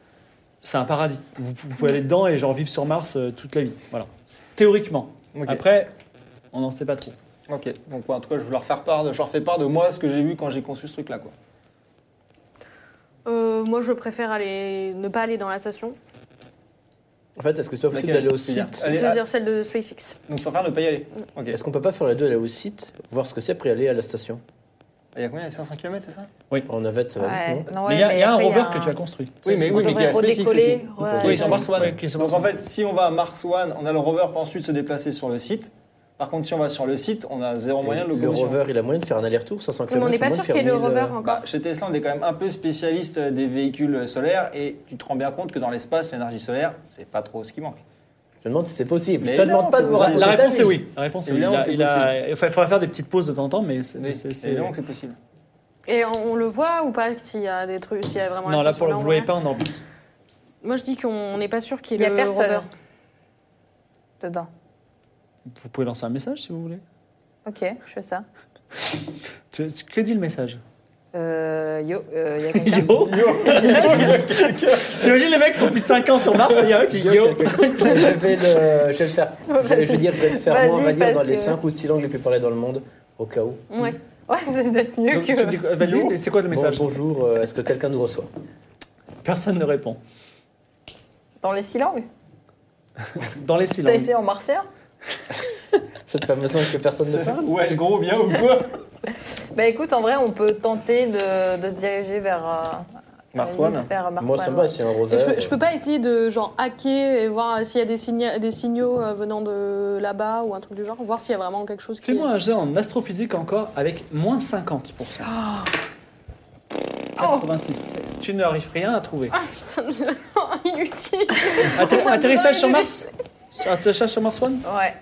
[SPEAKER 2] c'est un paradis. Vous, vous pouvez aller dedans et genre vivre sur Mars euh, toute la vie. Voilà. C'est- Théoriquement.
[SPEAKER 5] Ok.
[SPEAKER 2] Après, on n'en sait pas trop.
[SPEAKER 5] Ok, donc ouais, en tout cas, je vais leur faire part, de, je leur fais part de moi ce que j'ai vu quand j'ai conçu ce truc-là. quoi.
[SPEAKER 7] Euh, moi, je préfère aller, ne pas aller dans la station.
[SPEAKER 3] En fait, est-ce que c'est pas possible
[SPEAKER 5] Laquelle
[SPEAKER 3] d'aller au
[SPEAKER 5] C'est-à-dire,
[SPEAKER 3] site
[SPEAKER 5] aller
[SPEAKER 7] Je
[SPEAKER 5] à-
[SPEAKER 2] ah.
[SPEAKER 7] veux dire celle de SpaceX.
[SPEAKER 5] ah, Donc, je préfère ne pas y aller. Ok.
[SPEAKER 3] Est-ce qu'on peut pas faire les deux, aller au site, voir ce que c'est, puis aller à la station
[SPEAKER 5] Il y a combien Il y a 500 km, c'est ça
[SPEAKER 3] En navette, ça va
[SPEAKER 4] Ouais,
[SPEAKER 3] vite, non
[SPEAKER 4] non,
[SPEAKER 2] mais
[SPEAKER 4] ouais,
[SPEAKER 2] il y a, il y a un
[SPEAKER 4] après, hein. il y a
[SPEAKER 2] rover que tu as construit.
[SPEAKER 5] Oui, mais
[SPEAKER 4] On
[SPEAKER 5] oui, mais
[SPEAKER 4] devrait
[SPEAKER 5] qui est SpaceX aussi.
[SPEAKER 4] redécoller.
[SPEAKER 5] Qui est
[SPEAKER 4] Ouais.
[SPEAKER 5] sur Mars One.
[SPEAKER 2] Ouais, qui est sur
[SPEAKER 5] Donc
[SPEAKER 2] Mars
[SPEAKER 5] en fait, si on va à Mars One, on a le rover pas ensuite se déplacer sur le site. Par contre, si on va sur le site, on a zéro moyen de
[SPEAKER 3] le
[SPEAKER 5] locomotion.
[SPEAKER 3] rover, il a moyen de faire un aller-retour, 500
[SPEAKER 7] Mais
[SPEAKER 3] km.
[SPEAKER 7] on n'est pas sûr qu'il y ait
[SPEAKER 2] euh,
[SPEAKER 7] le rover
[SPEAKER 5] Bah,
[SPEAKER 7] encore.
[SPEAKER 5] chez Tesla, on est quand même un peu spécialiste euh, des véhicules solaires et tu te rends bien compte que dans l'espace, l'énergie solaire, c'est pas trop ce qui manque.
[SPEAKER 3] euh, Je me demande si c'est possible.
[SPEAKER 5] Mais
[SPEAKER 3] Je te
[SPEAKER 5] non,
[SPEAKER 3] demande pas de me
[SPEAKER 5] c'est
[SPEAKER 2] La,
[SPEAKER 3] raconter
[SPEAKER 5] possible.
[SPEAKER 2] la
[SPEAKER 3] ta
[SPEAKER 2] réponse
[SPEAKER 3] vie.
[SPEAKER 2] est oui. La réponse est oui.
[SPEAKER 5] Évidemment
[SPEAKER 2] Il, a-
[SPEAKER 5] que c'est
[SPEAKER 2] il a- enfin, il faudra faire des petites pauses de temps en temps, mais c'est.
[SPEAKER 5] Oui,
[SPEAKER 2] c'est- c'est-
[SPEAKER 5] évidemment que c'est possible.
[SPEAKER 7] Et on, on le voit ou pas s'il y a des trucs, s'il y a vraiment
[SPEAKER 2] Non,
[SPEAKER 7] la
[SPEAKER 2] là,
[SPEAKER 7] station,
[SPEAKER 2] pour le,
[SPEAKER 7] on
[SPEAKER 2] vous voyez
[SPEAKER 7] verra.
[SPEAKER 2] pas en orbite.
[SPEAKER 7] Moi, je dis qu'on n'est pas sûr qu'il y
[SPEAKER 4] Il n'y
[SPEAKER 7] ait
[SPEAKER 4] a
[SPEAKER 7] le
[SPEAKER 4] personne
[SPEAKER 7] rover.
[SPEAKER 4] dedans.
[SPEAKER 2] Vous pouvez lancer un message si vous voulez.
[SPEAKER 4] Ok, je fais ça.
[SPEAKER 2] Tu- Que dit le message
[SPEAKER 4] Euh, yo, euh, il y a quelqu'un
[SPEAKER 2] Yo T'imagines les mecs qui sont plus de 5 ans sur Mars, il y a un mec qui dit
[SPEAKER 3] Yo,
[SPEAKER 2] yo
[SPEAKER 3] je, vais le, je vais le faire. Je vais, je vais dire, je vais le faire,
[SPEAKER 4] Vas-y,
[SPEAKER 3] moi, on va dire, dans
[SPEAKER 4] parce
[SPEAKER 3] les
[SPEAKER 4] que-
[SPEAKER 3] 5 ou 6 langues les plus parlées dans le monde, au cas où.
[SPEAKER 7] Ouais.
[SPEAKER 4] Ouais, c'est peut-être mieux
[SPEAKER 2] Donc, tu
[SPEAKER 4] que.
[SPEAKER 2] dis quoi- Vas-y, mais c'est quoi le
[SPEAKER 3] Bon,
[SPEAKER 2] message
[SPEAKER 3] bonjour, euh, est-ce que quelqu'un nous reçoit
[SPEAKER 2] Personne ne répond.
[SPEAKER 4] Dans les six langues
[SPEAKER 2] Dans les
[SPEAKER 4] T'as
[SPEAKER 2] silences.
[SPEAKER 4] essayé en martien
[SPEAKER 3] Cette fameuse langue que personne ne parle
[SPEAKER 5] Ouais, je gros bien ou quoi
[SPEAKER 4] Bah écoute, en vrai, on peut tenter de, de se diriger vers. euh, à la
[SPEAKER 5] Mars
[SPEAKER 4] limite,
[SPEAKER 5] One.
[SPEAKER 4] vers Mars
[SPEAKER 3] Moi,
[SPEAKER 4] One,
[SPEAKER 3] ça
[SPEAKER 4] ouais.
[SPEAKER 3] va, c'est un euh. rover.
[SPEAKER 6] Et je, peux- je peux pas essayer de genre hacker et voir s'il y a des, signa- des signaux euh, venant de là-bas ou un truc du genre, voir s'il y a vraiment quelque chose qui.
[SPEAKER 2] Fais-moi un jet en astrophysique encore avec moins 50%. 86. Tu n'arrives rien à trouver.
[SPEAKER 6] Ah putain, de- inutile.
[SPEAKER 2] Atter- atterrissage sur Mars Atterrissage sur Mars One
[SPEAKER 4] Ouais.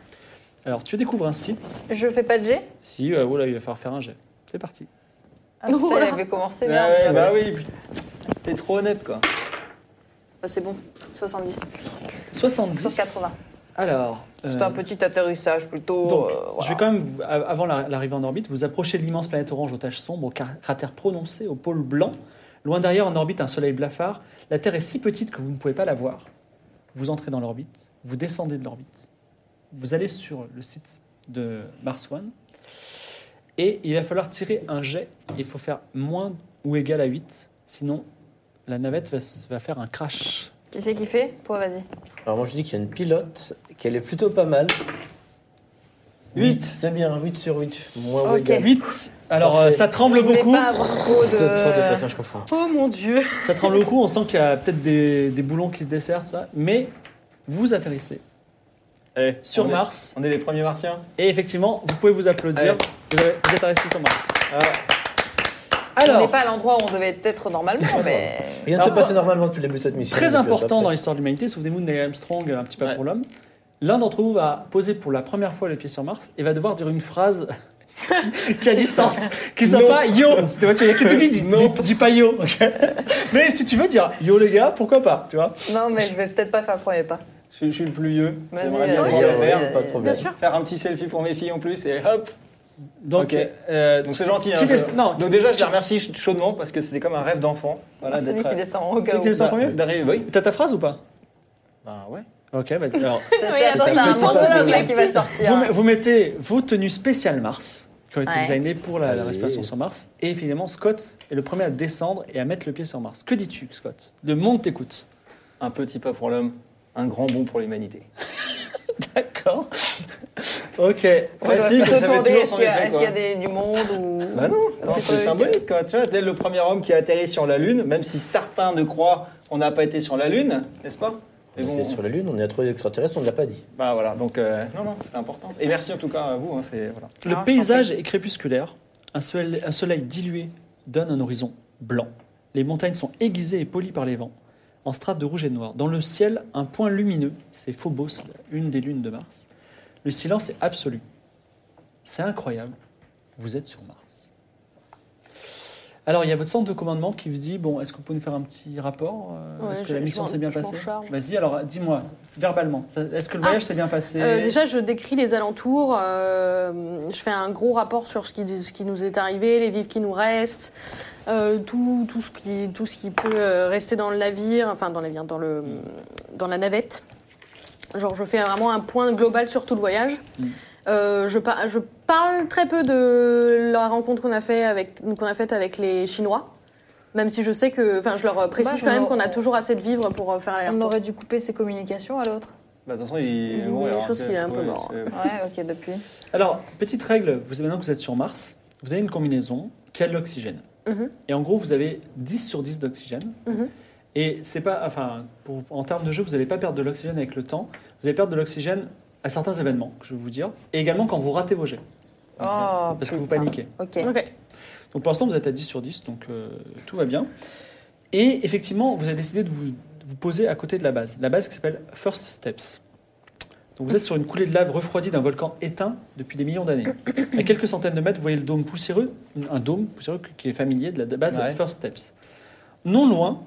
[SPEAKER 2] Alors, tu découvres un site.
[SPEAKER 4] Je fais pas de G
[SPEAKER 2] Si, euh, oula, il va falloir faire un jet. C'est parti.
[SPEAKER 4] Ah, putain,
[SPEAKER 6] Voilà.
[SPEAKER 4] il avait commencé,
[SPEAKER 5] Ouais,
[SPEAKER 4] merde.
[SPEAKER 5] ouais, Bah oui, putain. t'es trop honnête quoi.
[SPEAKER 4] Bah, c'est bon, 70.
[SPEAKER 2] 70.
[SPEAKER 4] Sur 80.
[SPEAKER 2] Alors.
[SPEAKER 4] C'était
[SPEAKER 2] euh,
[SPEAKER 4] un petit atterrissage plutôt.
[SPEAKER 2] Donc,
[SPEAKER 4] euh, voilà.
[SPEAKER 2] je vais quand même, vous- av- avant la- l'arrivée en orbite, vous approcher de l'immense planète orange aux taches sombres, au car- cratère prononcé, au pôle blanc. Loin derrière, en orbite, un soleil blafard. La Terre est si petite que vous ne pouvez pas la voir. Vous entrez dans l'orbite, vous descendez de l'orbite, vous allez sur le site de Mars One, et il va falloir tirer un jet. Il faut faire moins ou égal à 8, sinon la navette va, s- va faire un crash.
[SPEAKER 4] Qui c'est qui fait Toi, vas-y.
[SPEAKER 3] Alors, moi, je dis qu'il y a une pilote, qu'elle est plutôt pas mal. 8
[SPEAKER 5] 8
[SPEAKER 3] C'est bien, 8 sur 8. Moins
[SPEAKER 4] Ok.
[SPEAKER 3] Wigan.
[SPEAKER 2] 8 Alors,
[SPEAKER 3] Parfait.
[SPEAKER 2] euh, ça tremble
[SPEAKER 4] je voulais
[SPEAKER 2] beaucoup.
[SPEAKER 4] pas avoir trop
[SPEAKER 3] C'est trop de façon,
[SPEAKER 4] de.
[SPEAKER 3] je comprends.
[SPEAKER 7] Oh mon dieu.
[SPEAKER 2] Ça tremble beaucoup, on sent qu'il y a peut-être des, des boulons qui se desserrent, ça. mais vous atterrissez sur
[SPEAKER 5] Eh, on est-
[SPEAKER 2] Mars,
[SPEAKER 5] on est les premiers martiens.
[SPEAKER 2] et effectivement, vous pouvez vous applaudir,
[SPEAKER 5] Allez.
[SPEAKER 2] vous, avez- vous êtes atterrissé sur Mars.
[SPEAKER 5] Ah,
[SPEAKER 4] On
[SPEAKER 2] Alors,
[SPEAKER 4] n'est pas à l'endroit où on devait être normalement, mais.
[SPEAKER 3] Rien ne
[SPEAKER 2] Alors,
[SPEAKER 3] s'est passé normalement depuis le début de cette mission.
[SPEAKER 2] très
[SPEAKER 3] donc, euh, ça
[SPEAKER 2] important
[SPEAKER 3] fait-
[SPEAKER 2] dans l'histoire de l'humanité, souvenez-vous de Neil Armstrong, un petit peu
[SPEAKER 5] Ouais.
[SPEAKER 2] pour l'homme, l'un d'entre vous va poser pour la première fois le pied sur Mars et va devoir dire une phrase qui a du sens, qui soit pas yo, tu vois, tu- il y a que tu lui dis, dis pas yo. ok mais si tu veux dire yo les gars, pourquoi pas, tu vois.
[SPEAKER 4] Non, mais je vais peut-être pas faire le premier pas.
[SPEAKER 5] Je, je suis le plus vieux.
[SPEAKER 4] Vas-y,
[SPEAKER 5] J'aimerais bien
[SPEAKER 4] vas-y,
[SPEAKER 5] pouvoir le
[SPEAKER 4] vas-y,
[SPEAKER 5] faire.
[SPEAKER 4] vas-y.
[SPEAKER 3] Pas de problème.
[SPEAKER 7] Bien sûr.
[SPEAKER 5] Faire un petit selfie pour mes filles en plus et hop,
[SPEAKER 2] Donc,
[SPEAKER 5] Ok.
[SPEAKER 2] euh,
[SPEAKER 5] Donc c'est gentil. hein,
[SPEAKER 2] Qui
[SPEAKER 5] je-
[SPEAKER 2] dé- non.
[SPEAKER 5] Donc déjà, je les remercie ch- chaudement parce que c'était comme un rêve d'enfant. Voilà,
[SPEAKER 4] Ah, celui
[SPEAKER 5] d'être-
[SPEAKER 4] qui descend au
[SPEAKER 2] celui
[SPEAKER 4] cas où.
[SPEAKER 2] qui descend en
[SPEAKER 5] d'a-
[SPEAKER 2] premier
[SPEAKER 5] D'arriver, oui.
[SPEAKER 2] t'as ta phrase ou pas
[SPEAKER 5] Bah ouais.
[SPEAKER 2] Ok, bah, alors,
[SPEAKER 4] C'est
[SPEAKER 7] Oui,
[SPEAKER 4] c'est-
[SPEAKER 7] attends,
[SPEAKER 4] c'est
[SPEAKER 7] c'est un
[SPEAKER 4] un monologue là
[SPEAKER 7] monologue.
[SPEAKER 4] qui va te
[SPEAKER 2] vous,
[SPEAKER 5] Ah,
[SPEAKER 4] sortir.
[SPEAKER 2] me- vous mettez vos tenues spéciales Mars, qui ont été
[SPEAKER 4] Ouais.
[SPEAKER 2] designées pour
[SPEAKER 5] Ah
[SPEAKER 2] la, la
[SPEAKER 3] Allez.
[SPEAKER 2] respiration sur Mars, et finalement Scott est le premier à descendre et à mettre le pied sur Mars. Que dis-tu, Scott Le monde t'écoute.
[SPEAKER 5] Un petit pas pour l'homme, un grand bond pour l'humanité.
[SPEAKER 2] D'accord. ok.
[SPEAKER 4] Moi,
[SPEAKER 5] Ah,
[SPEAKER 4] j'aurais
[SPEAKER 5] si,
[SPEAKER 4] plutôt
[SPEAKER 5] mais ça fait
[SPEAKER 4] demandé
[SPEAKER 5] toujours
[SPEAKER 4] est-ce
[SPEAKER 5] son
[SPEAKER 4] qu'il y a,
[SPEAKER 5] effet,
[SPEAKER 4] est-ce qu'il y a
[SPEAKER 5] quoi.
[SPEAKER 4] des- du monde ou.
[SPEAKER 5] Bah non, non,
[SPEAKER 4] petit
[SPEAKER 5] c'est
[SPEAKER 4] peu
[SPEAKER 5] symbolique quoi. Tu vois, t'es le premier homme qui a atterri sur la Lune, même si certains ne croient qu'on n'a pas été sur la Lune, n'est-ce pas Mais
[SPEAKER 3] On
[SPEAKER 5] bon,
[SPEAKER 3] était sur la Lune, on est à trouvé des extraterrestres, on ne l'a pas dit.
[SPEAKER 5] bah voilà, donc euh, non, non, c'est important. Et merci en tout cas à vous, hein, c'est voilà.
[SPEAKER 2] Le
[SPEAKER 4] Ah, je
[SPEAKER 2] paysage est crépusculaire. Un soleil, un soleil dilué donne un horizon blanc. Les montagnes sont aiguisées et polies par les vents, en strates de rouge et de noir. Dans le ciel, un point lumineux, c'est Phobos, une des lunes de Mars. Le silence est absolu. C'est incroyable. Vous êtes sur Mars. Alors, il y a votre centre de commandement qui vous dit bon, est-ce que vous pouvez nous faire un petit rapport euh,
[SPEAKER 7] Ouais,
[SPEAKER 2] Est-ce que
[SPEAKER 7] je-
[SPEAKER 2] la mission
[SPEAKER 7] je
[SPEAKER 2] s'est bien
[SPEAKER 7] m'en- je
[SPEAKER 2] passée
[SPEAKER 7] m'en charge.
[SPEAKER 2] Vas-y, alors dis-moi, verbalement, ça- est-ce que le
[SPEAKER 7] Ah.
[SPEAKER 2] voyage s'est bien passé
[SPEAKER 7] Euh, déjà, je décris les alentours. euh, je fais un gros rapport sur ce qui, ce qui nous est arrivé, les vivres qui nous restent, euh, tout, tout, ce qui, tout ce qui peut euh, rester dans le navire, enfin dans le navire, dans, le, dans la navette. Genre, je fais vraiment un point global sur tout le voyage. Euh, je, par- je parle très peu de la rencontre qu'on a faite avec, qu'on a faite avec les Chinois. Même si je sais que, enfin, je leur précise
[SPEAKER 4] Bah,
[SPEAKER 7] quand même
[SPEAKER 4] on-
[SPEAKER 7] qu'on a toujours assez de vivres pour euh, faire la
[SPEAKER 4] On aurait dû couper ses communications à l'autre.
[SPEAKER 5] Bah, de toute façon, il.
[SPEAKER 7] Il dit
[SPEAKER 5] bon,
[SPEAKER 7] des
[SPEAKER 5] alors,
[SPEAKER 7] choses
[SPEAKER 5] c'est-
[SPEAKER 7] qu'il est un peu
[SPEAKER 5] ouais,
[SPEAKER 7] mort.
[SPEAKER 5] c'est-
[SPEAKER 4] Ouais, ok, depuis.
[SPEAKER 2] Alors, petite règle, vous, maintenant que vous êtes sur Mars, vous avez une combinaison qui a de l'oxygène.
[SPEAKER 7] Mhm.
[SPEAKER 2] Et en gros, vous avez 10 sur 10 d'oxygène.
[SPEAKER 7] Mhm.
[SPEAKER 2] Et c'est pas. Enfin, pour- en termes de jeu, vous n'allez pas perdre de l'oxygène avec le temps. Vous allez perdre de l'oxygène à certains événements, que je vais vous dire. Et également quand vous ratez vos jets,
[SPEAKER 4] Oh,
[SPEAKER 2] parce que vous
[SPEAKER 4] putain.
[SPEAKER 2] paniquez.
[SPEAKER 4] Ok.
[SPEAKER 7] Ok.
[SPEAKER 2] Donc pour l'instant, vous êtes à 10 sur 10, donc euh, tout va bien. Et effectivement, vous avez décidé de vous, de vous poser à côté de la base, la base qui s'appelle First Steps. Donc vous êtes sur une coulée de lave refroidie d'un volcan éteint depuis des millions d'années. À quelques centaines de mètres, vous voyez le dôme poussiéreux, un dôme poussiéreux qui est familier de la base
[SPEAKER 5] Ouais.
[SPEAKER 2] First Steps. Non loin,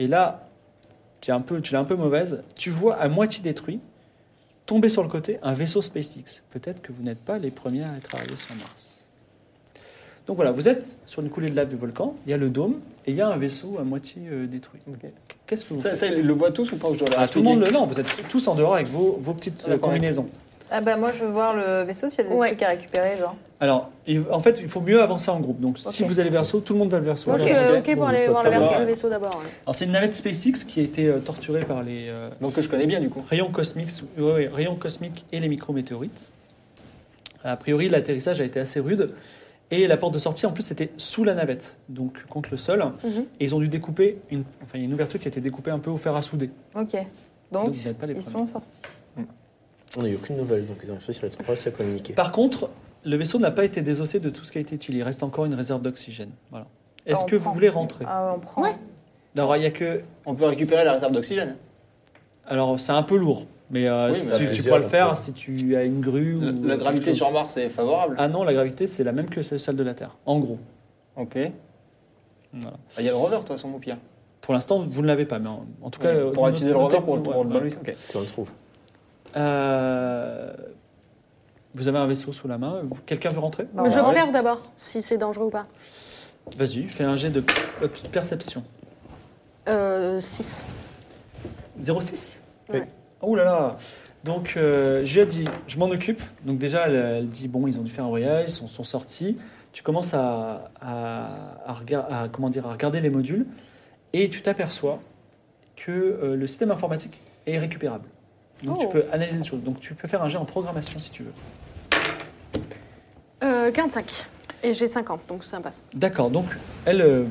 [SPEAKER 2] et là, tu es un peu, tu l'as un peu mauvaise, tu vois à moitié détruit, tomber sur le côté, un vaisseau SpaceX. Peut-être que vous n'êtes pas les premiers à être arrivés sur Mars. Donc voilà, vous êtes sur une coulée de lave du volcan, il y a le dôme et il y a un vaisseau à moitié euh, détruit.
[SPEAKER 5] Ok.
[SPEAKER 2] Qu'est-ce que vous
[SPEAKER 5] Ça,
[SPEAKER 2] faites
[SPEAKER 5] ça, ils le voient tous ou pas que je dois leur
[SPEAKER 2] Ah, Tout le
[SPEAKER 5] expliquer
[SPEAKER 2] monde le non, vous êtes tous en dehors avec vos, vos petites
[SPEAKER 5] Ah,
[SPEAKER 2] euh,
[SPEAKER 5] d'accord.
[SPEAKER 2] combinaisons.
[SPEAKER 4] Ah bah moi je veux voir le vaisseau s'il y a des
[SPEAKER 7] Ouais.
[SPEAKER 4] trucs à récupérer, genre.
[SPEAKER 2] Alors, il- en fait, il faut mieux avancer en groupe. Donc si
[SPEAKER 4] Ok.
[SPEAKER 2] vous allez verso, tout le monde va le verso.
[SPEAKER 7] Moi, je suis
[SPEAKER 5] Ok.
[SPEAKER 7] euh, ok pour aller
[SPEAKER 5] Bon,
[SPEAKER 7] voir
[SPEAKER 5] ça
[SPEAKER 7] le
[SPEAKER 5] va.
[SPEAKER 7] version du vaisseau d'abord. ouais.
[SPEAKER 2] Alors c'est une navette SpaceX qui a été euh, torturée par les euh,
[SPEAKER 5] Donc que je connais bien du coup.
[SPEAKER 2] rayons cosmiques, ouais, ouais, rayons cosmiques et les micrométéorites. A priori, l'atterrissage a été assez rude. Et la porte de sortie, en plus, c'était sous la navette, donc contre le sol.
[SPEAKER 7] Mhm.
[SPEAKER 2] Et ils ont dû découper une, enfin, il y a une ouverture qui a été découpée un peu au fer à souder.
[SPEAKER 4] Ok.
[SPEAKER 2] Donc,
[SPEAKER 4] Donc,
[SPEAKER 2] vous n'êtes pas les
[SPEAKER 4] ils
[SPEAKER 2] premiers.
[SPEAKER 4] sont sortis.
[SPEAKER 3] On n'a eu aucune nouvelle, donc ils ont essayé sur les trois postes à communiquer.
[SPEAKER 2] Par contre, le vaisseau n'a pas été désossé de tout ce qui a été utilisé. Il reste encore une réserve d'oxygène. Voilà. Est-ce
[SPEAKER 4] Ah, on
[SPEAKER 2] que
[SPEAKER 4] prend.
[SPEAKER 2] vous voulez rentrer
[SPEAKER 4] Ah on prend.
[SPEAKER 6] Ouais.
[SPEAKER 2] Alors, il y a que.
[SPEAKER 5] On peut récupérer la réserve d'oxygène.
[SPEAKER 2] Alors, c'est un peu lourd, mais euh,
[SPEAKER 5] Oui,
[SPEAKER 2] si
[SPEAKER 5] mais
[SPEAKER 2] tu,
[SPEAKER 5] à
[SPEAKER 2] tu
[SPEAKER 3] plusieurs,
[SPEAKER 2] pourras le
[SPEAKER 3] on
[SPEAKER 2] faire
[SPEAKER 3] peut.
[SPEAKER 2] si tu as une grue
[SPEAKER 5] La,
[SPEAKER 2] ou.
[SPEAKER 5] la
[SPEAKER 2] quelque
[SPEAKER 5] gravité
[SPEAKER 2] chose.
[SPEAKER 5] sur Mars est favorable.
[SPEAKER 2] Ah non, la gravité, c'est la même que celle de la Terre, en gros.
[SPEAKER 5] Ok. Ah,
[SPEAKER 2] Voilà.
[SPEAKER 5] Il y a le rover, de toute façon, au pire.
[SPEAKER 2] Pour l'instant, vous ne l'avez pas, mais en, en tout cas. euh,
[SPEAKER 5] pour utiliser le
[SPEAKER 2] notez-
[SPEAKER 5] rover pour, pour
[SPEAKER 2] ouais,
[SPEAKER 5] le
[SPEAKER 2] ouais.
[SPEAKER 5] bonus. Ok.
[SPEAKER 3] Si on le trouve.
[SPEAKER 2] Euh, Vous avez un vaisseau sous la main. Vous- Quelqu'un veut rentrer
[SPEAKER 4] Bah, on va-
[SPEAKER 7] J'observe d'abord si c'est dangereux ou pas.
[SPEAKER 2] Vas-y, je fais un jet de euh, perception.
[SPEAKER 7] Euh, 6.
[SPEAKER 2] 06
[SPEAKER 3] Oui.
[SPEAKER 2] Oh là là Donc, euh, je lui ai dit, je m'en occupe. Donc, déjà, elle, elle dit, bon, ils ont dû faire un voyage, ils sont, sont sortis. Tu commences à, à, à rega- à, comment dire, à regarder les modules et tu t'aperçois que euh, le système informatique est récupérable. Donc, tu
[SPEAKER 7] Oh.
[SPEAKER 2] peux analyser des choses. Donc, tu peux faire un jet en programmation si tu veux.
[SPEAKER 7] Euh, 45. Et j'ai 50, donc ça passe.
[SPEAKER 2] D'accord, donc elle, euh,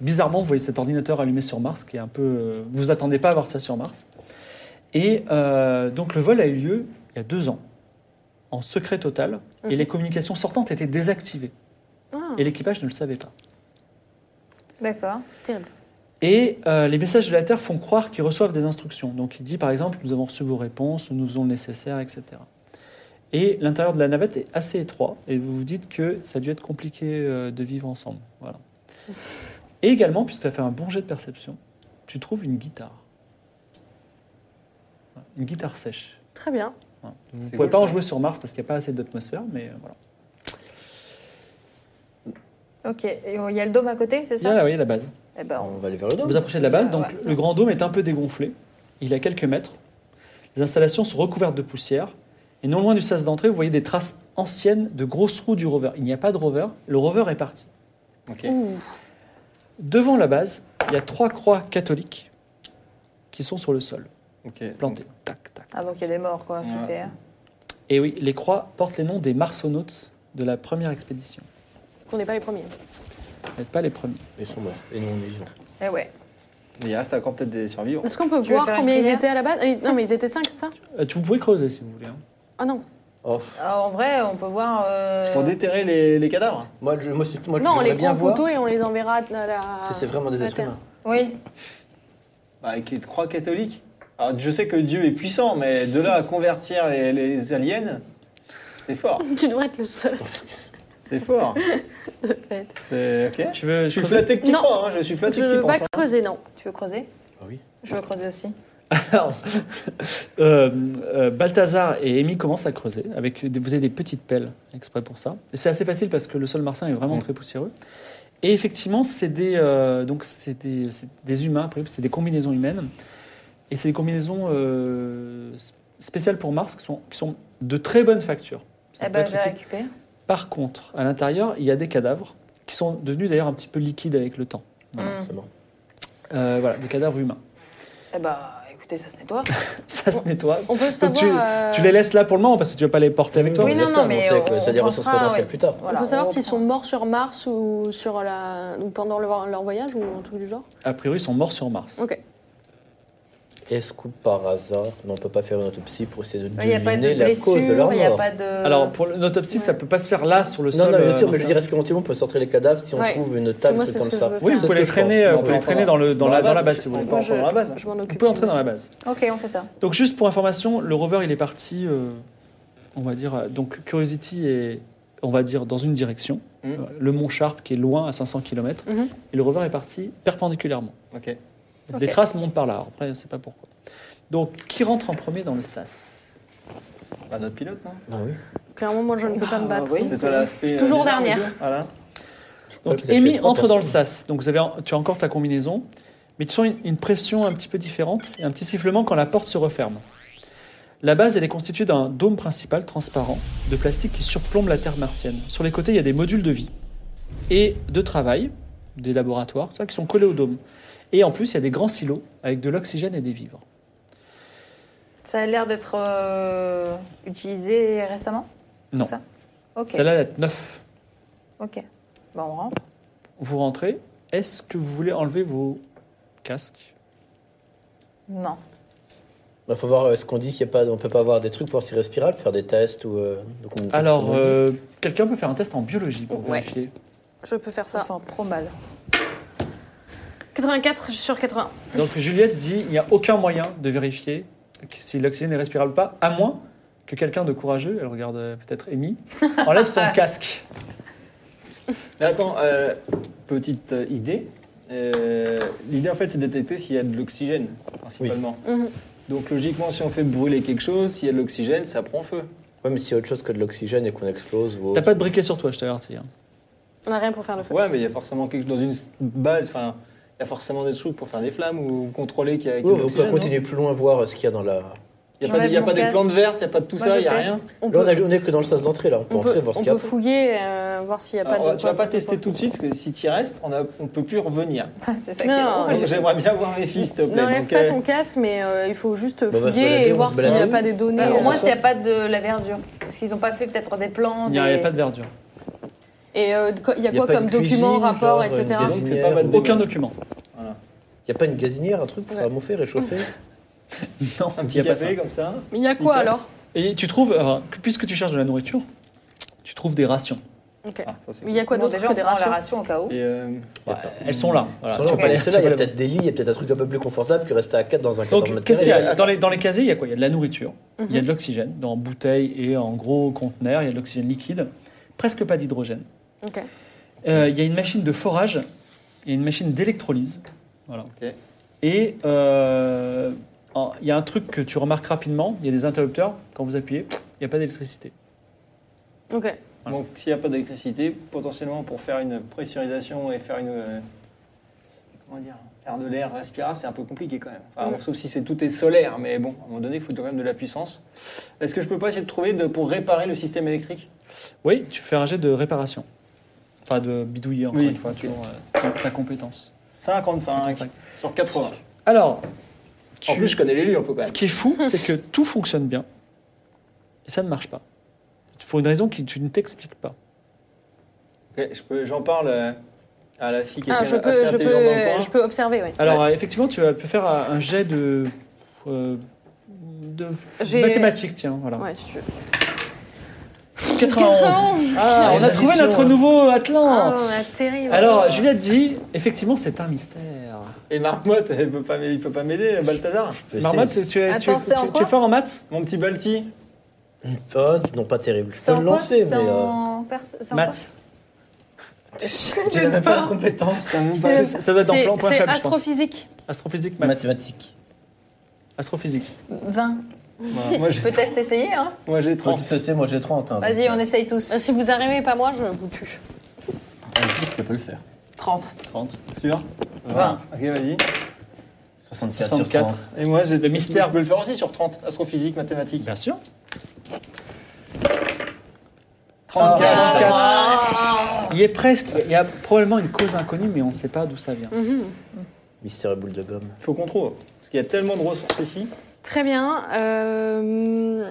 [SPEAKER 2] bizarrement, vous voyez cet ordinateur allumé sur Mars, qui est un peu... euh, vous vous attendez pas à voir ça sur Mars. Et euh, donc le vol a eu lieu il y a deux ans, en secret total, et
[SPEAKER 7] Mhm.
[SPEAKER 2] les communications sortantes étaient désactivées,
[SPEAKER 7] Ah,
[SPEAKER 2] et l'équipage ne le savait pas.
[SPEAKER 4] D'accord.
[SPEAKER 7] terrible.
[SPEAKER 2] Et euh, les messages de la Terre font croire qu'ils reçoivent des instructions. Donc il dit par exemple, nous avons reçu vos réponses, nous faisons le nécessaire, etc. Et l'intérieur de la navette est assez étroit, et vous vous dites que ça a dû être compliqué euh, de vivre ensemble. Voilà. Et également, puisque tu as fait un bon jet de perception, tu trouves une guitare. Voilà, Une guitare sèche.
[SPEAKER 7] Très bien.
[SPEAKER 2] Voilà. Vous ne
[SPEAKER 5] C'est
[SPEAKER 2] pouvez
[SPEAKER 5] cool,
[SPEAKER 2] pas en
[SPEAKER 5] ça.
[SPEAKER 2] jouer sur Mars parce qu'il n'y a pas assez d'atmosphère, mais euh, voilà.
[SPEAKER 4] Ok. Et on- Il y a le dôme à côté, c'est
[SPEAKER 2] Il y a
[SPEAKER 4] ça
[SPEAKER 2] la- oui, la base.
[SPEAKER 4] Eh ben
[SPEAKER 3] On va aller vers le
[SPEAKER 2] Vous
[SPEAKER 3] dôme.
[SPEAKER 2] approchez de la base,
[SPEAKER 4] Ça,
[SPEAKER 2] donc
[SPEAKER 4] ouais.
[SPEAKER 2] le grand dôme est un peu dégonflé. Il a quelques mètres. Les installations sont recouvertes de poussière. Et non loin du sas d'entrée, vous voyez des traces anciennes de grosses roues du rover. Il n'y a pas de rover, le rover est parti.
[SPEAKER 5] Ok.
[SPEAKER 2] Devant la base, il y a trois croix catholiques qui sont sur le sol,
[SPEAKER 5] Ok.
[SPEAKER 2] plantées.
[SPEAKER 5] Donc,
[SPEAKER 2] Tac, tac.
[SPEAKER 4] Ah donc il y a des morts quoi,
[SPEAKER 5] Ouais.
[SPEAKER 4] super.
[SPEAKER 2] Et oui, les croix portent les noms des marsonautes de la première expédition.
[SPEAKER 7] Qu'on n'est pas les premiers.
[SPEAKER 2] Vous n'êtes pas les premiers.
[SPEAKER 3] Ils sont morts. Et nous, on est vivants.
[SPEAKER 4] Eh ouais.
[SPEAKER 5] Il reste encore peut-être des survivants.
[SPEAKER 7] Est-ce qu'on peut
[SPEAKER 4] Tu veux
[SPEAKER 7] voir
[SPEAKER 4] faire une
[SPEAKER 7] combien ils
[SPEAKER 4] prière
[SPEAKER 7] étaient à la base Ah, ils- Non, mais ils étaient 5, c'est ça
[SPEAKER 2] Euh, tu- vous pouvez creuser si vous voulez. hein.
[SPEAKER 7] Ah non.
[SPEAKER 3] Oh,
[SPEAKER 4] Ah, en vrai, on peut voir. euh,
[SPEAKER 5] Pour déterrer les, les cadavres
[SPEAKER 3] moi, je, moi, c'est- moi,
[SPEAKER 7] non, on
[SPEAKER 3] j'aimerais
[SPEAKER 7] les prend
[SPEAKER 3] bien
[SPEAKER 7] en
[SPEAKER 3] voir.
[SPEAKER 7] photo et on les enverra à la.
[SPEAKER 3] Si c'est vraiment des
[SPEAKER 7] à
[SPEAKER 3] êtres
[SPEAKER 7] terre.
[SPEAKER 3] humains.
[SPEAKER 4] Oui.
[SPEAKER 5] bah, Avec les croix catholiques. Alors, je sais que Dieu est puissant, mais de là à convertir les, les aliens, c'est fort.
[SPEAKER 7] Tu devrais être le seul.
[SPEAKER 5] C'est fort.
[SPEAKER 7] de fait.
[SPEAKER 5] C'est ok.
[SPEAKER 2] Tu veux.
[SPEAKER 5] Je suis
[SPEAKER 2] creuser
[SPEAKER 5] flatté que t'y
[SPEAKER 7] Non.
[SPEAKER 5] crois, hein, je suis flatté
[SPEAKER 7] Je
[SPEAKER 5] que t'y
[SPEAKER 7] veux pas
[SPEAKER 5] penses. hein.
[SPEAKER 7] creuser, non.
[SPEAKER 4] Tu veux creuser
[SPEAKER 3] Ah oui.
[SPEAKER 4] Je veux creuser aussi.
[SPEAKER 2] Alors, euh, euh, Balthazar et Amy commencent à creuser. Avec, des- vous avez des petites pelles exprès pour ça. Et C'est assez facile parce que le sol martien est vraiment très poussiéreux. Et effectivement, c'est des, euh, donc c'est des, c'est des humains, après, c'est des combinaisons humaines. Et c'est des combinaisons euh, sp- spéciales pour Mars qui sont, qui sont de très bonne facture. Ça
[SPEAKER 4] Eh
[SPEAKER 2] peut
[SPEAKER 4] ben,
[SPEAKER 2] être
[SPEAKER 4] je les
[SPEAKER 2] utile.
[SPEAKER 4] récupère.
[SPEAKER 2] Par contre, à l'intérieur, il y a des cadavres qui sont devenus d'ailleurs un petit peu liquides avec le temps.
[SPEAKER 3] Voilà,
[SPEAKER 4] Mm.
[SPEAKER 3] forcément.
[SPEAKER 2] Euh, voilà, des cadavres humains.
[SPEAKER 4] Eh bah, écoutez, ça se nettoie.
[SPEAKER 2] Ça se nettoie.
[SPEAKER 7] On peut
[SPEAKER 2] Donc
[SPEAKER 7] savoir.
[SPEAKER 2] tu,
[SPEAKER 7] euh,
[SPEAKER 2] tu les laisses là pour le moment parce que tu ne vas pas les porter avec toi.
[SPEAKER 4] Oui, non,
[SPEAKER 3] Laisse-la,
[SPEAKER 4] non, mais
[SPEAKER 3] sait que
[SPEAKER 4] on-
[SPEAKER 3] c'est des
[SPEAKER 4] on
[SPEAKER 3] ressources
[SPEAKER 4] pensera,
[SPEAKER 3] potentielles
[SPEAKER 4] oui.
[SPEAKER 3] plus tard.
[SPEAKER 4] Voilà,
[SPEAKER 7] on peut savoir
[SPEAKER 4] on
[SPEAKER 7] s'ils sont
[SPEAKER 4] reprend.
[SPEAKER 7] morts sur Mars ou sur la ou pendant leur, leur voyage ou un truc du genre.
[SPEAKER 2] A priori, ils sont morts sur Mars.
[SPEAKER 7] Ok.
[SPEAKER 3] Est-ce que par hasard, on ne peut pas faire une autopsie pour essayer de
[SPEAKER 4] Il n'y
[SPEAKER 3] deviner
[SPEAKER 4] a pas de
[SPEAKER 3] la cause de leur
[SPEAKER 4] blessure, il n'y a
[SPEAKER 3] mort
[SPEAKER 4] pas de.
[SPEAKER 2] Alors, pour l'autopsie, ça peut pas se faire là sur le
[SPEAKER 3] Non,
[SPEAKER 2] sol.
[SPEAKER 3] non, bien
[SPEAKER 2] euh,
[SPEAKER 3] sûr, mais je
[SPEAKER 2] martien.
[SPEAKER 3] veux dire, est-ce qu'éventuellement on peut sortir les cadavres si on
[SPEAKER 7] Ouais.
[SPEAKER 3] trouve une table,
[SPEAKER 7] moi,
[SPEAKER 3] un truc
[SPEAKER 7] c'est ce
[SPEAKER 3] comme
[SPEAKER 7] que je
[SPEAKER 3] ça
[SPEAKER 7] veux
[SPEAKER 2] Oui,
[SPEAKER 7] faire.
[SPEAKER 2] vous pouvez
[SPEAKER 3] C'est
[SPEAKER 2] les
[SPEAKER 3] ce que je
[SPEAKER 2] traîner,
[SPEAKER 3] pense.
[SPEAKER 2] euh,
[SPEAKER 3] Non,
[SPEAKER 2] vous pouvez les
[SPEAKER 5] on va
[SPEAKER 2] traîner dans, le, dans, la, dans la base si vous
[SPEAKER 5] On
[SPEAKER 2] voulez.
[SPEAKER 5] peut entrer dans la base.
[SPEAKER 7] Je m'en
[SPEAKER 2] Vous
[SPEAKER 7] occupe.
[SPEAKER 2] pouvez entrer dans la base.
[SPEAKER 4] Ok, on fait ça.
[SPEAKER 2] Donc, juste pour information, le rover, il est parti, euh, on va dire, euh, donc Curiosity est, on va dire, dans une direction.
[SPEAKER 5] Mm.
[SPEAKER 2] Euh, Le mont Sharp, qui est loin, à 500 km.
[SPEAKER 7] Mhm.
[SPEAKER 2] Et le rover est parti perpendiculairement.
[SPEAKER 5] Ok.
[SPEAKER 2] Les
[SPEAKER 7] Ok.
[SPEAKER 2] traces montent par là. Alors, Après, on ne sait pas pourquoi. Donc, qui rentre en premier dans le SAS
[SPEAKER 5] Bah, notre pilote, non
[SPEAKER 3] Ah oui.
[SPEAKER 7] Clairement, moi, je ne peux
[SPEAKER 4] Ah
[SPEAKER 7] pas me battre.
[SPEAKER 5] C'est toi l'aspect.
[SPEAKER 7] suis toujours
[SPEAKER 5] euh, bizarre,
[SPEAKER 7] dernière.
[SPEAKER 5] on dit. Voilà.
[SPEAKER 2] Donc,
[SPEAKER 3] Ouais,
[SPEAKER 2] Amy
[SPEAKER 3] peut-être trois
[SPEAKER 2] entre dans le
[SPEAKER 3] personnes.
[SPEAKER 2] sas. Donc, vous avez, tu as encore ta combinaison, mais tu sens une, une pression un petit peu différente et un petit sifflement quand la porte se referme. La base, elle est constituée d'un dôme principal transparent de plastique qui surplombe la Terre martienne. Sur les côtés, il y a des modules de vie et de travail, des laboratoires, tout ça, qui sont collés au dôme. Et en plus, il y a des grands silos avec de l'oxygène et des vivres.
[SPEAKER 4] Ça a l'air d'être euh, utilisé récemment
[SPEAKER 2] Non.
[SPEAKER 4] Ça Ok.
[SPEAKER 2] Celle-là, elle est neuf.
[SPEAKER 4] Ok. Bon, Bah, on rentre.
[SPEAKER 2] Vous rentrez. Est-ce que vous voulez enlever vos casques
[SPEAKER 4] Non.
[SPEAKER 3] Il faut voir euh, ce qu'on dit, s'il y a pas, on peut pas avoir des trucs pour s'y respirer, faire des tests ou. euh, donc on-
[SPEAKER 2] Alors,
[SPEAKER 3] on-
[SPEAKER 2] euh, quelqu'un peut faire un test en biologie pour
[SPEAKER 7] Ouais.
[SPEAKER 2] vérifier
[SPEAKER 7] Je peux faire
[SPEAKER 4] Ça
[SPEAKER 7] ça.
[SPEAKER 4] sent trop mal.
[SPEAKER 7] 84 sur 80.
[SPEAKER 2] Donc Juliette dit il n'y a aucun moyen de vérifier que- si l'oxygène est respirable ou pas, à moins que quelqu'un de courageux, elle regarde euh, peut-être Amy, enlève son casque.
[SPEAKER 5] Mais attends, euh, petite euh, idée. Euh, L'idée, en fait, c'est de détecter s'il y a de l'oxygène, principalement.
[SPEAKER 7] Mhm.
[SPEAKER 5] Donc, logiquement, si on fait brûler quelque chose, s'il y a de l'oxygène, ça prend feu.
[SPEAKER 3] Ouais, mais s'il y a autre chose que de l'oxygène et qu'on explose ou.
[SPEAKER 2] T'as pas de briquet sur toi, je t'avertis. hein.
[SPEAKER 7] On n'a rien pour faire le feu.
[SPEAKER 5] Ouais, mais il y a forcément quelque chose dans une base. Enfin, il y a forcément des trucs pour faire des flammes ou contrôler qu'il y a. qu'il y a
[SPEAKER 3] Ouais,
[SPEAKER 5] de
[SPEAKER 3] on peut
[SPEAKER 5] l'oxygène, non
[SPEAKER 3] continuer plus loin, voir euh, ce qu'il y a dans la.
[SPEAKER 5] Il n'y a pas, des- il y a
[SPEAKER 4] J'enlève
[SPEAKER 5] pas
[SPEAKER 4] mon
[SPEAKER 5] des
[SPEAKER 4] casque.
[SPEAKER 5] plantes vertes, il n'y a pas de tout
[SPEAKER 4] Moi,
[SPEAKER 5] ça,
[SPEAKER 4] je
[SPEAKER 5] il n'y a
[SPEAKER 4] teste.
[SPEAKER 5] rien.
[SPEAKER 7] On
[SPEAKER 3] Là, on,
[SPEAKER 7] peut,
[SPEAKER 3] a- on est que dans le sas d'entrée, là. On peut
[SPEAKER 7] on peut-
[SPEAKER 3] entrer, voir ce
[SPEAKER 7] on
[SPEAKER 3] qu'il y
[SPEAKER 7] peut
[SPEAKER 3] a.
[SPEAKER 7] fouiller, euh, voir s'il n'y a pas
[SPEAKER 5] Alors,
[SPEAKER 7] de.
[SPEAKER 5] tu vas pas tester tout de suite, parce que si tu y restes, on ne peut plus revenir.
[SPEAKER 4] C'est ça
[SPEAKER 7] Non,
[SPEAKER 4] qui est
[SPEAKER 7] non,
[SPEAKER 4] horrible.
[SPEAKER 5] Donc, J'aimerais bien voir mes filles, s'il te plaît.
[SPEAKER 7] N'enlève
[SPEAKER 5] Donc,
[SPEAKER 7] pas
[SPEAKER 5] euh,
[SPEAKER 7] ton casque, mais euh, il faut juste
[SPEAKER 3] Bon, on va se
[SPEAKER 7] fouiller
[SPEAKER 3] balader,
[SPEAKER 7] et
[SPEAKER 3] on
[SPEAKER 7] voir
[SPEAKER 3] se
[SPEAKER 7] s'il n'y a
[SPEAKER 3] balade.
[SPEAKER 7] pas des données.
[SPEAKER 4] Bah,
[SPEAKER 3] Ouais,
[SPEAKER 4] au moins,
[SPEAKER 3] ça
[SPEAKER 4] s'il n'y a pas de la verdure. Parce qu'ils n'ont pas fait peut-être des plans.
[SPEAKER 2] Il n'y a, il y a
[SPEAKER 4] des-
[SPEAKER 2] pas de verdure.
[SPEAKER 7] Et euh, de quoi- il y a
[SPEAKER 3] Il y a
[SPEAKER 7] quoi
[SPEAKER 3] pas
[SPEAKER 7] comme
[SPEAKER 3] une cuisine,
[SPEAKER 7] documents, rapports,
[SPEAKER 3] genre, une
[SPEAKER 7] etc.
[SPEAKER 3] cuisine.
[SPEAKER 5] donc, c'est pas votre
[SPEAKER 2] Aucun
[SPEAKER 5] débat.
[SPEAKER 2] document.
[SPEAKER 3] Il n'y a pas une gazinière, un truc pour
[SPEAKER 7] Ouais.
[SPEAKER 3] faire mouffer, réchauffer
[SPEAKER 2] Non,
[SPEAKER 5] Un
[SPEAKER 2] il y
[SPEAKER 5] petit
[SPEAKER 2] a pas
[SPEAKER 5] café comme ça.
[SPEAKER 7] Mais il y a quoi
[SPEAKER 5] Nickel.
[SPEAKER 7] alors
[SPEAKER 2] Et tu trouves, alors, que- puisque tu cherches de la nourriture, tu trouves des rations.
[SPEAKER 7] Ok.
[SPEAKER 5] Ah, ça, c'est
[SPEAKER 7] Il y a quoi
[SPEAKER 4] Bon,
[SPEAKER 7] d'autre
[SPEAKER 4] déjà,
[SPEAKER 7] que
[SPEAKER 4] on
[SPEAKER 7] des
[SPEAKER 4] prend la
[SPEAKER 7] rations
[SPEAKER 4] ration au cas où.
[SPEAKER 5] cool. Et, euh,
[SPEAKER 3] Il y a
[SPEAKER 2] Ouais,
[SPEAKER 3] pas-
[SPEAKER 2] elles sont là.
[SPEAKER 3] Ils
[SPEAKER 2] voilà.
[SPEAKER 3] sont
[SPEAKER 2] Tu
[SPEAKER 3] là, on
[SPEAKER 2] peux
[SPEAKER 3] peut
[SPEAKER 2] les-
[SPEAKER 3] les
[SPEAKER 2] tu
[SPEAKER 3] laisser là.
[SPEAKER 2] peux
[SPEAKER 3] Il y a
[SPEAKER 2] les-
[SPEAKER 3] peut-être des lits, il y a peut-être un truc un peu plus confortable que rester à 4 dans un 14
[SPEAKER 2] Donc,
[SPEAKER 3] mètres
[SPEAKER 2] qu'est-ce qu'il y
[SPEAKER 3] carrés.
[SPEAKER 2] a dans les, dans les casiers Il y a quoi Il y a de la nourriture, il y a de l'oxygène, dans bouteilles et en gros conteneurs, il y a de l'oxygène liquide, presque pas d'hydrogène.
[SPEAKER 7] Ok.
[SPEAKER 2] Euh, Il y a une machine de forage, il y a une machine d'électrolyse. Voilà.
[SPEAKER 5] ok.
[SPEAKER 2] Et euh, en- il y a un truc que tu remarques rapidement, il y a des interrupteurs, quand vous appuyez, il n'y a pas d'électricité.
[SPEAKER 7] Ok.
[SPEAKER 2] Voilà.
[SPEAKER 5] Donc s'il n'y a pas d'électricité, potentiellement pour faire une pressurisation et faire une... euh, comment dire Faire de l'air respirable, c'est un peu compliqué quand même. Enfin,
[SPEAKER 7] Ouais.
[SPEAKER 5] bon, Sauf si c'est tout est solaire, mais bon, à un moment donné, il faut quand même de la puissance. Est-ce que je peux pas essayer de trouver de, pour réparer le système électrique
[SPEAKER 2] Oui, tu fais un jet de réparation. Enfin, de bidouiller, encore
[SPEAKER 5] Oui,
[SPEAKER 2] une fois,
[SPEAKER 5] ok.
[SPEAKER 2] toujours euh, ta, ta compétence.
[SPEAKER 5] 55,
[SPEAKER 2] 55.
[SPEAKER 5] sur 80.
[SPEAKER 2] Alors, tu-
[SPEAKER 5] En plus, je connais les lieux un peu quand
[SPEAKER 2] ce
[SPEAKER 5] même.
[SPEAKER 2] qui est fou, c'est que tout fonctionne bien, et ça ne marche pas. Pour une raison que tu ne t'expliques pas.
[SPEAKER 5] Ok, je peux- J'en parle euh, à la fille qui est
[SPEAKER 7] Ah,
[SPEAKER 5] quand
[SPEAKER 7] je
[SPEAKER 5] même
[SPEAKER 7] peux,
[SPEAKER 5] assez
[SPEAKER 7] je
[SPEAKER 5] intelligente dans le
[SPEAKER 7] peux,
[SPEAKER 5] coin.
[SPEAKER 7] je peux observer, oui.
[SPEAKER 2] Alors, euh, effectivement, tu vas- peux faire un un jet de... euh, de
[SPEAKER 7] J'ai-
[SPEAKER 2] mathématiques, tiens, voilà.
[SPEAKER 7] Ouais, si tu veux.
[SPEAKER 2] 91 Ah,
[SPEAKER 3] Ah,
[SPEAKER 2] on
[SPEAKER 3] les
[SPEAKER 2] a trouvé
[SPEAKER 3] additions,
[SPEAKER 2] notre
[SPEAKER 3] hein.
[SPEAKER 2] nouveau Atlan
[SPEAKER 7] Ah, terrible.
[SPEAKER 2] Alors, Juliette dit, effectivement, c'est un mystère.
[SPEAKER 5] Et Marc Motte, il peut pas m'a- il peut pas m'aider, Balthazar
[SPEAKER 2] Marmotte, tu, es- tu, es-
[SPEAKER 4] Attends, c'est en
[SPEAKER 2] tu- tu
[SPEAKER 4] quoi
[SPEAKER 2] es fort en maths
[SPEAKER 5] Mon petit Balti
[SPEAKER 3] Ah, non, pas terrible. Je
[SPEAKER 4] C'est
[SPEAKER 3] peux
[SPEAKER 4] en
[SPEAKER 3] le
[SPEAKER 4] quoi
[SPEAKER 3] lancer,
[SPEAKER 4] C'est
[SPEAKER 3] mais. euh,
[SPEAKER 4] en, perso- c'est en quoi
[SPEAKER 2] Maths.
[SPEAKER 3] Tu n'as même pas la compétence.
[SPEAKER 5] T'as même pas-
[SPEAKER 2] C'est- Ça doit être dans plan
[SPEAKER 7] C'est
[SPEAKER 2] point
[SPEAKER 7] c'est
[SPEAKER 2] faible, je pense.
[SPEAKER 7] astrophysique.
[SPEAKER 2] Astrophysique, maths.
[SPEAKER 3] Mathématiques.
[SPEAKER 2] Astrophysique.
[SPEAKER 4] 20.
[SPEAKER 5] Voilà, Moi,
[SPEAKER 4] Je
[SPEAKER 5] j'ai-
[SPEAKER 4] peux peut-être essayer, hein
[SPEAKER 5] moi, j'ai
[SPEAKER 3] Toi,
[SPEAKER 5] 30.
[SPEAKER 3] tu sais, c'est moi j'ai 30. hein,
[SPEAKER 4] Vas-y,
[SPEAKER 3] donc,
[SPEAKER 4] on essaye tous.
[SPEAKER 7] Euh, Si vous arrivez pas moi, je vous tue.
[SPEAKER 3] euh, Je peux le faire.
[SPEAKER 4] 30.
[SPEAKER 5] 30. Sûr
[SPEAKER 4] 20.
[SPEAKER 5] Ok, vas-y.
[SPEAKER 3] 64, sur
[SPEAKER 5] 64.
[SPEAKER 3] 30.
[SPEAKER 5] Et moi, j'ai
[SPEAKER 2] Le mystère.
[SPEAKER 5] Je peux le faire aussi sur 30. Astrophysique, mathématiques.
[SPEAKER 2] Bien sûr.
[SPEAKER 5] 34.
[SPEAKER 2] 44. Il est presque. Il y a probablement une cause inconnue, mais on ne sait pas d'où ça vient.
[SPEAKER 3] Mystère et boule de gomme.
[SPEAKER 5] Il faut qu'on trouve. Parce qu'il y a tellement de ressources ici.
[SPEAKER 7] Très bien. euh,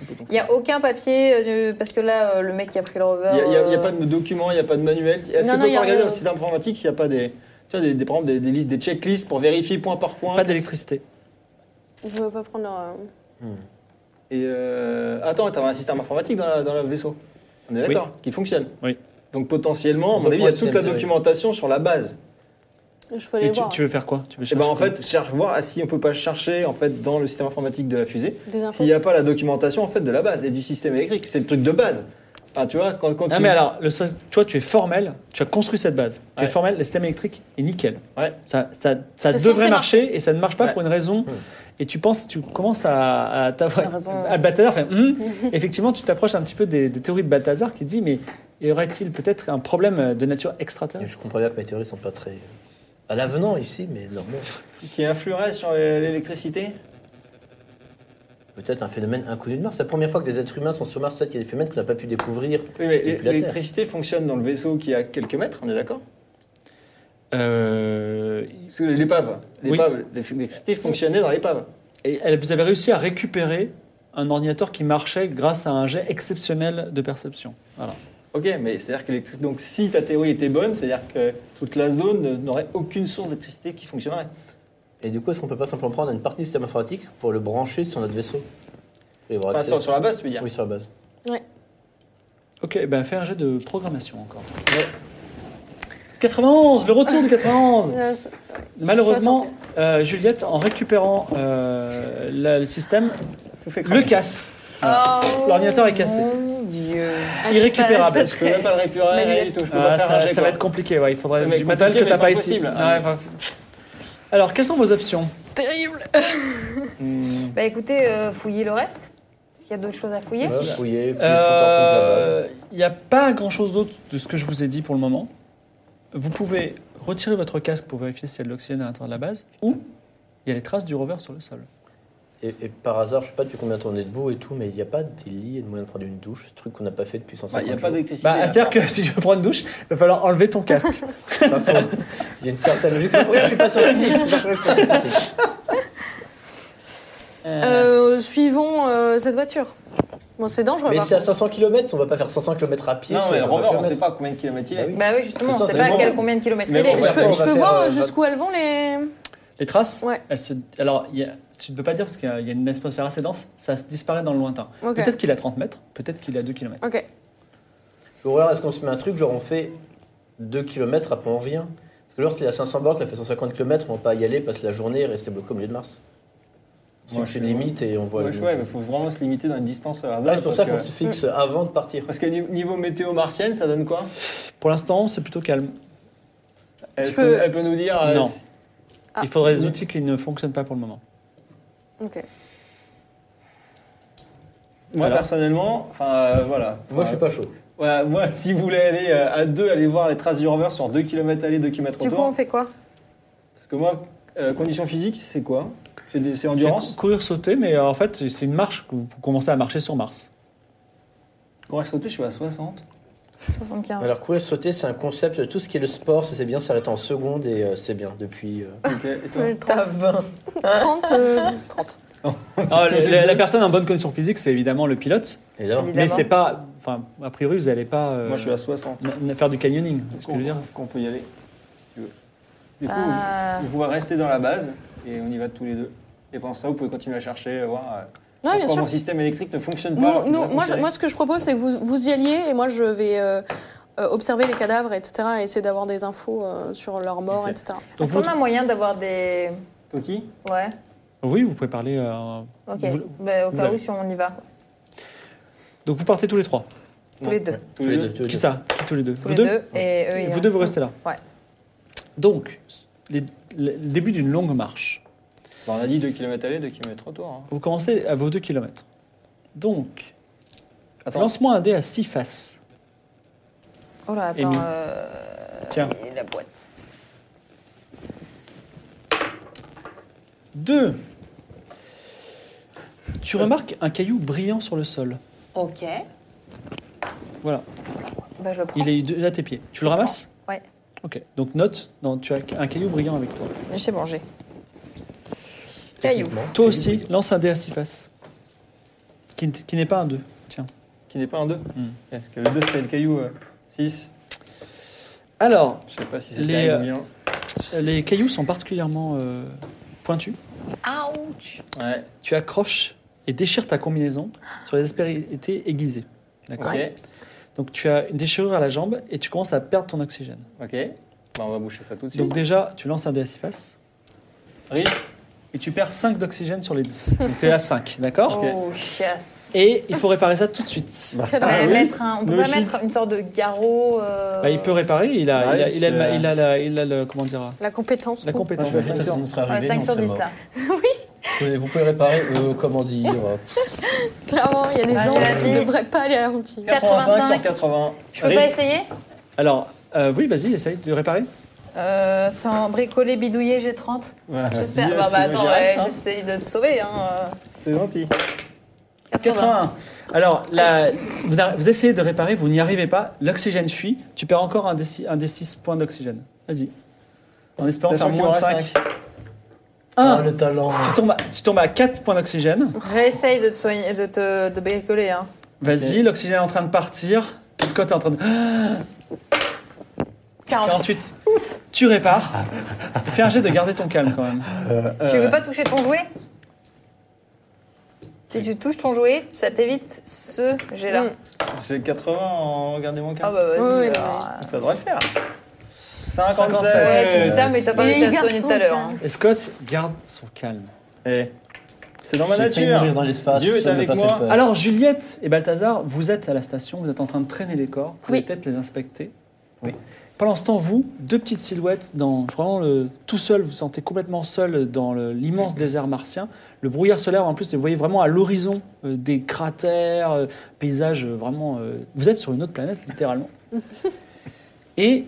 [SPEAKER 4] Il n'y a aucun papier, euh, du- parce que là, euh, le mec qui a pris le rover.
[SPEAKER 5] Il n'y a, il y a
[SPEAKER 4] euh,
[SPEAKER 5] pas de documents, il n'y a pas de manuel. Est-ce
[SPEAKER 7] Non,
[SPEAKER 5] que
[SPEAKER 7] non,
[SPEAKER 5] quand
[SPEAKER 7] il y
[SPEAKER 5] on
[SPEAKER 7] a
[SPEAKER 5] regarde
[SPEAKER 7] rien.
[SPEAKER 5] dans le site informatique, s'il n'y a pas des, tu vois, des, des, par exemple, des, des listes, des checklists pour vérifier point par point
[SPEAKER 2] Pas d'électricité.
[SPEAKER 7] Je veux pas prendre. euh,
[SPEAKER 5] Et euh, attends, t'avais un système informatique dans, la, dans le vaisseau. On est d'accord Qui fonctionne.
[SPEAKER 2] Oui.
[SPEAKER 5] Donc potentiellement, à
[SPEAKER 3] On
[SPEAKER 5] mon
[SPEAKER 3] peut
[SPEAKER 5] avis, il y a
[SPEAKER 3] prendre
[SPEAKER 5] toute la
[SPEAKER 3] CM, oui.
[SPEAKER 5] documentation sur la base.
[SPEAKER 7] Je peux
[SPEAKER 2] Et
[SPEAKER 7] aller
[SPEAKER 2] tu,
[SPEAKER 7] voir.
[SPEAKER 2] tu veux faire quoi Tu veux
[SPEAKER 5] Et ben
[SPEAKER 2] chercher
[SPEAKER 5] en
[SPEAKER 2] quoi
[SPEAKER 5] fait, cherche voir ah, si on peut pas chercher en fait dans le système informatique de la fusée
[SPEAKER 7] Des infos.
[SPEAKER 5] s'il n'y a pas la documentation en fait de la base et du système électrique. C'est le truc de base. Ah, tu vois quand, quand
[SPEAKER 2] Non
[SPEAKER 5] tu-
[SPEAKER 2] mais alors, le, so- tu vois, tu es formel, tu as construit cette base, tu es
[SPEAKER 5] Ouais.
[SPEAKER 2] formel, le système électrique est nickel.
[SPEAKER 5] Ouais.
[SPEAKER 2] Ça, ça, ça
[SPEAKER 7] C'est
[SPEAKER 2] devrait
[SPEAKER 7] censé
[SPEAKER 2] marcher et ça ne marche pas
[SPEAKER 5] Ouais. Hmm.
[SPEAKER 2] pour une raison. Et tu penses, tu commences à, à t'avoir-
[SPEAKER 4] La raison.
[SPEAKER 2] à Balthazar, enfin, hum. effectivement, tu t'approches un petit peu des, des théories de Balthazar qui dit, mais y aurait-il peut-être un problème de nature
[SPEAKER 3] Et
[SPEAKER 2] extraterrestre
[SPEAKER 3] je comprends bien que mes théories sont pas très. À l'avenant ici, mais normalement.
[SPEAKER 5] qui influerait sur l'électricité.
[SPEAKER 3] Peut-être un phénomène inconnu de Mars. C'est la première fois que des êtres humains sont sur Mars. Peut-être qu'il y a des phénomènes qu'on n'a pas pu découvrir.
[SPEAKER 5] Oui, mais
[SPEAKER 3] Depuis la Terre.
[SPEAKER 5] l'électricité fonctionne dans le vaisseau qui est à quelques mètres, on est d'accord
[SPEAKER 2] Euh,
[SPEAKER 5] Parce que l'épave,
[SPEAKER 2] Oui.
[SPEAKER 5] l'épave, l'électricité fonctionnait dans l'épave.
[SPEAKER 2] et elle- Vous avez réussi à récupérer un ordinateur qui marchait grâce à un jet exceptionnel de perception. Voilà.
[SPEAKER 5] Ok, mais c'est-à-dire que l'électricité. Donc si ta théorie était bonne, c'est-à-dire que toute la zone ne- n'aurait aucune source d'électricité qui fonctionnerait.
[SPEAKER 3] Et du coup, est-ce qu'on peut pas simplement prendre une partie du système informatique pour le brancher sur notre vaisseau Et
[SPEAKER 2] Bah,
[SPEAKER 3] avoir
[SPEAKER 5] Enfin,
[SPEAKER 3] accès-
[SPEAKER 5] sur, sur la base, tu veux dire
[SPEAKER 3] Oui, sur la base.
[SPEAKER 2] Ok, ben fais un jet de programmation encore. 91, le retour de 91
[SPEAKER 7] Euh, je-
[SPEAKER 2] Malheureusement, euh, Juliette, en récupérant euh, la- le système,
[SPEAKER 5] Tout fait
[SPEAKER 2] le
[SPEAKER 5] cramer.
[SPEAKER 2] casse.
[SPEAKER 4] Oh,
[SPEAKER 2] L'ordinateur est cassé.
[SPEAKER 4] Mon dieu.
[SPEAKER 7] ah, je suis pas-
[SPEAKER 2] Irrécupérable.
[SPEAKER 7] je
[SPEAKER 5] Je
[SPEAKER 7] suis
[SPEAKER 5] peux
[SPEAKER 7] pas
[SPEAKER 5] même pas le réparer, rien
[SPEAKER 7] Manuel.
[SPEAKER 5] du tout. Je peux
[SPEAKER 2] Ah,
[SPEAKER 5] pas faire un
[SPEAKER 2] ça,
[SPEAKER 5] jet,
[SPEAKER 2] ça
[SPEAKER 5] quoi.
[SPEAKER 2] va être compliqué, ouais, il faudrait
[SPEAKER 5] Mais
[SPEAKER 2] du matériel
[SPEAKER 5] compliqué,
[SPEAKER 2] que t'as
[SPEAKER 5] mais
[SPEAKER 2] pas,
[SPEAKER 5] pas
[SPEAKER 2] ici.
[SPEAKER 5] possible.
[SPEAKER 2] Ouais,
[SPEAKER 5] Ah,
[SPEAKER 2] enfin, Alors, quelles sont vos options
[SPEAKER 7] Terrible.
[SPEAKER 5] Hmm.
[SPEAKER 4] Bah écoutez, euh, fouillez le reste. Il y a d'autres choses à fouiller.
[SPEAKER 3] Fouiller, fouiller, fouiller,
[SPEAKER 2] Euh, Il n'y a pas grand-chose d'autre de ce que je vous ai dit pour le moment. Vous pouvez retirer votre casque pour vérifier s'il y a de l'oxygène à l'intérieur de la base, ou il y a les traces du rover sur le sol.
[SPEAKER 3] Et, et par hasard, je sais pas depuis combien de temps on est debout et tout, mais il n'y a pas des lits et de moyen de prendre une douche, ce truc qu'on n'a pas fait depuis
[SPEAKER 5] Bah,
[SPEAKER 3] 150
[SPEAKER 5] Il n'y a
[SPEAKER 3] jours.
[SPEAKER 5] pas d'électricité.
[SPEAKER 2] Bah,
[SPEAKER 5] là.
[SPEAKER 2] C'est-à-dire que si je veux prendre une douche, il va falloir enlever ton casque.
[SPEAKER 3] Il y a une certaine logique. C'est pour rien que je suis pas scientifique. C'est pas pour rien que je suis pas scientifique.
[SPEAKER 7] Euh, suivons euh, cette voiture. Bon, c'est dangereux.
[SPEAKER 3] Mais
[SPEAKER 7] par
[SPEAKER 3] si à
[SPEAKER 7] contre.
[SPEAKER 3] 500 km, on va pas faire 500 km à pied.
[SPEAKER 5] Non,
[SPEAKER 3] sur
[SPEAKER 5] mais
[SPEAKER 3] les
[SPEAKER 5] le
[SPEAKER 3] 500
[SPEAKER 5] rover, on ne
[SPEAKER 3] km.
[SPEAKER 5] sait pas combien de kilomètres il
[SPEAKER 3] Bah
[SPEAKER 5] est.
[SPEAKER 3] oui.
[SPEAKER 4] Bah oui, justement,
[SPEAKER 3] C'est
[SPEAKER 4] on
[SPEAKER 3] ça,
[SPEAKER 4] ne sait
[SPEAKER 3] c'est
[SPEAKER 4] pas
[SPEAKER 3] bon.
[SPEAKER 4] à quel, combien de kilomètres
[SPEAKER 5] Mais
[SPEAKER 4] il
[SPEAKER 5] bon,
[SPEAKER 4] est.
[SPEAKER 5] on va
[SPEAKER 7] Je peux,
[SPEAKER 3] on
[SPEAKER 7] je
[SPEAKER 3] va
[SPEAKER 7] peux
[SPEAKER 3] faire,
[SPEAKER 7] voir
[SPEAKER 3] euh,
[SPEAKER 7] jusqu'où elles vont les.
[SPEAKER 2] Les traces,
[SPEAKER 7] Ouais.
[SPEAKER 2] elles se... alors il y a- tu ne peux pas dire parce qu'il y a il y a une atmosphère assez dense, ça se disparaît dans le lointain.
[SPEAKER 7] Ok.
[SPEAKER 2] Peut-être qu'il a 30 mètres, peut-être qu'il a 2 km.
[SPEAKER 7] Ok.
[SPEAKER 3] Ou alors, est-ce qu'on se met un truc, genre on fait 2 km, après on revient Parce que, genre, s'il y a 500 bornes, elle fait 150 km, on va pas y aller, passer la journée et rester bloqué au milieu de Mars. C'est
[SPEAKER 5] Moi,
[SPEAKER 3] que c'est
[SPEAKER 5] je
[SPEAKER 3] une
[SPEAKER 5] suis-
[SPEAKER 3] limite et on voit.
[SPEAKER 5] Ouais,
[SPEAKER 3] le-
[SPEAKER 5] ouais, mais il faut vraiment se limiter dans une distance à
[SPEAKER 3] Ah, c'est pour ça qu'on
[SPEAKER 5] parce
[SPEAKER 3] se
[SPEAKER 5] que-
[SPEAKER 3] fixe avant de partir.
[SPEAKER 5] Parce que ni- niveau météo martienne, ça donne quoi
[SPEAKER 2] Pour l'instant, c'est plutôt calme.
[SPEAKER 5] elle,
[SPEAKER 7] Je
[SPEAKER 5] peut,
[SPEAKER 7] peux-
[SPEAKER 5] elle peut nous dire. euh,
[SPEAKER 2] Non.
[SPEAKER 5] si-
[SPEAKER 7] Ah.
[SPEAKER 2] Il faudrait des outils qui ne fonctionnent pas pour le moment.
[SPEAKER 7] Ok.
[SPEAKER 5] Moi,
[SPEAKER 2] Alors.
[SPEAKER 5] personnellement, enfin, euh, voilà.
[SPEAKER 3] Moi, je suis
[SPEAKER 5] Enfin,
[SPEAKER 3] pas chaud.
[SPEAKER 5] Voilà, moi, si vous voulez aller euh, à deux, allez voir les traces du rover sur 2 km aller, 2 km
[SPEAKER 7] Du coup,
[SPEAKER 5] retour.
[SPEAKER 7] on fait quoi
[SPEAKER 5] Parce que moi, euh, condition physique, c'est quoi C'est des- c'est
[SPEAKER 2] C'est
[SPEAKER 5] endurance
[SPEAKER 2] Courir, sauter, mais euh, en fait, c'est- c'est une marche que vous commencez à marcher sur Mars.
[SPEAKER 5] Quand elle sauter, je suis à 60.
[SPEAKER 4] 75.
[SPEAKER 3] Alors, courir, sauter, c'est un concept de tout ce qui est le sport, ça, c'est bien, s'arrêter en seconde et euh, c'est bien depuis. euh,
[SPEAKER 7] Ah,
[SPEAKER 5] Ok, et toi
[SPEAKER 4] T'as 20.
[SPEAKER 7] 30. euh, 30.
[SPEAKER 2] Ah, la, la- la personne en bonne condition physique, c'est évidemment le pilote,
[SPEAKER 3] évidemment.
[SPEAKER 2] mais
[SPEAKER 4] Évidemment.
[SPEAKER 2] c'est pas. Enfin, a priori, vous n'allez pas euh,
[SPEAKER 5] Moi, je suis à 60.
[SPEAKER 2] n- faire du canyoning. c'est ce que je veux dire.
[SPEAKER 5] Qu'on peut y aller, si tu veux. Du coup,
[SPEAKER 7] Euh.
[SPEAKER 4] Ah.
[SPEAKER 5] vous, vous pouvez rester dans la base et on y va tous les deux. Et pendant ce temps, vous pouvez continuer à chercher, à voir. euh,
[SPEAKER 6] Ah,
[SPEAKER 7] Ouais, bien
[SPEAKER 5] pourquoi
[SPEAKER 7] sûr.
[SPEAKER 5] mon système électrique ne fonctionne pas. alors
[SPEAKER 7] Nous,
[SPEAKER 5] qu'il
[SPEAKER 7] nous-
[SPEAKER 5] devrait
[SPEAKER 7] moi, je-
[SPEAKER 5] fonctionner.
[SPEAKER 7] moi, ce que je propose, c'est que vous, vous y alliez et moi, je vais euh, euh, observer les cadavres, etc. et essayer d'avoir des infos euh, sur leurs morts,
[SPEAKER 5] Ok.
[SPEAKER 7] etc.
[SPEAKER 2] Donc
[SPEAKER 4] Est-ce
[SPEAKER 2] vous-
[SPEAKER 4] qu'on a moyen d'avoir des.
[SPEAKER 5] Toki
[SPEAKER 4] Ouais.
[SPEAKER 2] Oui, vous pouvez parler. euh,
[SPEAKER 4] Ok.
[SPEAKER 2] Vous-
[SPEAKER 4] Bah, au
[SPEAKER 2] vous
[SPEAKER 4] cas
[SPEAKER 2] l'avez.
[SPEAKER 4] où, si on y va.
[SPEAKER 2] Donc vous partez tous les trois.
[SPEAKER 4] Tous les deux.
[SPEAKER 5] Tous les deux.
[SPEAKER 3] tous les
[SPEAKER 2] Qui
[SPEAKER 3] deux.
[SPEAKER 2] ça Qui tous les deux
[SPEAKER 4] Tous
[SPEAKER 2] Vous
[SPEAKER 4] les
[SPEAKER 2] deux
[SPEAKER 4] deux. Et eux,
[SPEAKER 2] Et
[SPEAKER 4] ils
[SPEAKER 2] Vous deux, vous
[SPEAKER 4] restent.
[SPEAKER 2] restez là.
[SPEAKER 4] Ouais.
[SPEAKER 2] Donc, les- le le début d'une longue marche.
[SPEAKER 5] Bah, on a dit 2 km aller, 2 km retour. hein.
[SPEAKER 2] Vous commencez à vos deux kilomètres. Donc,
[SPEAKER 5] Attends.
[SPEAKER 2] lance-moi un dé à six faces.
[SPEAKER 4] Oh là, attends.
[SPEAKER 2] Émile.
[SPEAKER 4] euh,
[SPEAKER 2] Tiens.
[SPEAKER 4] et la boîte.
[SPEAKER 2] 2. Tu remarques un caillou brillant sur le sol.
[SPEAKER 7] Ok.
[SPEAKER 2] Voilà,
[SPEAKER 4] Bah, je le prends.
[SPEAKER 2] il est de- à tes pieds. Tu le ramasses
[SPEAKER 4] Ouais.
[SPEAKER 2] Ok, donc note, non, tu as un caillou brillant avec toi.
[SPEAKER 4] Mais J'ai mangé. Caillou.
[SPEAKER 3] Effectivement.
[SPEAKER 2] Toi aussi, lance un dé à six faces. Qui, n- qui n'est pas un 2. Tiens.
[SPEAKER 5] Qui n'est pas un 2 Parce que le 2 c'était le caillou 6.
[SPEAKER 2] Alors,
[SPEAKER 5] Je sais pas si c'est le
[SPEAKER 2] Les,
[SPEAKER 5] caillou
[SPEAKER 2] euh,
[SPEAKER 5] ou bien.
[SPEAKER 2] les cailloux sont particulièrement euh, pointus.
[SPEAKER 7] Ouch
[SPEAKER 5] Ouais.
[SPEAKER 2] Tu accroches et déchires ta combinaison sur les aspérités aiguisées. D'accord Donc tu as une déchirure à la jambe et tu commences à perdre ton oxygène.
[SPEAKER 5] Ok. Ok. Bah, on va boucher ça tout de
[SPEAKER 2] Donc
[SPEAKER 5] suite.
[SPEAKER 2] déjà, tu lances un dé à 6 faces
[SPEAKER 5] Rip.
[SPEAKER 2] et tu perds 5 d'oxygène sur les 10. Donc tu es à 5, d'accord
[SPEAKER 4] Oh, chiasse.
[SPEAKER 2] Et il faut réparer ça tout de suite.
[SPEAKER 5] Bah,
[SPEAKER 4] On
[SPEAKER 6] Ah
[SPEAKER 4] pourrait
[SPEAKER 2] oui.
[SPEAKER 4] mettre, un- on
[SPEAKER 2] No
[SPEAKER 4] pourrait
[SPEAKER 2] shit.
[SPEAKER 4] mettre une sorte de garrot. euh,
[SPEAKER 2] Bah, il peut réparer, il a,
[SPEAKER 5] Ouais,
[SPEAKER 2] il a, il a, le ma-
[SPEAKER 5] c'est-
[SPEAKER 2] il a la- il a le- comment dire,
[SPEAKER 7] La compétence.
[SPEAKER 2] la
[SPEAKER 7] pour-
[SPEAKER 3] Moi,
[SPEAKER 2] compétence.
[SPEAKER 3] je suis à 5 sur 10.
[SPEAKER 4] ouais, 5 sur 10 là.
[SPEAKER 3] Vous pouvez réparer, euh, comment dire euh,
[SPEAKER 7] Clairement, il y a des
[SPEAKER 4] Ouais,
[SPEAKER 7] gens
[SPEAKER 4] Ah, tu l'as
[SPEAKER 7] qui
[SPEAKER 4] dit.
[SPEAKER 7] ne devraient pas aller à la lentille.
[SPEAKER 5] 85
[SPEAKER 4] 85.
[SPEAKER 5] sur 80.
[SPEAKER 4] Je peux
[SPEAKER 5] Rip.
[SPEAKER 4] pas essayer
[SPEAKER 2] Alors, euh, oui, vas-y, essaye de réparer.
[SPEAKER 4] euh, Sans bricoler, bidouiller, j'ai 30.
[SPEAKER 5] Voilà.
[SPEAKER 2] Ah,
[SPEAKER 4] J'espère.
[SPEAKER 5] Dis,
[SPEAKER 4] Bah,
[SPEAKER 5] c'est-
[SPEAKER 4] bah,
[SPEAKER 5] j'y
[SPEAKER 4] attends,
[SPEAKER 5] reste,
[SPEAKER 4] ouais,
[SPEAKER 5] hein.
[SPEAKER 4] j'essaye de te sauver. Hein.
[SPEAKER 5] C'est gentil.
[SPEAKER 4] euh,
[SPEAKER 5] 81.
[SPEAKER 2] Alors, la- vous, n'arri- vous essayez de réparer, vous n'y arrivez pas, l'oxygène fuit, tu perds encore un des, six- un des 6 points d'oxygène. Vas-y. En espérant
[SPEAKER 5] Sachant
[SPEAKER 2] faire
[SPEAKER 5] qu'il
[SPEAKER 2] moins
[SPEAKER 5] en
[SPEAKER 2] de
[SPEAKER 5] reste
[SPEAKER 2] 5.
[SPEAKER 5] cinq.
[SPEAKER 2] 1.
[SPEAKER 3] Ah, le talent.
[SPEAKER 2] Tu tombes, à, tu tombes à 4 points d'oxygène.
[SPEAKER 4] Réessaye de te, soigner, de te de bricoler. Hein.
[SPEAKER 2] Vas-y, l'oxygène est en train de partir. Scott est en train
[SPEAKER 4] Ah.
[SPEAKER 2] de.
[SPEAKER 4] 40.
[SPEAKER 2] 48. Tu répares. Fais un jet de garder ton calme quand même.
[SPEAKER 4] Tu veux pas toucher ton jouet Si tu touches ton jouet, ça t'évite ce jet-là.
[SPEAKER 7] Mm.
[SPEAKER 5] J'ai 80 en regardez mon
[SPEAKER 4] Ah
[SPEAKER 5] cas.
[SPEAKER 4] bah vas-y.
[SPEAKER 7] Oui, oui,
[SPEAKER 4] alors,
[SPEAKER 7] oui.
[SPEAKER 5] Ça devrait le faire.
[SPEAKER 2] 57.
[SPEAKER 5] 57.
[SPEAKER 4] euh, Ouais, tu dis ça, mais t'as pas
[SPEAKER 7] Et
[SPEAKER 4] réussi à te
[SPEAKER 7] garçon,
[SPEAKER 4] soigner tout à l'heure. hein.
[SPEAKER 2] Et Scott garde son calme.
[SPEAKER 5] Eh, C'est dans ma
[SPEAKER 3] J'ai failli mourir
[SPEAKER 5] nature.
[SPEAKER 3] dans l'espace.
[SPEAKER 5] Dieu est
[SPEAKER 3] ça m'a
[SPEAKER 5] avec
[SPEAKER 3] pas fait
[SPEAKER 5] moi.
[SPEAKER 3] peur.
[SPEAKER 2] Alors, Juliette et Balthazar, vous êtes à la station, vous êtes en train de traîner les corps, vous pouvez
[SPEAKER 7] Oui.
[SPEAKER 2] peut-être les inspecter.
[SPEAKER 3] Oui.
[SPEAKER 2] Pendant ce temps, vous, deux petites silhouettes, dans vraiment le, tout seul, vous vous sentez complètement seul dans le- l'immense désert martien. Le brouillard solaire, en plus, vous voyez vraiment à l'horizon euh, des cratères, euh, paysages euh, vraiment. euh, vous êtes sur une autre planète, littéralement. et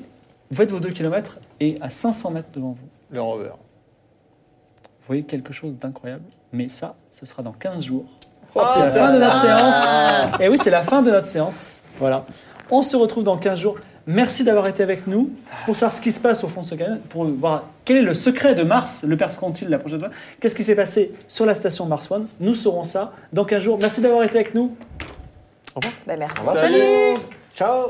[SPEAKER 2] vous faites vos deux kilomètres, et à 500 mètres devant vous,
[SPEAKER 5] Le rover.
[SPEAKER 2] vous voyez quelque chose d'incroyable. Mais ça, ce sera dans 15 jours.
[SPEAKER 5] Oh,
[SPEAKER 2] C'est la
[SPEAKER 5] putain.
[SPEAKER 2] fin de notre séance. Et oui, c'est la fin de notre séance. Voilà. On se retrouve dans 15 jours. Merci d'avoir été avec nous pour savoir ce qui se passe au fond de ce canal, pour voir quel est le secret de Mars, le perceront-ils la prochaine fois Qu'est-ce qui s'est passé sur la station Mars One Nous saurons ça dans 15 jours. Merci d'avoir été avec nous.
[SPEAKER 4] Bah, merci.
[SPEAKER 5] Salut
[SPEAKER 3] Ciao